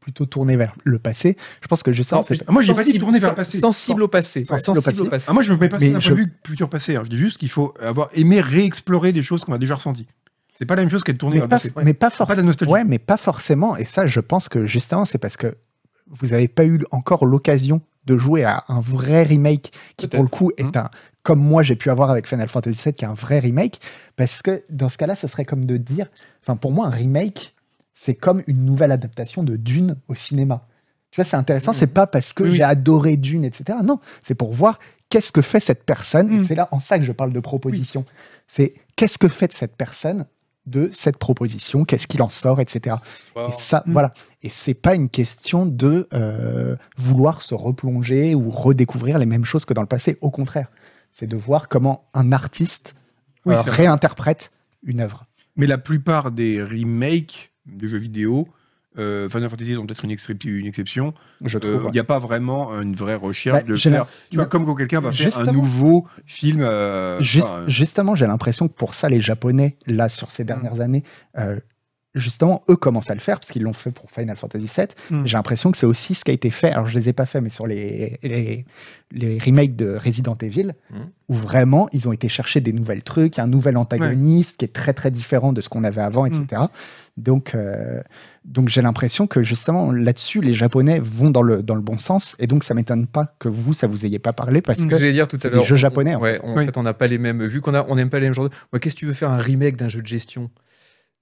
Speaker 4: plutôt tourné vers le passé. Je pense que je sais,
Speaker 3: Non,
Speaker 4: c'est-
Speaker 3: mais-
Speaker 2: Ah, moi, j'ai pas dit
Speaker 3: Sensible-
Speaker 2: tourner vers le
Speaker 3: sen-
Speaker 2: passé.
Speaker 3: Sensible au passé.
Speaker 4: Sensible
Speaker 3: Sensible
Speaker 4: au passé.
Speaker 3: au passé.
Speaker 2: Ah, moi, je me mets pas ça
Speaker 4: Mais
Speaker 2: d'un
Speaker 4: je-
Speaker 2: point de vue futur passé. hein. Je dis juste qu'il faut avoir aimé réexplorer des choses qu'on a déjà ressenties. C'est pas la même chose qu'être tourné
Speaker 4: mais
Speaker 2: vers le
Speaker 4: pas,
Speaker 2: passé.
Speaker 4: mais pas
Speaker 2: Pas de
Speaker 4: forcément.
Speaker 2: nostalgie.
Speaker 4: Ouais, mais pas forcément. Et ça, je pense que justement, c'est parce que vous n'avez pas eu encore l'occasion de jouer à un vrai remake qui, pour
Speaker 3: Peut-être.
Speaker 4: le coup, est un, comme moi j'ai pu avoir avec Final Fantasy VII, qui est un vrai remake. Parce que dans ce cas-là, ce serait comme de dire, enfin, pour moi, un remake, c'est comme une nouvelle adaptation de Dune au cinéma. Tu vois, c'est intéressant,
Speaker 3: Mhm.
Speaker 4: c'est pas parce que
Speaker 3: Oui, oui.
Speaker 4: j'ai adoré Dune, etc. Non, c'est pour voir qu'est-ce que fait cette personne. Et
Speaker 2: Mhm.
Speaker 4: c'est là, en ça que je parle de proposition. C'est qu'est-ce que fait cette personne de cette proposition, qu'est-ce qu'il en sort, etc.
Speaker 1: Histoire.
Speaker 4: Et ça,
Speaker 2: Mm.
Speaker 4: voilà. Et c'est pas une question de euh, vouloir se replonger ou redécouvrir les mêmes choses que dans le passé. Au contraire, c'est de voir comment un artiste
Speaker 2: Oui,
Speaker 4: euh,
Speaker 2: c'est vrai.
Speaker 4: réinterprète une œuvre.
Speaker 2: Mais la plupart des remakes de jeux vidéo, euh, Final Fantasy sont peut-être une, excep- une exception, Euh,
Speaker 4: Je
Speaker 2: il
Speaker 4: trouve. ouais.
Speaker 2: n'y a pas vraiment une vraie recherche
Speaker 4: Bah,
Speaker 2: de
Speaker 4: j'ai
Speaker 2: faire.
Speaker 4: la-
Speaker 2: Tu vois, comme quand quelqu'un va faire un
Speaker 4: Justement.
Speaker 2: nouveau film. euh,
Speaker 4: Juste-
Speaker 2: enfin,
Speaker 4: justement, j'ai l'impression que pour ça, les Japonais, là, sur ces dernières années, euh, justement, eux commencent à le faire, parce qu'ils l'ont fait pour Final Fantasy VII.
Speaker 2: Mm.
Speaker 4: J'ai l'impression que c'est aussi ce qui a été fait. Alors, je les ai pas fait, mais sur les, les, les remakes de Resident Evil,
Speaker 3: Mm.
Speaker 4: où vraiment, ils ont été chercher des nouvelles trucs, un nouvel antagoniste qui est très, très différent de ce qu'on avait avant, etc. Donc, euh, donc j'ai l'impression que justement là-dessus, les Japonais vont dans le, dans le bon sens. Et donc, ça m'étonne pas que vous, ça vous ayez pas parlé parce que
Speaker 3: J'allais dire tout à
Speaker 4: c'est des
Speaker 3: l'heure.
Speaker 4: jeux japonais. en
Speaker 3: Ouais, en
Speaker 2: Oui.
Speaker 3: fait, on n'a pas les mêmes. Vu qu'on a, on n'aime pas les mêmes genres. de- Moi, qu'est-ce que tu veux faire un remake d'un jeu de gestion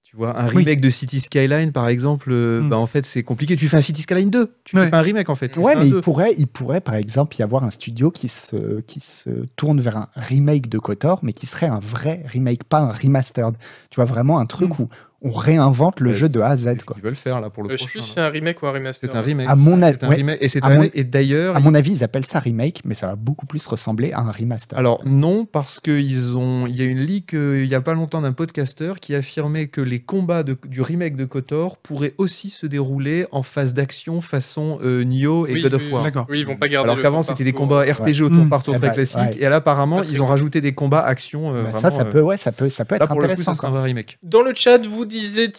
Speaker 3: Tu vois, un
Speaker 2: Oui.
Speaker 3: remake de City Skyline, par exemple, euh,
Speaker 2: Mm.
Speaker 3: bah, en fait, c'est compliqué. Tu fais un City Skyline 2. Tu
Speaker 2: Ouais.
Speaker 3: fais pas un remake, en fait. Tu
Speaker 4: Ouais,
Speaker 3: fais un
Speaker 4: mais
Speaker 3: 2.
Speaker 4: il pourrait, il pourrait, par exemple, y avoir un studio qui se, qui se tourne vers un remake de KOTOR, mais qui serait un vrai remake, pas un remastered. Tu vois, vraiment un truc
Speaker 3: Hmm.
Speaker 4: où on réinvente le
Speaker 3: Ouais,
Speaker 4: jeu de A à
Speaker 3: C'est
Speaker 4: Z.
Speaker 3: ce
Speaker 4: Quoi.
Speaker 3: qu'ils veulent faire, là, pour le
Speaker 1: Euh, je sais
Speaker 3: prochain.
Speaker 1: plus si
Speaker 3: là.
Speaker 1: c'est un remake ou un remaster. hein.
Speaker 3: C'est un remake.
Speaker 4: À, mon avis,
Speaker 3: C'est un
Speaker 4: ouais,
Speaker 3: remake. Et c'est
Speaker 4: À
Speaker 3: un-
Speaker 4: mon-
Speaker 3: et d'ailleurs,
Speaker 4: à mon avis, ils appellent ça remake, mais ça va beaucoup plus ressembler à un remaster.
Speaker 3: alors non, parce que ils ont, il y a une leak euh, il y a pas longtemps d'un podcasteur qui affirmait que les combats de- du remake de Kotor pourraient aussi se dérouler en phase d'action façon euh, Nio et
Speaker 1: Oui,
Speaker 3: God of
Speaker 1: oui,
Speaker 3: War.
Speaker 2: D'accord.
Speaker 1: Oui, ils vont pas garder.
Speaker 3: Alors
Speaker 1: le
Speaker 3: qu'avant
Speaker 1: temps hein.
Speaker 3: c'était des
Speaker 1: parcours.
Speaker 3: combats RPG au tour
Speaker 2: Mm.
Speaker 3: par tour
Speaker 4: Eh
Speaker 3: très
Speaker 4: bah,
Speaker 3: classiques
Speaker 4: ouais.
Speaker 3: et là apparemment
Speaker 1: Pas très
Speaker 3: ils ont rajouté des combats action. euh,
Speaker 4: Bah, ça,
Speaker 3: vraiment,
Speaker 4: ça
Speaker 3: euh,
Speaker 4: peut, ouais, ça peut, ça peut
Speaker 3: là
Speaker 4: être
Speaker 3: pour le coup
Speaker 4: intéressant.
Speaker 3: ça sera
Speaker 4: quoi.
Speaker 3: un vrai remake.
Speaker 1: Dans le chat, vous disiez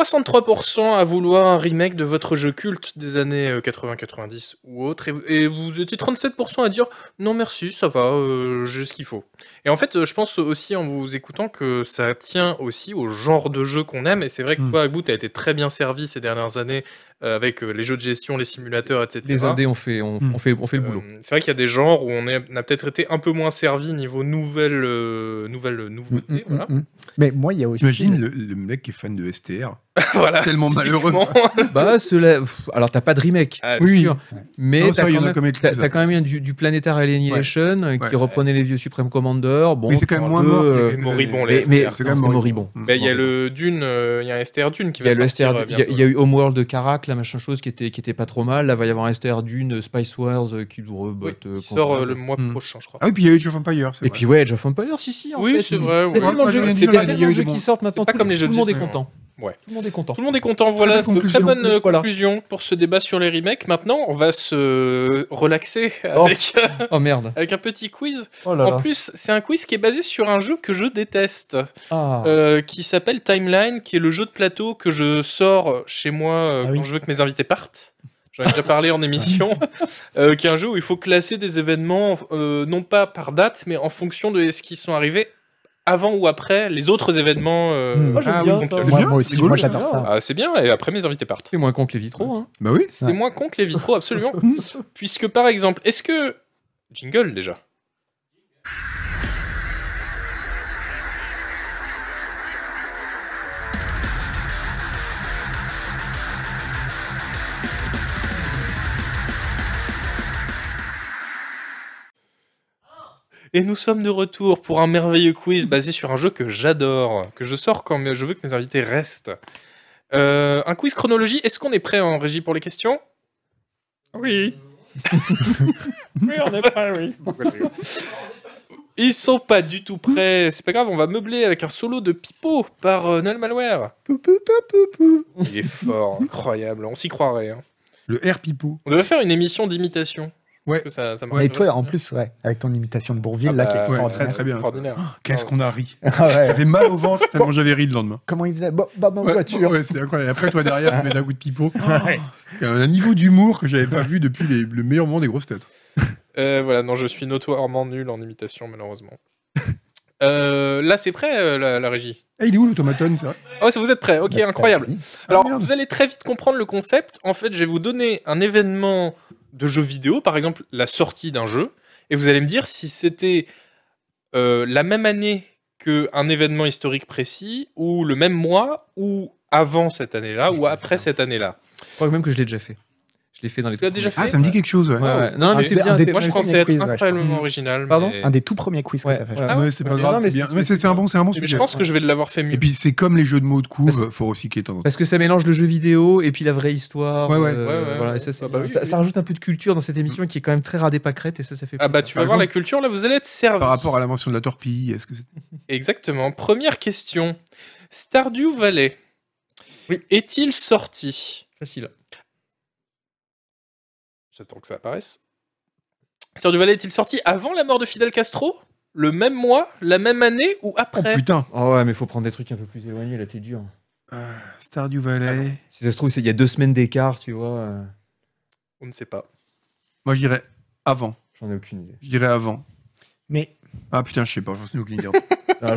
Speaker 1: 63% à vouloir un remake de votre jeu culte des années euh, 80-90 ou autre, et- et vous étiez 37% à dire non merci, ça va, euh, j'ai ce qu'il faut. Et en fait, euh, je pense aussi en vous écoutant que ça tient aussi au genre de jeu qu'on aime, et c'est vrai que
Speaker 2: Hmm.
Speaker 1: toi, Agbou, t'as été très bien servi ces dernières années euh, avec euh, les jeux de gestion, les simulateurs, etc.
Speaker 3: Les indés ont fait, on,
Speaker 2: Mm.
Speaker 3: on fait, on fait le
Speaker 1: Euh,
Speaker 3: boulot.
Speaker 1: c'est vrai qu'il y a des genres où on, est- on a peut-être été un peu moins servi niveau nouvelle, euh, nouvelle nouveauté,
Speaker 3: Hmm,
Speaker 4: Mm, mm,
Speaker 1: voilà.
Speaker 4: mm, mm. Mais moi, il y a aussi.
Speaker 2: T'imagines le, le mec qui est fan de STR
Speaker 1: voilà.
Speaker 2: Tellement malheureux.
Speaker 1: Bon.
Speaker 3: Bah, cela. pff, Alors, t'as pas de remake,
Speaker 1: Ah,
Speaker 3: c'est
Speaker 2: oui.
Speaker 3: sûr. Mais
Speaker 2: Non, ça,
Speaker 3: t'as
Speaker 2: il y en
Speaker 3: quand,
Speaker 2: a
Speaker 3: même-
Speaker 2: Eh, quand même
Speaker 3: t'as-
Speaker 2: quelques-uns.
Speaker 3: t'as quand même eu du, du Planetary Alienation euh, qui
Speaker 2: Ouais.
Speaker 3: reprenait les vieux Supreme Commander. Bon,
Speaker 2: Mais c'est quand même
Speaker 3: un
Speaker 2: moins
Speaker 3: peu,
Speaker 2: mort.
Speaker 3: euh,
Speaker 1: C'est moribond,
Speaker 3: mais-
Speaker 1: les
Speaker 3: mais-
Speaker 1: STR.
Speaker 2: C'est
Speaker 3: non,
Speaker 2: quand même
Speaker 3: c'est
Speaker 2: moribond.
Speaker 3: moribond.
Speaker 2: Mm.
Speaker 1: Bah, Il y a le Dune, euh, il y a un STR Dune qui
Speaker 3: Il y
Speaker 1: va
Speaker 3: a le
Speaker 1: sortir
Speaker 3: STR
Speaker 1: euh,
Speaker 3: il y a-
Speaker 1: bientôt.
Speaker 3: il y a eu Homeworld de Karak, là, machin chose, qui était, qui était pas trop mal. Là, va y avoir un STR Dune, euh, Spice Wars euh, qui nous
Speaker 1: Oui,
Speaker 3: rebotte. euh,
Speaker 1: qui sort euh,
Speaker 3: comparable.
Speaker 1: le mois
Speaker 2: Hmm.
Speaker 1: prochain, je crois.
Speaker 2: Ah oui, puis il y a Age of Empires. c'est
Speaker 3: Et
Speaker 2: vrai.
Speaker 3: puis, ouais, Age of Empire, si, si. en
Speaker 1: Oui,
Speaker 3: fait,
Speaker 1: c'est
Speaker 3: il-
Speaker 1: vrai,
Speaker 3: il y a
Speaker 1: ouais.
Speaker 3: tellement de
Speaker 2: Ouais,
Speaker 3: jeux-
Speaker 2: ouais,
Speaker 3: C'est
Speaker 2: ouais,
Speaker 3: pas
Speaker 2: il y a eu
Speaker 3: tellement de
Speaker 2: du
Speaker 3: jeux
Speaker 2: bon.
Speaker 3: qui sortent maintenant.
Speaker 1: pas
Speaker 3: tout-
Speaker 1: comme les jeux
Speaker 3: Tout
Speaker 1: de
Speaker 3: le monde est
Speaker 1: Disney,
Speaker 3: content.
Speaker 1: Ouais.
Speaker 3: Tout le monde est content.
Speaker 1: Tout le monde est content, voilà,
Speaker 2: belle
Speaker 1: c'est une très
Speaker 2: conclusion.
Speaker 1: bonne euh,
Speaker 3: Voilà.
Speaker 1: conclusion pour ce débat sur les remakes. Maintenant, on va se relaxer
Speaker 3: Oh.
Speaker 1: avec,
Speaker 3: Oh merde.
Speaker 1: avec un petit quiz.
Speaker 3: Oh là
Speaker 1: En
Speaker 3: là.
Speaker 1: plus, c'est un quiz qui est basé sur un jeu que je déteste,
Speaker 3: Ah.
Speaker 1: euh, qui s'appelle Timeline, qui est le jeu de plateau que je sors chez moi euh,
Speaker 4: Ah
Speaker 1: quand
Speaker 4: oui.
Speaker 1: je veux que mes invités partent. J'en ai déjà parlé en émission, euh, qui est un jeu où il faut classer des événements, euh, non pas par date, mais en fonction de ce qui sont arrivés avant ou après les autres événements. euh,
Speaker 4: Hmm.
Speaker 3: Moi, j'aime
Speaker 2: ah
Speaker 3: bien
Speaker 2: oui,
Speaker 3: ça.
Speaker 2: c'est
Speaker 4: Moi,
Speaker 2: bien,
Speaker 4: moi aussi,
Speaker 2: rigolo,
Speaker 4: moi
Speaker 2: ça.
Speaker 4: j'adore ça.
Speaker 1: Ah, c'est bien, et après mes invités partent.
Speaker 3: C'est moins con que les vitraux. Hein.
Speaker 2: Bah oui.
Speaker 1: C'est
Speaker 4: Ouais.
Speaker 1: moins con que les vitraux, absolument. Puisque par exemple, est-ce que. Jingle déjà. Et nous sommes de retour pour un merveilleux quiz basé sur un jeu que j'adore, que je sors quand je veux que mes invités restent. Euh, un quiz chronologie, est-ce qu'on est prêt en régie pour les questions
Speaker 5: Oui. oui, on est pas, oui.
Speaker 1: Ils sont pas du tout prêts, c'est pas grave, on va meubler avec un solo de Pipo par euh, Null Malware. Il est fort, incroyable, on s'y croirait. hein.
Speaker 2: Le air pipo.
Speaker 1: On devrait faire une émission d'imitation.
Speaker 2: Ouais.
Speaker 1: Parce que Ça, ça
Speaker 2: Ouais,
Speaker 1: marche
Speaker 4: Et toi,
Speaker 1: bien.
Speaker 4: en plus, ouais, avec ton imitation de Bourville,
Speaker 1: Ah
Speaker 4: là, qui est
Speaker 1: bah,
Speaker 2: ouais,
Speaker 4: extraordinaire.
Speaker 2: très, très bien.
Speaker 1: Extraordinaire.
Speaker 2: Qu'est-ce qu'on a ri.
Speaker 4: Ah ouais.
Speaker 2: J'avais mal au ventre tellement j'avais ri le lendemain.
Speaker 4: Comment il faisait Bah, bah, bah,
Speaker 2: Ouais,
Speaker 4: voiture.
Speaker 2: ouais, c'est incroyable. Et Après, toi derrière, tu mets un coup de pipeau. Il y a un niveau d'humour que j'avais pas vu depuis les- le meilleur moment des grosses têtes.
Speaker 1: Euh, voilà, non, je suis notoirement nul en imitation, malheureusement. Euh, là, c'est prêt, euh, la, la régie
Speaker 2: Eh, il est où l'automatone, c'est vrai
Speaker 1: Oh, ça vous êtes prêts Ok,
Speaker 4: Bah, c'est
Speaker 1: incroyable.
Speaker 4: joli.
Speaker 1: Alors,
Speaker 2: Ah, merde.
Speaker 1: vous allez très vite comprendre le concept. En fait, je vais vous donner un événement de jeu vidéo, par exemple la sortie d'un jeu, et vous allez me dire si c'était euh, la même année qu'un événement historique précis, ou le même mois, ou avant cette année-là, ou après cette année-là.
Speaker 3: Je crois même que je l'ai déjà fait. Je l'ai fait dans les.
Speaker 1: Tu l'as déjà
Speaker 2: Ah,
Speaker 1: fait
Speaker 2: ça me dit quelque chose, ouais.
Speaker 3: Ouais, ouais. Non,
Speaker 4: Un
Speaker 3: non, mais c'est
Speaker 4: des- un
Speaker 3: bien.
Speaker 4: des-
Speaker 3: c'est-
Speaker 1: Moi, je
Speaker 4: Ouais,
Speaker 1: pensais
Speaker 4: c'est
Speaker 1: être
Speaker 4: quiz, ouais, je
Speaker 1: incroyablement
Speaker 2: crois.
Speaker 1: original.
Speaker 3: Pardon
Speaker 1: mais...
Speaker 4: Un des tout premiers quiz
Speaker 3: Ouais,
Speaker 4: que t'as fait. je
Speaker 3: ouais.
Speaker 2: Ah Ouais, c'est pas
Speaker 3: Non,
Speaker 2: grave,
Speaker 3: mais
Speaker 2: c'est
Speaker 3: c'est-
Speaker 2: bien.
Speaker 3: c'est-
Speaker 2: Mais c'est c'est un bon, c'est un bon
Speaker 1: Mais
Speaker 2: sujet.
Speaker 1: je pense que je vais l'avoir fait mieux.
Speaker 2: Et puis c'est comme les jeux de mots de couve, faut aussi qu'il y ait tendance.
Speaker 3: Parce que ça mélange le jeu vidéo et puis la vraie histoire.
Speaker 2: Ouais, ouais.
Speaker 3: euh,
Speaker 1: Ouais, ouais,
Speaker 3: voilà,
Speaker 1: ouais.
Speaker 3: et ça, c'est
Speaker 1: Ah bah oui,
Speaker 3: ça-
Speaker 1: oui.
Speaker 3: ça rajoute un peu de culture dans cette émission qui est quand même très radée pâquerette et ça, ça fait
Speaker 1: Ah bah
Speaker 3: plaisir.
Speaker 1: tu vas voir la culture, là vous allez être servi.
Speaker 2: Par rapport à la mention de la torpille, est-ce que c'était
Speaker 1: Exactement. Première question. Stardew Valley
Speaker 3: Oui.
Speaker 1: est-il sorti
Speaker 3: Facile.
Speaker 1: J'attends que ça apparaisse. Stardew Valley est-il sorti avant la mort de Fidel Castro Le même mois La même année Ou
Speaker 2: Oh
Speaker 1: après
Speaker 2: putain,
Speaker 3: Oh ouais, mais faut prendre des trucs un peu plus éloignés, là, t'es dur.
Speaker 2: Stardew
Speaker 1: Ah
Speaker 2: Valley.
Speaker 3: Si ça se trouve, c'est- il y a deux semaines d'écart, tu vois. euh,
Speaker 1: On ne sait pas.
Speaker 2: Moi, je dirais avant.
Speaker 3: J'en ai aucune idée.
Speaker 2: Je dirais avant.
Speaker 4: Mais
Speaker 2: Ah putain, je sais pas, j'en ai aucune idée.
Speaker 3: Ah,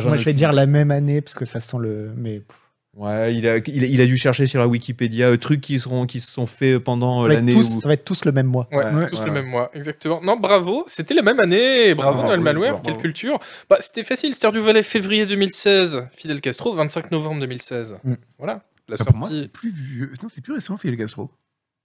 Speaker 4: moi,
Speaker 3: j'en ai
Speaker 4: je vais
Speaker 3: aucune
Speaker 4: dire la même année, parce que ça sent le. Mais pff,
Speaker 3: idée. Ouais, il a, il, a- il a dû chercher sur la Wikipédia euh, trucs qui, seront, qui se sont faits pendant euh,
Speaker 4: ça va, être
Speaker 3: l'année.
Speaker 4: tous,
Speaker 3: où-
Speaker 4: ça va être tous le même mois.
Speaker 1: Ouais,
Speaker 2: Ouais,
Speaker 1: tous le
Speaker 3: voilà.
Speaker 1: même mois, exactement. Non, bravo, c'était la même année. Bravo,
Speaker 2: Ah,
Speaker 1: Noël
Speaker 2: oui,
Speaker 1: Malware,
Speaker 2: bravo.
Speaker 1: quelle culture. Bah, c'était facile, Stardew Valley, février 2016. Fidel Castro, 25 novembre 2016.
Speaker 4: Mm.
Speaker 1: Voilà, la
Speaker 2: Ah,
Speaker 1: sortie.
Speaker 2: pour moi, c'est plus vieux. Non, c'est plus récent, Fidel Castro.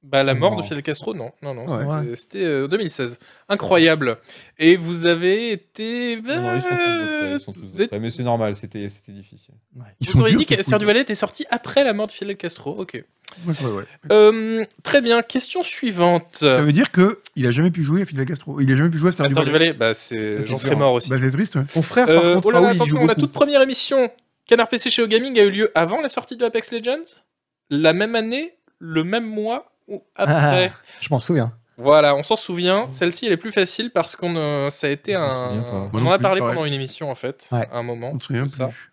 Speaker 1: Bah, la mort
Speaker 4: Non.
Speaker 1: de Fidel Castro, non. Non, non,
Speaker 2: Ouais.
Speaker 1: c'était- c'était euh, 2016. Incroyable. Et vous avez été.
Speaker 3: Non, non, ils sont tous
Speaker 1: euh,
Speaker 3: d'autres, ils sont tous
Speaker 1: vous
Speaker 3: d'autres.
Speaker 1: êtes-
Speaker 3: Ouais, Mais c'est normal, c'était c'était difficile.
Speaker 2: Ils
Speaker 1: vous auriez
Speaker 2: durs,
Speaker 1: dit
Speaker 2: tes
Speaker 1: que Stardew
Speaker 2: couilles.
Speaker 1: Valley était sorti après la mort de Fidel Castro. Ok.
Speaker 2: Ouais, ouais, ouais.
Speaker 1: Euh, très bien. Question suivante.
Speaker 2: Ça veut dire que il a jamais pu jouer à Fidel Castro. Il a jamais pu jouer à
Speaker 1: Ah,
Speaker 2: Stardew
Speaker 1: Stardew
Speaker 2: Valley.
Speaker 1: Valley, bah, c'est...
Speaker 3: C'est
Speaker 1: j'en
Speaker 3: dur,
Speaker 1: serais
Speaker 3: hein.
Speaker 1: mort aussi.
Speaker 2: Bah, c'est triste. ouais.
Speaker 3: Mon frère, par
Speaker 1: Euh,
Speaker 3: contre,
Speaker 1: oh là là,
Speaker 3: Raoul, il joue
Speaker 1: attention, la
Speaker 3: beaucoup.
Speaker 1: toute première émission Canard PC chez Gaming a eu lieu avant la sortie de Apex Legends, la même année, le même mois ou après.
Speaker 4: Ah, Je m'en souviens.
Speaker 1: Voilà, on s'en souvient. Celle-ci, elle est plus facile parce qu'on euh, ça a été
Speaker 3: Je m'en souviens pas.
Speaker 1: un.
Speaker 2: Moi
Speaker 1: On
Speaker 2: non
Speaker 1: en a
Speaker 2: plus,
Speaker 1: parlé
Speaker 2: pareil.
Speaker 1: pendant une émission en fait,
Speaker 4: Ouais.
Speaker 1: à un moment.
Speaker 2: On se souvient
Speaker 1: de ça.
Speaker 2: plus.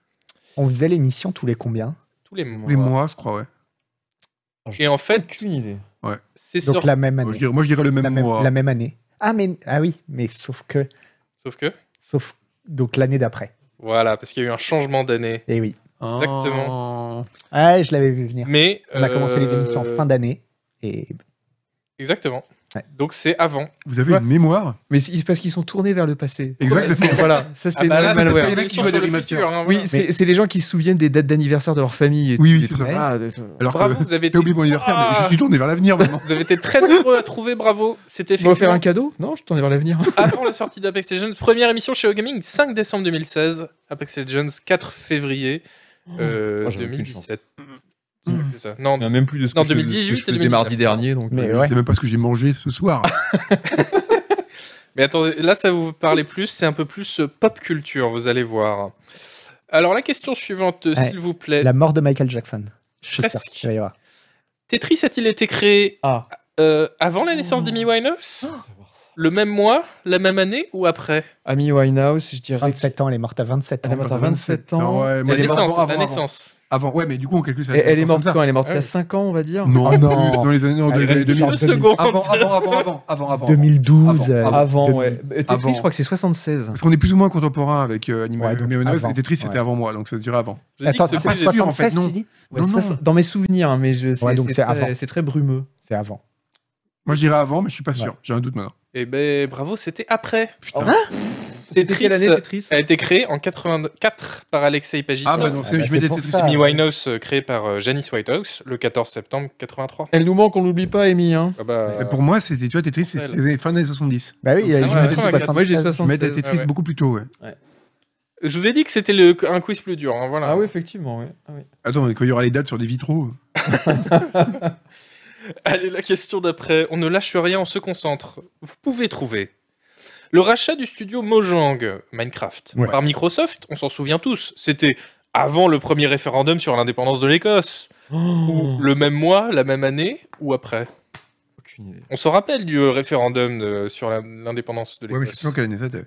Speaker 4: On faisait l'émission tous les combien
Speaker 1: Tous les mois.
Speaker 2: Les mois, je crois, ouais.
Speaker 1: Et en fait,
Speaker 3: Aucune idée.
Speaker 1: c'est
Speaker 4: Donc
Speaker 1: sorti.
Speaker 4: la même
Speaker 2: Moi, je
Speaker 4: année.
Speaker 2: dirais, moi, je dirais le même,
Speaker 4: la, même,
Speaker 2: mois.
Speaker 4: la même année. Ah, mais, ah oui, mais sauf que.
Speaker 1: Sauf que,
Speaker 4: Sauf donc l'année d'après.
Speaker 1: voilà, parce qu'il y a eu un changement d'année.
Speaker 4: Et oui.
Speaker 3: Oh.
Speaker 1: Exactement.
Speaker 4: Ah, je l'avais vu venir.
Speaker 1: Mais.
Speaker 4: On a commencé les
Speaker 1: euh,
Speaker 4: émissions en fin d'année. Et
Speaker 1: Exactement. Donc c'est avant.
Speaker 2: Vous avez
Speaker 3: Ouais.
Speaker 2: une mémoire
Speaker 3: Mais c'est parce qu'ils sont tournés vers le passé.
Speaker 2: Exactement.
Speaker 3: C'est- Voilà, ça c'est
Speaker 1: Ah bah
Speaker 3: le
Speaker 1: là, ça,
Speaker 3: malware.
Speaker 1: c'est
Speaker 2: Les mecs qui
Speaker 1: sur
Speaker 2: veulent
Speaker 1: le
Speaker 2: des
Speaker 1: futur,
Speaker 2: remasters.
Speaker 1: hein,
Speaker 3: Oui,
Speaker 1: voilà.
Speaker 3: c'est c'est les gens qui se souviennent des dates d'anniversaire de leur famille. et
Speaker 2: Oui,
Speaker 3: tout,
Speaker 2: oui,
Speaker 3: des
Speaker 2: c'est
Speaker 3: trucs.
Speaker 2: ça.
Speaker 3: Ah, de- de-
Speaker 2: Alors
Speaker 1: Bravo, Ah.
Speaker 2: que
Speaker 1: vous avez
Speaker 2: j'ai
Speaker 1: été,
Speaker 2: oublié mon anniversaire, mais je suis tourné vers l'avenir maintenant.
Speaker 1: vous avez été très nombreux à trouver, bravo. C'était
Speaker 3: On va faire un
Speaker 1: effectivement
Speaker 3: cadeau Non, je tourne vers l'avenir.
Speaker 1: avant la sortie d'Apex Legends. Première émission chez OGaming, 5 décembre 2016. Apex Legends, 4 février euh,
Speaker 3: Oh, j'avais aucune Hmm.
Speaker 1: 2017. Ouais, c'est ça. Non,
Speaker 3: Il n'y a même plus de ce
Speaker 1: Non,
Speaker 3: que je-
Speaker 1: 2018
Speaker 3: ce que je
Speaker 1: et
Speaker 3: faisais mardi
Speaker 1: 2019.
Speaker 3: dernier. Donc,
Speaker 4: Mais
Speaker 3: euh,
Speaker 2: Je
Speaker 4: ouais.
Speaker 2: sais même pas ce que j'ai mangé ce soir.
Speaker 1: Mais attendez, là, ça vous parlez plus, c'est un peu plus euh, pop culture, vous allez voir. Alors, la question suivante, euh, s'il vous plaît.
Speaker 4: La mort de Michael Jackson. Je suis
Speaker 1: Presque.
Speaker 4: sûr qu'il va y avoir.
Speaker 1: Tetris a-t-il été créé
Speaker 3: Ah. Oh.
Speaker 1: euh, avant la naissance d'Amy Winehouse Le même mois, la même année ou après
Speaker 3: Amy Winehouse, je dirais.
Speaker 4: 27 ans, elle est morte à 27
Speaker 3: Elle est
Speaker 4: ans.
Speaker 3: morte à
Speaker 2: Ah,
Speaker 3: 27
Speaker 2: Ah
Speaker 3: ans.
Speaker 2: ouais, moi,
Speaker 1: La
Speaker 2: elle est morte
Speaker 1: naissance,
Speaker 2: avant,
Speaker 1: la
Speaker 2: avant,
Speaker 1: naissance.
Speaker 2: Avant, ouais, mais du coup, on calcule ça.
Speaker 3: Elle, elle est morte
Speaker 2: comme ça.
Speaker 3: quand Elle est morte il y
Speaker 1: Ah
Speaker 3: a
Speaker 1: oui.
Speaker 3: 5 ans, on va dire
Speaker 2: Non,
Speaker 4: Ah non.
Speaker 2: plus, dans les années, dans
Speaker 3: Elle
Speaker 2: les
Speaker 3: est
Speaker 2: années
Speaker 3: restée
Speaker 2: 2000.
Speaker 1: Deux
Speaker 4: deux mille-
Speaker 1: secondes.
Speaker 2: Avant, avant, avant, avant, avant, avant.
Speaker 4: 2012. euh,
Speaker 3: Avant,
Speaker 4: 2000.
Speaker 3: ouais. Tetris,
Speaker 2: Avant.
Speaker 3: je crois que c'est 76.
Speaker 2: Parce qu'on est plus ou moins contemporain avec euh, Anima-
Speaker 4: Ouais, donc,
Speaker 2: Animonos,
Speaker 4: avant.
Speaker 2: et Tetris, c'était
Speaker 4: Ouais.
Speaker 2: avant moi, donc ça durait avant.
Speaker 1: Je dis
Speaker 4: Attends,
Speaker 1: que ce
Speaker 4: après
Speaker 1: quiz est-
Speaker 2: soixante-
Speaker 4: 76,
Speaker 2: en fait,
Speaker 4: tu dis Ouais,
Speaker 2: Non,
Speaker 4: c'est
Speaker 2: non.
Speaker 4: soixante-
Speaker 3: Dans mes souvenirs, hein, mais je c'est
Speaker 4: Ouais, donc c'est
Speaker 3: c'est
Speaker 4: avant.
Speaker 3: très, c'est très brumeux.
Speaker 4: C'est avant.
Speaker 2: Moi, je dirais avant, mais je suis pas sûr. J'ai un doute maintenant.
Speaker 1: Eh ben, bravo, c'était après.
Speaker 2: Putain.
Speaker 3: C'était
Speaker 1: Tetris,
Speaker 3: quelle année Tetris
Speaker 1: Elle a été créée en 84 par Alexei Pajitnov.
Speaker 2: Ah, bah non,
Speaker 4: Ah
Speaker 2: c'est-
Speaker 4: bah,
Speaker 2: je mets
Speaker 4: c'est
Speaker 2: des
Speaker 4: pour
Speaker 2: Tetris.
Speaker 4: ça.
Speaker 1: Amy Winehouse, euh, créée par euh, Janice Whitehouse le 14 septembre 83.
Speaker 3: Elle nous manque, on l'oublie pas, Amy. Hein.
Speaker 1: Ah bah,
Speaker 2: Mais Pour moi, c'était, tu vois, Tetris, c'est
Speaker 1: Bordel.
Speaker 2: les années- fin des années 70.
Speaker 4: Bah oui, il y
Speaker 1: ça
Speaker 4: a eu
Speaker 1: va,
Speaker 4: une
Speaker 1: ouais,
Speaker 4: année
Speaker 1: ouais,
Speaker 4: soixante-
Speaker 3: Moi, j'ai
Speaker 2: Je mets des
Speaker 3: 76.
Speaker 2: Tetris
Speaker 1: ouais.
Speaker 2: beaucoup plus tôt, ouais.
Speaker 1: Je vous ai dit que c'était le- un quiz plus dur. hein, voilà.
Speaker 3: Ah oui, effectivement. ouais. Ah oui.
Speaker 2: Attends, mais quand il y aura les dates sur les vitraux.
Speaker 1: Allez, la question d'après. On ne lâche rien, on se concentre. Vous pouvez trouver. Le rachat du studio Mojang, Minecraft,
Speaker 2: Ouais.
Speaker 1: par Microsoft, on s'en souvient tous, c'était avant le premier référendum sur l'indépendance de l'Écosse.
Speaker 3: Hmm.
Speaker 1: Ou le même mois, la même année, ou après
Speaker 3: Aucune idée.
Speaker 1: On se rappelle du euh, référendum de- sur la- l'indépendance de
Speaker 2: Ouais, mais je
Speaker 1: l'Écosse.
Speaker 2: sais pas quelle année ça t'avais.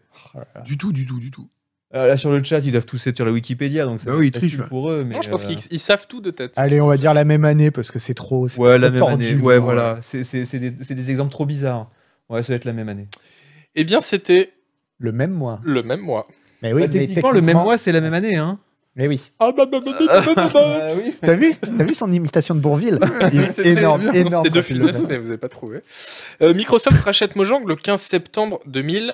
Speaker 2: Du tout, du tout, du tout.
Speaker 3: Euh, là, sur le chat, ils doivent tous être sur la Wikipédia, donc c'est
Speaker 2: Bah oui, ils trichent, ouais.
Speaker 3: pour eux. Mais,
Speaker 1: non, je pense
Speaker 3: euh,
Speaker 1: qu'ils ils savent tout de tête.
Speaker 4: Allez, on va dire la même année parce que c'est trop. c'est
Speaker 3: Ouais, la
Speaker 4: trop
Speaker 3: même
Speaker 4: tordu,
Speaker 3: année.
Speaker 4: quoi.
Speaker 3: Ouais, voilà. C'est c'est- c'est des, c'est des exemples trop bizarres. Ouais, ça doit être la même année.
Speaker 1: Eh bien, c'était
Speaker 4: Le même mois.
Speaker 1: le même mois.
Speaker 4: Mais oui,
Speaker 3: Bah,
Speaker 4: mais
Speaker 3: techniquement, le même mois, c'est la même année. Hein.
Speaker 4: Mais oui.
Speaker 3: Bah oui.
Speaker 4: T'as vu, t'as vu son imitation de Bourville Il est
Speaker 1: C'était-
Speaker 4: énorme,
Speaker 1: non,
Speaker 4: énorme.
Speaker 1: C'était de
Speaker 4: quand il le
Speaker 1: finesse,
Speaker 4: fait.
Speaker 1: mais vous n'avez pas trouvé. Euh, Microsoft rachète Mojang le 15 septembre 2014.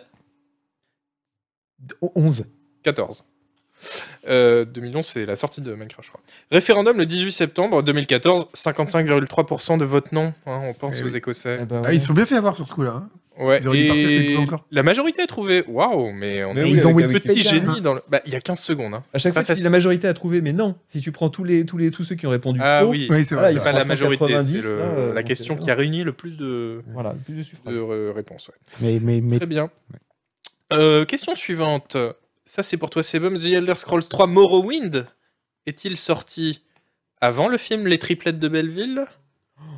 Speaker 4: O- 11.
Speaker 1: Euh, 2011, c'est la sortie de Minecraft, je crois. Référendum le 18 septembre 2014, 55,3% de vote non. hein, on pense
Speaker 2: Eh
Speaker 1: aux
Speaker 2: oui.
Speaker 1: Écossais.
Speaker 3: Eh bah
Speaker 2: Ah,
Speaker 3: ouais.
Speaker 2: ils se sont bien fait avoir sur ce coup-là. hein.
Speaker 1: Ouais,
Speaker 2: ils auraient dû
Speaker 1: et
Speaker 2: partir quelques fois encore.
Speaker 1: la majorité a trouvé. Waouh, mais on
Speaker 3: Mais
Speaker 1: est
Speaker 3: oui,
Speaker 4: ils ont
Speaker 3: avec la
Speaker 1: des petits
Speaker 3: Wikipédia.
Speaker 1: génies dans le. Bah, il y a 15 secondes. hein.
Speaker 3: À chaque
Speaker 1: Pas
Speaker 3: fois, tu dis
Speaker 1: facile.
Speaker 3: la majorité a trouvé, mais non. Si tu prends tous les tous les tous ceux qui ont répondu
Speaker 1: Ah
Speaker 3: faux,
Speaker 1: oui,
Speaker 2: Oui, c'est
Speaker 3: Voilà,
Speaker 1: c'est
Speaker 2: vrai. c'est
Speaker 3: ils
Speaker 1: pas
Speaker 2: vrai.
Speaker 1: la
Speaker 3: 390,
Speaker 1: majorité, c'est le-
Speaker 3: là, euh,
Speaker 1: la
Speaker 3: donc,
Speaker 1: question
Speaker 3: euh,
Speaker 1: qui a réuni le plus de,
Speaker 3: voilà, plus de suffrages.
Speaker 1: de euh, réponses. ouais.
Speaker 4: Mais, mais, mais
Speaker 1: Très bien. Euh, question suivante. Ça, c'est pour toi, Sebum. The Elder Scrolls 3 Morrowind est-il sorti avant le film Les Triplettes de Belleville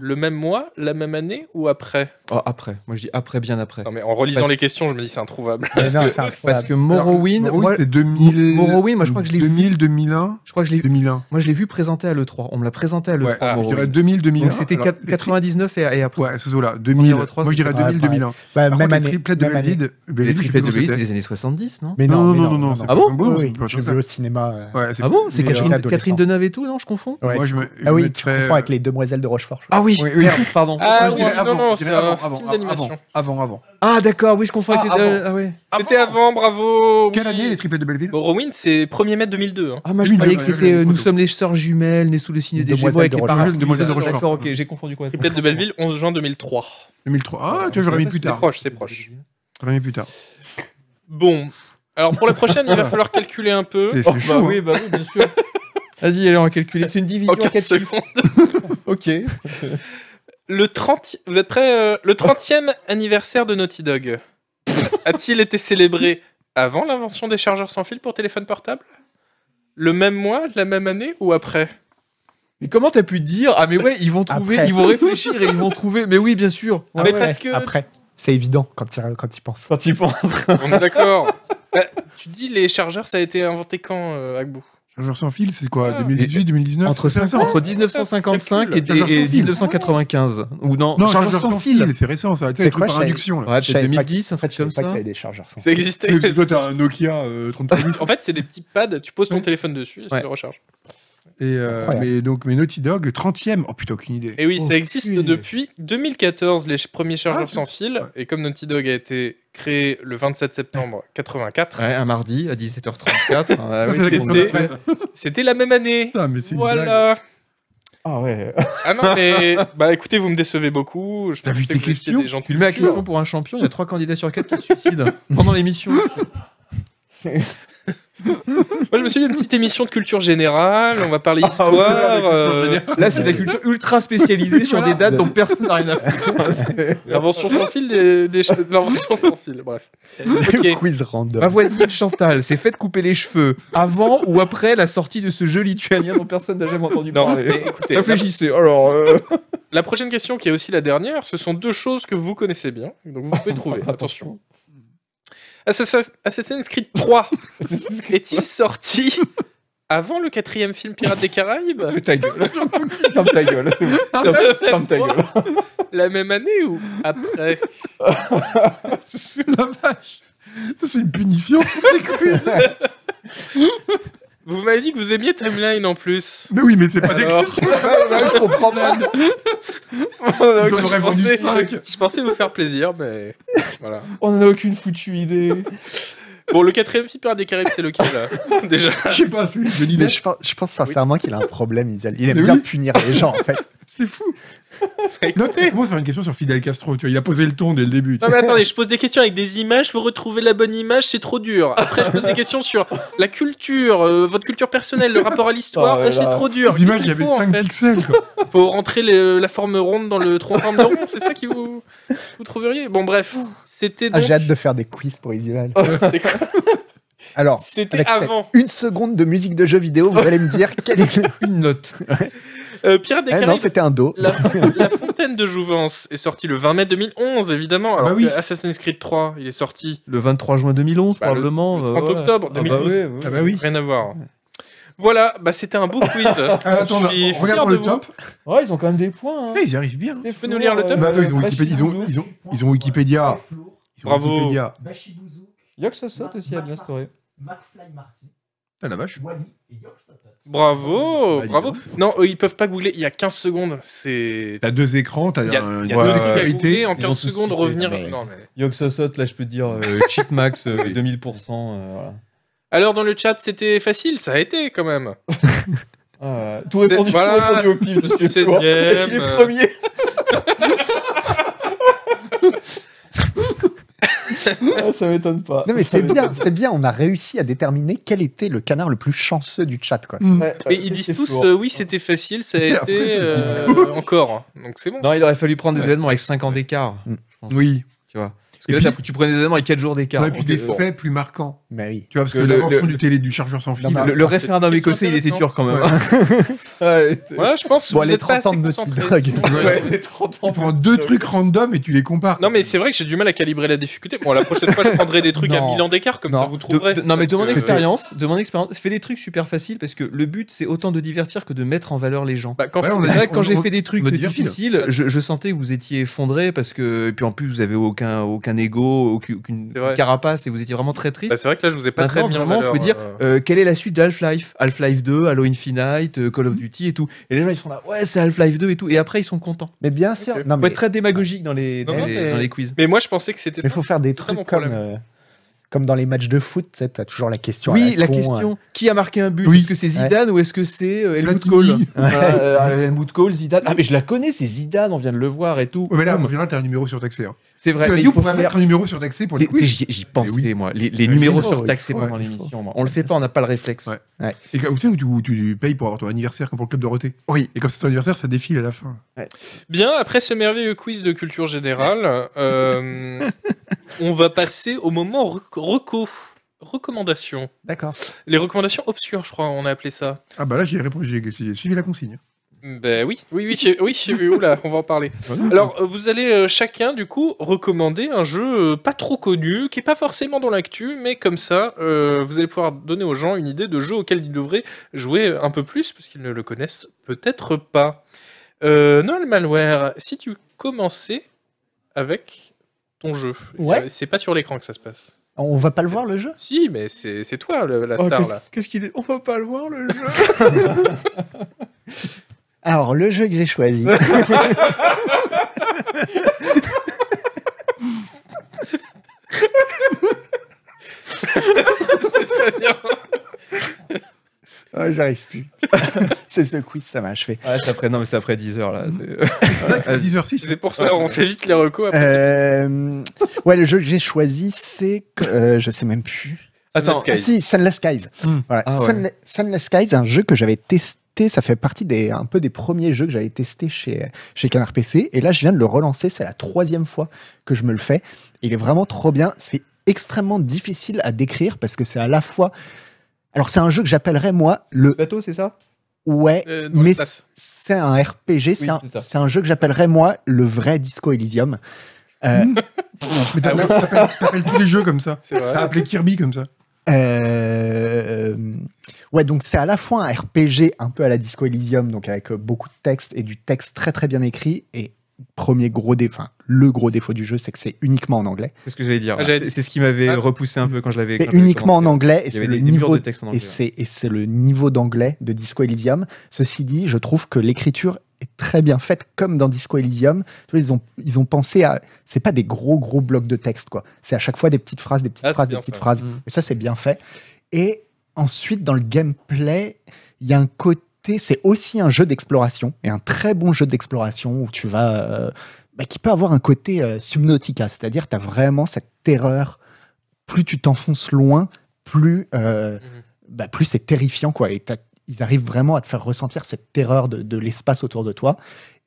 Speaker 1: Le même mois, la même année ou après
Speaker 3: Oh, après, moi je dis après, bien après.
Speaker 1: Non, mais en relisant
Speaker 3: Parce-
Speaker 1: les questions, je me dis c'est introuvable.
Speaker 4: mais non, c'est
Speaker 3: Parce
Speaker 4: improbable.
Speaker 3: que Morrowind,
Speaker 2: Morrowind,
Speaker 3: moi,
Speaker 2: c'est 2000.
Speaker 3: Morrowind, moi, je crois que je l'ai vu.
Speaker 2: 2000, 2001,
Speaker 3: je crois que je l'ai,
Speaker 2: 2001.
Speaker 3: moi je l'ai vu présenté à l'E3. On me l'a présenté à l'E3.
Speaker 2: Ouais,
Speaker 1: ah,
Speaker 2: je dirais
Speaker 3: Morrowind.
Speaker 2: 2000, 2001.
Speaker 3: Donc c'était
Speaker 2: Alors,
Speaker 3: quat-
Speaker 2: les tri-
Speaker 3: 99 et, et après.
Speaker 2: Ouais, c'est ça là, 2000.
Speaker 3: dirait trois,
Speaker 2: Moi, je dirais
Speaker 3: c'est-
Speaker 4: ouais,
Speaker 2: 2000,
Speaker 4: pareil.
Speaker 2: 2001.
Speaker 4: Bah,
Speaker 2: Par
Speaker 4: même
Speaker 2: contre,
Speaker 4: année.
Speaker 2: Les triplettes de
Speaker 4: même année.
Speaker 2: Belvide.
Speaker 3: Les
Speaker 2: Belvide, je sais
Speaker 3: triplettes
Speaker 2: plus
Speaker 3: de
Speaker 2: comment
Speaker 3: Belize, c'est
Speaker 2: c'était.
Speaker 3: les années 70, non
Speaker 4: Mais
Speaker 2: Non,
Speaker 4: non, mais
Speaker 2: non,
Speaker 4: non,
Speaker 2: non, non, c'est
Speaker 3: Ah bon
Speaker 2: un
Speaker 4: Oui,
Speaker 2: bon,
Speaker 4: oui,
Speaker 2: c'est pas
Speaker 4: je
Speaker 2: comme
Speaker 4: l'ai
Speaker 2: ça.
Speaker 4: vu au cinéma. euh,
Speaker 2: Ouais, c'est
Speaker 3: Ah bon C'est
Speaker 2: Mais,
Speaker 3: Catherine,
Speaker 2: euh,
Speaker 3: Catherine
Speaker 4: adolescent.
Speaker 3: Deneuve et tout, non Je confonds
Speaker 4: ouais,
Speaker 2: Moi,
Speaker 4: tu-
Speaker 2: je me. je
Speaker 4: Ah oui, tu
Speaker 2: mettrais,
Speaker 4: confonds avec les demoiselles de Rochefort. je crois.
Speaker 3: Ah oui,
Speaker 2: Oui, oui.
Speaker 3: merde, pardon.
Speaker 1: Ah,
Speaker 2: Moi, je
Speaker 1: ouais,
Speaker 2: dirais
Speaker 1: non,
Speaker 2: avant,
Speaker 1: non,
Speaker 2: je
Speaker 1: c'est
Speaker 2: dirais
Speaker 1: un
Speaker 2: avant,
Speaker 1: film
Speaker 2: avant,
Speaker 1: d'animation.
Speaker 2: avant, avant, avant.
Speaker 3: Ah d'accord, oui, je confonds avec
Speaker 2: Ah,
Speaker 3: les
Speaker 2: avant.
Speaker 3: Ah ouais.
Speaker 1: C'était avant, bravo
Speaker 2: Quelle
Speaker 1: oui.
Speaker 2: année les triplettes de Belleville
Speaker 1: Morrowind, c'est 1er mai 2002. hein.
Speaker 3: Ah moi je
Speaker 2: Oui,
Speaker 3: croyais
Speaker 2: le-
Speaker 3: que
Speaker 2: le-
Speaker 3: c'était
Speaker 2: le-
Speaker 3: euh,
Speaker 2: le
Speaker 3: nous
Speaker 2: photo.
Speaker 3: sommes les sœurs jumelles nées sous le signe des
Speaker 4: Demoiselles
Speaker 3: Gémeaux avec
Speaker 4: de
Speaker 3: les
Speaker 4: Rochefort.
Speaker 3: parapluies.
Speaker 2: Demoiselles de Rochefort.
Speaker 3: D'accord, Ah, ok, j'ai confondu quoi
Speaker 1: Triplettes de Belleville, 11 juin 2003.
Speaker 2: 2003. Ah, tu vois, j'aurais mis plus
Speaker 1: C'est
Speaker 2: tard.
Speaker 1: proche, c'est proche.
Speaker 2: J'aurais mis plus tard.
Speaker 1: Bon. Alors pour la prochaine, il va falloir calculer un peu.
Speaker 2: C'est
Speaker 3: Oh,
Speaker 2: c'est
Speaker 3: bah
Speaker 2: chaud. hein.
Speaker 3: oui, bah oui, bien sûr. Vas-y, allez, on va calculer. C'est une division
Speaker 1: En
Speaker 3: à
Speaker 1: 15
Speaker 3: quatre chiffres.
Speaker 1: secondes.
Speaker 3: Ok.
Speaker 1: Le 30... Vous êtes prêts euh, Le 30e anniversaire de Naughty Dog a-t-il été célébré avant l'invention des chargeurs sans fil pour téléphone portable Le même mois, la même année ou après
Speaker 3: Mais comment t'as pu dire Ah mais ouais, ils vont trouver,
Speaker 4: Après.
Speaker 3: ils vont réfléchir et ils vont trouver. Ah, Mais oui, bien sûr. Ouais,
Speaker 1: Mais
Speaker 3: ouais.
Speaker 1: parce que
Speaker 4: Après, c'est évident quand il, quand il pense.
Speaker 3: Quand ils pensent.
Speaker 1: on est d'accord. Bah, tu dis les chargeurs, ça a été inventé quand, euh, Agbu
Speaker 2: Chargeur sans fil, c'est quoi
Speaker 1: Ah.
Speaker 2: 2018, 2019
Speaker 3: Entre,
Speaker 2: C'est
Speaker 3: cinq-
Speaker 2: récent.
Speaker 3: entre 1955 et, et-
Speaker 2: Chargeur sans
Speaker 3: et
Speaker 2: fil.
Speaker 3: 1995. Ou non,
Speaker 2: Non,
Speaker 3: chargeur
Speaker 2: chargeur sans fil, c'est récent ça. Tu sais,
Speaker 4: C'est
Speaker 2: les trucs
Speaker 4: quoi,
Speaker 2: par
Speaker 4: ça
Speaker 2: induction là.
Speaker 3: Ouais,
Speaker 4: Je
Speaker 3: peut-être
Speaker 4: savais pas
Speaker 3: 2010, un truc
Speaker 4: Je savais
Speaker 3: comme
Speaker 4: pas qu'il y
Speaker 3: ça.
Speaker 4: avait des chargeurs sans
Speaker 1: Ça existait.
Speaker 2: Et puis toi, t'as un Nokia euh, 3310.
Speaker 1: En fait, c'est des petits pads. Tu poses ton
Speaker 3: Ouais.
Speaker 1: téléphone dessus et ça
Speaker 3: Ouais.
Speaker 1: le recharge.
Speaker 2: Et, euh,
Speaker 4: Incroyable.
Speaker 2: mais donc, mais Naughty Dog, le 30e. Oh putain, aucune idée.
Speaker 1: Et oui,
Speaker 3: Aucune
Speaker 1: ça existe
Speaker 3: idée.
Speaker 1: depuis 2014, les ch- premiers chargeurs
Speaker 2: Ah,
Speaker 1: sans fil. Et comme Naughty Dog a été créé le 27 septembre 84,
Speaker 3: Ouais, un mardi à 17h34. Ah oui,
Speaker 2: Ça, c'est la
Speaker 3: c'est
Speaker 2: question
Speaker 3: bon.
Speaker 2: de
Speaker 1: c'était-
Speaker 2: presse.
Speaker 1: c'était la même année.
Speaker 2: Putain, mais c'est une blague.
Speaker 1: Voilà.
Speaker 3: Ah ouais.
Speaker 1: Ah non, mais bah écoutez, vous me décevez beaucoup. Je
Speaker 2: T'as vu
Speaker 1: pensais
Speaker 2: tes
Speaker 1: que vous étiez
Speaker 2: questions
Speaker 1: des gens
Speaker 3: Tu le mets à question pour un champion, il y a trois candidats sur quatre qui se suicident pendant l'émission.
Speaker 1: Moi, je me suis dit une petite émission de culture générale. On va parler
Speaker 2: Ah,
Speaker 1: histoire.
Speaker 2: oui, c'est vrai, la culture
Speaker 1: euh,
Speaker 2: générale.
Speaker 3: Là, c'est de la culture ultra spécialisée sur des dates dont personne n'a rien à faire.
Speaker 1: l'invention sans fil des, des cha- l'invention sans fil. Bref.
Speaker 4: Le
Speaker 1: Ok.
Speaker 4: quiz random.
Speaker 3: Ma voisine Chantal s'est faite couper les cheveux avant ou après la sortie de ce jeu lituanien dont personne n'a jamais entendu
Speaker 1: Non,
Speaker 3: parler.
Speaker 1: mais écoutez, la,
Speaker 3: Réfléchissez. Alors, euh,
Speaker 1: la prochaine question qui est aussi la dernière, ce sont deux choses que vous connaissez bien, donc vous pouvez trouver. Attention. Assassin- Assassin's Creed 3 est-il sorti avant le quatrième film Pirates des Caraïbes
Speaker 3: ferme ta gueule. ferme ta gueule. c'est bon. Ferme, ferme ta gueule.
Speaker 1: La même année ou après
Speaker 2: La vache. Ça, C'est une punition.
Speaker 1: Vous m'avez dit que vous aimiez Timeline en plus.
Speaker 2: mais oui, mais c'est pas des
Speaker 1: Alors,
Speaker 3: je comprends pas.
Speaker 2: Ils en
Speaker 1: je
Speaker 2: auraient vendu
Speaker 1: pensais-
Speaker 2: 5.
Speaker 1: je pensais vous faire plaisir, mais voilà.
Speaker 3: On n'en a aucune foutue idée.
Speaker 1: Bon, le quatrième film Pirates des Caraïbes, c'est lequel là Déjà.
Speaker 2: Je sais pas, celui de Johnny
Speaker 4: Mais
Speaker 2: Depp.
Speaker 4: je, pense, je pense sincèrement qu'il a un problème, Isuel. Il aime
Speaker 2: Mais
Speaker 4: bien
Speaker 2: oui.
Speaker 4: punir les gens, en fait.
Speaker 2: C'est fou. Non, tu
Speaker 1: Écoutez.
Speaker 2: commences par une question sur Fidel Castro. Tu vois, il a posé le ton dès le début. tu
Speaker 1: Non mais attendez, je pose des questions avec des images, vous retrouvez la bonne image, c'est trop dur. Après, je pose des questions sur la culture, euh, votre culture personnelle, le rapport à l'histoire,
Speaker 4: Ah,
Speaker 3: Oh là
Speaker 1: c'est
Speaker 3: là.
Speaker 1: trop dur.
Speaker 2: Les images, il y
Speaker 1: Qu'est-ce
Speaker 2: avait
Speaker 1: qu'il faut, en
Speaker 2: 5
Speaker 1: fait
Speaker 2: pixels. Quoi.
Speaker 1: Faut rentrer le- la forme ronde dans le tronc en forme de rond, c'est ça qui vous, vous trouveriez Bon, bref, c'était
Speaker 4: Ah,
Speaker 1: donc.
Speaker 4: J'ai hâte de faire des quiz pour Isuel.
Speaker 1: c'était quoi
Speaker 4: Alors,
Speaker 1: C'était
Speaker 4: avec cette
Speaker 1: avant.
Speaker 4: une seconde de musique de jeu vidéo, vous allez me dire quel est le...
Speaker 3: Une note.
Speaker 1: Euh, Pirates des
Speaker 4: Eh non,
Speaker 1: Caraïbes.
Speaker 4: c'était un dos.
Speaker 1: La, la Fontaine de Jouvence est sortie le 20 mai 2011, évidemment.
Speaker 2: Ah
Speaker 1: Alors
Speaker 2: bah oui.
Speaker 1: que Assassin's Creed 3, il est sorti.
Speaker 3: Le 23 juin 2011,
Speaker 1: Bah, le-
Speaker 3: probablement.
Speaker 1: le
Speaker 3: euh,
Speaker 1: 30
Speaker 3: ouais.
Speaker 1: octobre
Speaker 3: Ah bah
Speaker 1: 2012.
Speaker 3: ouais, ouais.
Speaker 2: Ah bah oui.
Speaker 1: Rien à voir. Voilà, bah c'était un beau quiz.
Speaker 2: Ah, attends,
Speaker 1: Je suis
Speaker 2: on
Speaker 1: fier
Speaker 2: regarde pour
Speaker 1: de
Speaker 2: le
Speaker 1: vous.
Speaker 2: top.
Speaker 3: Ouais, ils ont quand même des points. hein. euh,
Speaker 2: Ouais, ils y arrivent bien.
Speaker 1: Tu peux nous lire le top
Speaker 2: Bah, eux, ils ont Wikipédia. Ils ont, ils ont, ils ont Wikipédia. Ils ont
Speaker 1: Bravo.
Speaker 2: Wikipédia.
Speaker 3: Yoxosot aussi a bien scoré.
Speaker 6: McFly Marty,
Speaker 2: Ah, la vache.
Speaker 6: Wally et York Sutton.
Speaker 1: Bravo,
Speaker 2: Bah, dis
Speaker 1: bravo.
Speaker 2: donc.
Speaker 1: Non, eux, ils peuvent pas googler, il y a 15 secondes. C'est.
Speaker 2: T'as deux écrans, t'as
Speaker 1: Il y a,
Speaker 2: un-
Speaker 1: il y a
Speaker 2: une
Speaker 1: deux trucs à
Speaker 2: variété.
Speaker 1: googler en
Speaker 3: ils ont
Speaker 1: 15
Speaker 3: tous
Speaker 1: secondes,
Speaker 3: cité,
Speaker 1: revenir.
Speaker 3: non, mais-
Speaker 1: Non, mais-
Speaker 3: Yoxosot, là, je peux te dire euh, cheat max euh, 2000%. euh, voilà.
Speaker 1: Alors dans le chat, c'était facile, ça a été quand même.
Speaker 3: Ah, tout répondu,
Speaker 1: C'est- voilà.
Speaker 3: tout répondu au pif, monsieur.
Speaker 1: Le 16e,
Speaker 3: tu vois. Et Il est
Speaker 1: euh.
Speaker 3: premier. Ah, ça m'étonne pas.
Speaker 4: Non mais
Speaker 3: Ça
Speaker 4: c'est
Speaker 3: m'étonne
Speaker 4: bien, c'est bien, on a réussi à déterminer quel était le canard le plus chanceux du chat quoi.
Speaker 2: Mm.
Speaker 3: pas. Ouais,
Speaker 1: Mais
Speaker 3: ouais,
Speaker 1: ils disent
Speaker 3: c'est hein.
Speaker 1: tous
Speaker 3: fort.
Speaker 1: euh, oui, c'était facile, ça a
Speaker 2: Et après,
Speaker 1: été
Speaker 2: c'est
Speaker 1: euh, encore. Donc c'est bon.
Speaker 3: Non, il aurait fallu prendre des événements avec 5 ans d'écart.
Speaker 2: Oui.
Speaker 3: Tu vois. Parce que
Speaker 2: Et
Speaker 3: là,
Speaker 2: puis-
Speaker 3: t'as- tu prenais des événements avec 4 jours d'écart.
Speaker 2: Ouais, et puis
Speaker 3: Donc,
Speaker 2: des
Speaker 3: euh,
Speaker 2: faits plus marquants.
Speaker 4: Mais oui.
Speaker 2: Tu vois, parce que
Speaker 3: Le-
Speaker 2: l'invention
Speaker 3: le-
Speaker 2: du télé, du chargeur sans fil.
Speaker 4: Non,
Speaker 3: Le, le référendum
Speaker 1: Question
Speaker 3: écossais, il était
Speaker 1: intéressante.
Speaker 3: dur quand même. hein.
Speaker 1: Voilà, je pense que
Speaker 4: Bon,
Speaker 1: vous
Speaker 4: les
Speaker 1: êtes pas
Speaker 4: 30 ans
Speaker 1: assez
Speaker 4: de Naughty
Speaker 1: concentrés,
Speaker 4: Dog.
Speaker 1: sinon,
Speaker 3: Ouais,
Speaker 1: ouais.
Speaker 3: les 30 ans.
Speaker 2: Tu prends deux trucs random et tu les compares.
Speaker 1: Non mais c'est vrai que j'ai du mal à calibrer la difficulté. Bon la prochaine fois je prendrai des trucs à
Speaker 4: Non.
Speaker 1: 1000 ans d'écart comme
Speaker 4: Non.
Speaker 1: ça vous
Speaker 3: De-
Speaker 1: trouverez.
Speaker 3: de- non mais
Speaker 1: Parce
Speaker 3: demande
Speaker 1: que-
Speaker 3: expérience, demande expérience, fais des trucs super faciles parce que le but c'est autant de divertir que de mettre en valeur les gens.
Speaker 1: Bah, quand
Speaker 2: Ouais, on
Speaker 3: C'est
Speaker 2: a-
Speaker 3: vrai que quand
Speaker 2: on-
Speaker 3: j'ai
Speaker 2: on-
Speaker 3: fait des trucs
Speaker 2: on a dit
Speaker 3: difficiles, je, je sentais que vous étiez effondré parce que et puis en plus vous avez aucun aucun ego, aucune, aucune
Speaker 1: C'est vrai.
Speaker 3: carapace et vous étiez vraiment très triste.
Speaker 1: Bah, c'est vrai que là je vous ai pas
Speaker 3: Maintenant,
Speaker 1: très bien
Speaker 3: vraiment, je peux dire, Euh, quelle est la suite de Half-Life Half-Life 2, Halo Infinite, euh, Call of Duty et tout. Et les gens ils sont là, ouais, c'est Half-Life 2 et tout. Et après ils sont contents.
Speaker 4: Mais bien sûr,
Speaker 1: Ok.
Speaker 4: non
Speaker 3: Faut
Speaker 4: mais
Speaker 3: être très démagogique dans les,
Speaker 1: Non,
Speaker 3: dans
Speaker 1: non,
Speaker 3: les,
Speaker 1: mais-
Speaker 3: dans les quiz.
Speaker 1: Mais moi je pensais que c'était
Speaker 4: il
Speaker 1: ça.
Speaker 4: faut faire des
Speaker 1: C'est ça,
Speaker 4: trucs
Speaker 1: mon
Speaker 4: comme
Speaker 1: problème.
Speaker 4: euh, comme dans les matchs de foot, tu sais, t'as toujours la question. à
Speaker 3: Oui, la
Speaker 4: con, euh,
Speaker 3: question, qui a marqué un but
Speaker 2: Oui.
Speaker 3: Est-ce que c'est Zidane ou est-ce que c'est euh, Helmut
Speaker 2: Platini.
Speaker 3: Kohl Ah, euh, Helmut Kohl, Zidane. Ah mais je la connais, c'est Zidane, on vient de le voir et tout.
Speaker 2: Ouais, mais là, en général, t'as un numéro surtaxé. Hein.
Speaker 3: c'est vrai,
Speaker 2: Tu as
Speaker 3: mais
Speaker 2: dit,
Speaker 3: il
Speaker 2: on
Speaker 3: faut
Speaker 2: pourrait
Speaker 3: faire
Speaker 2: mettre un numéro surtaxé pour les
Speaker 3: T'sais, t'sais,
Speaker 2: quiz.
Speaker 3: J'y j'y pensais,
Speaker 2: oui.
Speaker 3: moi. Les, les
Speaker 2: Euh,
Speaker 3: numéros
Speaker 2: il faut,
Speaker 3: surtaxés
Speaker 2: il faut,
Speaker 3: pendant
Speaker 2: il faut.
Speaker 3: l'émission, moi. On le fait pas, on n'a pas le réflexe.
Speaker 2: Ouais. Et comme- tu sais, où tu, où tu payes pour avoir ton anniversaire, comme pour le club Dorothée.
Speaker 4: Oui.
Speaker 2: Et quand c'est ton anniversaire, ça défile à la fin.
Speaker 1: Bien après ce merveilleux quiz de culture générale, euh, on va passer au moment rec- reco. Recommandations.
Speaker 4: D'accord.
Speaker 1: Les recommandations obscures, je crois, on a appelé ça.
Speaker 2: Ah bah là, j'ai répondu, j'ai j'ai suivi la consigne.
Speaker 1: Ben oui, oui, oui, j'ai- oui, j'ai vu. Oula, on va en parler. Alors, euh, vous allez euh, chacun, du coup, recommander un jeu euh, pas trop connu, qui est pas forcément dans l'actu, mais comme ça, euh, vous allez pouvoir donner aux gens une idée de jeu auquel ils devraient jouer un peu plus, parce qu'ils ne le connaissent peut-être pas. Euh, Noël Malware, si tu commençais avec ton jeu,
Speaker 4: Ouais.
Speaker 1: Euh, c'est pas sur l'écran que ça se passe.
Speaker 4: On va pas le voir le jeu
Speaker 1: Si, mais c'est c'est toi le- la
Speaker 3: Oh,
Speaker 1: star
Speaker 3: qu'est-ce-
Speaker 1: là.
Speaker 3: Qu'est-ce qu'il est On va pas le voir le jeu.
Speaker 4: Alors, le jeu que j'ai choisi.
Speaker 1: C'est très bien.
Speaker 4: Ah, J'arrive plus. c'est ce quiz, ça m'a achevé.
Speaker 3: Ah, c'est après, non, mais c'est euh, après 10 heures là.
Speaker 2: C'est
Speaker 3: c'est-
Speaker 2: 10h06.
Speaker 1: C'est pour ça on fait vite les recos. après.
Speaker 4: Euh, ouais, le jeu que j'ai choisi, c'est. que- euh, je sais même plus.
Speaker 3: Attends,
Speaker 1: Skies.
Speaker 4: Ah, si, Sunless Skies.
Speaker 2: Hmm.
Speaker 4: Voilà.
Speaker 3: Ah ouais.
Speaker 4: Sunle- Sunless Skies, un jeu que j'avais testé. Ça fait partie des, un peu des premiers jeux que j'avais testé chez, chez Canard PC. Et là, je viens de le relancer. C'est la troisième fois que je me le fais. Il est vraiment trop bien. C'est extrêmement difficile à décrire parce que c'est à la fois. Alors, c'est un jeu que j'appellerais, moi, le
Speaker 3: bateau, c'est ça
Speaker 4: ouais,
Speaker 1: Euh, dans
Speaker 4: mais
Speaker 1: l'espace.
Speaker 4: c'est un RPG. C'est
Speaker 3: Oui,
Speaker 4: un,
Speaker 3: c'est ça.
Speaker 4: c'est un jeu que j'appellerais, moi, le vrai Disco Elysium. Euh,
Speaker 2: Mais t'appelles- T'appelles t'appelles tous les jeux comme ça.
Speaker 1: C'est vrai.
Speaker 2: T'as
Speaker 4: Ah.
Speaker 2: appelé Kirby comme ça.
Speaker 4: Euh, ouais, donc c'est à la fois un RPG un peu à la Disco Elysium, donc avec euh, beaucoup de texte et du texte très très bien écrit. Et premier gros défaut, enfin le gros défaut du jeu, c'est que c'est uniquement en anglais.
Speaker 3: C'est ce que j'allais
Speaker 1: Ah,
Speaker 3: dire. ouais.
Speaker 1: j'allais
Speaker 3: C'est-
Speaker 1: dire-
Speaker 3: c'est ce qui m'avait
Speaker 1: Ah.
Speaker 3: repoussé un peu quand je l'avais.
Speaker 4: C'est
Speaker 3: quand je l'avais
Speaker 4: uniquement en
Speaker 3: commencé.
Speaker 4: anglais et
Speaker 3: Il y
Speaker 4: c'est
Speaker 3: avait
Speaker 4: le
Speaker 3: des, des murs
Speaker 4: niveau
Speaker 3: de texte en anglais.
Speaker 4: et c'est et c'est le niveau d'anglais de Disco Elysium. Ceci dit, je trouve que l'écriture est très bien faite comme dans Disco Elysium. Tu vois, ils ont ils ont pensé à c'est pas des gros gros blocs de texte quoi. C'est à chaque fois des petites phrases, des petites
Speaker 1: Ah, c'est
Speaker 4: phrases, des
Speaker 1: bien
Speaker 4: petites
Speaker 1: ça.
Speaker 4: phrases.
Speaker 2: Mm.
Speaker 4: Et ça c'est bien fait. Et ensuite dans le gameplay, il y a un côté c'est aussi un jeu d'exploration et un très bon jeu d'exploration où tu vas euh, bah, qui peut avoir un côté euh, subnautica, c'est-à-dire tu as vraiment cette terreur plus tu t'enfonces loin, plus euh,
Speaker 1: Mhm.
Speaker 4: bah, plus c'est terrifiant quoi et t'as- ils arrivent vraiment à te faire ressentir cette terreur de, de l'espace autour de toi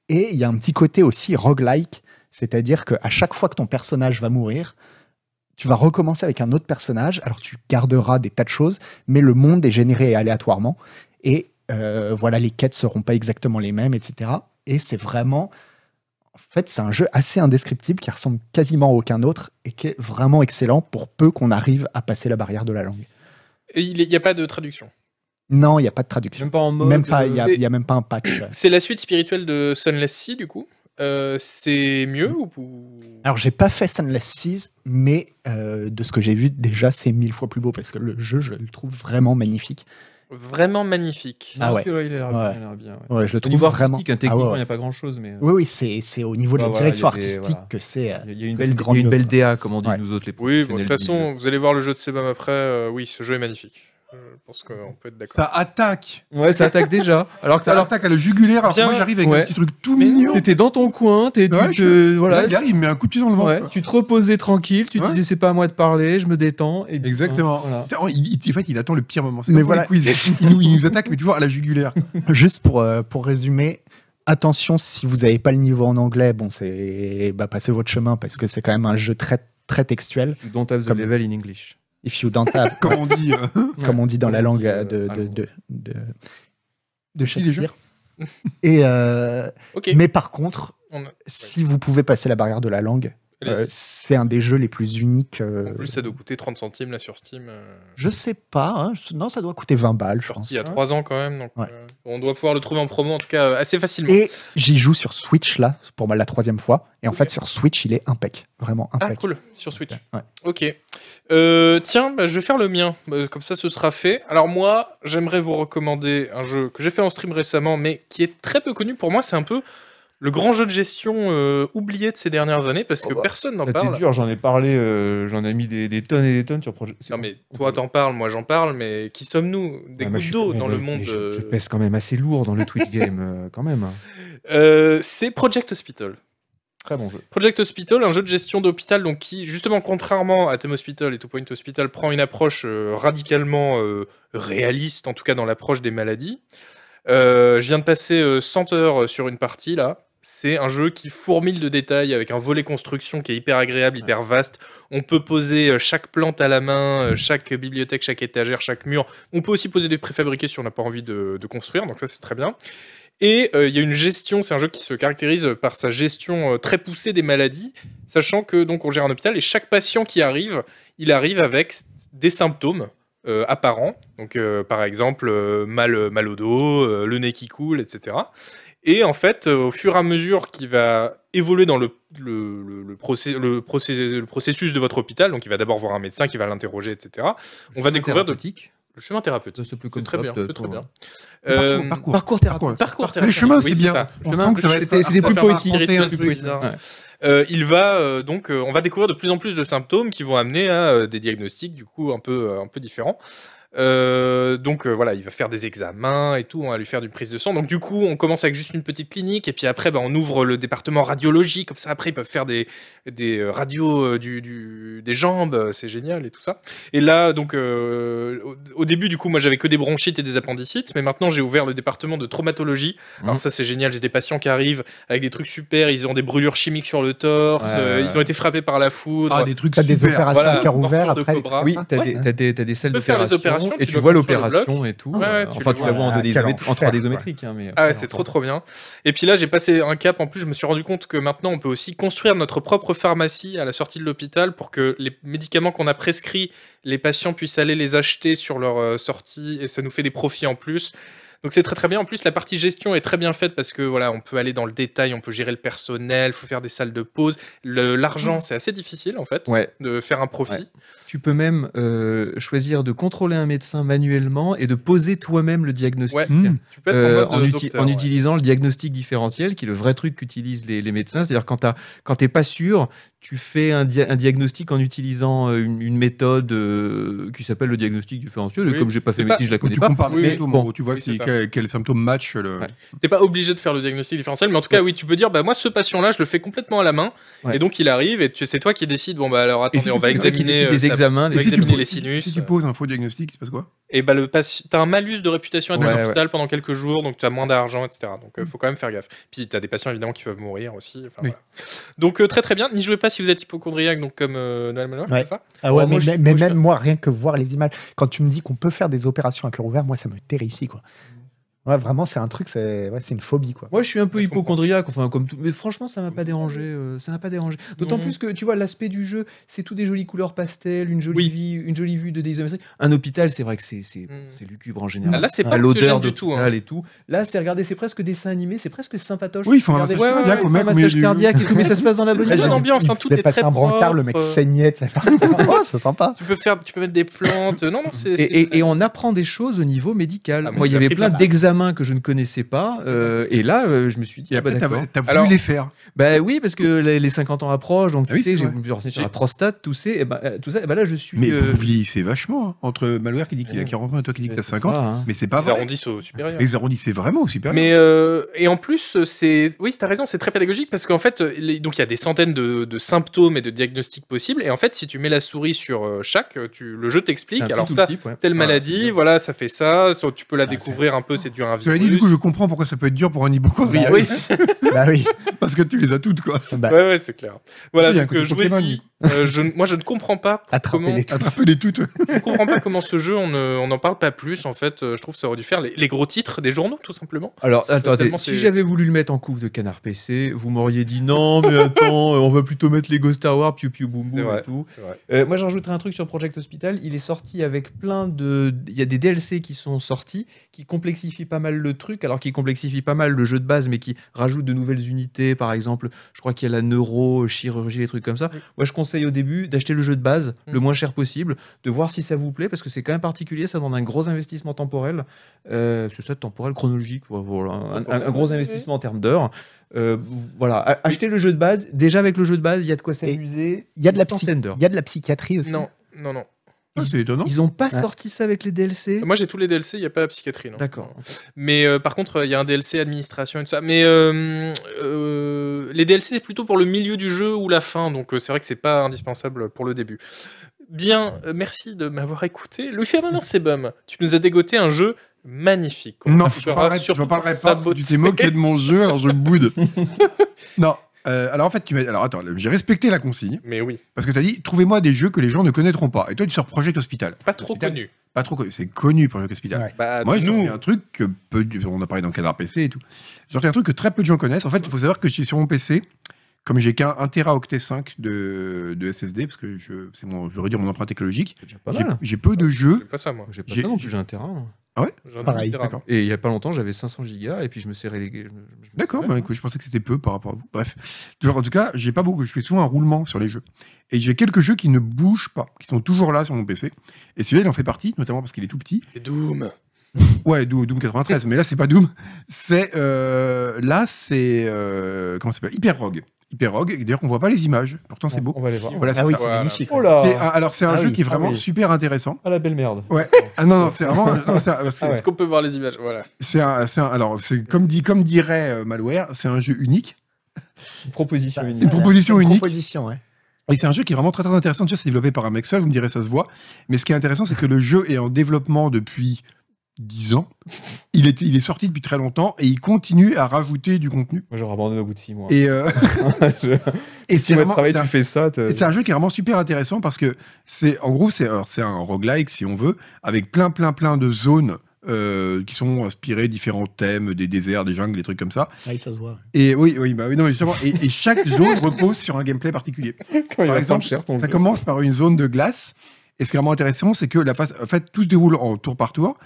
Speaker 4: et il y a un petit côté aussi roguelike c'est-à-dire qu'à chaque fois que ton personnage va mourir tu vas recommencer avec un autre personnage alors tu garderas des tas de choses mais le monde est généré aléatoirement et euh, voilà les quêtes seront pas exactement les mêmes etc et c'est vraiment en fait, c'est un jeu assez indescriptible qui ressemble quasiment à aucun autre et qui est vraiment excellent pour peu qu'on arrive à passer la barrière de la langue.
Speaker 1: Et Il n'y a pas de traduction.
Speaker 4: Non, il n'y a pas de
Speaker 3: C'est
Speaker 4: traduction.
Speaker 3: Même pas en mode. euh,
Speaker 4: Même pas, il n'y a,
Speaker 1: c'est-
Speaker 4: y a même pas un patch. ouais.
Speaker 1: C'est la suite spirituelle de Sunless Sea du coup. Euh, c'est mieux ou ou-
Speaker 4: Alors, j'ai pas fait Sunless Seas, mais euh, de ce que j'ai vu, déjà, c'est mille fois plus beau parce que le jeu, je le trouve vraiment magnifique.
Speaker 1: vraiment magnifique.
Speaker 4: Ah ouais.
Speaker 3: Il a l'air
Speaker 4: Ouais.
Speaker 3: bien, il a l'air bien. ouais.
Speaker 4: Ouais, je le
Speaker 3: Au
Speaker 4: trouve
Speaker 3: niveau
Speaker 4: vraiment.
Speaker 3: artistique, hein,
Speaker 4: Ah ouais,
Speaker 3: techniquement, il
Speaker 4: ouais.
Speaker 3: n'y a pas grand chose, mais. euh,
Speaker 4: Oui, oui, c'est c'est au niveau de
Speaker 3: Ouais,
Speaker 4: la
Speaker 3: voilà,
Speaker 4: direction
Speaker 3: il y a des-
Speaker 4: artistique
Speaker 3: voilà.
Speaker 4: que c'est. euh,
Speaker 3: Il y a une
Speaker 4: que c'est
Speaker 3: belle,
Speaker 4: grandiose,
Speaker 3: il y a une belle
Speaker 4: quoi.
Speaker 3: DA, comme on dit
Speaker 4: Ouais.
Speaker 3: nous autres les
Speaker 1: Oui, bon, de
Speaker 3: professionnels
Speaker 1: toute
Speaker 3: du
Speaker 1: façon, vous allez voir le jeu de Sebam après. euh, oui, ce jeu est magnifique. Euh, Je pense qu'on peut être d'accord.
Speaker 2: Ça attaque.
Speaker 3: milieu. Ouais, ça attaque déjà. Alors que
Speaker 2: Ça
Speaker 3: alors,
Speaker 2: attaque à le jugulaire. Alors que
Speaker 1: Bien.
Speaker 2: moi, j'arrive avec
Speaker 3: Ouais.
Speaker 2: un petit truc tout
Speaker 1: Mais
Speaker 2: mignon.
Speaker 3: t'étais dans ton coin, t'es, tu
Speaker 2: Ouais,
Speaker 3: te-
Speaker 2: je- Là,
Speaker 3: voilà,
Speaker 2: le gars, il me met un coup de pied dans le ventre.
Speaker 3: ouais,
Speaker 2: quoi.
Speaker 3: tu te reposais tranquille, tu
Speaker 2: Ouais.
Speaker 3: disais c'est pas à moi de parler, je me détends. Et
Speaker 2: Exactement.
Speaker 3: Voilà.
Speaker 2: Putain, Il, il- en fait, il attend le pire moment. C'est
Speaker 4: Mais
Speaker 2: comme pour
Speaker 4: voilà.
Speaker 2: les quiz. Il nous, il nous attaque, mais toujours à la jugulaire.
Speaker 4: Juste pour, euh, pour résumer, attention, si vous n'avez pas le niveau en anglais, bon, c'est. Bah, passez votre chemin parce que c'est quand même un jeu très, très textuel.
Speaker 3: You don't have the
Speaker 4: Comme-
Speaker 3: level in English.
Speaker 4: If you don't have.
Speaker 2: Comme on dit. euh,
Speaker 4: comme on dit dans
Speaker 3: Ouais,
Speaker 4: la
Speaker 3: on
Speaker 4: langue
Speaker 3: dit,
Speaker 4: euh,
Speaker 3: euh,
Speaker 4: de, de,
Speaker 3: allemand.
Speaker 4: de, de, de
Speaker 2: Il est jeune.
Speaker 4: Shakespeare. Et euh,
Speaker 1: Ok.
Speaker 4: Mais par contre,
Speaker 1: On- ouais.
Speaker 4: si vous pouvez passer la barrière de la langue,
Speaker 1: Allez-y.
Speaker 4: euh, c'est un des jeux les plus uniques. euh,
Speaker 1: En plus, ça doit coûter 30 centimes là sur Steam. euh,
Speaker 4: je sais pas, hein, je- non, ça doit coûter 20 balles, je pense.
Speaker 1: sorti il y a 3 ans quand même. Donc,
Speaker 4: Ouais.
Speaker 1: euh, on doit pouvoir le trouver en promo en tout cas euh, assez facilement.
Speaker 4: Et j'y joue sur Switch là, pour moi la troisième fois. Et en
Speaker 1: Ok.
Speaker 4: fait, sur Switch, il est impec, vraiment impec.
Speaker 1: Ah, cool, sur Switch.
Speaker 4: Ouais.
Speaker 1: Ok. Euh, tiens, bah, je vais faire le mien. Euh, comme ça, ce sera fait. Alors, moi, j'aimerais vous recommander un jeu que j'ai fait en stream récemment, mais qui est très peu connu pour moi. C'est un peu le grand jeu de gestion euh, oublié de ces dernières années parce
Speaker 3: Oh
Speaker 1: que
Speaker 3: bah,
Speaker 1: personne n'en
Speaker 3: Ça,
Speaker 1: parle.
Speaker 3: C'est dur, j'en ai parlé, euh, j'en ai mis des, des tonnes et des tonnes sur projet.
Speaker 1: Non, mais toi, t'en parles, moi, j'en parle, mais qui sommes-nous Des
Speaker 3: Ouais, moi,
Speaker 1: gouttes
Speaker 3: je suis-
Speaker 1: d'eau
Speaker 3: mais
Speaker 1: dans
Speaker 3: ouais,
Speaker 1: le
Speaker 3: mais
Speaker 1: monde.
Speaker 3: Je, je
Speaker 1: euh,
Speaker 3: pèse quand même assez lourd dans le Twitch game, euh, quand même.
Speaker 1: euh, c'est Project Hospital.
Speaker 3: Très bon jeu.
Speaker 1: Project Hospital, un jeu de gestion d'hôpital donc qui, justement, contrairement à Theme Hospital et Two Point Hospital, prend une approche euh, radicalement euh, réaliste, en tout cas dans l'approche des maladies. Euh, je viens de passer euh, 100 heures sur une partie là. C'est un jeu qui fourmille de détails avec un volet construction qui est hyper agréable, hyper vaste. On peut poser euh, chaque plante à la main, euh, chaque bibliothèque, chaque étagère, chaque mur. On peut aussi poser des préfabriqués si on n'a pas envie de, de construire, donc ça c'est très bien. Et euh, il y a une gestion, c'est un jeu qui se caractérise par sa gestion euh, très poussée des maladies, sachant que donc on gère un hôpital et chaque patient qui arrive, il arrive avec des symptômes euh, euh, apparents, donc euh, par exemple euh, mal, mal au dos, euh, le nez qui coule, etc. Et en fait, euh, au fur et à mesure qu'il va évoluer dans le, le, le- le procé- le procé- le processus de votre hôpital, donc il va d'abord voir un médecin qui va l'interroger, etc. On va découvrir de-
Speaker 3: thérapeutique.
Speaker 1: le chemin thérapeute.
Speaker 3: Ça, c'est plus
Speaker 1: C'est
Speaker 3: comme
Speaker 1: très
Speaker 3: ça,
Speaker 1: bien,
Speaker 3: peut-être,
Speaker 1: c'est très
Speaker 3: ouais.
Speaker 1: bien.
Speaker 2: Parcours,
Speaker 1: Euh,
Speaker 2: parcours.
Speaker 3: Parcours thérapeutique.
Speaker 1: Parcours
Speaker 2: Le
Speaker 1: thérapeutique,
Speaker 2: chemin,
Speaker 1: oui,
Speaker 2: c'est bien.
Speaker 1: ça.
Speaker 2: On
Speaker 3: Chemin
Speaker 2: sent que ça
Speaker 3: un
Speaker 2: va
Speaker 3: peu-
Speaker 2: être
Speaker 3: c'était- c'était
Speaker 2: ça
Speaker 3: plus
Speaker 2: va raconter
Speaker 3: poétique,
Speaker 2: un
Speaker 3: plus
Speaker 2: truc.
Speaker 3: poétique. Ouais.
Speaker 1: Euh, il va euh, donc, euh, on va découvrir de plus en plus de symptômes qui vont amener à euh, des diagnostics du coup un peu, euh, un peu différents. Euh, donc euh, voilà, il va faire des examens et tout, on va lui faire du prise de sang. Donc du coup, on commence avec juste une petite clinique et puis après, bah, on ouvre le département radiologie. Comme ça, après, ils peuvent faire des, des euh, radios euh, du, du- des jambes, euh, c'est génial et tout ça. Et là, donc euh, au, au début, du coup, moi j'avais que des bronchites et des appendicites, mais maintenant j'ai ouvert le département de traumatologie. Alors
Speaker 3: Mhm.
Speaker 1: ça, c'est génial. J'ai des patients qui arrivent avec des trucs super. Ils ont des brûlures chimiques sur le torse.
Speaker 3: Ouais,
Speaker 1: euh,
Speaker 3: ouais,
Speaker 1: Ils
Speaker 3: ouais.
Speaker 1: ont été frappés par la foudre.
Speaker 2: Ah, des trucs
Speaker 4: T'as des
Speaker 2: super.
Speaker 4: opérations
Speaker 1: Voilà,
Speaker 4: à cœur ouvert
Speaker 1: morceau de
Speaker 4: après.
Speaker 1: cobra.
Speaker 3: Oui,
Speaker 4: Ouais.
Speaker 3: t'as
Speaker 4: Ah
Speaker 3: des, t'as des, t'as des salles
Speaker 1: Tu peux faire les
Speaker 3: d'opération
Speaker 1: opérations,
Speaker 3: et
Speaker 1: tu
Speaker 3: tu
Speaker 1: vas
Speaker 3: vois
Speaker 1: construire le
Speaker 3: l'opération et tout. Euh,
Speaker 1: Ouais, ouais, tu
Speaker 3: enfin,
Speaker 1: le
Speaker 3: tu la vois
Speaker 4: vois.
Speaker 3: en
Speaker 4: Ah,
Speaker 3: 2D
Speaker 4: quel
Speaker 3: isométrique- en 3D
Speaker 4: enfer,
Speaker 3: isométrique. hein, mais-
Speaker 1: Ah ouais, c'est trop trop bien. Et puis là, j'ai passé un cap. En plus, je me suis rendu compte que maintenant, on peut aussi construire notre propre pharmacie à la sortie de l'hôpital pour que les médicaments qu'on a prescrits, les patients puissent aller les acheter sur leur euh, sortie et ça nous fait des profits en plus. Donc c'est très très bien. En plus, la partie gestion est très bien faite parce que voilà, on peut aller dans le détail, on peut gérer le personnel, faut faire des salles de pause. Le- L'argent, c'est assez difficile en fait
Speaker 3: Mmh. Ouais.
Speaker 1: de faire un profit.
Speaker 3: Ouais. Tu peux même euh, choisir de contrôler un médecin manuellement et de poser toi-même le diagnostic.
Speaker 1: Ouais.
Speaker 2: Hmm.
Speaker 1: Tu peux être
Speaker 3: euh,
Speaker 1: en mode de
Speaker 3: uti-
Speaker 1: docteur,
Speaker 3: en
Speaker 1: ouais.
Speaker 3: utilisant le diagnostic différentiel, qui est le vrai truc qu'utilisent les, les médecins. C'est-à-dire quand t'as- quand t'es pas sûr, tu fais un, dia- un diagnostic en utilisant euh, une, une méthode euh, qui s'appelle le diagnostic différentiel. Et
Speaker 1: Oui.
Speaker 3: comme j'ai pas fait
Speaker 1: C'est
Speaker 3: médecine, je la
Speaker 2: Où
Speaker 3: connais
Speaker 2: tu
Speaker 3: pas.
Speaker 2: compares les
Speaker 1: Oui,
Speaker 2: symptômes,
Speaker 3: bon.
Speaker 2: en gros, tu vois
Speaker 1: Oui,
Speaker 2: si,
Speaker 1: c'est ça.
Speaker 2: quel, quel symptôme match le.
Speaker 3: Ouais.
Speaker 1: T'es pas obligé de faire le diagnostic différentiel, mais en tout cas, oui, tu peux dire, bah moi, ce patient-là, je le fais complètement à la main,
Speaker 3: Ouais.
Speaker 1: et donc il arrive, et tu- c'est toi qui décides. Bon bah alors
Speaker 2: Et si
Speaker 1: attendez, on
Speaker 2: tu
Speaker 1: va
Speaker 2: fais ça, qui
Speaker 1: examiner.
Speaker 3: décide
Speaker 1: euh,
Speaker 3: des
Speaker 1: ça-
Speaker 3: examines.
Speaker 1: on va
Speaker 3: Et si tu
Speaker 1: examiner
Speaker 2: poses-
Speaker 1: les sinus.
Speaker 2: Si tu poses un faux diagnostic, il se passe quoi
Speaker 1: Et bah le patient- t'as un malus de réputation à ton
Speaker 3: Ouais, ouais.
Speaker 1: hôpital pendant quelques jours, donc tu as moins d'argent, etc. Donc euh, faut quand même faire gaffe. Puis t'as des patients évidemment qui peuvent mourir aussi. enfin,
Speaker 2: Oui.
Speaker 1: voilà. Donc euh, très très bien. N'y jouez pas si vous êtes hypochondriaque, donc comme euh, Noël Manoir,
Speaker 4: Ouais.
Speaker 1: c'est ça.
Speaker 4: Ah ouais,
Speaker 1: Oh, moi,
Speaker 4: mais,
Speaker 1: je-
Speaker 4: mais- mais
Speaker 1: moi, je-
Speaker 4: même moi, rien que voir les images, quand tu me dis qu'on peut faire des opérations à cœur ouvert, moi, ça me terrifie, quoi.
Speaker 1: Mm.
Speaker 4: Ouais, vraiment, c'est un truc, c'est ouais, c'est une phobie, quoi.
Speaker 3: Moi, je suis un peu
Speaker 1: Ouais, je
Speaker 3: hypochondriaque, enfin comme tout. Mais franchement, ça m'a pas dérangé. euh, ça n'a pas dérangé. D'autant
Speaker 1: Non.
Speaker 3: plus que tu vois l'aspect du jeu, c'est tout des jolies couleurs pastel, une jolie
Speaker 1: Oui.
Speaker 3: vie, une jolie vue de déisométrie. Un hôpital, c'est vrai que c'est c'est
Speaker 1: Mm.
Speaker 3: c'est lugubre en
Speaker 1: Ah,
Speaker 3: général.
Speaker 1: Là c'est
Speaker 3: À
Speaker 1: pas
Speaker 3: l'odeur
Speaker 1: l'odeur
Speaker 3: de
Speaker 1: du tout. hein.
Speaker 3: et tout. Là, c'est regardez, c'est presque dessin animé, c'est presque sympatoche.
Speaker 2: Oui, ils font un
Speaker 3: Regardez,
Speaker 2: massage
Speaker 1: ouais,
Speaker 2: cardiaque
Speaker 1: ouais,
Speaker 2: au
Speaker 3: un
Speaker 2: mec au milieu
Speaker 3: massage
Speaker 2: du-
Speaker 3: cardiaque et tout, mais ça se passe dans la bonne
Speaker 1: Très
Speaker 3: humeur.
Speaker 1: bonne ambiance, hein,
Speaker 4: Il
Speaker 1: tout
Speaker 4: faisait
Speaker 1: est
Speaker 4: passer
Speaker 1: très
Speaker 4: un brancard, le mec
Speaker 1: propre.
Speaker 4: saignait, tu sais. oh, ça sent pas.
Speaker 1: Tu peux faire, tu peux mettre des plantes. euh, Non non c'est.
Speaker 3: Et,
Speaker 1: c'est
Speaker 3: et-
Speaker 1: très-
Speaker 3: et on apprend des choses au niveau médical.
Speaker 1: Ah, mais
Speaker 3: Moi, il
Speaker 1: tu
Speaker 3: y
Speaker 1: as
Speaker 3: avait
Speaker 1: pris
Speaker 3: plein
Speaker 1: plein.
Speaker 3: d'examens que je ne connaissais pas, euh, et là, euh, je me suis dit,
Speaker 2: Et
Speaker 3: ah, bah,
Speaker 2: après, t'as-
Speaker 3: d'accord.
Speaker 2: t'as voulu
Speaker 1: Alors-
Speaker 2: les faire.
Speaker 3: Bah oui, parce que les les 50 ans approchent, donc
Speaker 2: Ah
Speaker 3: tu
Speaker 2: oui,
Speaker 3: sais,
Speaker 2: c'est
Speaker 3: j'ai
Speaker 2: vrai.
Speaker 3: voulu me renseigner sur la
Speaker 1: J'ai-
Speaker 3: prostate, tout, ça, et bah, euh, tout ça, et bah là, je suis.
Speaker 2: Mais
Speaker 3: euh,
Speaker 2: Brouvli, c'est vachement. hein, Entre Malware qui dit qu'il
Speaker 3: Ah
Speaker 2: a
Speaker 3: non.
Speaker 2: 40 ans et toi qui dis que
Speaker 3: euh,
Speaker 2: t'as
Speaker 3: c'est
Speaker 2: 50.
Speaker 3: ça, hein.
Speaker 2: Mais c'est pas
Speaker 1: Ils
Speaker 2: vrai.
Speaker 1: arrondissent au supérieur.
Speaker 2: Les arrondis, c'est vraiment super.
Speaker 1: Mais euh, et en plus, c'est oui, t'as raison, c'est très pédagogique parce qu'en fait, les- donc il y a des centaines de, de symptômes et de diagnostics possibles. Et en fait, si tu mets la souris sur euh, chaque, tu, le jeu t'explique.
Speaker 3: Un petit
Speaker 1: Alors
Speaker 3: tout
Speaker 1: ça,
Speaker 3: petit, ouais.
Speaker 1: telle
Speaker 3: Voilà,
Speaker 1: maladie,
Speaker 3: c'est bien.
Speaker 1: voilà, ça fait ça. soit tu peux la
Speaker 4: c'est-
Speaker 1: découvrir un peu, c'est du un
Speaker 2: Cela dit, du coup, je comprends pourquoi ça peut être dur pour un hypochondriaque.
Speaker 1: oui,
Speaker 4: Bah oui.
Speaker 2: Parce que tu les as toutes, quoi.
Speaker 4: Bah,
Speaker 1: ouais, ouais, c'est clair. Voilà,
Speaker 2: Il y a un
Speaker 1: donc
Speaker 2: côté
Speaker 1: euh, jouez-y. Euh, je, moi, je ne comprends pas
Speaker 4: Attraper
Speaker 1: comment
Speaker 4: les
Speaker 2: Attrape-les toutes.
Speaker 1: je ne comprends pas comment ce jeu, on ne- on n'en parle pas plus. En fait, Euh, je trouve que ça aurait dû faire les, les gros titres des journaux, tout simplement.
Speaker 3: Alors, attends,
Speaker 1: Tellement
Speaker 3: attends, si
Speaker 1: c'est-
Speaker 3: j'avais voulu le mettre en couve de canard PC, vous m'auriez dit non, mais attends, euh, on va plutôt mettre Lego Star Wars, piu piu boum
Speaker 1: C'est
Speaker 3: boum
Speaker 1: vrai,
Speaker 3: et tout.
Speaker 1: c'est vrai.
Speaker 3: Euh, moi, j'en rajouterai un truc sur Project Hospital. Il est sorti avec plein de. Il y a des DLC qui sont sortis, qui complexifient pas mal le truc, alors qui complexifient pas mal le jeu de base, mais qui rajoutent de nouvelles unités. Par exemple, je crois qu'il y a la neurochirurgie, les trucs comme ça.
Speaker 1: Oui.
Speaker 3: Moi, je conseille au début d'acheter le jeu de base,
Speaker 1: Mm.
Speaker 3: le moins cher possible, de voir si ça vous plaît, parce que c'est quand même particulier, ça demande un gros investissement temporel. Euh, c'est ça, temporel, chronologique, voilà, voilà, un, un- un gros investissement en termes d'heures. Euh, voilà, a- achetez le jeu de base. Déjà avec le jeu de base, il y a de quoi s'amuser.
Speaker 4: Il y a de la psy-
Speaker 3: centaine d'heures.
Speaker 4: il y a de la psychiatrie aussi.
Speaker 1: Non, non, non.
Speaker 2: Ah, C'est étonnant.
Speaker 3: Ils ont pas
Speaker 4: Ouais.
Speaker 3: sorti ça avec les DLC
Speaker 1: Moi, j'ai tous les DLC. Il n'y a pas la psychiatrie. non.
Speaker 3: D'accord.
Speaker 1: Mais euh, par contre, il y a un DLC administration et tout ça. Mais euh, euh, les DLC, c'est plutôt pour le milieu du jeu ou la fin. Donc euh, c'est vrai que c'est pas indispensable pour le début. Bien, euh, merci de m'avoir écouté. Louis Ferdinand Sebum, tu nous as dégoté un jeu magnifique. On
Speaker 2: Non,
Speaker 1: te
Speaker 2: je
Speaker 1: fera
Speaker 2: parlerai,
Speaker 1: surtout
Speaker 2: j'en parlerai
Speaker 1: pour
Speaker 2: pas parce que tu t'es
Speaker 1: saboter.
Speaker 2: moqué de mon jeu, alors je boude. non. euh, alors en fait, tu m'as. Alors attends, j'ai respecté la consigne
Speaker 1: Mais oui,
Speaker 2: parce que t'as dit trouvez-moi des jeux que les gens ne connaîtront pas. Et toi, tu sors Project Hospital.
Speaker 1: pas trop
Speaker 2: Hospital,
Speaker 1: connu.
Speaker 2: Pas trop connu. C'est connu Project Hospital.
Speaker 4: Ouais.
Speaker 1: Bah,
Speaker 2: Moi,
Speaker 1: nous,
Speaker 2: j'ai un truc que peu de- on a parlé dans Canard PC et tout. J'ai sorti un truc que très peu de gens connaissent. En fait, il faut savoir que j'ai sur mon PC, comme j'ai qu'un 1 Tera octet 5 de, de SSD, parce que je, c'est mon, je veux dire mon empreinte écologique,
Speaker 3: C'est déjà pas
Speaker 2: j'ai-
Speaker 3: mal.
Speaker 2: j'ai peu de
Speaker 1: c'est
Speaker 2: jeux.
Speaker 1: pas ça, moi.
Speaker 3: J'ai pas
Speaker 2: J'ai-
Speaker 3: ça non plus, j'ai un terrain.
Speaker 2: Ah ouais
Speaker 1: J'en ai
Speaker 4: Pareil,
Speaker 1: littéralement.
Speaker 2: d'accord.
Speaker 3: Et il y a pas longtemps, j'avais 500 gigas et puis je me suis relégué. je me- je me-
Speaker 2: D'accord,
Speaker 3: Ouais.
Speaker 2: bah, écoute, je pensais que c'était peu par rapport à vous. Bref. Toujours, en tout cas, j'ai pas beaucoup. Je fais souvent un roulement sur les jeux. Et j'ai quelques jeux qui ne bougent pas, qui sont toujours là sur mon PC. Et celui-là, il en fait partie, notamment parce qu'il est tout petit.
Speaker 1: C'est Doom.
Speaker 2: Ouais, Doom, Doom 93, mais là, c'est pas Doom. C'est. euh, là, c'est. euh, comment ça s'appelle Hyper Rogue. Hyper Rogue. et D'ailleurs, on voit pas bah, les images. Pourtant, c'est beau.
Speaker 3: On va aller voir.
Speaker 2: Voilà, c'est
Speaker 1: Ah oui,
Speaker 2: ça.
Speaker 1: c'est magnifique.
Speaker 3: Oh
Speaker 2: Qui est-
Speaker 3: là
Speaker 2: alors, c'est un
Speaker 4: Ah
Speaker 2: jeu
Speaker 4: oui,
Speaker 2: qui est
Speaker 4: ah
Speaker 2: vraiment
Speaker 4: oui.
Speaker 2: super intéressant.
Speaker 3: Ah la belle merde.
Speaker 2: Ouais. Ah non, non, c'est vraiment. non, c'est un- c'est-
Speaker 3: Ah ouais.
Speaker 1: Est-ce qu'on peut voir les images Voilà.
Speaker 2: c'est un- c'est un- alors, c'est comme, dit, comme dirait euh, Malware, c'est un jeu unique.
Speaker 3: Proposition
Speaker 4: C'est
Speaker 2: Bah,
Speaker 3: unique.
Speaker 2: C'est une
Speaker 4: Voilà,
Speaker 2: proposition
Speaker 4: c'est une
Speaker 2: unique.
Speaker 4: Proposition, ouais.
Speaker 2: Et c'est un jeu qui est vraiment très très intéressant. Déjà, c'est développé par un mec seul, vous me direz, ça se voit. Mais ce qui est intéressant, c'est que le jeu est en développement depuis 10 ans. Il est, il est sorti depuis très longtemps et il continue à rajouter du contenu.
Speaker 3: Moi j'aurais abandonné au bout de 6 mois.
Speaker 2: Et, euh,
Speaker 3: Je-
Speaker 2: et
Speaker 3: Si
Speaker 2: c'est
Speaker 3: tu
Speaker 2: vraiment-
Speaker 3: travail,
Speaker 2: c'est un-
Speaker 3: tu fais ça. t'as-
Speaker 2: et c'est un jeu qui est vraiment super intéressant parce que c'est en gros c'est alors, c'est un roguelike si on veut avec plein plein plein de zones euh, qui sont inspirées de différents thèmes des déserts des jungles des trucs comme ça
Speaker 4: Ouais, Ah ça se voit.
Speaker 2: et oui oui bah oui non mais justement et, et chaque zone repose sur un gameplay particulier
Speaker 3: Quand il
Speaker 2: par
Speaker 3: va
Speaker 2: exemple,
Speaker 3: prendre cher ton
Speaker 2: ça
Speaker 3: jeu.
Speaker 2: commence par une zone de glace et ce qui est vraiment intéressant c'est que la phase- en fait tout se déroule en tour par tour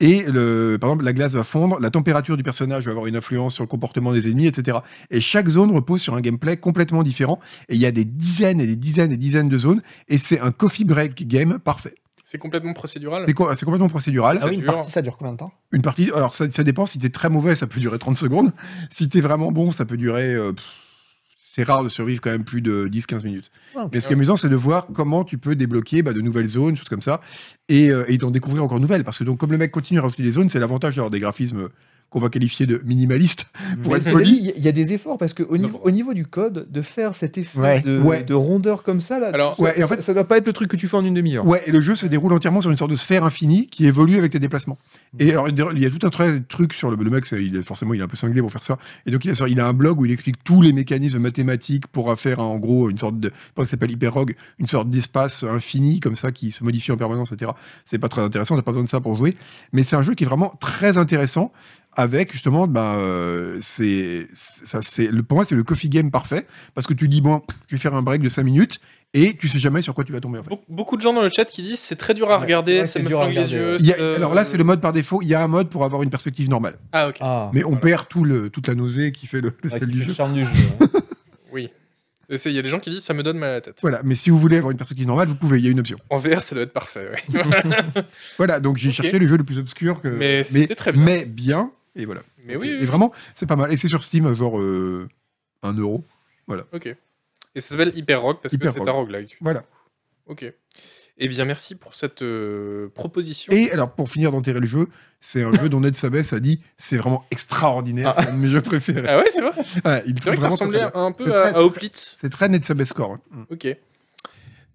Speaker 2: et le, par exemple, la glace va fondre, la température du personnage va avoir une influence sur le comportement des ennemis, etc. Et chaque zone repose sur un gameplay complètement différent. Et il y a des dizaines et des dizaines et des dizaines de zones. Et c'est un coffee break game parfait.
Speaker 1: C'est complètement procédural.
Speaker 2: C'est co- c'est complètement procédural.
Speaker 1: Ça
Speaker 4: Ah oui, une
Speaker 1: dure.
Speaker 4: partie, ça dure combien de temps
Speaker 2: Une partie. Alors, ça, ça dépend. Si t'es très mauvais, ça peut durer 30 secondes. Si t'es vraiment bon, ça peut durer. euh, pff, c'est rare de survivre quand même plus de 10-15 minutes.
Speaker 4: Ouais, ok.
Speaker 2: Mais ce qui est amusant, c'est de voir comment tu peux débloquer bah, de nouvelles zones, choses comme ça, et, euh, et d'en découvrir encore de nouvelles. Parce que donc, comme le mec continue à rajouter des zones, c'est l'avantage d'avoir des graphismes qu'on va qualifier de minimalistes. Pour
Speaker 3: Mais
Speaker 2: être
Speaker 3: c'est
Speaker 2: poli.
Speaker 3: dit, Il y a- il y a des efforts parce qu'au
Speaker 1: Ça
Speaker 3: niveau,
Speaker 1: va.
Speaker 3: au niveau du code, de faire cet effet
Speaker 4: Ouais.
Speaker 3: De,
Speaker 2: Ouais.
Speaker 3: de rondeur comme ça, là,
Speaker 1: Alors,
Speaker 3: ça,
Speaker 2: Ouais, et en
Speaker 3: ça-
Speaker 2: fait-
Speaker 3: ça doit pas être le truc que tu fais en une demi-heure.
Speaker 2: Ouais, et le jeu se déroule entièrement sur une sorte de sphère infinie qui évolue avec tes déplacements. Et alors, il y a tout un tra- truc sur le, le mec, c'est- il est, forcément, il est un peu cinglé pour faire ça. Et donc, il a, il a un blog où il explique tous les mécanismes mathématiques pour faire, en gros, une sorte de, je pense que ça s'appelle Hyperrogue, une sorte d'espace infini, comme ça, qui se modifie en permanence, etc. C'est pas très intéressant, t'as pas besoin de ça pour jouer. Mais c'est un jeu qui est vraiment très intéressant avec, justement, bah, euh, c'est, c'est- ça, c'est, le- pour moi, c'est le coffee game parfait parce que tu dis, bon, je vais faire un break de 5 minutes et tu sais jamais sur quoi tu vas tomber, en fait.
Speaker 1: Be- Beaucoup de gens dans le chat qui disent c'est très dur à
Speaker 3: Ouais, c'est
Speaker 1: regarder,
Speaker 3: vrai que
Speaker 1: ça
Speaker 3: c'est
Speaker 1: me
Speaker 3: dur à
Speaker 1: flingue les
Speaker 3: regarder,
Speaker 1: yeux.
Speaker 2: Il y a-
Speaker 1: ça-
Speaker 2: alors là, c'est le mode par défaut. Il y a un mode pour avoir une perspective normale.
Speaker 1: Ah ok.
Speaker 3: Ah,
Speaker 2: Mais on
Speaker 1: Voilà.
Speaker 2: perd tout le, toute la nausée qui fait le, le
Speaker 3: Ah,
Speaker 2: sel
Speaker 3: qui
Speaker 2: du
Speaker 3: fait le
Speaker 2: jeu.
Speaker 3: charme du jeu. hein.
Speaker 1: Oui. Et c'est- Il y a des gens qui disent ça me donne mal à la tête.
Speaker 2: Voilà, mais si vous voulez avoir une perspective normale, vous pouvez, il y a une option.
Speaker 1: En VR, ça doit être parfait. ouais.
Speaker 2: Voilà, donc j'ai
Speaker 1: Ok.
Speaker 2: cherché le jeu le plus obscur que.
Speaker 1: Mais c'était très bien.
Speaker 2: Euh, Mais bien, et voilà.
Speaker 1: Mais oui,
Speaker 2: Et
Speaker 1: oui,
Speaker 2: vraiment, c'est pas mal. Et c'est sur Steam, genre euh, 1 euro.
Speaker 1: ok. Et ça s'appelle Hyper Rock parce
Speaker 2: Hyper
Speaker 1: que
Speaker 2: Rock.
Speaker 1: c'est un roguelike.
Speaker 2: Voilà.
Speaker 1: Ok. Eh bien, merci pour cette euh, proposition.
Speaker 2: Et alors, pour finir d'enterrer le jeu, c'est un jeu dont Ned Sabes a dit c'est vraiment extraordinaire, c'est un de mes jeux préférés.
Speaker 1: Ah ouais, c'est vrai.
Speaker 2: Ouais, il
Speaker 1: C'est vrai
Speaker 2: trouve
Speaker 1: que ça
Speaker 2: vraiment très,
Speaker 1: ressemblait
Speaker 2: très bien.
Speaker 1: un peu
Speaker 2: C'est
Speaker 1: à,
Speaker 2: très-
Speaker 1: à Hoplite.
Speaker 2: C'est très Ned Sabes score. hein.
Speaker 1: Ok.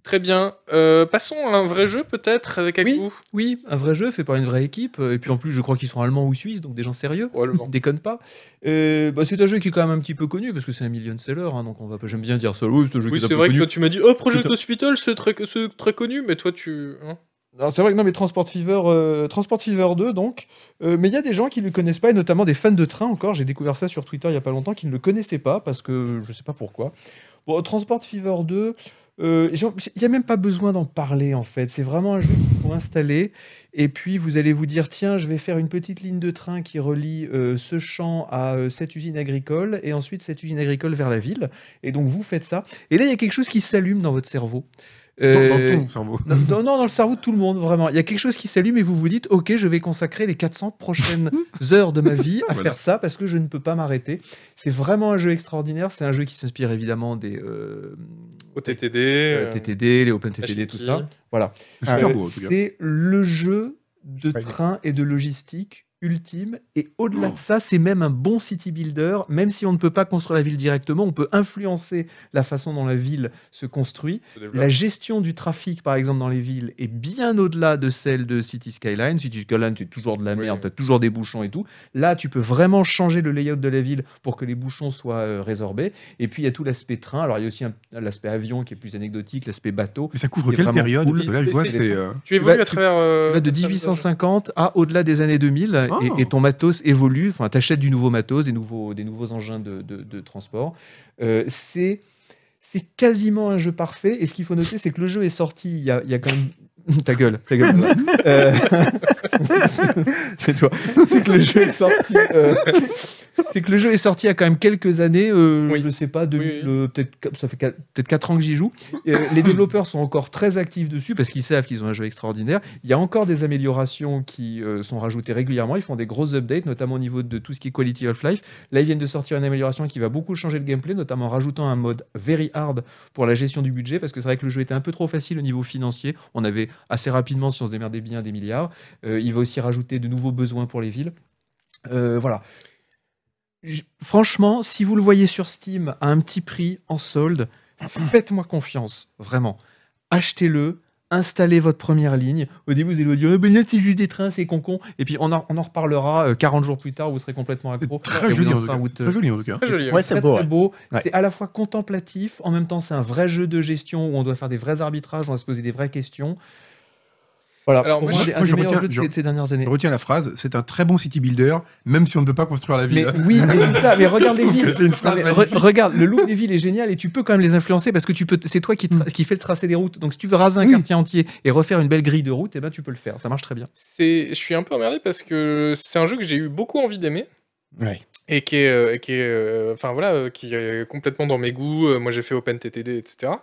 Speaker 1: Très bien. Euh, passons à un vrai jeu peut-être avec Aku.
Speaker 3: Oui, un vrai jeu fait par une vraie équipe. Et puis en plus, je crois qu'ils sont allemands ou suisses, donc des gens sérieux.
Speaker 1: Probablement.
Speaker 3: Déconne pas. Euh, bah, c'est un jeu qui est quand même un petit peu connu parce que c'est un million seller, hein, donc on va pas. J'aime bien dire ça. Oui, c'est un jeu
Speaker 1: Oui,
Speaker 3: qui est un
Speaker 1: c'est
Speaker 3: peu
Speaker 1: vrai que
Speaker 3: connu.
Speaker 1: toi tu m'as dit Oh, Project
Speaker 3: Tout à-
Speaker 1: Hospital, c'est très, c'est très connu, mais toi tu. hein
Speaker 3: Non, c'est vrai que non, mais Transport Fever, euh, Transport Fever 2, donc. Euh, mais il y a des gens qui ne le connaissent pas, et notamment des fans de train encore. J'ai découvert ça sur Twitter il n'y a pas longtemps, qui ne le connaissaient pas, parce que je ne sais pas pourquoi. Bon, Transport Fever 2, euh, j'ai- il n'y a même pas besoin d'en parler, en fait. C'est vraiment un jeu qu'il faut installer. Et puis, vous allez vous dire tiens, je vais faire une petite ligne de train qui relie euh, ce champ à euh, cette usine agricole, et ensuite cette usine agricole vers la ville. Et donc, vous faites ça. Et là, il y a quelque chose qui s'allume dans votre cerveau.
Speaker 2: Dans, dans
Speaker 3: Euh,
Speaker 2: ton cerveau.
Speaker 3: non, non, non, dans le cerveau de tout le monde, vraiment. Il y a quelque chose qui s'allume et vous vous dites, ok, je vais consacrer les 400 prochaines heures de ma vie à
Speaker 2: Voilà.
Speaker 3: faire ça parce que je ne peux pas m'arrêter. C'est vraiment un jeu extraordinaire. C'est un jeu qui s'inspire évidemment des euh,
Speaker 1: OTTD.
Speaker 3: euh,
Speaker 1: euh,
Speaker 3: TTD, les OpenTTD,
Speaker 1: Hashimoto.
Speaker 3: tout ça.
Speaker 2: C'est super
Speaker 3: Euh,
Speaker 2: beau, en tout cas.
Speaker 3: C'est le jeu de
Speaker 4: Ouais.
Speaker 3: train et de logistique ultime. Et au-delà de
Speaker 2: Oh.
Speaker 3: ça, c'est même un bon city builder. Même si on ne peut pas construire la ville directement, on peut influencer la façon dont la ville se construit.
Speaker 1: se développe.
Speaker 3: La gestion du trafic, par exemple, dans les villes est bien au-delà de celle de City Skyline. City Skyline, c'est toujours de la
Speaker 1: Oui.
Speaker 3: merde, t'as toujours des bouchons et tout. Là, tu peux vraiment changer le layout de la ville pour que les bouchons soient euh, résorbés. Et puis, il y a tout l'aspect train. Alors, il y a aussi un- l'aspect avion qui est plus anecdotique, l'aspect bateau.
Speaker 2: Mais ça couvre
Speaker 3: c'est
Speaker 2: quelle
Speaker 3: vraiment
Speaker 2: période
Speaker 3: cool.
Speaker 2: Parce que Là, je vois,
Speaker 1: C'est-
Speaker 2: c'est. euh,
Speaker 1: Tu évolues
Speaker 3: vas-
Speaker 1: à travers. euh,
Speaker 3: Tu vas de
Speaker 1: à travers-
Speaker 3: 1850 à au-delà des années 2000 et-
Speaker 2: Ah.
Speaker 3: et, ton matos évolue. Enfin, t'achètes du nouveau matos, des nouveaux, des nouveaux engins de, de- de transport. Euh, c'est c'est quasiment un jeu parfait. Et ce qu'il faut noter, c'est que le jeu est sorti il y a, il y a quand même Ta gueule, ta gueule. voilà. Euh, c'est toi. C'est que le jeu est sorti. euh, C'est que le jeu est sorti il y a quand même quelques années, euh,
Speaker 1: Oui.
Speaker 3: je sais pas,
Speaker 1: Oui, oui.
Speaker 3: 2000, euh, peut-être qu- ça fait quat- peut-être 4 ans que j'y joue. Euh, les développeurs sont encore très actifs dessus parce qu'ils savent qu'ils ont un jeu extraordinaire. Il y a encore des améliorations qui euh, sont rajoutées régulièrement. Ils font des grosses updates, notamment au niveau de tout ce qui est quality of life. Là, ils viennent de sortir une amélioration qui va beaucoup changer le gameplay, notamment en rajoutant un mode very hard pour la gestion du budget, parce que c'est vrai que le jeu était un peu trop facile au niveau financier. On avait assez rapidement, si on se démerdait bien, des milliards. Euh, il va aussi rajouter de nouveaux besoins pour les villes. Euh, voilà. J- Franchement, si vous le voyez sur Steam à un petit prix en solde, faites-moi confiance, vraiment. Achetez-le, installez votre première ligne. Au début, vous allez vous dire, Eh ben là, c'est juste des trains, c'est concon. Et puis, on en, on en reparlera euh, 40 jours plus tard, vous serez complètement
Speaker 2: C'est
Speaker 3: accro.
Speaker 2: très
Speaker 3: et vous
Speaker 2: joli,
Speaker 3: en
Speaker 2: en
Speaker 3: serez
Speaker 2: tout cas.
Speaker 3: un euh, route-
Speaker 2: Très joli en tout cas.
Speaker 1: Très joli. hein.
Speaker 7: Ouais, c'est
Speaker 3: très,
Speaker 7: beau.
Speaker 3: très
Speaker 7: ouais.
Speaker 3: beau.
Speaker 7: Ouais.
Speaker 3: C'est à la fois contemplatif, en même temps c'est un vrai jeu de gestion où on doit faire des vrais arbitrages, on doit se poser des vraies questions. Voilà,
Speaker 1: Alors,
Speaker 4: Oh.
Speaker 3: pour
Speaker 1: moi,
Speaker 3: moi,
Speaker 1: je-
Speaker 3: c'est un
Speaker 2: moi,
Speaker 3: des
Speaker 2: je
Speaker 3: meilleurs
Speaker 2: retiens-
Speaker 3: jeux de
Speaker 2: je-
Speaker 3: ces, de ces dernières années.
Speaker 2: Je retiens la phrase, c'est un très bon city builder, même si on ne peut pas construire la
Speaker 3: Mais
Speaker 2: ville.
Speaker 3: oui, mais c'est ça, mais regarde les villes.
Speaker 2: C'est une
Speaker 3: Non,
Speaker 2: phrase
Speaker 3: mais
Speaker 2: magnifique.
Speaker 3: re- regarde, le look des villes est génial et tu peux quand même les influencer parce que tu peux. C'est toi qui, tra-
Speaker 7: Mm.
Speaker 3: qui fais le tracé des routes. Donc si tu veux raser un
Speaker 4: Oui.
Speaker 3: quartier entier et refaire une belle grille de route, eh ben tu peux le faire. Ça marche très bien.
Speaker 1: C'est, je suis un peu emmerdé parce que c'est un jeu que j'ai eu beaucoup envie d'aimer
Speaker 7: Ouais.
Speaker 1: et qui est, euh, qui est, euh, enfin voilà, euh, qui est complètement dans mes goûts. Euh, Moi, j'ai fait OpenTTD, etc.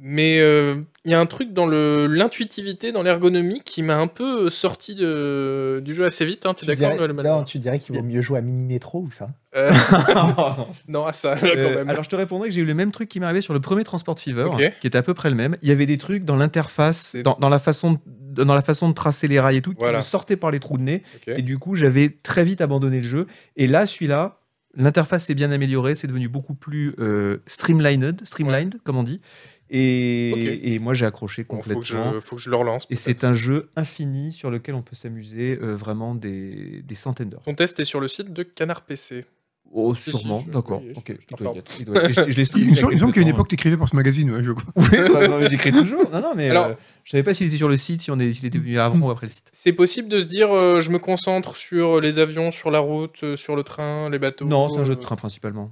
Speaker 1: Mais euh, il y a un truc dans le l'intuitivité, dans l'ergonomie, qui m'a un peu euh, sorti de, du jeu assez vite. Hein, T'es
Speaker 7: Tu
Speaker 1: d'accord,
Speaker 7: dirais,
Speaker 1: Noël Malin
Speaker 7: non, tu dirais qu'il vaut mieux jouer à Mini Métro ou ça
Speaker 1: Euh,
Speaker 7: Ah,
Speaker 1: Non, à ça, là, quand
Speaker 3: Euh,
Speaker 1: même.
Speaker 3: alors je te répondrai que j'ai eu le même truc qui m'est arrivé sur le premier Transport Fever,
Speaker 1: Ok.
Speaker 3: qui était à peu près le même. Il y avait des trucs dans l'interface,
Speaker 1: C'est-
Speaker 3: dans, dans la façon de, dans la façon de tracer les rails et tout, qui
Speaker 1: Voilà.
Speaker 3: me sortaient par les trous de nez.
Speaker 1: Ok.
Speaker 3: Et du coup, j'avais très vite abandonné le jeu. Et là, celui-là, l'interface s'est bien améliorée, c'est devenu beaucoup plus euh, streamlined, streamlined, comme on dit. Et,
Speaker 1: Ok.
Speaker 3: et moi, j'ai accroché
Speaker 1: Bon, faut,
Speaker 3: complètement.
Speaker 1: que je, faut que je le relance.
Speaker 3: Et c'est un jeu infini sur lequel on peut s'amuser euh, vraiment des, des centaines d'heures.
Speaker 1: Ton test est sur le site de Canard PC.
Speaker 3: Oh,
Speaker 1: Si, si,
Speaker 3: sûrement,
Speaker 1: je-
Speaker 3: d'accord.
Speaker 1: oui, je-
Speaker 3: ok,
Speaker 1: je
Speaker 3: il
Speaker 1: t'en
Speaker 3: doit y être, il doit y être. Je- je l'ai streamé
Speaker 2: Il me semble, il me semble
Speaker 3: quelques
Speaker 2: qu'à une
Speaker 3: temps, hein.
Speaker 2: époque, tu écrivais pour ce magazine. ouais, je crois.
Speaker 3: Bah, bah, J'écris toujours. Non, non, mais
Speaker 1: Alors-
Speaker 3: euh, je savais pas s'il était sur le site, si on est, s'il était venu avant ou après le site.
Speaker 1: C'est possible de se dire, euh, je me concentre sur les avions, sur la route, euh, sur le train, les bateaux.
Speaker 3: Non, c'est un jeu de
Speaker 1: euh,
Speaker 3: train principalement.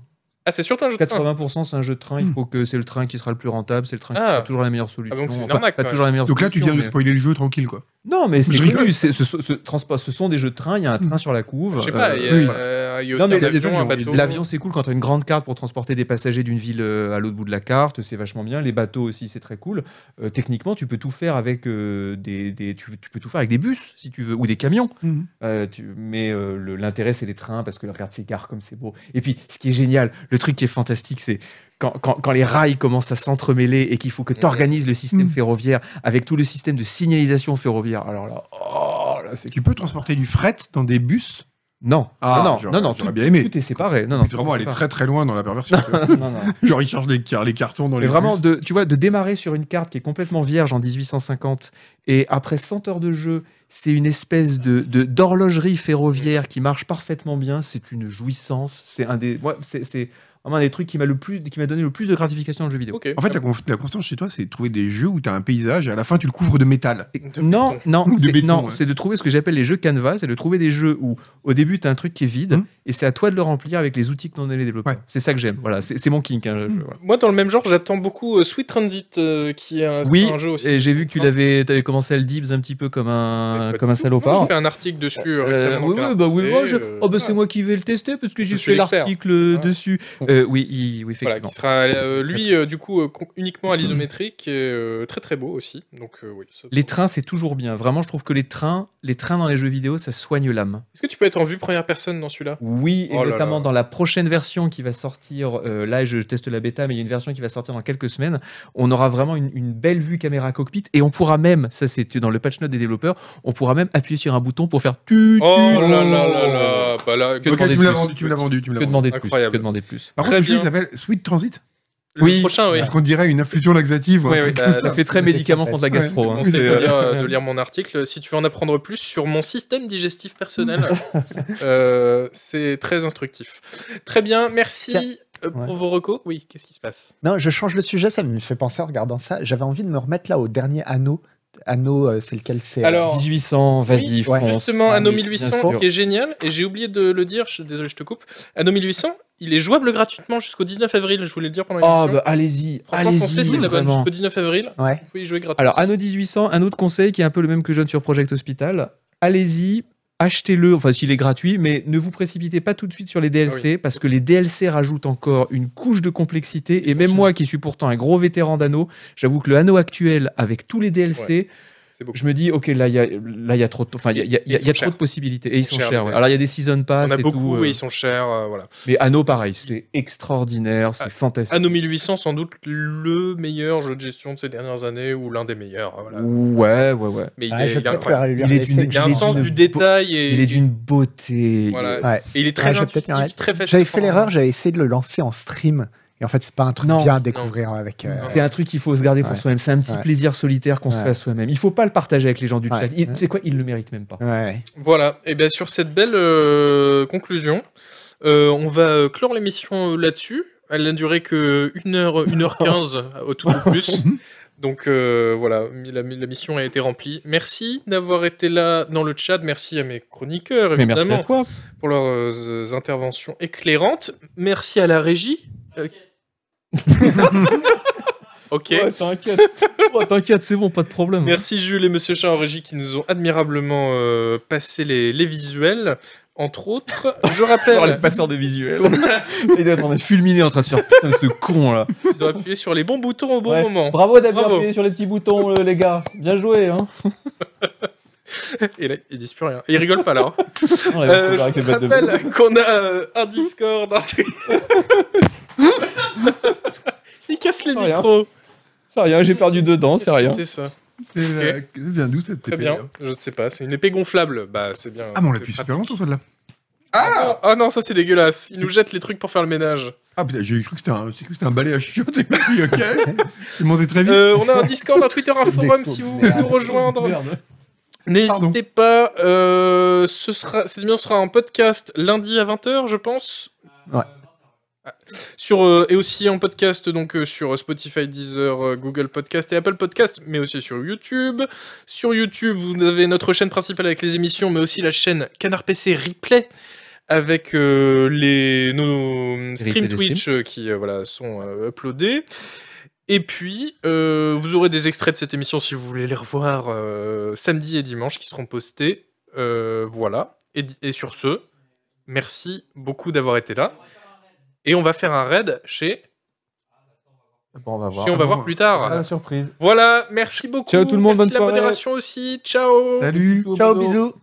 Speaker 1: Ah, c'est surtout un jeu de train.
Speaker 3: 80% c'est un jeu de train. Il
Speaker 2: Hmm.
Speaker 3: faut que c'est le train qui sera le plus rentable, c'est le train qui
Speaker 1: Ah.
Speaker 3: sera toujours la meilleure solution.
Speaker 1: donc c'est une
Speaker 3: Enfin,
Speaker 1: arnaque,
Speaker 3: pas
Speaker 1: quand
Speaker 3: toujours la meilleure
Speaker 2: Donc là, tu
Speaker 3: solution,
Speaker 2: viens de
Speaker 3: mais-
Speaker 2: spoiler le jeu tranquille, quoi.
Speaker 3: Non, mais c'est
Speaker 2: Je rigole. Hmm.
Speaker 3: connu, c'est- ce, ce- ce transport- ce sont des jeux de train. Il y a un train sur la couve.
Speaker 1: Je sais pas,
Speaker 3: euh,
Speaker 1: il y a,
Speaker 2: oui.
Speaker 1: euh, il y a
Speaker 3: Non,
Speaker 1: aussi
Speaker 3: mais
Speaker 1: un
Speaker 3: les
Speaker 1: avion, un
Speaker 2: avions,
Speaker 1: bateau.
Speaker 3: L'avion, c'est cool quand tu as une grande carte pour transporter des passagers d'une ville euh, à l'autre bout de la carte, c'est vachement bien. Les bateaux aussi, c'est très cool. Euh, techniquement, tu peux tout faire avec euh, des, des- tu, tu peux tout faire avec des bus si tu veux ou des camions.
Speaker 2: Mhm.
Speaker 3: Euh, tu- mais euh, le- l'intérêt, c'est les trains parce que regarde ces gares comme c'est beau. Et puis, ce qui est génial, le truc qui est fantastique, c'est quand, quand- quand les rails commencent à s'entremêler et qu'il faut que tu organises le système
Speaker 2: Mhm.
Speaker 3: ferroviaire avec tout le système de signalisation ferroviaire. Alors là, oh, là c'est
Speaker 2: Tu peux transporter du fret dans des bus.
Speaker 3: non,
Speaker 2: Ah,
Speaker 3: non, non,
Speaker 2: j'aurais-
Speaker 3: non, non,
Speaker 2: j'aurais
Speaker 3: tout,
Speaker 2: bien aimé.
Speaker 3: tout est séparé. Non, non,
Speaker 2: C'est vraiment
Speaker 3: tout est
Speaker 2: aller
Speaker 3: séparé.
Speaker 2: très très loin dans la perversion. tu vois.
Speaker 3: Non, non.
Speaker 2: Genre, ils chargent les, car- les cartons dans les
Speaker 3: Mais vraiment,
Speaker 2: bus.
Speaker 3: de, tu vois, de démarrer sur une carte qui est complètement vierge en 1850 et après 100 heures de jeu, c'est une espèce de de- d'horlogerie ferroviaire qui marche parfaitement bien. C'est une jouissance. C'est un des, ouais, c'est c'est vraiment un des trucs qui m'a le plus, qui m'a donné le plus de gratification dans le jeu vidéo.
Speaker 1: Ok.
Speaker 2: En fait, la, conf- la constance chez toi, c'est de trouver des jeux où tu as un paysage et à la fin, tu le couvres de métal.
Speaker 3: Et-
Speaker 1: De
Speaker 3: Non, non,
Speaker 2: Ou de
Speaker 3: c'est-
Speaker 2: béton,
Speaker 3: non,
Speaker 2: ouais.
Speaker 3: c'est de trouver ce que j'appelle les jeux canvas, c'est de trouver des jeux où au début tu as un truc qui est vide
Speaker 2: Mhm.
Speaker 3: et c'est à toi de le remplir avec les outils que t'en as les développeurs.
Speaker 2: Ouais.
Speaker 3: C'est ça que j'aime. Voilà, c'est c'est mon kink. hein, je-
Speaker 2: Mhm.
Speaker 3: voilà.
Speaker 1: Moi, dans le même genre, j'attends beaucoup euh, Sweet Transit, euh, qui est un, c'est
Speaker 3: Oui,
Speaker 1: un jeu aussi.
Speaker 3: et j'ai vu que tu
Speaker 1: Hein
Speaker 3: l'avais, t'avais commencé à le dibs un petit peu comme
Speaker 1: Mais
Speaker 3: un,
Speaker 1: pas
Speaker 3: comme un
Speaker 1: du tout. Moi,
Speaker 3: salopard.
Speaker 1: J'ai fait un article dessus euh,
Speaker 3: Euh,
Speaker 1: récemment.
Speaker 3: oui, oui,
Speaker 1: Canard
Speaker 3: bah oui,
Speaker 1: PC,
Speaker 3: moi, je-
Speaker 1: euh,
Speaker 3: oh, bah, c'est
Speaker 1: voilà.
Speaker 3: moi qui vais le tester parce que j'ai
Speaker 1: suis
Speaker 3: fait
Speaker 1: l'expert.
Speaker 3: l'article euh,
Speaker 1: Voilà.
Speaker 3: dessus. Euh, oui, il- oui,
Speaker 1: Voilà,
Speaker 3: effectivement.
Speaker 1: qui sera euh, lui euh, du coup euh, con- uniquement à l'isométrique et euh, très très beau aussi. Donc euh, oui. ça-
Speaker 3: Les trains, c'est toujours bien. Vraiment, je trouve que les trains, les trains dans les jeux vidéo, ça soigne l'âme.
Speaker 1: Est-ce que tu peux être en vue première personne dans celui-là
Speaker 3: Oui, et
Speaker 1: Oh là
Speaker 3: notamment
Speaker 1: là.
Speaker 3: dans la prochaine version qui va sortir. euh, là, je teste la bêta, mais il y a une version qui va sortir dans quelques semaines. On aura vraiment une, une belle vue caméra cockpit et on pourra même, ça c'est dans le patch note des développeurs, on pourra même appuyer sur un bouton pour faire tu. tu-
Speaker 1: Oh là là là là. Bah là,
Speaker 3: Que
Speaker 2: Ok,
Speaker 3: demander
Speaker 2: tu
Speaker 3: de
Speaker 2: me l'as
Speaker 3: plus
Speaker 2: vendu, tu me l'as vendu, tu me l'as
Speaker 3: Que
Speaker 2: vendu.
Speaker 3: demander de plus
Speaker 1: Incroyable.
Speaker 3: Que demander de plus
Speaker 2: Par
Speaker 1: Très
Speaker 2: contre, le
Speaker 1: bien.
Speaker 2: jeu il s'appelle Sweet Transit.
Speaker 1: le
Speaker 3: Oui.
Speaker 1: prochain, oui.
Speaker 2: Parce qu'on dirait une infusion laxative. ou un
Speaker 3: Ouais,
Speaker 2: truc
Speaker 3: ouais, bah,
Speaker 2: comme
Speaker 1: ça-
Speaker 3: ça fait très médicament contre la gastro. hein.
Speaker 1: On
Speaker 2: Oui,
Speaker 1: sait
Speaker 2: c'est-
Speaker 1: de lire, euh, de lire mon article. Si tu veux en apprendre plus sur mon système digestif personnel, euh, c'est très instructif. Très bien,
Speaker 7: Tiens.
Speaker 1: merci euh, pour
Speaker 7: Ouais.
Speaker 1: vos recos. Oui, qu'est-ce qui se passe
Speaker 7: Non, je change le sujet, ça me fait penser en regardant ça. J'avais envie de me remettre là au dernier anneau. Anneau, euh, c'est lequel c'est euh,
Speaker 1: Alors,
Speaker 3: 1800, vas-y,
Speaker 1: Oui,
Speaker 3: France.
Speaker 1: Justement,
Speaker 3: Ah
Speaker 1: Anno
Speaker 3: oui, bien
Speaker 1: 1800
Speaker 3: sûr.
Speaker 1: qui est génial, et j'ai oublié de le dire, je, désolé, je te coupe. Anno 1800 Il est jouable gratuitement jusqu'au 19 avril, je voulais le dire pendant
Speaker 3: Oh,
Speaker 1: l'émission.
Speaker 3: bah allez-y,
Speaker 1: Franchement, foncez,
Speaker 3: allez-y.
Speaker 1: c'est la bonne.
Speaker 3: vraiment.
Speaker 1: Jusqu'au 19 avril,
Speaker 7: Ouais.
Speaker 1: vous pouvez y jouer gratuitement.
Speaker 3: Alors, Anno 1800, un autre conseil qui est un peu le même que je donne sur Project Hospital. Allez-y, achetez-le, enfin s'il est gratuit, mais ne vous précipitez pas tout de suite sur les
Speaker 1: Ah
Speaker 3: DLC parce que les DLC rajoutent encore une couche de complexité. Et même moi qui suis pourtant un gros vétéran d'Anno, j'avoue que le Anno actuel avec tous les DLC,
Speaker 1: c'est beaucoup.
Speaker 3: je me dis, ok, là il y a, là, il y a trop de, enfin, il y a, il y a- il y a
Speaker 1: Ils sont
Speaker 3: trop
Speaker 1: chers.
Speaker 3: de possibilités et ils sont
Speaker 1: chers,
Speaker 3: chers.
Speaker 1: les
Speaker 3: ouais.
Speaker 1: DLC.
Speaker 3: Alors il y a des season pass
Speaker 1: On a
Speaker 3: et
Speaker 1: beaucoup
Speaker 3: tout, euh,
Speaker 1: et ils sont chers, euh, voilà.
Speaker 3: mais Anno pareil, c'est extraordinaire, c'est
Speaker 1: Ah,
Speaker 3: fantastique.
Speaker 1: Anno 1800, sans doute le meilleur jeu de gestion de ces dernières années ou l'un des meilleurs. voilà.
Speaker 3: Ouais, ouais, ouais.
Speaker 1: Mais il,
Speaker 7: Ouais,
Speaker 1: est,
Speaker 7: je
Speaker 1: il est
Speaker 7: peut-être
Speaker 1: incroyable.
Speaker 7: leur- leur
Speaker 3: Il est
Speaker 7: laisser
Speaker 3: d'une-
Speaker 7: une
Speaker 1: Il y a un
Speaker 7: chance.
Speaker 1: sens
Speaker 3: d'une
Speaker 1: du
Speaker 3: beau-
Speaker 1: détail et,
Speaker 3: Il est d'une beauté.
Speaker 1: Voilà.
Speaker 7: Ouais.
Speaker 1: et il est
Speaker 7: Ouais,
Speaker 1: très
Speaker 7: je vais
Speaker 1: intuitif,
Speaker 7: peut-être arrêter.
Speaker 1: très facile.
Speaker 7: J'avais fait
Speaker 1: à
Speaker 7: l'erreur,
Speaker 1: prendre.
Speaker 7: j'avais essayé de le lancer en stream. Et en fait, c'est pas un truc
Speaker 3: Non,
Speaker 7: bien à découvrir avec. euh,
Speaker 1: Non.
Speaker 3: Ah, C'est un truc qu'il faut se garder pour
Speaker 7: Ouais.
Speaker 3: soi-même. C'est un petit
Speaker 7: Ouais.
Speaker 3: plaisir solitaire qu'on se
Speaker 7: Ouais.
Speaker 3: fait à soi-même. Il faut pas le partager avec les gens du
Speaker 7: Ouais.
Speaker 3: chat. Il-
Speaker 7: Ouais.
Speaker 3: Tu sais quoi Ils le méritent même pas.
Speaker 7: Ouais.
Speaker 1: Voilà, et bien sur cette belle euh, conclusion, euh, on va euh, clore l'émission euh, là-dessus. Elle n'a duré que 1h, 1h15 au tout au plus. Donc euh, voilà, la, la mission a été remplie. Merci d'avoir été là dans le chat. Merci à mes chroniqueurs,
Speaker 3: Mais merci
Speaker 1: évidemment,
Speaker 3: à toi.
Speaker 1: pour leurs euh, interventions éclairantes. Merci à la régie. Euh, ok.
Speaker 3: Ouais, t'inquiète. Ouais, t'inquiète, c'est bon, pas de problème.
Speaker 1: Merci Jules et Monsieur Chat en régie qui nous ont admirablement euh, passé les, les visuels. Entre autres, je
Speaker 3: Genre les
Speaker 1: rappelle,
Speaker 3: passeurs de visuels. Il doit être en train de fulminer en train de se faire putain de ce con là.
Speaker 1: ils ont appuyé sur les bons boutons au bon
Speaker 3: Ouais.
Speaker 1: moment.
Speaker 3: Bravo d'avoir
Speaker 1: Bravo.
Speaker 3: appuyé sur les petits boutons, euh, les gars. Bien joué. Hein.
Speaker 1: Et là, ils disent plus rien. Et ils rigolent pas là. hein.
Speaker 3: On va se
Speaker 1: Euh,
Speaker 3: faire avec
Speaker 1: je
Speaker 3: les
Speaker 1: vous
Speaker 3: bottes de velours.
Speaker 1: rappelle qu'on a euh, un Discord, un Twitter. Ils cassent les
Speaker 3: Oh, rien.
Speaker 1: micros.
Speaker 3: C'est rien, j'ai perdu dedans, c'est rien.
Speaker 1: C'est ça.
Speaker 2: C'est la- Ça vient d'où cette
Speaker 1: Très
Speaker 2: pépé,
Speaker 1: bien.
Speaker 2: là
Speaker 1: Je ne sais pas. C'est une épée gonflable. Bah, c'est bien.
Speaker 2: Ah, mais on
Speaker 1: C'est
Speaker 2: l'a depuis
Speaker 1: pratique.
Speaker 2: super longtemps, celle-là.
Speaker 1: Ah oh, non, ça c'est dégueulasse. Ils nous jettent les trucs pour faire le ménage.
Speaker 2: Ah, putain, j'ai cru que c'était un, j'ai cru que c'était un balai à chiottes. et puis, ok. C'est monté très vite.
Speaker 1: Euh, on a un Discord, un Twitter, un forum
Speaker 7: sauts
Speaker 1: si vous
Speaker 7: de
Speaker 1: voulez
Speaker 7: merde.
Speaker 1: nous rejoindre.
Speaker 3: Merde.
Speaker 2: Pardon.
Speaker 1: N'hésitez pas, euh, ce sera, cette émission sera en podcast lundi à 20h, je pense.
Speaker 7: Ouais.
Speaker 1: Ah, Sur, euh, et aussi en podcast donc euh, sur Spotify, Deezer, euh, Google Podcast et Apple Podcast, mais aussi sur YouTube. Sur YouTube, vous avez notre chaîne principale avec les émissions, mais aussi la chaîne Canard PC Replay avec euh, les nos
Speaker 3: replays
Speaker 1: streams
Speaker 3: des
Speaker 1: Twitch euh, qui euh, voilà sont euh, uploadés. Et puis, euh, vous aurez des extraits de cette émission si vous voulez les revoir euh, samedi et dimanche qui seront postés. Euh, voilà. Et, di- et sur ce, merci beaucoup d'avoir été là. Et on va faire un raid chez,
Speaker 3: Bon, on va voir.
Speaker 1: chez on va voir plus tard.
Speaker 3: Ah, la surprise.
Speaker 1: Voilà, merci beaucoup.
Speaker 3: Ciao tout le monde,
Speaker 1: merci
Speaker 3: bonne
Speaker 1: la
Speaker 3: soirée.
Speaker 1: modération aussi. Ciao.
Speaker 2: Salut.
Speaker 7: Ciao, bisous.